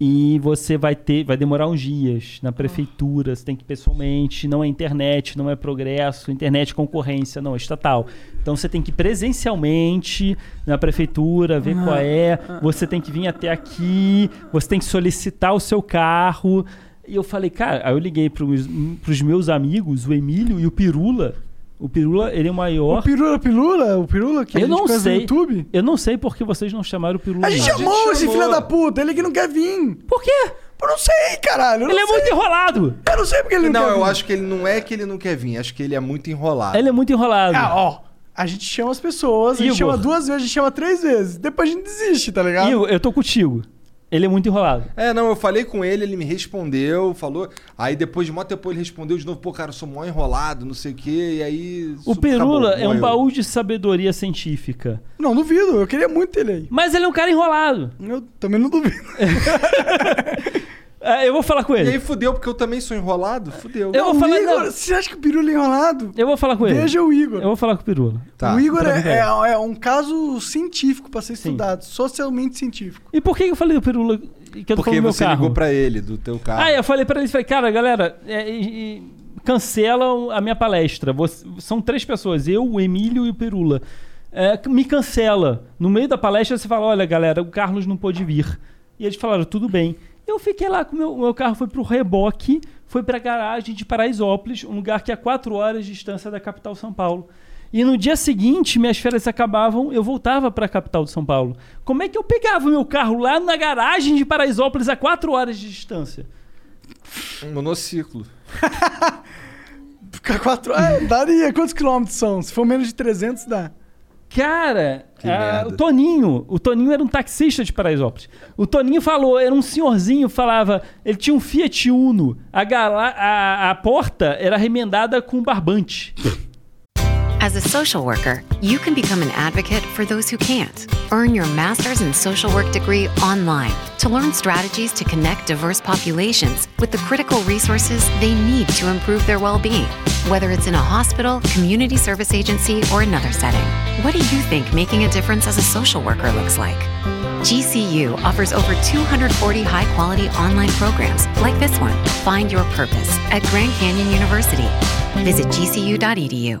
C: E você vai ter, vai demorar uns dias na prefeitura, você tem que ir pessoalmente, não é internet, não é progresso, internet é concorrência, não, é estatal. Então você tem que ir presencialmente na prefeitura, ver qual é, você tem que vir até aqui, você tem que solicitar o seu carro. E eu falei, cara, aí eu liguei pros, pros meus amigos, o Emílio e o Pirula. O Pirula, ele é o maior.
A: O Pirula Pirula? O Pirula que a
C: eu
A: gente
C: não
A: conhece
C: sei.
A: no YouTube?
C: Eu não sei por que vocês não chamaram o Pirula.
A: A gente
C: não.
A: chamou esse filho da puta, ele que não quer vir.
C: Por quê?
A: Eu não sei, caralho. eu
C: Ele
A: não
C: é
A: sei.
C: muito enrolado.
A: Eu não sei porque ele não,
B: Não,
A: quer
B: eu
A: vir.
B: acho que ele não é que ele não quer vir, acho que ele é muito enrolado.
C: Ele é muito enrolado.
A: Ah, ó. A gente chama as pessoas, a gente
C: Igor.
A: chama duas vezes, a gente chama três vezes. Depois a gente desiste, tá ligado?
C: E eu, eu tô contigo. Ele é muito enrolado.
B: É, não, eu falei com ele, ele me respondeu, falou. Aí depois de mó tempo ele respondeu de novo, pô, cara, eu sou mó enrolado, não sei o quê, e aí.
C: O
A: tá
C: Pirula é um
B: baú.
C: baú de sabedoria científica.
A: Não, duvido. Eu queria muito ele aí.
C: Mas ele é um cara enrolado.
A: Eu também não duvido.
C: Ah, eu vou falar com
B: E
C: ele.
B: aí fudeu, porque eu também sou enrolado, fudeu.
C: Eu vou
A: O
C: falar
A: Igor,
C: não.
A: você acha que o Pirula é enrolado?
C: Eu vou falar com ele.
A: Veja o Igor.
C: Eu vou falar com o Pirula.
B: Tá.
A: O Igor
C: Pra
A: é,
C: ver.
A: é- é um caso científico pra ser estudado, socialmente científico.
C: E por que eu falei do Pirula que eu tô
B: Tá. Porque
C: falando do meu
B: você
C: carro?
B: ligou pra ele, do teu carro.
C: Ah, eu falei pra ele, falei, cara, galera, é, e- e cancelam a minha palestra. Você- são três pessoas, eu, o Emílio e o Perula. É, me cancela. No meio da palestra você fala, olha, galera, o Carlos não pôde vir. E eles falaram, tudo bem. Eu fiquei lá, com o meu, o meu carro foi pro reboque, foi pra garagem de Paraisópolis, um lugar que é a quatro horas de distância da capital São Paulo. E no dia seguinte, minhas férias acabavam, eu voltava para a capital de São Paulo. Como é que eu pegava o meu carro lá na garagem de Paraisópolis a quatro horas de distância?
B: Um monociclo.
A: Ficar quatro. Ah, daria. Quantos quilômetros são? Se for menos de 300, dá.
C: Cara,
B: Que
C: ah,
B: merda.
C: o Toninho, o Toninho era um taxista de Paraisópolis. O Toninho falou, era um senhorzinho, falava, ele tinha um Fiat Uno, a, gala- a- a porta era remendada com barbante.
M: As a social worker, you can become an advocate for those who can't. Earn your master's in social work degree online to learn strategies to connect diverse populations with the critical resources they need to improve their well being, whether it's in a hospital, community service agency, or another setting. What do you think making a difference as a social worker looks like? GCU offers over 240 high quality online programs like this one, Find Your Purpose, at Grand Canyon University. Visit gcu.edu.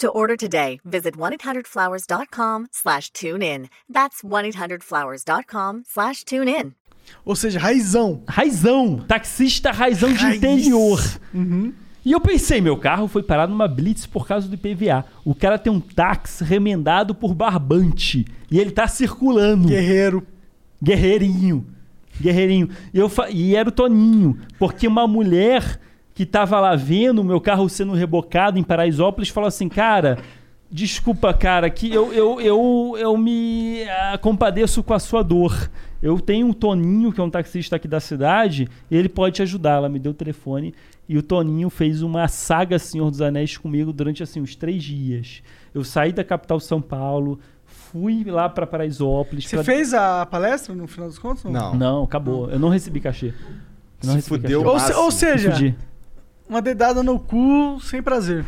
H: To order today, visit 1-800-Flowers.com slash tune in. That's 1-800-Flowers.com slash tune in.
A: Ou seja, raizão.
C: Raizão, taxista raizão de interior. E eu pensei, meu carro foi parar numa blitz por causa do IPVA. O cara tem um táxi remendado por barbante. E ele tá circulando.
A: Guerreiro.
C: Guerreirinho. Guerreirinho. E, eu fa- e era o Toninho. Porque uma mulher que tava lá vendo o meu carro sendo rebocado em Paraisópolis falou assim, cara... Desculpa, cara, que eu, eu, eu, eu me ah, compadeço com a sua dor. Eu tenho um Toninho, que é um taxista aqui da cidade, e ele pode te ajudar. Ela me deu o telefone e o Toninho fez uma saga Senhor dos Anéis comigo durante assim uns três dias. Eu saí da capital São Paulo, fui lá para Paraisópolis.
A: Você
C: pra-
A: fez a palestra no final dos contos?
C: Não. Não, acabou. Eu não recebi cachê. Eu Não
B: Se
C: recebi
B: fudeu
C: cachê.
A: Ou, se- ou seja,
C: Me fudi.
A: uma dedada no cu sem prazer.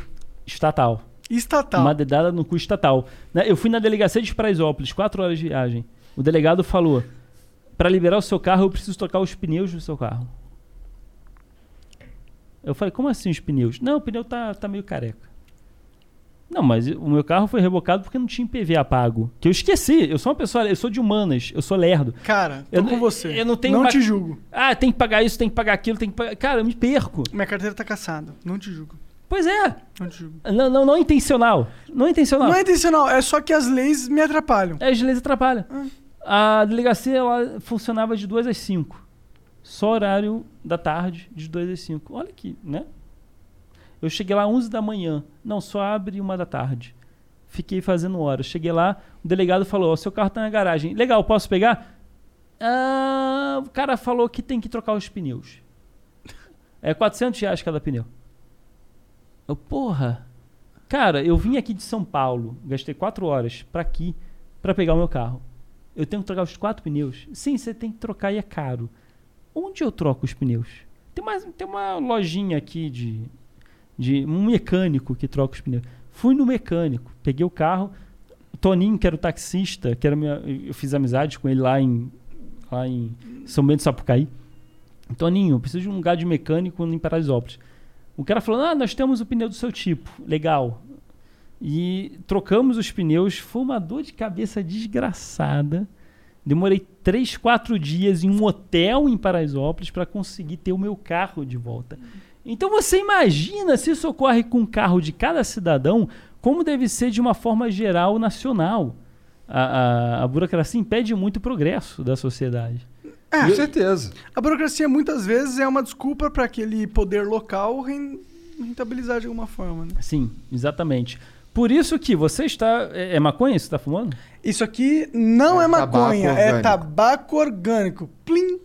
C: estatal.
A: Estatal.
C: Uma dedada no cu estatal. Né, Eu fui na delegacia de Paraisópolis, quatro horas de viagem. O delegado falou: para liberar o seu carro, eu preciso trocar os pneus do seu carro. Eu falei: como assim os pneus? Não, o pneu tá, tá meio careca. Não, mas o meu carro foi rebocado porque não tinha IPVA pago. Que eu esqueci. Eu sou uma pessoa, eu sou de humanas, eu sou lerdo.
A: Cara, tô
C: Eu-
A: com você.
C: eu não tenho
A: Não
C: uma-
A: te julgo.
C: Ah, tem que pagar isso, tem que pagar aquilo, tem que pagar. Cara, eu me perco.
A: Minha carteira tá caçada. Não te julgo.
C: Pois é.
A: Não te julgo.
C: Não, não, não é intencional. Não é intencional.
A: Não é intencional, é só que as leis me atrapalham.
C: É, As leis atrapalham.
A: Ah.
C: A delegacia ela funcionava de 2 às 5. Só horário da tarde, de 2 às 5. Olha aqui, né? Eu cheguei lá 11 da manhã. Não, só abre uma da tarde. Fiquei fazendo hora. Cheguei lá, o delegado falou: Ó, seu carro tá na garagem. Legal, posso pegar? Ah, o cara falou que tem que trocar os pneus. *laughs* É 400 reais cada pneu. Eu, porra. Cara, eu vim aqui de São Paulo, gastei quatro horas pra aqui pra pegar o meu carro. Eu tenho que trocar os quatro pneus? Sim, você tem que trocar e é caro. Onde eu troco os pneus? Tem uma, tem uma lojinha aqui de, de um mecânico que troca os pneus. Fui no mecânico, peguei o carro. Toninho, que era o taxista, que era minha, eu fiz amizade com ele lá em, lá em São Bento do Sapucaí. Toninho, eu preciso de um lugar de mecânico em Paraisópolis. O cara falou: Ah, nós temos o pneu do seu tipo. Legal. E trocamos os pneus. Foi uma dor de cabeça desgraçada. Demorei 3, 4 dias em um hotel em Paraisópolis para conseguir ter o meu carro de volta. Então você imagina se isso ocorre com o carro de cada cidadão, como deve ser de uma forma geral nacional. A, a, a burocracia impede muito o progresso da sociedade. Ah.
A: É,
B: Com certeza.
A: A burocracia muitas vezes é uma desculpa para aquele poder local ren- rentabilizar de alguma forma. Né?
C: Sim, exatamente. Por isso que você está. É, é maconha isso que você está fumando?
A: Isso aqui não é, maconha, é
C: orgânico.
A: tabaco orgânico. Plim!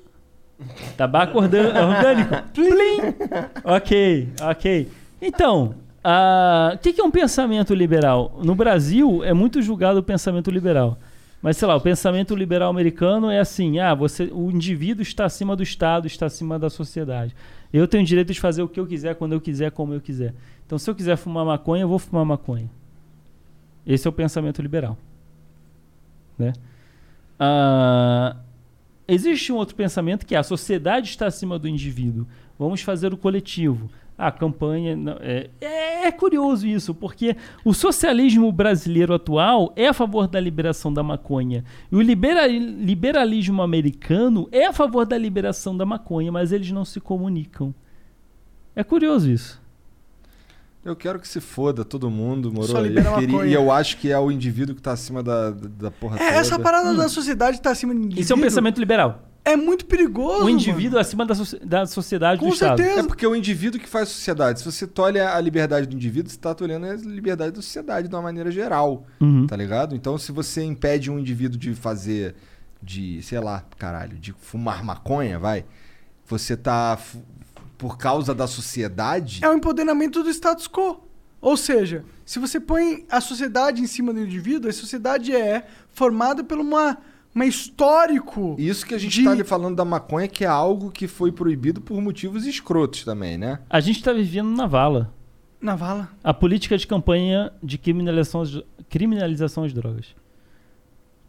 C: Tabaco ordan- orgânico. Plim! Ok, ok. Então, ah, o que, que é um pensamento liberal? No Brasil, é muito julgado o pensamento liberal. Mas, sei lá, o pensamento liberal americano é assim: ah, você, o indivíduo está acima do Estado, está acima da sociedade. Eu tenho o direito de fazer o que eu quiser, quando eu quiser, como eu quiser. Então, se eu quiser fumar maconha, eu vou fumar maconha. Esse é o pensamento liberal. Né? Ah, existe um outro pensamento que é a sociedade está acima do indivíduo. Vamos fazer o coletivo. A campanha. não- é, é- é curioso isso, porque o socialismo brasileiro atual é a favor da liberação da maconha. E o libera- liberalismo americano é a favor da liberação da maconha, mas eles não se comunicam. É curioso isso.
B: Eu quero que se foda todo mundo, moro?
A: Só
B: E
A: libera
B: eu queria-
A: maconha.
B: e eu acho que é o indivíduo que tá acima da, da da porra
A: É, essa
B: toda.
A: parada da sociedade tá acima de indivíduo.
C: Isso Hum. é um pensamento liberal.
A: É muito perigoso.
C: O indivíduo acima da, soci- da sociedade do Estado.
B: É porque é o indivíduo que faz sociedade. Se você tolha a liberdade do indivíduo, você está tolhando a liberdade da sociedade de uma maneira geral.
C: Uhum.
B: Tá ligado? Então, se você impede um indivíduo de fazer, de, sei lá, caralho, de fumar maconha, vai, você tá. fu- Por causa da sociedade.
A: É o empoderamento do status quo. Ou seja, se você põe a sociedade em cima do indivíduo, a sociedade é formada por uma, uma histórico.
B: Isso que a gente tá ali falando da maconha, que é algo que foi proibido por motivos escrotos também, né?
C: A gente está vivendo na vala.
A: Na vala.
C: A política de campanha de criminalização, às- criminalização às drogas.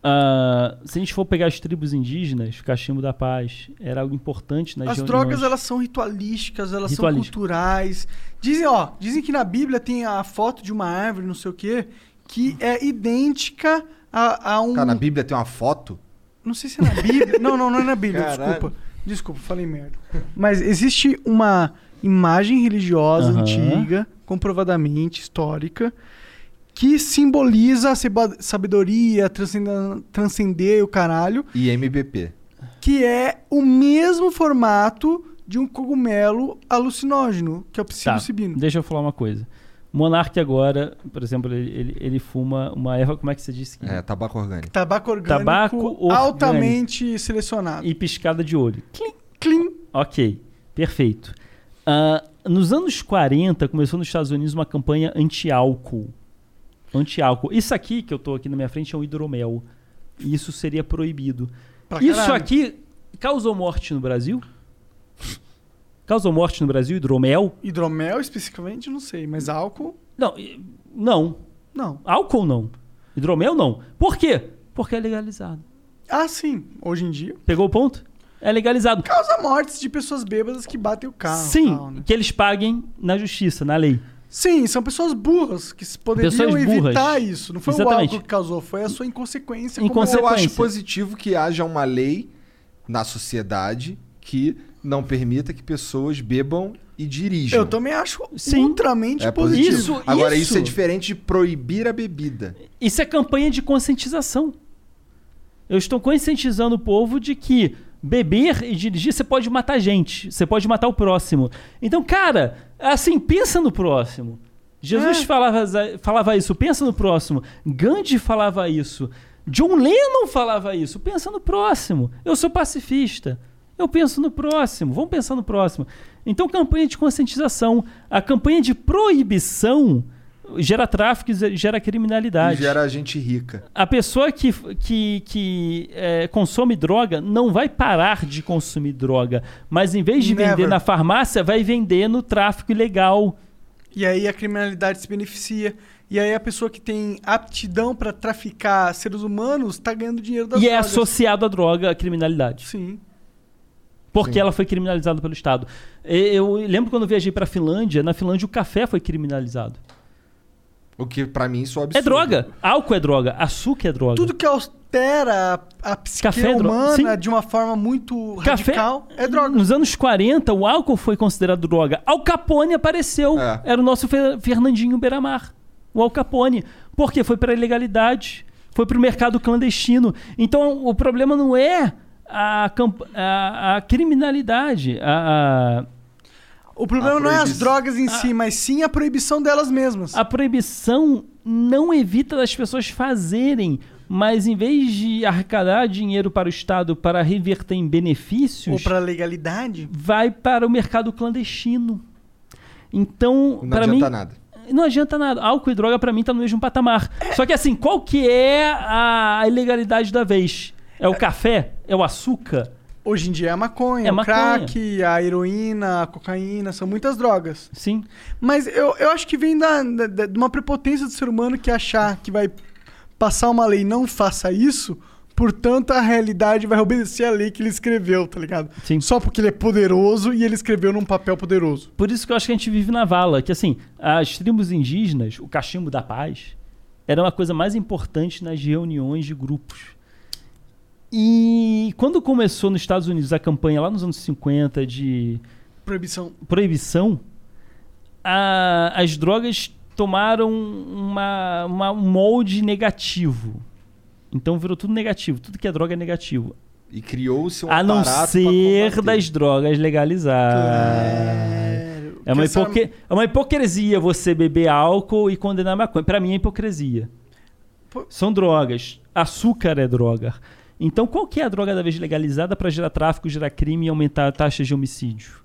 C: Ah, se a gente for pegar as tribos indígenas, o cachimbo da paz era algo importante nas
A: As
C: reuniões.
A: drogas, elas são ritualísticas, elas
C: Ritualística.
A: são culturais. Dizem, ó, dizem que na Bíblia tem a foto de uma árvore, não sei o quê, que é idêntica a, a um...
C: Tá,
B: Cara, na Bíblia tem uma foto.
A: Não sei se é na Bíblia. não, não, não é na Bíblia,
B: Caralho.
A: desculpa. Desculpa, falei merda. Mas existe uma imagem religiosa
C: Aham.
A: antiga, comprovadamente histórica, que simboliza a seba- sabedoria, transcenda- transcender o caralho,
B: E MBP.
A: que é o mesmo formato de um cogumelo alucinógeno, que é o
C: Tá,
A: psilocibina.
C: deixa eu falar uma coisa. Monarque agora, por exemplo, ele, ele, ele fuma uma erva, como é que você disse? Que...
A: Uhum.
B: É, tabaco orgânico.
A: Tabaco orgânico
C: Tabaco orgânico.
A: altamente selecionado.
C: E piscada de olho. Clim,
A: clim.
C: Ok, perfeito. Ah, nos anos 40, começou nos Estados Unidos uma campanha anti-álcool. Anti-álcool. Isso aqui que eu tô aqui na minha frente é um hidromel. Isso seria proibido.
A: Pra
C: Isso
A: caralho.
C: aqui causou morte no Brasil? Causou morte no Brasil, hidromel?
A: Hidromel, especificamente, não sei, mas álcool...
C: Não, e- não.
A: Não.
C: Álcool não. Hidromel não. Por quê? Porque é legalizado.
A: Ah, sim. Hoje em dia.
C: Pegou o ponto? É legalizado.
A: Causa mortes de pessoas bêbadas que batem o carro.
C: Sim,
A: tal, né?
C: que eles paguem na justiça, na lei.
A: Sim, são pessoas burras que se poderiam
C: Pessoas burras.
A: evitar isso. Não foi o
C: Exatamente.
A: álcool que causou, foi a sua inconsequência.
B: Como eu acho
A: Como
B: positivo que haja uma lei na sociedade que não permita que pessoas bebam e dirijam.
A: eu, eu também acho
C: Sim.
A: ultramente
B: É
A: positivo.
B: positivo. Agora, isso. é diferente de proibir a bebida.
C: Isso é campanha de conscientização. Eu estou conscientizando o povo de que beber e dirigir você pode matar gente, você pode matar o próximo. Então, cara, assim, pensa no próximo.
B: É.
C: Jesus falava, falava isso, pensa no próximo. Gandhi falava isso. John Lennon falava isso, pensa no próximo. Eu sou pacifista. Eu penso no próximo, vamos pensar no próximo. Então, campanha de conscientização, a campanha de proibição Gera tráfico, e gera criminalidade.
B: E gera gente rica.
C: A pessoa que, que, que é, consome droga não vai parar de consumir droga, mas em vez de vender
A: Never.
C: na farmácia, vai vender no tráfico ilegal.
A: E aí a criminalidade se beneficia. E aí a pessoa que tem aptidão pra traficar seres humanos tá ganhando dinheiro das
C: e é
A: drogas.
C: associado à droga, à criminalidade.
A: Sim.
C: Porque
A: Sim.
C: ela foi criminalizada pelo Estado. E- Eu lembro quando eu viajei para a Finlândia, na Finlândia o café foi criminalizado.
B: O que pra mim isso é
C: É droga. Álcool é droga. Açúcar é droga.
A: Tudo que altera a, a psique
C: Café é droga.
A: humana
C: Sim.
A: de uma forma muito
C: Café
A: radical.
C: é droga. Nos anos 40, o álcool foi considerado droga. Al Capone apareceu. Era o nosso Fer- Fernandinho Beiramar. O Al Capone. Por quê? Foi para a ilegalidade. Foi para o mercado clandestino. Então, o problema não é a, camp- a- a criminalidade. A,
A: O problema não é as drogas em
C: Ah.
A: si, mas sim a proibição delas mesmas.
C: A proibição não evita as pessoas fazerem, mas em vez de arrecadar dinheiro para o Estado para reverter em benefícios...
A: Ou pra legalidade.
C: Vai para o mercado clandestino. Então,
B: Não
C: para
B: adianta
C: mim...
B: nada.
C: Não adianta nada. Álcool e droga, para mim, tá no mesmo patamar. Só que assim, qual que é a ilegalidade da vez? É o café? É o açúcar?
A: Hoje em dia é a maconha,
C: É
A: o
C: maconha.
A: crack, a heroína, a cocaína, são muitas drogas.
C: Sim.
A: Mas eu, eu acho que vem da, da- da- de uma prepotência do ser humano que achar que vai passar uma lei não faça isso, portanto a realidade vai obedecer a lei que ele escreveu, tá ligado?
C: Sim.
A: Só porque ele é poderoso e ele escreveu num papel poderoso.
C: Por isso que eu acho que a gente vive na vala, que assim, as tribos indígenas, o cachimbo da paz, era uma coisa mais importante nas reuniões de grupos. E quando começou nos Estados Unidos a campanha lá nos anos 50 de
A: Proibição.
C: proibição, a- as drogas tomaram uma, uma- um molde negativo. Então virou tudo negativo, tudo que é droga é negativo.
B: E criou-se um
C: A não
B: aparato pra
C: ser das drogas legalizadas. É uma,
B: Porque
C: hipoque- é uma hipocrisia você beber álcool e condenar maconha. Pra mim é hipocrisia. São drogas. Açúcar é droga. Então qual que é a droga da vez legalizada pra gerar tráfico, gerar crime e aumentar a taxa de homicídio?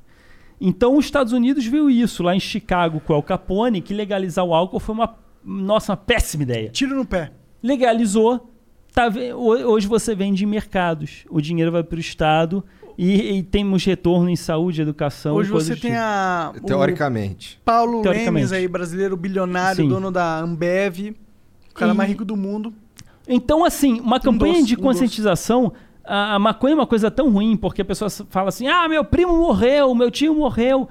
C: Então os Estados Unidos viu isso lá em Chicago com o Al Capone, que legalizar o álcool foi uma nossa uma péssima ideia.
A: Tiro no pé.
C: Legalizou. tá ve- ho- hoje você vende em mercados. O dinheiro vai pro estado e, e temos retorno em saúde, educação.
A: Hoje
C: e coisas
A: você
C: do
A: tem
C: tipo.
B: É
A: a. o
B: Teoricamente.
A: Paulo
C: Teoricamente.
A: Lemes aí, brasileiro bilionário,
C: Sim.
A: dono da Ambev, o cara
C: E-
A: mais rico do mundo.
C: Então, assim, uma campanha
A: doce,
C: de
A: um
C: conscientização. a, a maconha é uma coisa tão ruim, porque a pessoa s- fala assim: ah, meu primo morreu, meu tio morreu.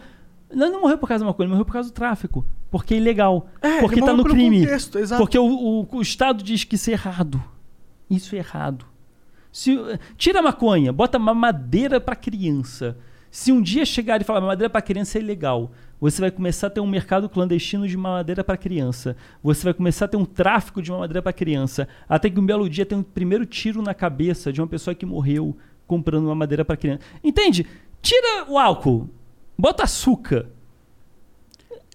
C: Não, não morreu por causa da maconha, ele morreu por causa do tráfico. Porque é ilegal.
A: É,
C: porque
A: ele
C: tá
A: morreu
C: no
A: pelo
C: crime.
A: contexto, exato.
C: Porque o, o- o Estado diz que isso é errado. Isso é errado. Se, tira a maconha, bota mamadeira pra criança. Se um dia chegar e falar mamadeira pra criança é ilegal, você vai começar a ter um mercado clandestino de mamadeira pra criança. Você vai começar a ter um tráfico de mamadeira pra criança. Até que um belo dia tem um primeiro tiro na cabeça de uma pessoa que morreu comprando mamadeira pra criança. Entende? Tira o álcool, bota açúcar.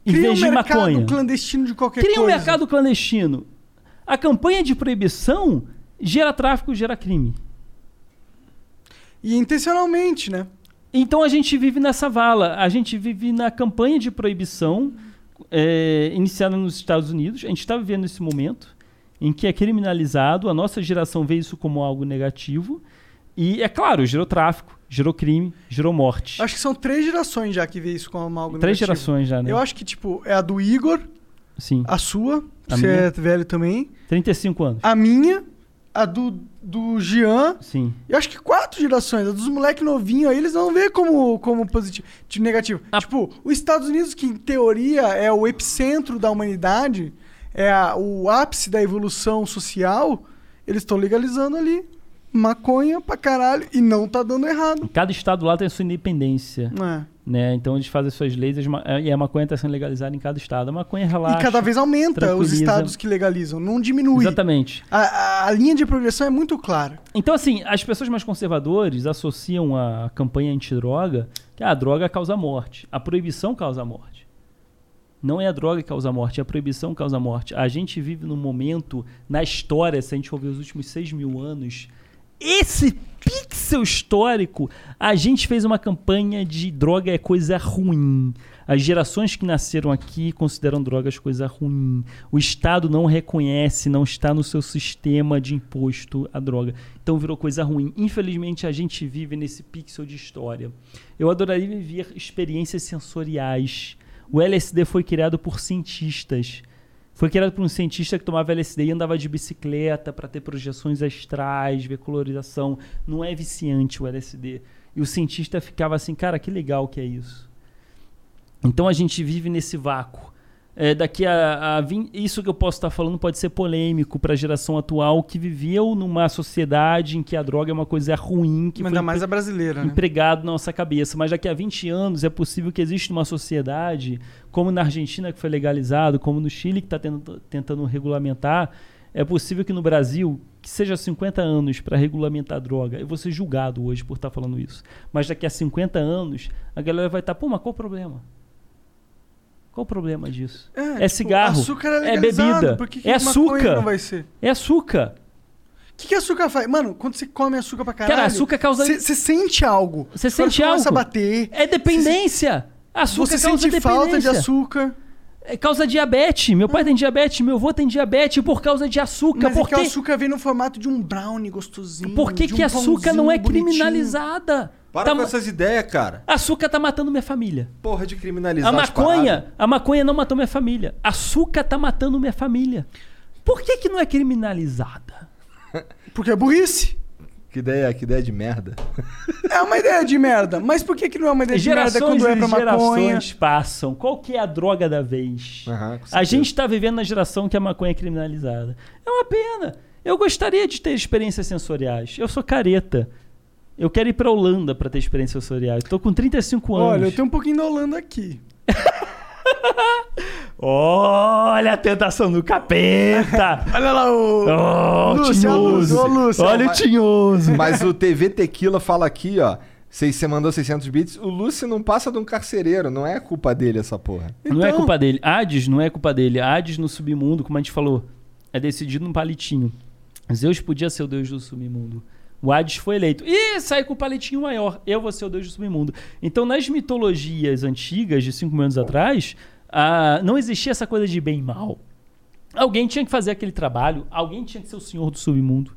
C: Em
A: Cria
C: vez
A: um
C: de
A: mercado
C: maconha.
A: clandestino de qualquer
C: Cria um
A: coisa.
C: mercado clandestino. A campanha de proibição gera tráfico, gera crime.
A: E intencionalmente, né?
C: Então a gente vive nessa vala. A gente vive na campanha de proibição é, iniciada nos Estados Unidos. A gente está vivendo esse momento em que é criminalizado. A nossa geração vê isso como algo negativo. E, é claro, gerou tráfico, gerou crime, gerou morte.
A: Acho que são três gerações já que vê isso como algo
C: Três
A: negativo.
C: gerações já, né?
A: Eu acho que, tipo, é a do Igor,
C: Sim.
A: a sua,
C: A
A: você
C: minha.
A: é velho também,
C: 35 anos.
A: a minha, a do, do Jean.
C: Sim.
A: Eu acho que quatro gerações. A dos moleques novinhos aí, eles não vê como, como positivo, tipo, negativo.
C: Ah.
A: Tipo, os Estados Unidos, que em teoria é o epicentro da humanidade, é a- o ápice da evolução social, eles estão legalizando ali maconha pra caralho e não tá dando errado.
C: Cada estado lá tem a sua independência.
A: É.
C: Né? Então eles fazem as suas leis as ma- e a maconha está sendo legalizada em cada estado. A maconha relaxa.
A: e cada vez aumenta os
C: tranquiliza.
A: estados que legalizam, não diminui.
C: Exatamente.
A: A, a- a linha de progressão é muito clara.
C: Então, assim, as pessoas mais conservadoras associam a campanha antidroga que ah, a droga causa morte. A proibição causa morte. Não é a droga que causa morte, é a proibição que causa morte. A gente vive num momento, na história, se a gente for ver os últimos 6 mil anos, esse pixel histórico, a gente fez uma campanha de droga é coisa ruim. As gerações que nasceram aqui consideram drogas coisa ruim. O Estado não reconhece, não está no seu sistema de imposto a droga. Então virou coisa ruim. Infelizmente, a gente vive nesse pixel de história. Eu adoraria viver experiências sensoriais. O LSD foi criado por cientistas. Foi criado por um cientista que tomava LSD e andava de bicicleta para ter projeções astrais, ver colorização. Não é viciante o LSD. E o cientista ficava assim, cara, que legal que é isso. Então a gente vive nesse vácuo. É, daqui a, a 20, isso que eu posso estar falando pode ser polêmico para a geração atual que viveu numa sociedade em que a droga é uma coisa ruim que
A: Mas ainda mais a brasileira, né?
C: empregado na nossa cabeça. Mas daqui a 20 anos é possível que exista uma sociedade, como na Argentina que foi legalizado, como no Chile que está tentando regulamentar, é possível que no Brasil que seja 50 anos para regulamentar a droga. Eu vou ser julgado hoje por estar falando isso. Mas daqui a 50 anos a galera vai estar, pô, mas qual o problema? Qual o problema disso?
A: É,
C: É,
A: tipo,
C: cigarro.
A: açúcar é
C: é
A: legalizado,
C: bebida.
A: por que que
C: é
A: maconha
C: açúcar.
A: não vai ser?
C: É açúcar.
A: O que, que açúcar faz? Mano, quando você come açúcar pra caralho.
C: Cara, açúcar causa-
A: Você sente algo.
C: Você
A: Quando
C: sente
A: começa a
C: algo.
A: bater.
C: É dependência. Açúcar
A: Você
C: causa
A: sente
C: dependência.
A: falta de açúcar.
C: É, causa diabetes. Meu pai tem diabetes, meu avô tem diabetes por causa de açúcar.
A: Mas
C: Por
A: é que o
C: quê?
A: açúcar vem no formato de um brownie gostosinho.
C: Por que,
A: de
C: que
A: um
C: açúcar não é
A: pãozinho bonitinho.
C: criminalizada?
B: Para
C: Tá
B: com
C: ma-
B: essas ideias, cara.
C: Açúcar tá matando minha família.
B: Porra de criminalizar
C: A
B: as paradas.
C: maconha, a maconha não matou minha família. Açúcar tá matando minha família. Por que, que não é criminalizada?
A: Porque é burrice.
B: Que ideia, que ideia de merda.
A: É uma ideia de merda. Mas por que, que não é uma ideia de merda
C: Gerações
A: quando é
C: e
A: pra maconha?
C: gerações passam. Qual que é a droga da vez?
B: Aham, com
C: A
B: certeza.
C: gente está vivendo na geração que a maconha é criminalizada. É uma pena. Eu gostaria de ter experiências sensoriais. Eu sou careta. Eu quero ir pra Holanda pra ter experiências sensoriais. Tô com 35 anos.
A: Olha, eu tenho um pouquinho da Holanda aqui.
C: Olha a tentação do capeta.
A: *laughs* Olha lá o.
C: Oh, o
A: Lúcio,
C: Tinhoso.
A: Lúcio, ô, Lúcio.
C: Olha o
B: Mas-
C: Tinhoso.
B: Mas o TV Tequila fala aqui, ó. Vocês você mandou 600 bits. O Lúcio não passa de um carcereiro. Não é culpa dele essa porra.
C: Não é
B: Então-
C: culpa dele. Hades não é culpa dele. Hades no submundo, como a gente falou, é decidido num palitinho. Zeus podia ser o deus do submundo. O Hades foi eleito. E sai com o palitinho maior. Eu vou ser o deus do submundo. Então, nas mitologias antigas, de 5 mil anos atrás, ah, não existia essa coisa de bem e mal. Alguém tinha que fazer aquele trabalho, alguém tinha que ser o senhor do submundo.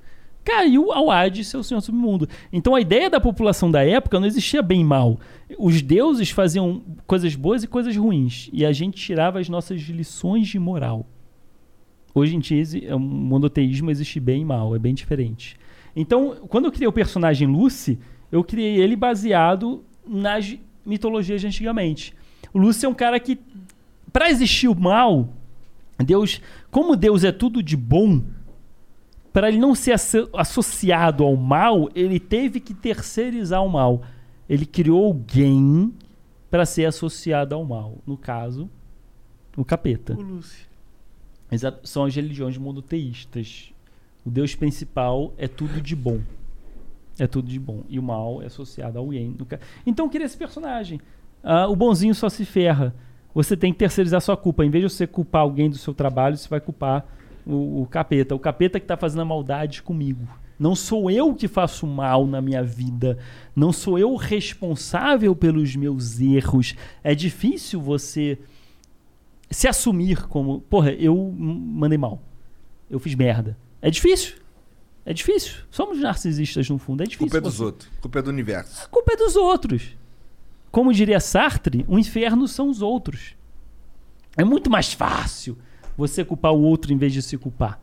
C: Caiu ao Hades ser o senhor do submundo. Então a ideia da população da época não existia bem e mal. Os deuses faziam coisas boas e coisas ruins. E a gente tirava as nossas lições de moral. Hoje em dia, exi- é um monoteísmo existe bem e mal, é bem diferente. Então, quando eu criei o personagem Lucy, eu criei ele baseado nas mitologias de antigamente. O Lucy é um cara que, para existir o mal, Deus, como Deus é tudo de bom, para ele não ser asso- associado ao mal, ele teve que terceirizar o mal. Ele criou alguém para ser associado ao mal. No caso, o capeta.
A: O Lúcio.
C: Exato. São as religiões monoteístas. O Deus principal é tudo de bom. É tudo de bom. E o mal é associado ao yin. no ca- Então eu queria esse personagem. Ah, o bonzinho só se ferra. Você tem que terceirizar sua culpa. Em vez de você culpar alguém do seu trabalho, você vai culpar o, o capeta. O capeta que está fazendo a maldade comigo. Não sou eu que faço mal na minha vida. Não sou eu responsável pelos meus erros. É difícil você se assumir como, porra, eu hum, mandei mal. Eu fiz merda. É difícil. É difícil. Somos narcisistas no fundo. É difícil.
B: Culpa é dos
C: você-
B: outros. Culpa é do universo.
C: A culpa é dos outros. Como diria Sartre, o inferno são os outros. É muito mais fácil você culpar o outro em vez de se culpar.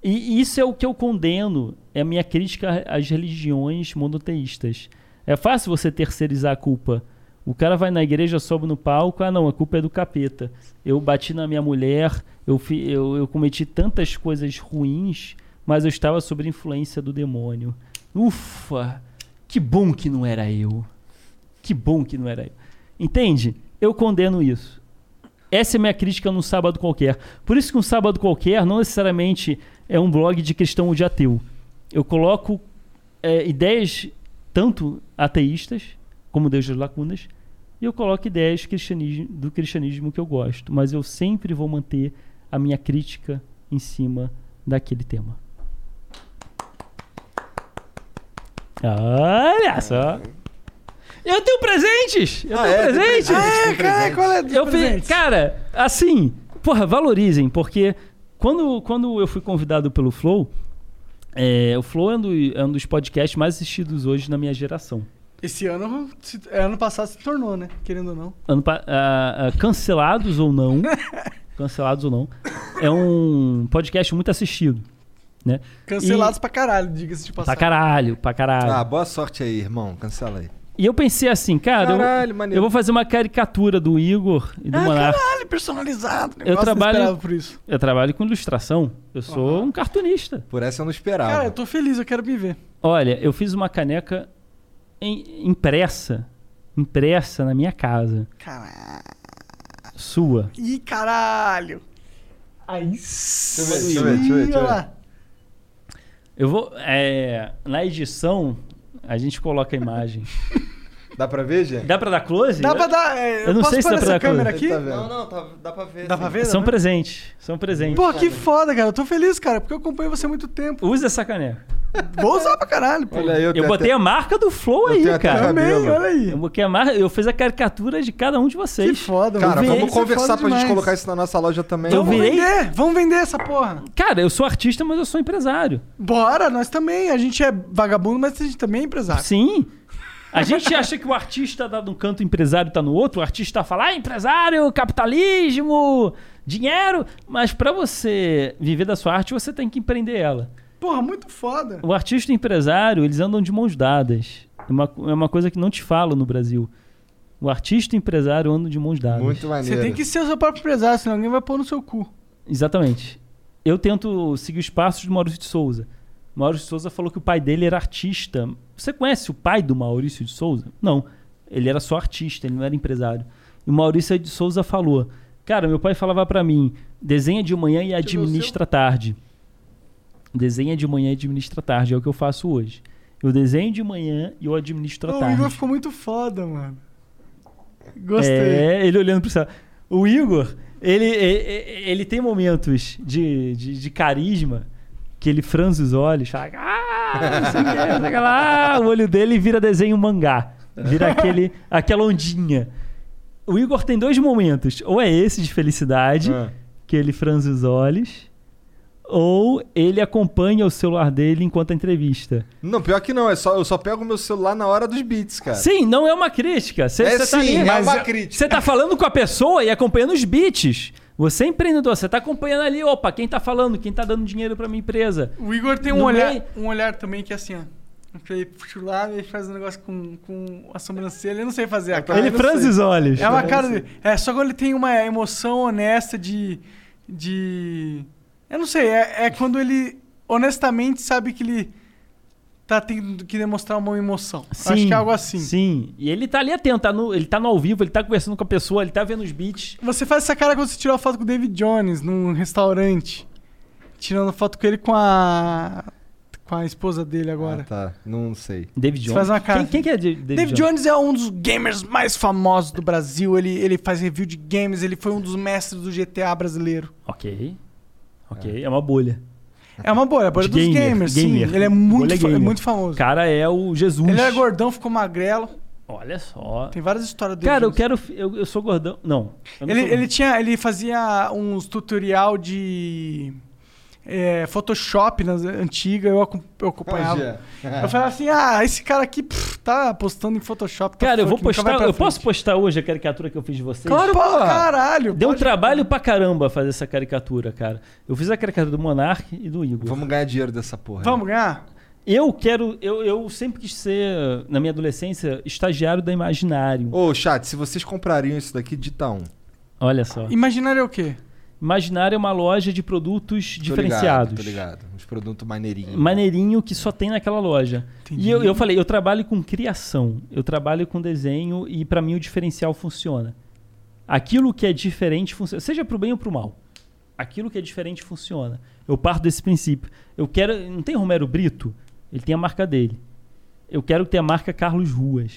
C: E isso é o que eu condeno, é a minha crítica às religiões monoteístas. É fácil você terceirizar a culpa. O cara vai na igreja, sobe no palco, ah não, a culpa é do capeta. Eu bati na minha mulher, eu, fi- eu, eu cometi tantas coisas ruins, mas eu estava sob a influência do demônio. Ufa, que bom que não era eu. Que bom que não era eu. Entende? Eu condeno isso. Essa é a minha crítica num sábado qualquer. Por isso que um sábado qualquer não necessariamente é um blog de cristão ou de ateu. Eu coloco é, ideias tanto ateístas, como Deus das Lacunas, e eu coloco ideias cristianismo- do cristianismo que eu gosto. Mas eu sempre vou manter a minha crítica em cima daquele tema. Olha só. Eu tenho presentes! Eu
A: É. Ah,
C: tenho
A: é? Tem
C: presentes!
A: presentes, Ah, é? tem Cara, presentes. qual é dos
C: Eu fiz-
A: presentes?
C: Cara, assim, porra, valorizem, porque quando, quando eu fui convidado pelo Flow, é, o Flow é um, do- é um dos podcasts mais assistidos hoje na minha geração.
A: Esse ano, se- ano passado se tornou, né? Querendo ou não.
C: Ano pa- ah, ah, cancelados
A: *laughs*
C: ou não, cancelados ou não, é um podcast muito assistido, né?
A: Cancelados
C: E-
A: pra caralho, diga-se de passagem.
C: Pra caralho, pra caralho.
B: Ah, boa sorte aí, irmão. Cancela aí.
C: E eu pensei assim, cara, eu-
B: Caralho,
C: eu,
B: maneiro.
C: vou fazer uma caricatura do Igor e do
A: Ah,
C: Monark.
A: caralho, personalizado.
C: Eu
A: negócio, não
C: trabalho,
A: esperava por isso.
C: eu trabalho com ilustração. Eu sou um cartunista.
B: Por essa eu não
C: Ah.
B: esperava.
A: Cara, eu tô feliz, eu quero me ver.
C: Olha, eu fiz uma caneca em- impressa. Impressa na minha casa.
A: Caralho.
C: Sua.
A: Ih, caralho. Aí sim.
C: eu ver, deixa eu ver, deixa eu ver, deixa eu
A: olha
C: ver.
A: lá.
C: Eu vou. é, na edição, a gente coloca a imagem.
A: *laughs*
B: Dá pra ver, gente?
C: Dá pra dar close?
A: Dá pra dar, é,
C: eu não
A: posso
C: sei se
A: pôr
C: dá pra
A: nessa
C: dar um
A: câmera
C: close.
A: aqui? Tá
K: Não, não, tá- dá pra ver.
A: Dá
K: sim.
A: pra ver?
C: São
A: né?
C: presentes. São presentes.
A: Pô, que foda, cara. Eu tô feliz, cara, porque eu acompanho você há muito tempo.
C: Usa essa caneca.
A: Vou usar pra caralho, pô.
C: eu botei a marca do Flow
A: Eu
C: aí,
A: tenho até
C: cara.
A: Também, cabelo. olha aí.
C: Eu botei a marca, eu fiz a caricatura de cada um de vocês. Que
A: é foda,
B: Cara, vamos conversar pra gente colocar isso na nossa loja também.
C: Eu
B: Vamos
C: virei.
B: vender.
A: Vamos vender essa porra.
C: Cara, eu sou artista, mas eu sou empresário.
A: Bora, nós também. A gente é vagabundo, mas a gente também é empresário.
C: Sim. A gente acha que o artista tá num canto, o empresário tá no outro, o artista fala, ah, empresário, capitalismo, dinheiro. Mas pra você viver da sua arte, você tem que empreender ela.
A: Porra, muito foda.
C: O artista e o empresário, eles andam de mãos dadas. É uma, é uma coisa que não te falam no Brasil. O artista e o empresário andam de mãos dadas.
B: Muito
A: Você tem que ser o seu próprio empresário, senão alguém vai pôr no seu cu.
C: Exatamente. Eu tento seguir os passos do Maurício de Souza. O Maurício de Souza falou que o pai dele era artista. Você conhece o pai do Maurício de Souza? Não. Ele era só artista, ele não era empresário. E o Maurício de Souza falou: Cara, meu pai falava pra mim: desenha de manhã e administra tarde. Desenha de manhã e administra tarde, é o que eu faço hoje. Eu desenho de manhã e eu administro à
A: Não, o
C: tarde.
A: Igor ficou muito foda, mano. Gostei.
C: É, ele olhando pro céu. O Igor, ele, ele, ele tem momentos de, de, de carisma que ele franze os olhos, fala, ah, não sei o que, não sei o que lá. O olho dele vira desenho mangá. Vira aquele, aquela ondinha. O Igor tem dois momentos. Ou é esse de felicidade, que ele franze os olhos, ou ele acompanha o celular dele enquanto a entrevista.
B: Não, pior que não. É só, eu só pego o meu celular na hora dos beats, cara.
C: Sim, não é uma crítica. Você
B: É
C: você tá
B: sim,
C: ali,
B: é
C: mas
B: uma
C: eu-
B: crítica.
C: Você tá falando com a pessoa e acompanhando os beats. Você é empreendedor, você tá acompanhando ali, opa, quem tá falando, quem tá dando dinheiro pra minha empresa.
A: O Igor tem um
C: No
A: olhar,
C: meio-
A: um olhar também que é assim, ó. Ele puxa o lado e faz um negócio com, com a sobrancelha. Eu não sei fazer a cara.
C: Ele
A: eu não
C: franze
A: sei.
C: os olhos.
A: É uma
C: Eu
A: cara
C: não sei.
A: de, É só quando ele tem uma emoção honesta de. de. Eu não sei, é, é quando ele honestamente sabe que ele tá tendo que demonstrar uma emoção. Acho que é algo assim.
C: Sim. E ele tá ali atento, tá no- ele tá no ao vivo, ele tá conversando com a pessoa, ele tá vendo os beats.
A: Você faz essa cara quando você tirou a foto com o David Jones num restaurante. Tirando foto com ele com a. com a esposa dele agora.
C: Ah,
B: Tá, não sei.
C: David
A: Você faz uma cara.
C: Quem, quem que é de-
A: David, Jones? é um dos gamers mais famosos do Brasil. Ele, ele faz review de games, ele foi um dos mestres do GTA brasileiro.
C: Ok. Ok, é uma bolha.
A: É uma bolha, é a bolha
C: De
A: dos
C: gamer,
A: gamers,
C: gamer.
A: sim. Ele é muito,
C: Bolha
A: fa-
C: gamer.
A: muito famoso.
C: O cara é o Jesus.
A: Ele é gordão, ficou magrelo.
C: Olha só.
A: Tem várias histórias dele.
C: Cara, eu quero. Eu, eu sou gordão. Não. eu não
A: Ele,
C: sou
A: ele, tinha, ele fazia uns tutorial de é, Photoshop nas antigas, eu, acom- eu acompanhava.
C: Hoje é.
A: Eu falava assim, ah, esse cara aqui pff, tá postando em Photoshop. tá
C: Cara, eu vou
A: fuck, nunca vai
C: postar.
A: pra
C: Eu
A: frente."
C: posso postar hoje a caricatura que eu fiz de vocês?
A: Claro, Pô, pô. caralho,
C: Deu um trabalho pra caramba fazer essa caricatura, cara. Eu fiz a caricatura do Monark e do
B: *laughs*
C: Igor.
B: Vamos ganhar dinheiro dessa porra. aí.
A: Vamos ganhar?
C: Eu quero. Eu, eu sempre quis ser, na minha adolescência, estagiário da Imaginário.
B: Ô, chat, se vocês comprariam isso daqui, dita um.
C: Olha só.
A: Imaginário é o quê?
C: Imaginário é uma loja de produtos diferenciados.
B: Tô ligado, tô ligado. Uns produtos maneirinhos.
C: maneirinho que só tem naquela loja.
B: Entendi.
C: E eu, eu falei, eu trabalho com criação, eu trabalho com desenho e pra mim o diferencial funciona. Aquilo que é diferente funciona, seja pro bem ou pro mal. Aquilo que é diferente funciona. Eu parto desse princípio. Eu quero, não tem Romero Brito, ele tem a marca dele. Eu quero ter a marca Carlos Ruas.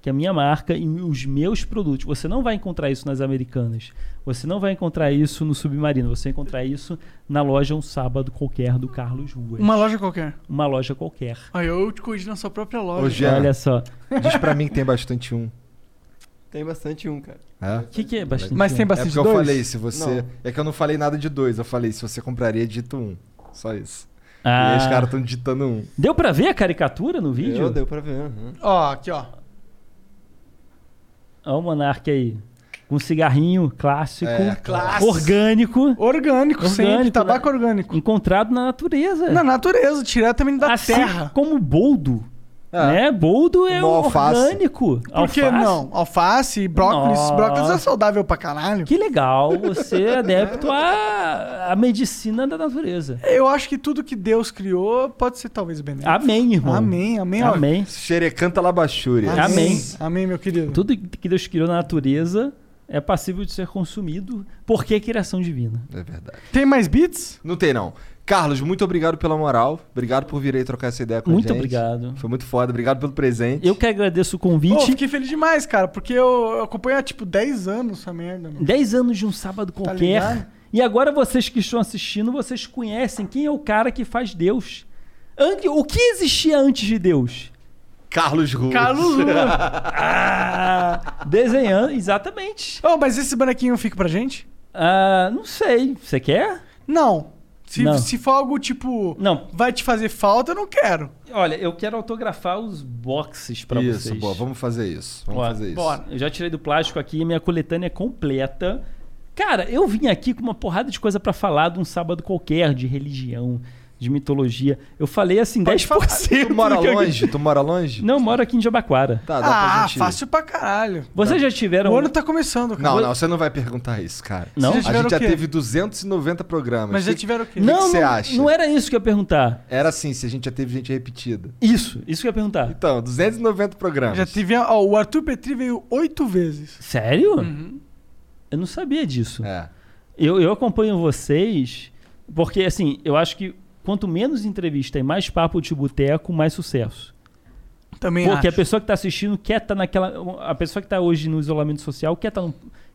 C: que a minha marca e os meus produtos. Você não vai encontrar isso nas Americanas. Você não vai encontrar isso no Submarino. Você vai encontrar isso na loja um sábado qualquer do Carlos Ruas.
A: Uma loja qualquer.
C: Uma loja qualquer.
A: Aí eu te corrigi na sua própria loja.
B: Ô, Jean,
C: Olha só.
B: Diz pra mim que tem bastante um.
K: Tem bastante um, cara.
B: É? O
C: que que é bastante
A: Mas tem
C: um?
B: é
A: bastante
B: porque
A: dois?
B: eu falei, se você.
A: Não.
B: É que eu não falei nada de dois, eu falei, se você compraria, dito um. Só isso.
C: Ah.
B: E aí os caras estão ditando um.
C: Deu pra ver a caricatura no vídeo?
K: Deu, deu pra ver. aham.
A: Ó, aqui, ó.
C: Olha o Monark aí. Com um cigarrinho clássico.
A: É, clássico.
C: Orgânico.
A: Orgânico,
C: né?
A: sempre. Tabaco orgânico.
C: Encontrado na natureza.
A: Na natureza, diretamente da
C: Assim
A: terra.
C: como boldo. Né? Boldo é
A: No alface.
C: orgânico.
A: Por que não? Alface, brócolis.
C: Nossa.
A: Brócolis é saudável pra caralho.
C: Que legal, você é adepto à, à medicina da natureza.
A: Eu acho que tudo que Deus criou pode ser talvez benéfico.
C: Amém, irmão.
A: Amém, amém. ó.
C: Amém.
B: Xerecanta labachúria.
C: Amém.
A: Amém, meu querido.
C: Tudo que Deus criou na natureza é passível de ser consumido porque é criação divina.
B: É verdade.
A: Tem mais beats?
B: Não tem, não. Carlos, muito obrigado pela moral. Obrigado por vir aí trocar essa ideia com
C: Muito
B: a gente.
C: obrigado.
B: Foi muito foda. Obrigado pelo presente.
C: Eu que agradeço o convite.
A: Pô, fiquei feliz demais, cara, porque eu eu acompanho há tipo 10 anos essa merda, mano.
C: 10 anos de um
B: Tá
C: sábado qualquer.
A: ligado?
C: e agora vocês que estão assistindo, vocês conhecem quem é o cara que faz Deus. Ante- o que existia antes de Deus?
B: Carlos Ruas.
A: Carlos Lua.
C: Ah, desenhando, *laughs* exatamente.
A: Ô, mas esse bonequinho fica pra gente?
C: Ah, não sei. Você quer?
A: Não. Se,
C: Não.
A: se for algo tipo.
C: Não.
A: Vai te fazer falta, eu não quero.
C: Olha, eu quero autografar os boxes pra
B: isso,
C: vocês.
B: boa. Vamos fazer isso. Vamos
C: Ó,
B: fazer isso.
C: bora. Eu já tirei do plástico aqui, minha coletânea é completa. Cara, eu vim aqui com uma porrada de coisa pra falar de um sábado qualquer, de religião, de mitologia. Eu falei assim, 10%.
B: Tu mora
C: do que eu-
B: longe? Tu mora longe?
C: Não, eu moro aqui em Jabaquara.
B: Tá, dá pra
A: Ah,
B: gente.
A: fácil pra caralho.
C: Vocês já tiveram. um-
A: O ano tá começando, cara.
B: Não, não, você não vai perguntar isso, cara.
C: Não?
B: A
C: Vocês
A: já
B: gente
A: tiveram um-
B: já
A: o quê?
B: teve 290 programas.
A: Mas já
B: Que-
A: tiveram o quê?
B: que
C: Não,
B: que você
C: não,
B: acha?
C: não era isso que eu ia perguntar.
B: Era assim, se a gente já teve gente repetida.
C: Isso, isso que eu ia perguntar.
B: Então, 290 programas.
A: Já tive. Ó, o Arthur Petri veio oito vezes.
C: Sério?
A: Uhum.
C: Eu não sabia disso.
B: É.
C: Eu, eu acompanho vocês porque, assim, eu acho que quanto menos entrevista e mais papo de boteco, mais sucesso.
A: Também
C: Porque a
A: acho.
C: pessoa que tá assistindo quer estar naquela. A pessoa que tá hoje no isolamento social quer estar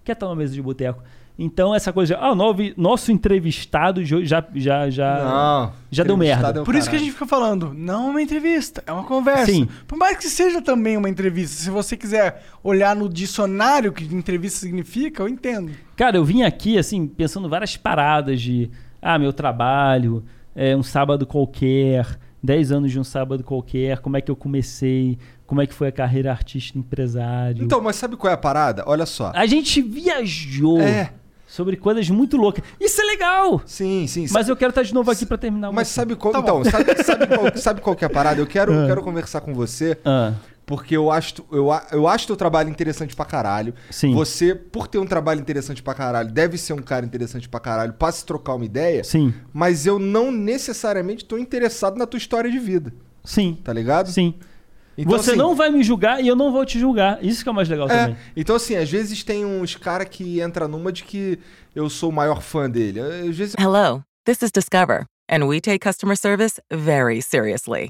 C: quer tá numa mesa de boteco. Então, essa coisa. de, Ah, o novo- nosso entrevistado de hoje já. já, já
B: Não,
C: já deu merda.
B: entrevistado é o
A: Por isso que a
B: caralho.
A: gente fica falando, não é uma entrevista, é uma conversa.
C: Sim.
A: Por mais que seja também uma entrevista, se você quiser olhar no dicionário que entrevista significa, eu entendo.
B: um
C: Cara, eu vim aqui, assim, pensando várias paradas de. Ah, meu trabalho, é um sábado qualquer, 10 anos de um sábado qualquer, como é que eu comecei, como é que foi a carreira artista empresário.
B: Então, mas sabe qual é a parada? Olha só.
C: a gente viajou
B: É.
C: sobre coisas muito loucas. Isso é legal!
B: Sim, sim.
C: Mas eu quero estar de novo aqui pra terminar o
B: Mas
C: meu-
B: sabe qual,
C: Tá bom.
B: então, sabe, sabe
A: *laughs*
B: qual, sabe qual que é a parada? Eu
A: Ah.
B: quero, eu quero conversar com você.
C: Ah.
B: Porque eu acho, tu- eu, a- eu acho teu trabalho interessante pra caralho.
C: Sim.
B: Você, por ter um trabalho interessante pra caralho, deve ser um cara interessante pra caralho, pra se trocar uma ideia.
C: Ah, Sim.
B: Mas eu não necessariamente tô interessado na tua história de vida,
C: Sim.
B: tá ligado?
C: Sim.
B: Então,
C: você
B: assim,
C: não vai me julgar e eu não vou te julgar. Isso que é o mais legal
B: É,
C: também.
B: então assim, às vezes tem uns cara que entra numa de que eu sou o maior fã dele. Às vezes
F: Hello, this is Discover, and we take customer service very seriously.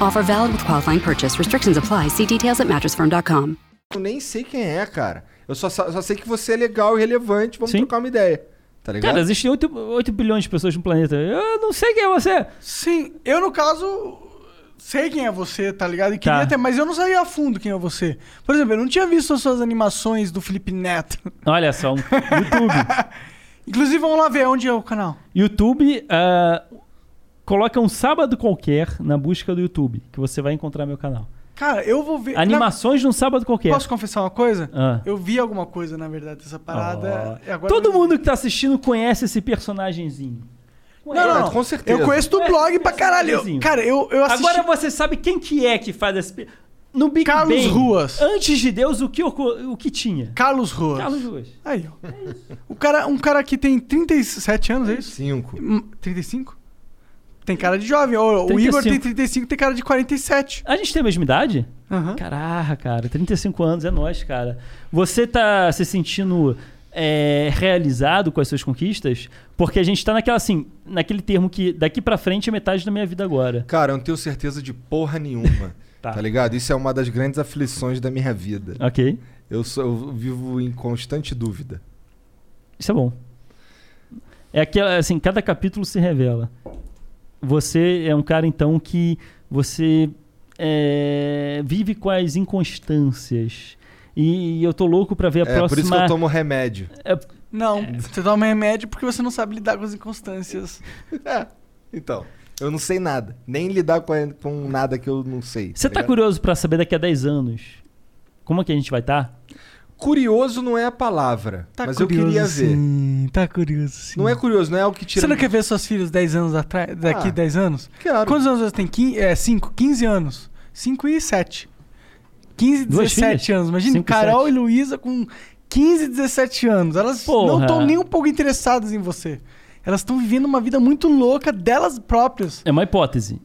N: Offer valid with qualifying purchase. Restrictions apply. See details at mattressfirm.com.
B: eu nem sei quem é, cara. Eu só, só só sei que você é legal e relevante, vamos trocar uma ideia. Tá ligado?
C: Cara, existem 8, bilhões de pessoas no planeta. Eu não sei quem é você.
A: Sim, eu no caso sei quem é você, tá ligado? E queria
C: Tá.
A: até, mas eu não sabia a fundo quem é você. Por exemplo, eu não tinha visto as suas animações do Felipe Neto. *laughs*
C: Olha só, um YouTube.
B: *laughs*
A: Inclusive, vamos lá ver onde é o canal.
C: YouTube, ah, Coloca um sábado qualquer na busca do YouTube, que você vai encontrar meu canal.
A: Cara, eu vou ver.
C: Animações de um sábado qualquer.
A: Posso confessar uma coisa?
C: Ah.
A: Eu vi alguma coisa, na verdade, dessa
B: Ah,
A: parada.
C: Ó.
A: Agora
C: Todo mundo que tá assistindo conhece esse personagenzinho.
B: É,
A: Não, não, com certeza. Eu conheço do blog
C: *laughs*
A: pra caralho. Eu- cara, eu, eu assisti.
C: É, Agora você sabe quem que é que faz esse... pe- No Big
A: Carlos
C: Bang,
A: Ruas.
C: Antes de Deus, o que, ocu- o que tinha?
A: Carlos Ruas.
C: Carlos Ruas.
A: Aí, ó. O cara, um cara que tem 37 anos, é isso?
B: 5.
A: 35? Tem cara de jovem. O, o Igor tem 35, tem cara de 47.
C: A gente tem a mesma idade? Caraca, cara. 35 anos é nós, cara. Você tá se sentindo é, realizado com as suas conquistas? Porque a gente tá naquela, assim, naquele termo que daqui pra frente é metade da minha vida agora.
B: Cara, eu não tenho certeza de porra nenhuma.
A: *laughs*
B: tá. ligado? Isso é uma das grandes aflições da minha vida.
C: Ok.
B: Eu, sou, eu vivo em constante dúvida.
C: Isso é bom. É aquela, assim, cada capítulo se revela. Você é um cara, então, que você é, vive com as inconstâncias. E eu tô louco pra ver a
B: é
C: próxima.
B: por isso que eu tomo
A: *laughs*
B: remédio.
A: Não,
C: É.
A: você toma remédio porque você não sabe lidar com as inconstâncias.
B: É. Então, eu não sei nada. Nem lidar com, a- com nada que eu não sei.
C: Você tá
B: ligado?
C: curioso pra saber daqui a 10 anos como é que a gente vai estar?
B: Curioso não é a palavra.
A: Tá
B: mas
A: curioso,
B: eu queria ver.
A: Sim, tá curioso, sim.
B: Não é curioso, não é o que tira.
A: Você não quer ver seus filhos 10 anos atrás, daqui
B: Ah,
A: 10 anos?
B: Claro.
A: Quantos anos você tem? 5, é, cinco, 15 anos. 5 e 7. 15 e
C: Duas
A: 17
C: filhas?
A: anos. Imagina,
C: Cinco e
A: Carol e,
C: sete.
A: Luísa com 15 e 17 anos. Elas não
C: Porra.
A: estão nem um pouco interessadas em você. Elas estão vivendo uma vida muito louca delas próprias.
C: É uma hipótese.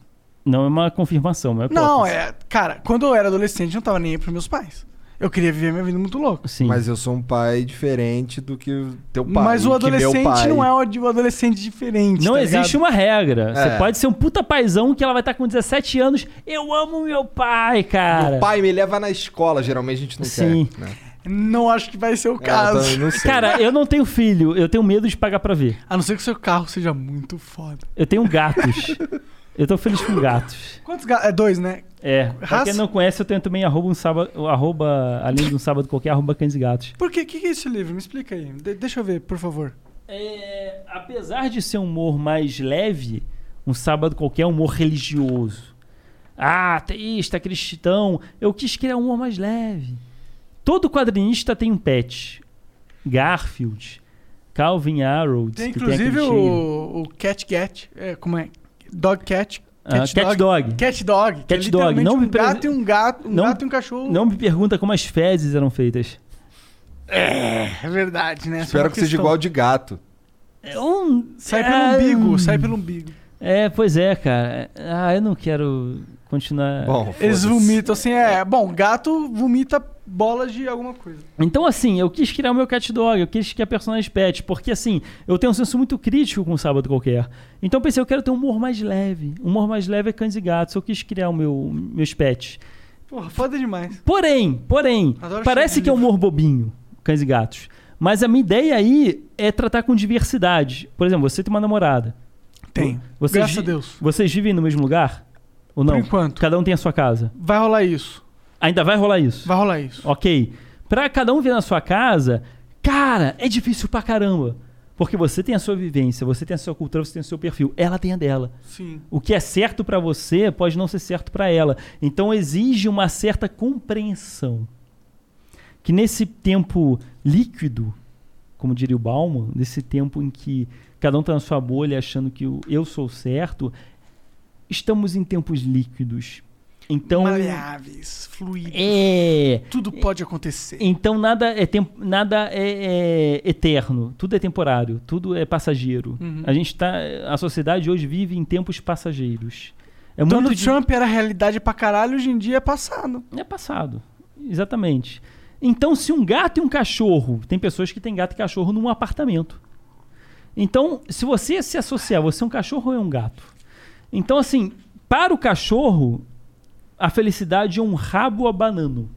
C: Não é uma confirmação, é uma hipótese.
A: Não, é. Cara, quando eu era adolescente, eu não tava nem aí pros meus pais. Eu queria viver minha vida muito louca.
C: Sim.
B: Mas eu sou um pai diferente do que teu pai.
A: Mas o
B: que meu
A: adolescente
B: pai.
A: não é o o adolescente diferente.
C: Não
A: tá
C: existe
A: ligado?
C: uma regra.
B: É.
C: Você pode ser um puta paizão que ela vai estar com 17 anos. Eu amo meu pai, cara.
B: Meu pai me leva na escola, geralmente a gente não
C: Sim.
B: quer. né?
C: um-
B: É, então,
A: Não acho que vai ser o caso.
C: Cara, eu É, não tenho filho. Eu tenho medo de pagar pra ver.
A: A não ser que o seu carro seja muito foda.
C: Eu tenho gatos. eu tô feliz com gatos.
A: Quantos gatos? É dois, né?
C: É. Pra
A: Raça?
C: quem não conhece, eu tenho também arroba um sábado, arroba, além de um sábado qualquer, arroba cães e gatos.
A: Por quê? O que, que é esse livro? Me explica aí. De- deixa eu ver, por favor.
C: É, apesar de ser um humor mais leve, um sábado qualquer é um humor religioso. Ah, ateísta, cristão. Eu quis criar um humor mais leve. Todo quadrinista tem um pet. Garfield, Calvin Harold.
A: Tem
C: que
A: inclusive
C: aquele cheiro.
A: o, o Cat Cat. É, como é? Dog Cat.
C: Ah, Cat Dog.
A: Cat Dog. que é
C: Cat Dog,
A: literalmente
C: não me
A: um
C: presen-
A: gato e um gato, um
C: não-
A: gato e um cachorro.
C: Não me pergunta como as fezes eram feitas.
A: É, é verdade, né? Essa é
B: Espero
A: uma
B: que seja
A: questão.
B: igual de gato.
C: É um-
A: Sai
C: é-
A: pelo umbigo, sai pelo umbigo.
C: É, pois é, cara. Ah, eu não quero continuar.
B: Bom,
A: É. Eles vomitam assim, é. Bom, gato vomita bolas de alguma coisa.
C: Então, assim, eu quis criar o meu cat dog, eu quis criar personagens pet, porque, assim, eu tenho um senso muito crítico com o sábado qualquer. Então, eu pensei, eu quero ter um humor mais leve. Um humor mais leve é cães e gatos. Eu quis criar o meu, meus pets.
A: Porra, foda demais.
C: Porém, porém,
A: Adoro
C: parece
A: cheiro de
C: que é um humor bobinho, cães e gatos. Mas a minha ideia aí é tratar com diversidade. Por exemplo, você tem uma namorada.
A: Tem.
C: Vocês
A: Graças a
C: vi-
A: Deus.
C: Vocês vivem no mesmo lugar? Ou não?
A: Por enquanto.
C: Cada um tem a sua casa.
A: Vai rolar isso.
C: Ainda vai rolar isso?
A: Vai rolar isso.
C: Ok. Pra cada um vir na sua casa, cara, é difícil pra caramba. Porque você tem a sua vivência, você tem a sua cultura, você tem o seu perfil. Ela tem a dela.
A: Sim.
C: O que é certo pra você pode não ser certo pra ela. Então exige uma certa compreensão. Que nesse tempo líquido, como diria o Bauman, nesse tempo em que cada um tá na sua bolha achando que o eu sou o certo, estamos em tempos líquidos. Então,
A: Maleáveis, fluidos.
C: é,
A: Tudo pode acontecer.
C: então nada é tempo, nada é, é eterno, tudo é temporário, tudo é passageiro.
A: Uhum.
C: A gente tá, a sociedade hoje vive em tempos passageiros. É
A: Donald
C: muito di-
A: Trump era realidade pra caralho, hoje em dia é passado.
C: é passado, exatamente. Então se um gato e um cachorro, tem pessoas que têm gato e cachorro num apartamento. Então, se você se associar, você é um cachorro ou é um gato? Então, assim, para o cachorro, a felicidade é um rabo abanando.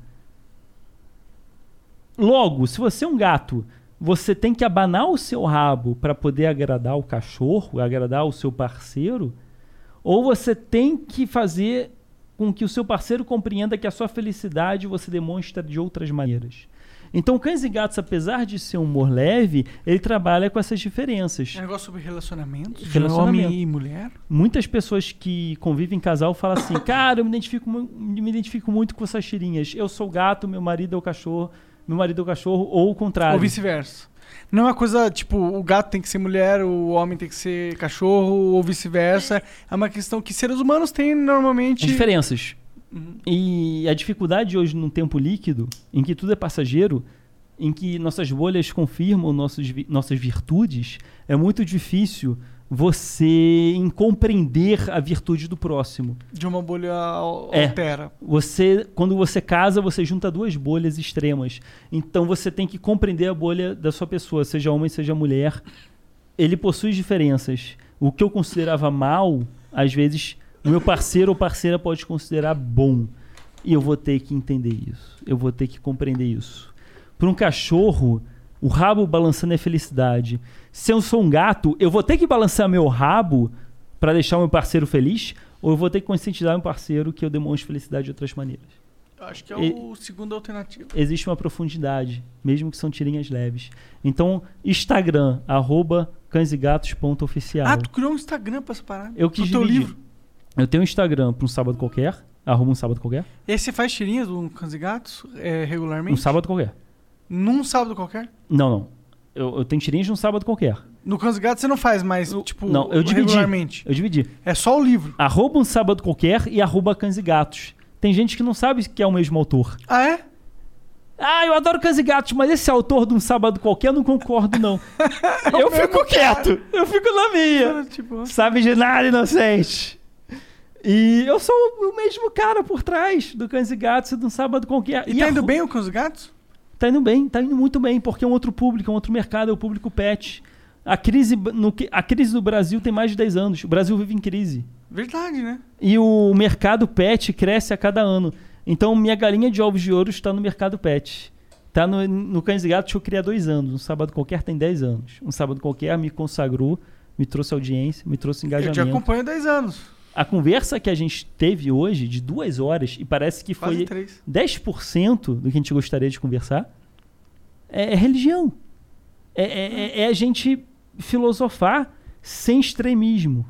C: Logo, se você é um gato, você tem que abanar o seu rabo para poder agradar o cachorro, agradar o seu parceiro, ou você tem que fazer com que o seu parceiro compreenda que a sua felicidade você demonstra de outras maneiras. Então, Cães e Gatos, apesar de ser um humor leve, ele trabalha com essas diferenças.
A: É um negócio sobre relacionamentos,
C: Relacionamento.
A: de homem e mulher.
C: Muitas pessoas que convivem em casal
A: *coughs*
C: falam assim: Cara, eu me identifico, mu- me identifico muito com essas tirinhas. Eu sou o gato, meu marido é o cachorro, meu marido é o cachorro, ou o contrário.
A: Ou vice-versa. Não é uma coisa, tipo, o gato tem que ser mulher, o homem tem que ser cachorro, ou vice-versa. É uma questão que seres humanos têm normalmente.
C: As diferenças.
A: Uhum.
C: E a dificuldade hoje num tempo líquido, em que tudo é passageiro, em que nossas bolhas confirmam nossos, vi- nossas virtudes, é muito difícil você em compreender a virtude do próximo.
A: De uma bolha al-
C: É.
A: altera.
C: Você, quando você casa, você junta duas bolhas extremas. Então você tem que compreender a bolha da sua pessoa, seja homem, seja mulher. Ele possui diferenças. O que eu considerava mal, às vezes, o meu parceiro ou parceira pode considerar bom. E eu vou ter que entender isso. Eu vou ter que compreender isso. Para um cachorro, o rabo balançando é felicidade. Se eu sou um gato, eu vou ter que balançar meu rabo para deixar o meu parceiro feliz? Ou eu vou ter que conscientizar meu parceiro que eu demonstre felicidade de outras maneiras?
A: Acho que é
C: E-
A: o segundo alternativo.
C: Existe uma profundidade, mesmo que são tirinhas leves. Então, Instagram, arroba cãesegatos.oficial.
A: Ah, tu criou um Instagram pra essa parada?
C: eu quis
A: Do teu
C: dividir.
A: livro.
C: Eu tenho um Instagram para um sábado qualquer, arroba um sábado qualquer.
A: E aí você faz tirinhas do Cães e Gatos é, regularmente?
C: Um sábado qualquer.
A: Num sábado qualquer?
C: Não, não. Eu, eu tenho tirinhas de um sábado qualquer.
A: No Cães e Gatos você não faz mais, tipo,
C: Não, eu dividi.
A: regularmente.
C: Eu dividi.
A: É só o livro.
C: Arroba um sábado qualquer e arroba cães e gatos. Tem gente que não sabe que é o mesmo autor.
A: Ah, é?
C: Ah, eu adoro cães e gatos, mas esse autor de um sábado qualquer eu não
A: *laughs*
C: concordo, não.
A: É
C: eu fico quieto. Eu fico na minha.
A: tipo,
C: Sabe de nada, inocente. E eu sou o mesmo cara por trás do Cães e Gatos e do Sábado Qualquer. E,
A: tá
C: a
A: indo
C: ru-
A: bem o Cães e Gatos?
C: Tá indo bem, tá indo muito bem, porque é um outro público, é um outro mercado, é o público pet. A crise, b- no, que- a crise do Brasil tem mais de 10 anos. O Brasil vive em crise.
A: Verdade, né?
C: E o mercado pet cresce a cada ano. Então, minha galinha de ovos de ouro está no mercado pet. Está no, no Cães e Gatos que eu criei há dois anos. Um sábado qualquer tem 10 anos. Um sábado qualquer me consagrou, me trouxe audiência, me trouxe
A: Eu
C: engajamento.
A: te acompanho há 10 anos.
C: A conversa que a gente teve hoje, de duas horas, e parece que
A: Quase
C: foi
A: três.
C: 10% do que a gente gostaria de conversar, é, é religião. É, é- é- é a gente filosofar sem extremismo.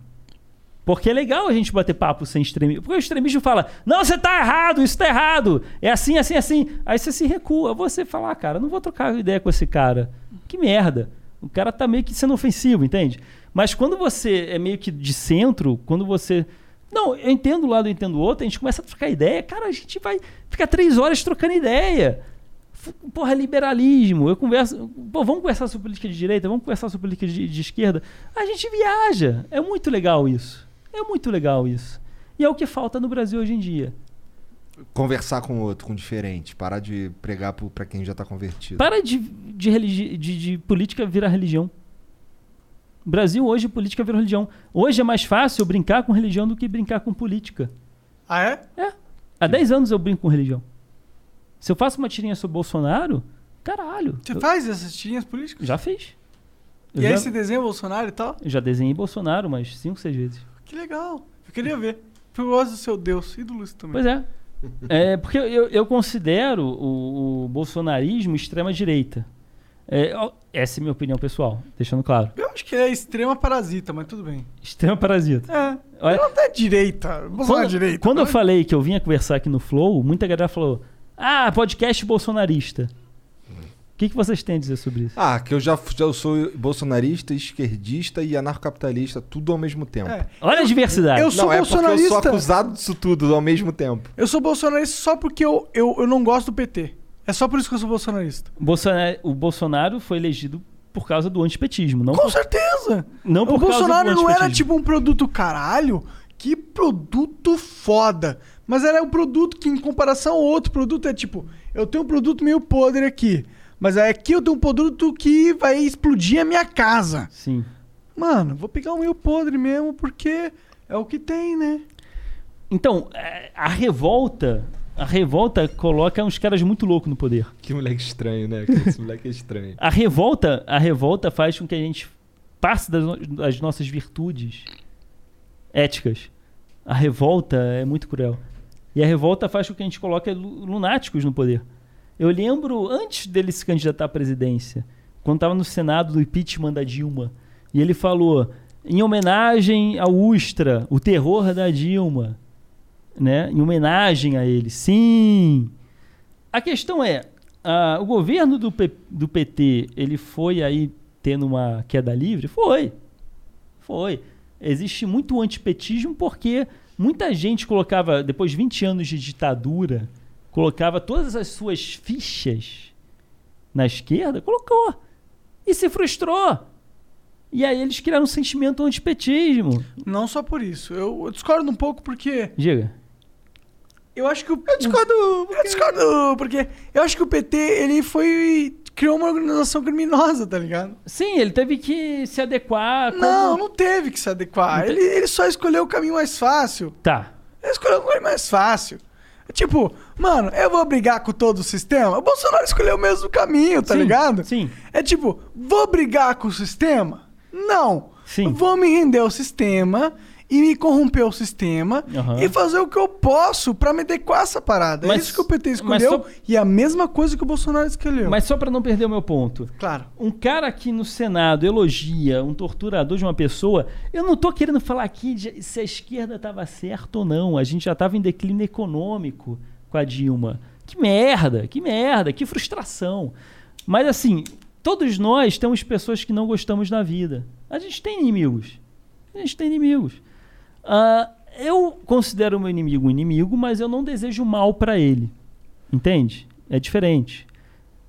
C: Porque é legal a gente bater papo sem extremismo. Porque o extremismo fala, não, você tá errado, isso tá errado. É assim, assim, assim. Aí você se recua. Você fala, ah, cara, não vou trocar ideia com esse cara. Que merda. O cara tá meio que sendo ofensivo, entende? Mas quando você é meio que de centro, quando você. Não, eu entendo um lado, eu entendo o outro, a gente começa a trocar ideia. Cara, a gente vai ficar três horas trocando ideia. F- Porra, é liberalismo. Eu converso. Pô, vamos conversar sobre política de direita, vamos conversar sobre política de, de esquerda. A gente viaja. É muito legal isso. É muito legal isso. E é o que falta no Brasil hoje em dia.
B: Conversar com o outro, com o diferente. Parar de pregar pro- pra quem já tá convertido.
C: Para de, de, religi- de- de política virar religião. Brasil hoje, política virou religião. Hoje é mais fácil brincar com religião do que brincar com política.
A: Ah, é?
C: É. Há 10 anos eu brinco com religião. Se eu faço uma tirinha sobre Bolsonaro, caralho.
A: Você
C: eu
A: faz essas tirinhas políticas?
C: Já fiz. Eu
A: E aí
C: já-
A: você desenha Bolsonaro e tal?
C: Eu já desenhei Bolsonaro umas 5, 6 vezes.
A: Que legal. Eu queria ver. Eu gosto do seu Deus e do Lúcio também. *laughs*
C: Pois é. É, porque eu, eu considero o, o bolsonarismo extrema-direita. É, ó, essa é minha opinião pessoal, deixando claro. *laughs*
A: Eu acho que ele é extrema parasita, mas tudo bem.
C: Extrema-parasita.
A: É.
C: Olha-
A: Ele não tá à direita. Bolsonaro é à
C: Quando,
A: direita.
C: quando eu
A: né?
C: falei que eu vinha conversar aqui no Flow, muita galera falou: Ah, podcast bolsonarista.
A: Hum.
C: O que, que vocês têm a dizer sobre isso?
B: Ah, que eu já, já sou bolsonarista, esquerdista e anarcocapitalista, tudo ao mesmo tempo.
A: É.
C: Olha a diversidade.
A: Eu sou
B: Não, é porque eu sou
A: bolsonarista.
B: acusado disso tudo ao mesmo tempo.
A: Eu sou bolsonarista só porque eu, eu, eu não gosto do PT. É só por isso que eu sou bolsonarista.
C: Bolsonaro, o Bolsonaro foi elegido por causa do antipetismo. Não
A: Com
C: por-
A: certeza!
C: Não por
A: o
C: causa do
A: Bolsonaro não era
C: antipetismo.
A: tipo um produto caralho? Que produto foda! Mas era um produto que, em comparação ao outro produto, é tipo: eu tenho um produto meio podre aqui, mas aí aqui eu tenho um produto que vai explodir a minha casa.
C: Sim.
A: Mano, vou pegar o meio podre mesmo, porque é o que tem, né?
C: Então, é, a revolta. A revolta coloca uns caras muito loucos no poder.
B: Que moleque estranho, né? cara? Esse moleque é estranho.
C: A revolta, a revolta faz com que a gente passe das, no- das nossas virtudes éticas. A revolta é muito cruel. E a revolta faz com que a gente coloque lu- lunáticos no poder. Eu lembro antes dele se candidatar à presidência, quando estava no Senado do impeachment da Dilma, e ele falou em homenagem ao Ustra, o terror da Dilma, né? Em homenagem a ele. Sim. A questão é, ah, o governo do, P- do PT, ele foi aí tendo uma queda livre? Foi. Foi. Existe muito antipetismo porque muita gente colocava, depois de 20 anos de ditadura, colocava todas as suas fichas na esquerda, colocou. E se frustrou. E aí eles criaram um sentimento antipetismo.
A: Não só por isso. Eu eu discordo um pouco porque.
C: Diga.
A: Eu acho que o. Eu discordo. Eu discordo, porque eu acho que o PT, ele foi. criou uma organização criminosa, tá ligado?
C: Sim, ele teve que se adequar. como-
A: Não, não teve que se adequar.
C: Não te-
A: Ele, ele só escolheu o caminho mais fácil.
C: Tá.
A: Ele escolheu o caminho um mais fácil. Tipo, mano, eu vou brigar com todo o sistema? O Bolsonaro escolheu o mesmo caminho, tá
C: Sim,
A: ligado?
C: Sim.
A: É tipo, vou brigar com o sistema? Não. Sim. Vou me render ao sistema e me corromper o sistema
C: Aham.
A: e fazer o que eu posso pra me adequar a essa parada. é
C: Mas-
A: isso que o PT
C: mas
A: escolheu
C: só-
A: e é a mesma coisa que o Bolsonaro escolheu.
C: Mas só para não perder o meu ponto.
A: Claro.
C: Um cara que no Senado elogia um torturador de uma pessoa, eu não tô querendo falar aqui de- se a esquerda tava certa ou não. A gente já tava em declínio econômico com a Dilma. Que merda, que merda, que frustração. Mas assim, todos nós temos pessoas que não gostamos da vida. A gente tem inimigos. A gente tem inimigos. Ah, eu considero o meu inimigo um inimigo, mas eu não desejo mal para ele. Entende? É diferente.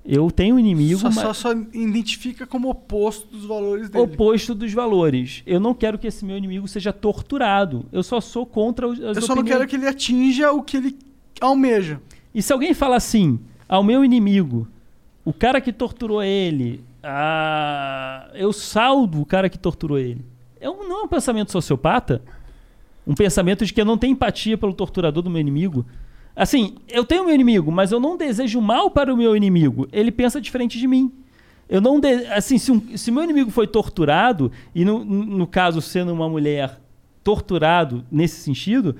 C: Eu tenho um inimigo,
A: só,
C: mas
A: só, só identifica como oposto dos valores dele.
C: oposto dos valores. Eu não quero que esse meu inimigo seja torturado. Eu só sou contra os.
A: Eu só não quero que ele atinja o que ele almeja.
C: E se alguém fala assim, ao meu inimigo, o cara que torturou ele, ah, eu saldo o cara que torturou ele. É um, não é um pensamento sociopata? Um pensamento de que eu não tenho empatia pelo torturador do meu inimigo? Assim, eu tenho meu inimigo, mas eu não desejo mal para o meu inimigo. Ele pensa diferente de mim. Eu não. de- assim, se, um, se meu inimigo foi torturado, e no, no caso sendo uma mulher torturado nesse sentido,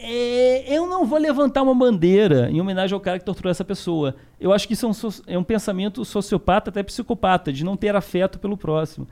C: é, eu não vou levantar uma bandeira em homenagem ao cara que torturou essa pessoa. Eu acho que isso é um, so- é um pensamento sociopata, até psicopata, de não ter afeto pelo próximo.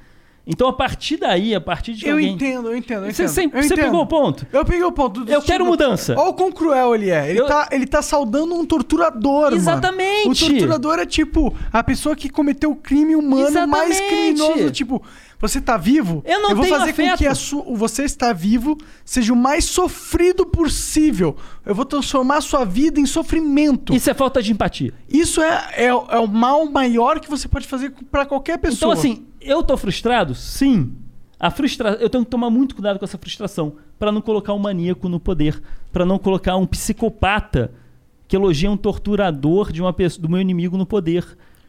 C: Então, a partir daí, a partir de que
A: Eu
C: alguém...
A: entendo, eu entendo, eu
C: Você-
A: entendo.
C: você-
A: Eu
C: você
A: entendo.
C: pegou o ponto?
A: Eu peguei o ponto. do-
C: Eu quero mudança.
A: Olha o quão cruel ele é. Ele, tá, ele tá saudando um torturador, mano.
C: Exatamente.
A: O torturador é tipo a pessoa que cometeu o crime humano mais
C: Exatamente.
A: criminoso. Tipo, você tá vivo?
C: Eu não
A: vou
C: tenho
A: fazer com
C: afeto.
A: que a su- o você está vivo seja o mais sofrido possível. Eu vou transformar a sua vida em sofrimento.
C: Isso é falta de empatia.
A: Isso é, é, o- é o mal maior que você pode fazer pra qualquer
C: Então,
A: pessoa.
C: assim, eu tô frustrado? Sim. A frustra... Eu tenho que tomar muito cuidado com essa frustração pra não colocar um maníaco no poder, pra não colocar um psicopata que elogia um torturador de uma pessoa, do meu inimigo no poder.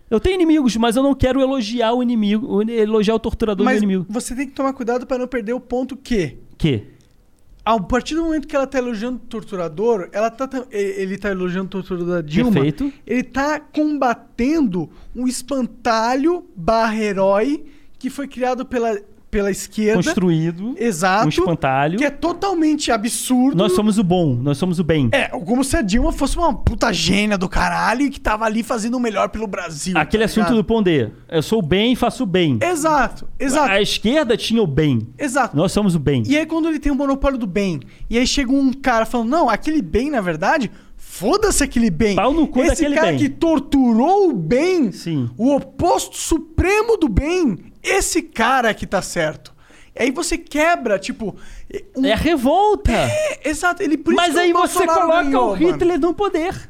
C: Eu tenho inimigos, mas eu não quero elogiar o inimigo, elogiar o torturador
A: Mas
C: do meu inimigo.
A: você tem que tomar cuidado pra não perder o ponto que...
C: Que?
A: A partir do momento que ela tá elogiando o torturador, ela tá, tam- ele ele tá elogiando o torturador da Dilma.
C: Perfeito.
A: Ele tá combatendo um espantalho barra herói que foi criado pela, pela esquerda.
C: Construído.
A: é Exato.
C: Um espantalho.
A: Que é totalmente absurdo.
C: Nós somos o bom, nós somos o bem.
A: É, como se a Dilma fosse uma puta gênia do caralho e que tava ali fazendo o melhor pelo Brasil.
C: Aquele
A: tá
C: assunto
A: ligado?
C: do Pondé. Eu sou o bem e faço o bem.
A: Exato, exato.
C: A esquerda tinha o bem.
A: Exato.
C: Nós somos o bem.
A: E aí quando ele tem o monopólio do bem, e aí chega um cara falando, não, aquele bem, na verdade, foda-se aquele bem.
C: Pau no cu
A: Esse
C: daquele
A: cara
C: bem.
A: que torturou o bem,
C: Sim.
A: o oposto supremo do bem, esse cara que tá certo. E aí você quebra, tipo... um-
C: É a revolta.
A: É, exato. Ele, por isso
C: Mas
A: que
C: aí
A: o
C: você
A: Bolsonaro
C: coloca
A: ganhou,
C: o
A: mano.
C: Hitler no poder.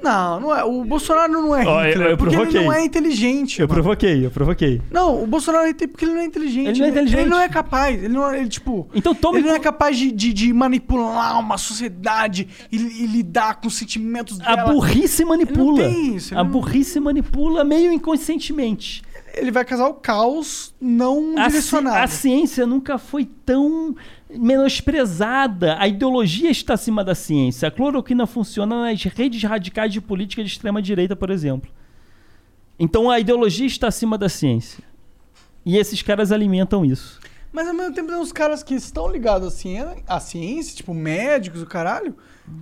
A: Não, não é. O Bolsonaro não é
C: Ó, eu-
A: Hitler,
C: eu
A: porque ele
C: provoquei.
A: não é inteligente.
C: Eu provoquei, eu provoquei.
A: Não, o Bolsonaro é inte- porque ele não é inteligente.
C: Ele não é inteligente.
A: Ele não é capaz. Ele não é, ele, tipo.
C: Então tome
A: Ele não é
C: cu-
A: capaz de, de- de manipular uma sociedade e, e lidar com os sentimentos
C: A
A: dela.
C: burrice manipula.
A: Ele não tem isso, ele
C: a
A: não-
C: burrice manipula meio inconscientemente.
A: Ele vai casar o caos não
C: A, ci-
A: direcionado.
C: a ciência nunca foi tão menosprezada. A ideologia está acima da ciência. A cloroquina funciona nas redes radicais de política de extrema-direita, por exemplo. Então a ideologia está acima da ciência. E esses caras alimentam isso.
A: Mas ao mesmo tempo tem uns caras que estão ligados à ciência, à ciência tipo médicos, o caralho,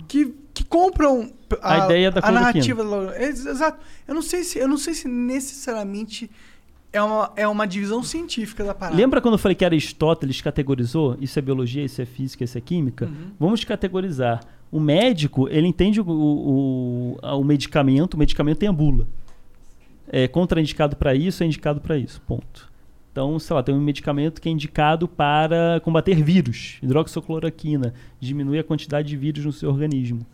A: que, que compram
C: A ideia da
A: a
C: cloroquina.
A: narrativa. da Laura- Ex- Exato. Eu não sei se, eu não sei se necessariamente é uma, é uma divisão científica da parada.
C: Lembra quando eu falei que Aristóteles categorizou? Isso é biologia, isso é física, isso é química? Vamos categorizar. O médico, ele entende o, o, o- o medicamento, o medicamento tem a bula. É contraindicado para isso, é indicado para isso. Ponto. Então, sei lá, tem um medicamento que é indicado para combater vírus, hidroxicloroquina, diminui a quantidade de vírus no seu organismo.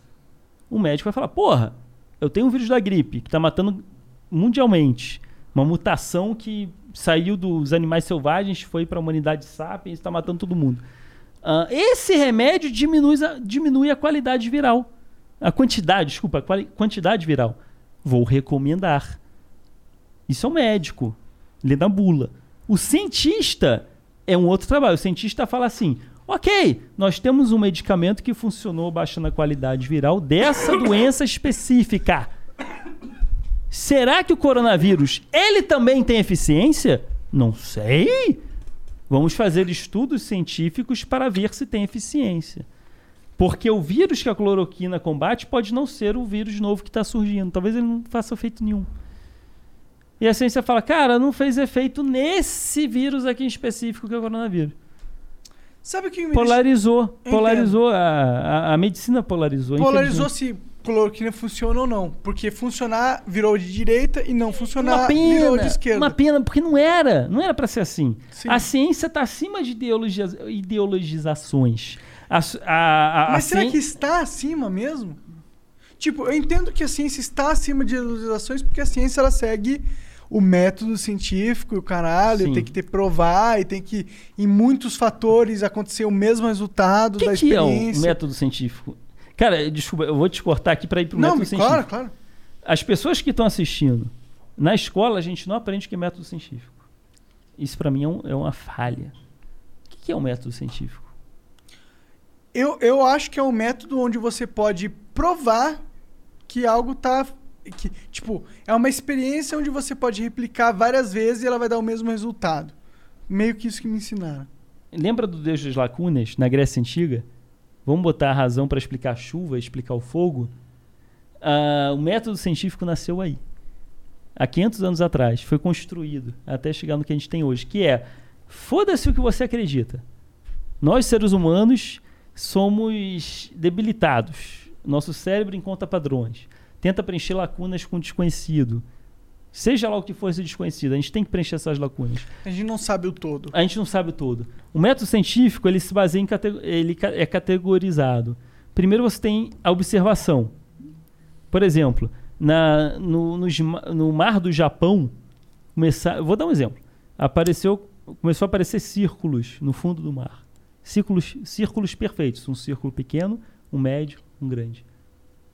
C: O um médico vai falar: porra, eu tenho um vírus da gripe que está matando mundialmente. Uma mutação que saiu dos animais selvagens, foi para a humanidade sapiens, está matando todo mundo. Ah, esse remédio diminui a, diminui a qualidade viral. A quantidade, desculpa, a quali- quantidade viral. Vou recomendar. Isso é um médico. Lê na bula. O cientista é um outro trabalho. O cientista fala assim: ok, nós temos um medicamento que funcionou baixando a qualidade viral dessa doença específica. Será que o coronavírus ele também tem eficiência? Não sei. Vamos fazer estudos científicos para ver se tem eficiência. Porque o vírus que a cloroquina combate pode não ser o vírus novo que está surgindo. Talvez ele não faça efeito nenhum. E a ciência fala, cara, não fez efeito nesse vírus aqui em específico que é o coronavírus.
A: Sabe o que me deixa-
C: Polarizou.
A: Eu
C: Polarizou. A, a, a medicina polarizou.
A: Polarizou
C: Então, infelizmente.
A: se cloroquina funciona ou não. Porque funcionar virou de direita e não funcionar
C: Uma
A: virou
C: pena,
A: de esquerda.
C: uma pena, porque não era, não era para ser assim. A ciência está acima de ideologia- ideologizações. A, su- a, a, a
A: Mas será
C: cien-
A: que está acima mesmo? Tipo, eu entendo que a ciência está acima de ilustrações porque a ciência ela segue o método científico, e o caralho,
C: Sim.
A: tem que ter provar e tem que em muitos fatores acontecer o mesmo resultado da
C: que é o
A: experiência.
C: método científico? Cara, desculpa, eu vou te cortar aqui para ir pro
A: Não,
C: método
A: mas
C: científico.
A: claro, claro.
C: As pessoas que estão assistindo, na escola a gente não aprende o que é método científico. Isso para mim é, um- é uma falha. O que que é um método científico?
A: Eu, eu acho que é um método onde você pode provar que algo tá. Que, tipo, é uma experiência onde você pode replicar várias vezes e ela vai dar o mesmo resultado. Meio que isso que me ensinaram.
C: Lembra do Deus das Lacunas, na Grécia Antiga? Vamos botar a razão para explicar a chuva, explicar o fogo? Ah, o método científico nasceu aí. Há 500 anos atrás. Foi construído até chegar no que a gente tem hoje, que é foda-se o que você acredita. Nós, seres humanos, somos debilitados. Nosso cérebro encontra padrões. Tenta preencher lacunas com o desconhecido. Seja lá o que for esse desconhecido, a gente tem que preencher essas lacunas.
A: A gente não sabe o todo.
C: A gente não sabe o todo. O método científico ele se baseia em cate- ele ca- é categorizado. Primeiro você tem a observação. Por exemplo, na, no, nos ma- no mar do Japão, começar, vou dar um exemplo. Apareceu, começou a aparecer círculos no fundo do mar. Círculos, círculos perfeitos, um círculo pequeno, um médio, um grande.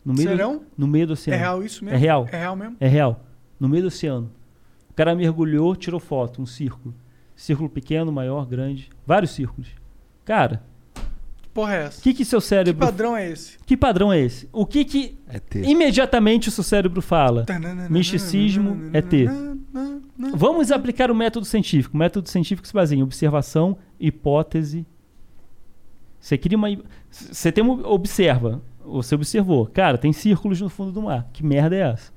C: No meio,
A: Serão?
C: no meio do
A: É
C: oceano.
A: real isso mesmo?
C: É real.
A: É real mesmo?
C: É real. No meio do oceano. O cara mergulhou, tirou foto, um círculo. Círculo pequeno, maior, grande. Vários círculos. Cara,
A: Que porra é essa?
C: o que, que seu
A: Que
C: cérebro.
A: padrão é esse?
C: Que padrão é esse? O que que
A: ter.
C: imediatamente o seu cérebro fala? Misticismo é ter. Vamos aplicar o método científico. O método científico se baseia em observação, hipótese. Você cria uma. hi- Você tem uma. Observa. Você observou. Cara, tem círculos no fundo do mar. Que merda é essa?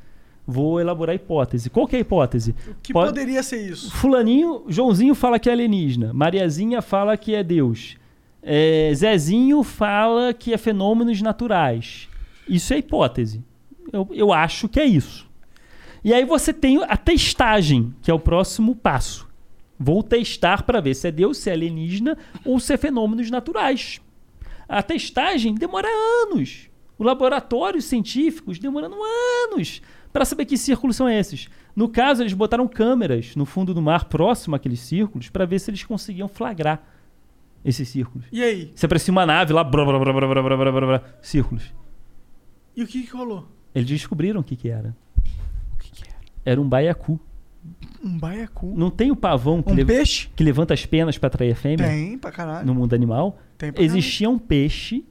C: Vou elaborar a hipótese. Qual que é a hipótese?
A: Que
C: Po-
A: poderia ser isso?
C: Fulaninho, Joãozinho fala que é alienígena. Mariazinha fala que é Deus. É, Zezinho fala que é fenômenos naturais. Isso é hipótese. Eu, eu acho que é isso. E aí você tem a testagem, que é o próximo passo. Vou testar para ver se é Deus, se é alienígena ou se é fenômenos naturais. A testagem demora anos. O laboratório científicos demorando anos para saber que círculos são esses. No caso, eles botaram câmeras no fundo do mar próximo àqueles círculos para ver se eles conseguiam flagrar esses círculos.
A: E aí?
C: Você aparecia uma nave lá, brá, brá, brá, brá, brá, brá, brá, brá, brá, círculos.
A: E o que, que rolou?
C: Eles descobriram o que, que era. Era um baiacu.
A: Um baiacu.
C: Não tem o pavão que,
A: Um
C: lev-
A: peixe?
C: que levanta as penas para atrair a fêmea?
A: Tem, pra caralho.
C: No mundo animal?
A: Tem pra
C: Existia um peixe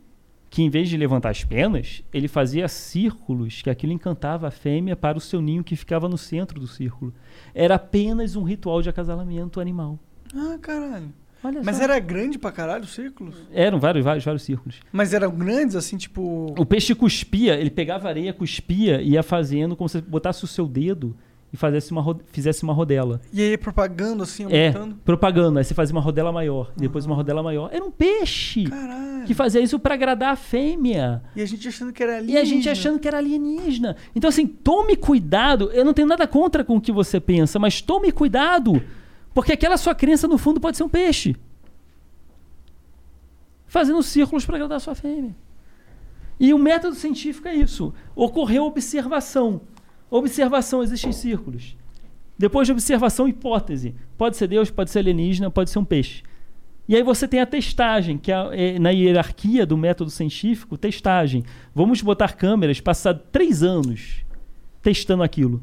C: que, em vez de levantar as penas, ele fazia círculos que aquilo encantava a fêmea para o seu ninho que ficava no centro do círculo. Era apenas um ritual de acasalamento animal.
A: Ah, caralho.
C: Olha
A: Mas
C: só.
A: era grande pra caralho os círculos?
C: Eram vários, vários, vários círculos.
A: Mas eram grandes, assim, tipo.
C: O peixe cuspia, ele pegava areia, cuspia e ia fazendo como se botasse o seu dedo e fizesse uma, ro- fizesse uma rodela.
A: E aí propagando, assim,
C: É,
A: aumentando.
C: propaganda. Aí você fazia uma rodela maior, depois uma rodela maior. Era um peixe que fazia isso pra agradar a fêmea.
A: E a gente achando que era ali.
C: E a gente achando que era alienígena. Então, assim, tome cuidado. Eu não tenho nada contra com o que você pensa, mas tome cuidado. Porque aquela sua crença, no fundo, pode ser um peixe. Fazendo círculos para agradar a sua fêmea. E o método científico é isso. Ocorreu observação. Observação, existem círculos. Depois de observação, hipótese. Pode ser Deus, pode ser alienígena, pode ser um peixe. E aí você tem a testagem, que é, é, na hierarquia do método científico, testagem. Vamos botar câmeras, passar três anos testando aquilo.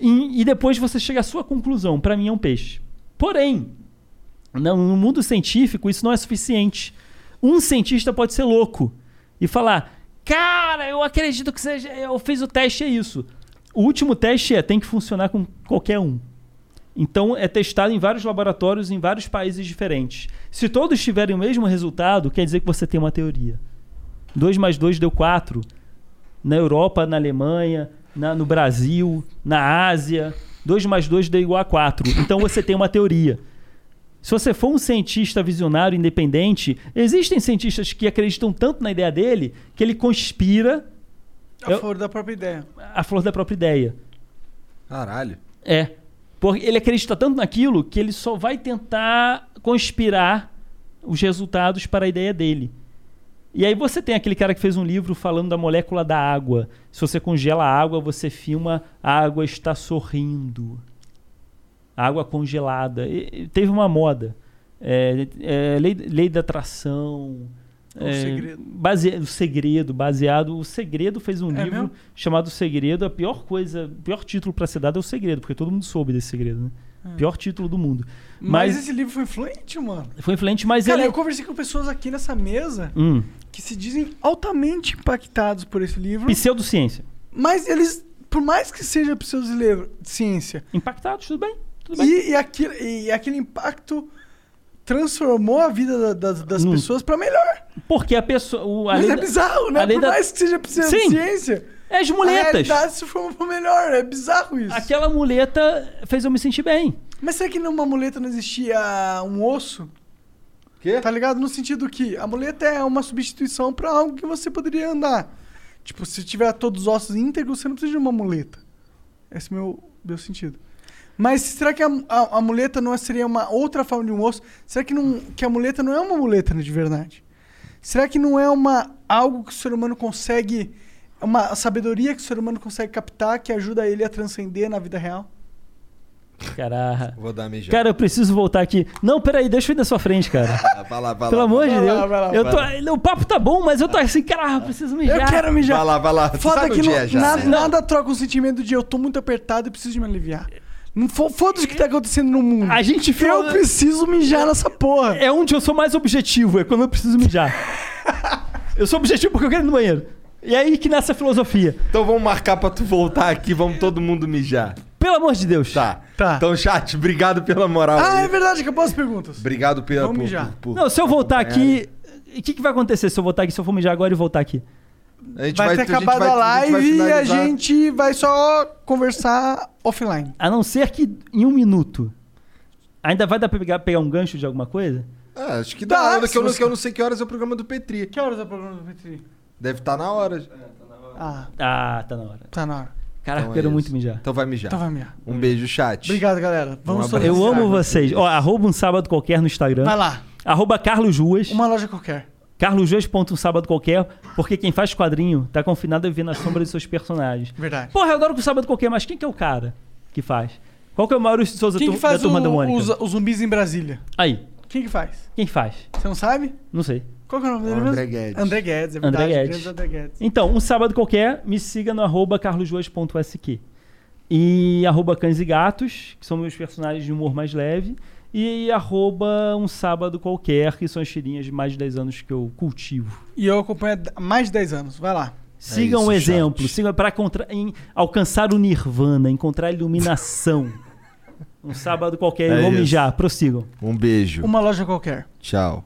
C: E, e depois você chega à sua conclusão, para mim é um peixe. Porém, na- no mundo científico isso não é suficiente. Um cientista pode ser louco e falar, cara, eu acredito que seja, eu fiz o teste, é isso. O último teste é, tem que funcionar com qualquer um. Então é testado em vários laboratórios em vários países diferentes. Se todos tiverem o mesmo resultado, quer dizer que você tem uma teoria. 2 mais 2 deu 4. Na Europa, na Alemanha, na- no Brasil, na Ásia. 2 mais 2 deu igual a 4. Então você tem uma teoria. Se você for um cientista visionário independente, existem cientistas que acreditam tanto na ideia dele que ele conspira
A: A
C: Eu-
A: flor da própria ideia.
C: a flor da própria ideia.
B: Caralho.
C: É. Porque ele acredita tanto naquilo que ele só vai tentar conspirar os resultados para a ideia dele. E aí você tem aquele cara que fez um livro falando da molécula da água. Se você congela a água, você filma a água está sorrindo. A água congelada. E- e teve uma moda. É, é, lei, lei da atração. É,
A: O É um segredo.
C: base- o segredo, baseado. O segredo fez um
A: É
C: livro
A: mesmo?
C: chamado Segredo. A pior coisa, o pior título para ser dado é o segredo, porque todo mundo soube desse segredo, né?
A: É.
C: Pior título do mundo.
A: Mas,
C: Mas,
A: esse livro foi influente, mano.
C: foi influente, mas
A: Cara,
C: ele.
A: eu conversei com pessoas aqui nessa mesa
C: Hum,
A: que se dizem altamente impactados por esse livro.
C: pseudociência.
A: Mas eles, por mais que seja pseudociência...
C: Impactados, tudo bem. Tudo
A: bem. E, e aquele, e aquele impacto transformou a vida da- das, das pessoas pra melhor.
C: Porque a pessoa. O, a
A: Mas
C: lei
A: é
C: da-
A: bizarro,
C: a
A: né?
C: lei
A: Por
C: da-
A: mais que seja pseudociência...
C: É as
A: A
C: muletas.
A: realidade se formou pra melhor. É bizarro isso.
C: Aquela muleta fez eu me sentir bem.
A: Mas será que numa muleta não existia um osso?
B: Quê?
A: Tá ligado? No sentido que a muleta é uma substituição pra algo que você poderia andar. Tipo, se tiver todos os ossos íntegros, você não precisa de uma muleta. Esse é o meu, meu sentido. Mas será que a, a- a muleta não é, seria uma outra forma de um osso? Será que, não, que a muleta não é uma muleta de verdade? Será que não é uma algo que o ser humano consegue... Uma sabedoria que o ser humano consegue captar que ajuda ele a transcender na vida real?
C: Caraca.
B: Vou dar mijada.
C: Cara, eu preciso voltar aqui. Não, peraí, deixa eu ir na sua frente, cara.
B: Ah, vai lá, vai
C: Pelo
B: lá.
C: amor de
B: Vai
C: Deus.
B: lá, vai lá,
C: eu
B: vai lá.
C: tô, O papo tá bom, mas eu tô assim, caralho, preciso mijar.
A: Eu quero mijar.
B: Vai lá, vai lá. Tu
A: Foda
B: sabe
A: que
B: onde
A: não-
B: é já,
A: nada,
B: né?
A: nada troca o sentimento de eu tô muito apertado e preciso de me aliviar. Não fo- Foda-se o que tá acontecendo no mundo.
C: A gente
A: Eu
C: fala-
A: preciso mijar nessa porra.
C: É onde eu sou mais objetivo, é quando eu preciso mijar. eu sou objetivo porque eu quero ir no banheiro. E é aí que nasce a filosofia.
B: Então vamos marcar pra tu voltar aqui, vamos todo mundo mijar.
C: Pelo amor de Deus.
B: Tá. Então, chat, obrigado pela moral.
A: Ah,
B: aí.
A: é verdade, acabou as perguntas.
B: Obrigado pela.
A: Vamos mijar.
C: Não, se eu voltar
B: É.
C: aqui. O que, que vai acontecer se eu voltar aqui, se eu for mijar agora e voltar aqui?
B: A gente
A: Vai,
B: vai-
A: ter
B: a gente
A: acabado
B: vai-
A: a
B: a gente vai
A: live e a
B: finalizar.
A: gente vai só conversar offline.
C: A não ser que em um minuto. Ainda vai dar pra pegar, pegar um gancho de alguma coisa?
B: Ah, acho que
A: Dá,
B: dá, hora,
A: se
B: que eu, não-
A: você-
B: que eu não sei que horas é o programa do Petri.
A: Que horas é o programa do Petri?
B: Deve estar na hora.
A: Ah,
C: Ah, tá na hora.
A: tá na hora.
C: Caraca,
B: Então
C: eu
B: é
C: quero
B: isso.
C: muito mijar.
B: Então vai mijar.
A: Então vai mijar.
B: Um beijo, chat.
A: Obrigado, galera. Vamos
B: Um
A: todos.
C: Eu amo vocês. Ó, arroba um sábado qualquer no Instagram.
A: Vai lá.
C: Arroba Carlos Ruas.
A: Uma loja qualquer.
C: carlosruas.um um sábado qualquer, porque quem faz quadrinho tá confinado a viver na sombra de seus personagens.
A: Verdade.
C: Porra, eu adoro que o sábado qualquer, mas quem que é o cara que faz? Qual que é o Maurício de Souza
A: Quem
C: tu-
A: que faz
C: da Turma da
A: o-
C: Mônica?
A: os, os zumbis em Brasília?
C: Aí,
A: Quem que faz?
C: quem faz?
A: Você não sabe?
C: Não sei.
A: Qual que é o nome dele mesmo?
B: André Guedes.
A: André Guedes, é verdade.
C: André
A: grande
C: Guedes.
A: André Guedes.
C: Então, um sábado qualquer, me siga no arroba carlosruas.sq e arroba cães e gatos, que são meus personagens de humor mais leve, e arroba um sábado qualquer, que são as tirinhas de mais de 10 anos que eu cultivo.
A: E eu acompanho há mais de 10 anos. Vai lá.
C: Siga
B: isso,
C: um
B: chat.
A: *laughs*
C: exemplo, siga para alcançar o nirvana, encontrar a iluminação. Um sábado qualquer,
B: É
C: eu vou
B: isso.
C: mijar, prossigam.
B: Um beijo.
A: Uma loja qualquer.
B: Tchau.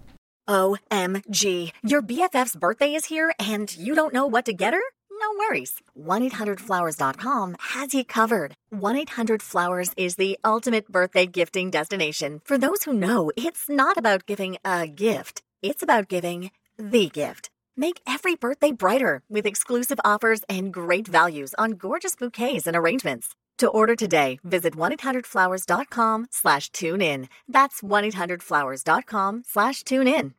H: OMG, your BFF's birthday is here and you don't know what to get her? No worries. 1-800-Flowers.com has you covered. 1-800-Flowers is the ultimate birthday gifting destination. For those who know, it's not about giving a gift. It's about giving the gift. Make every birthday brighter with exclusive offers and great values on gorgeous bouquets and arrangements. To order today, visit 1-800-Flowers.com slash tune in. That's 1-800-Flowers.com slash tune in.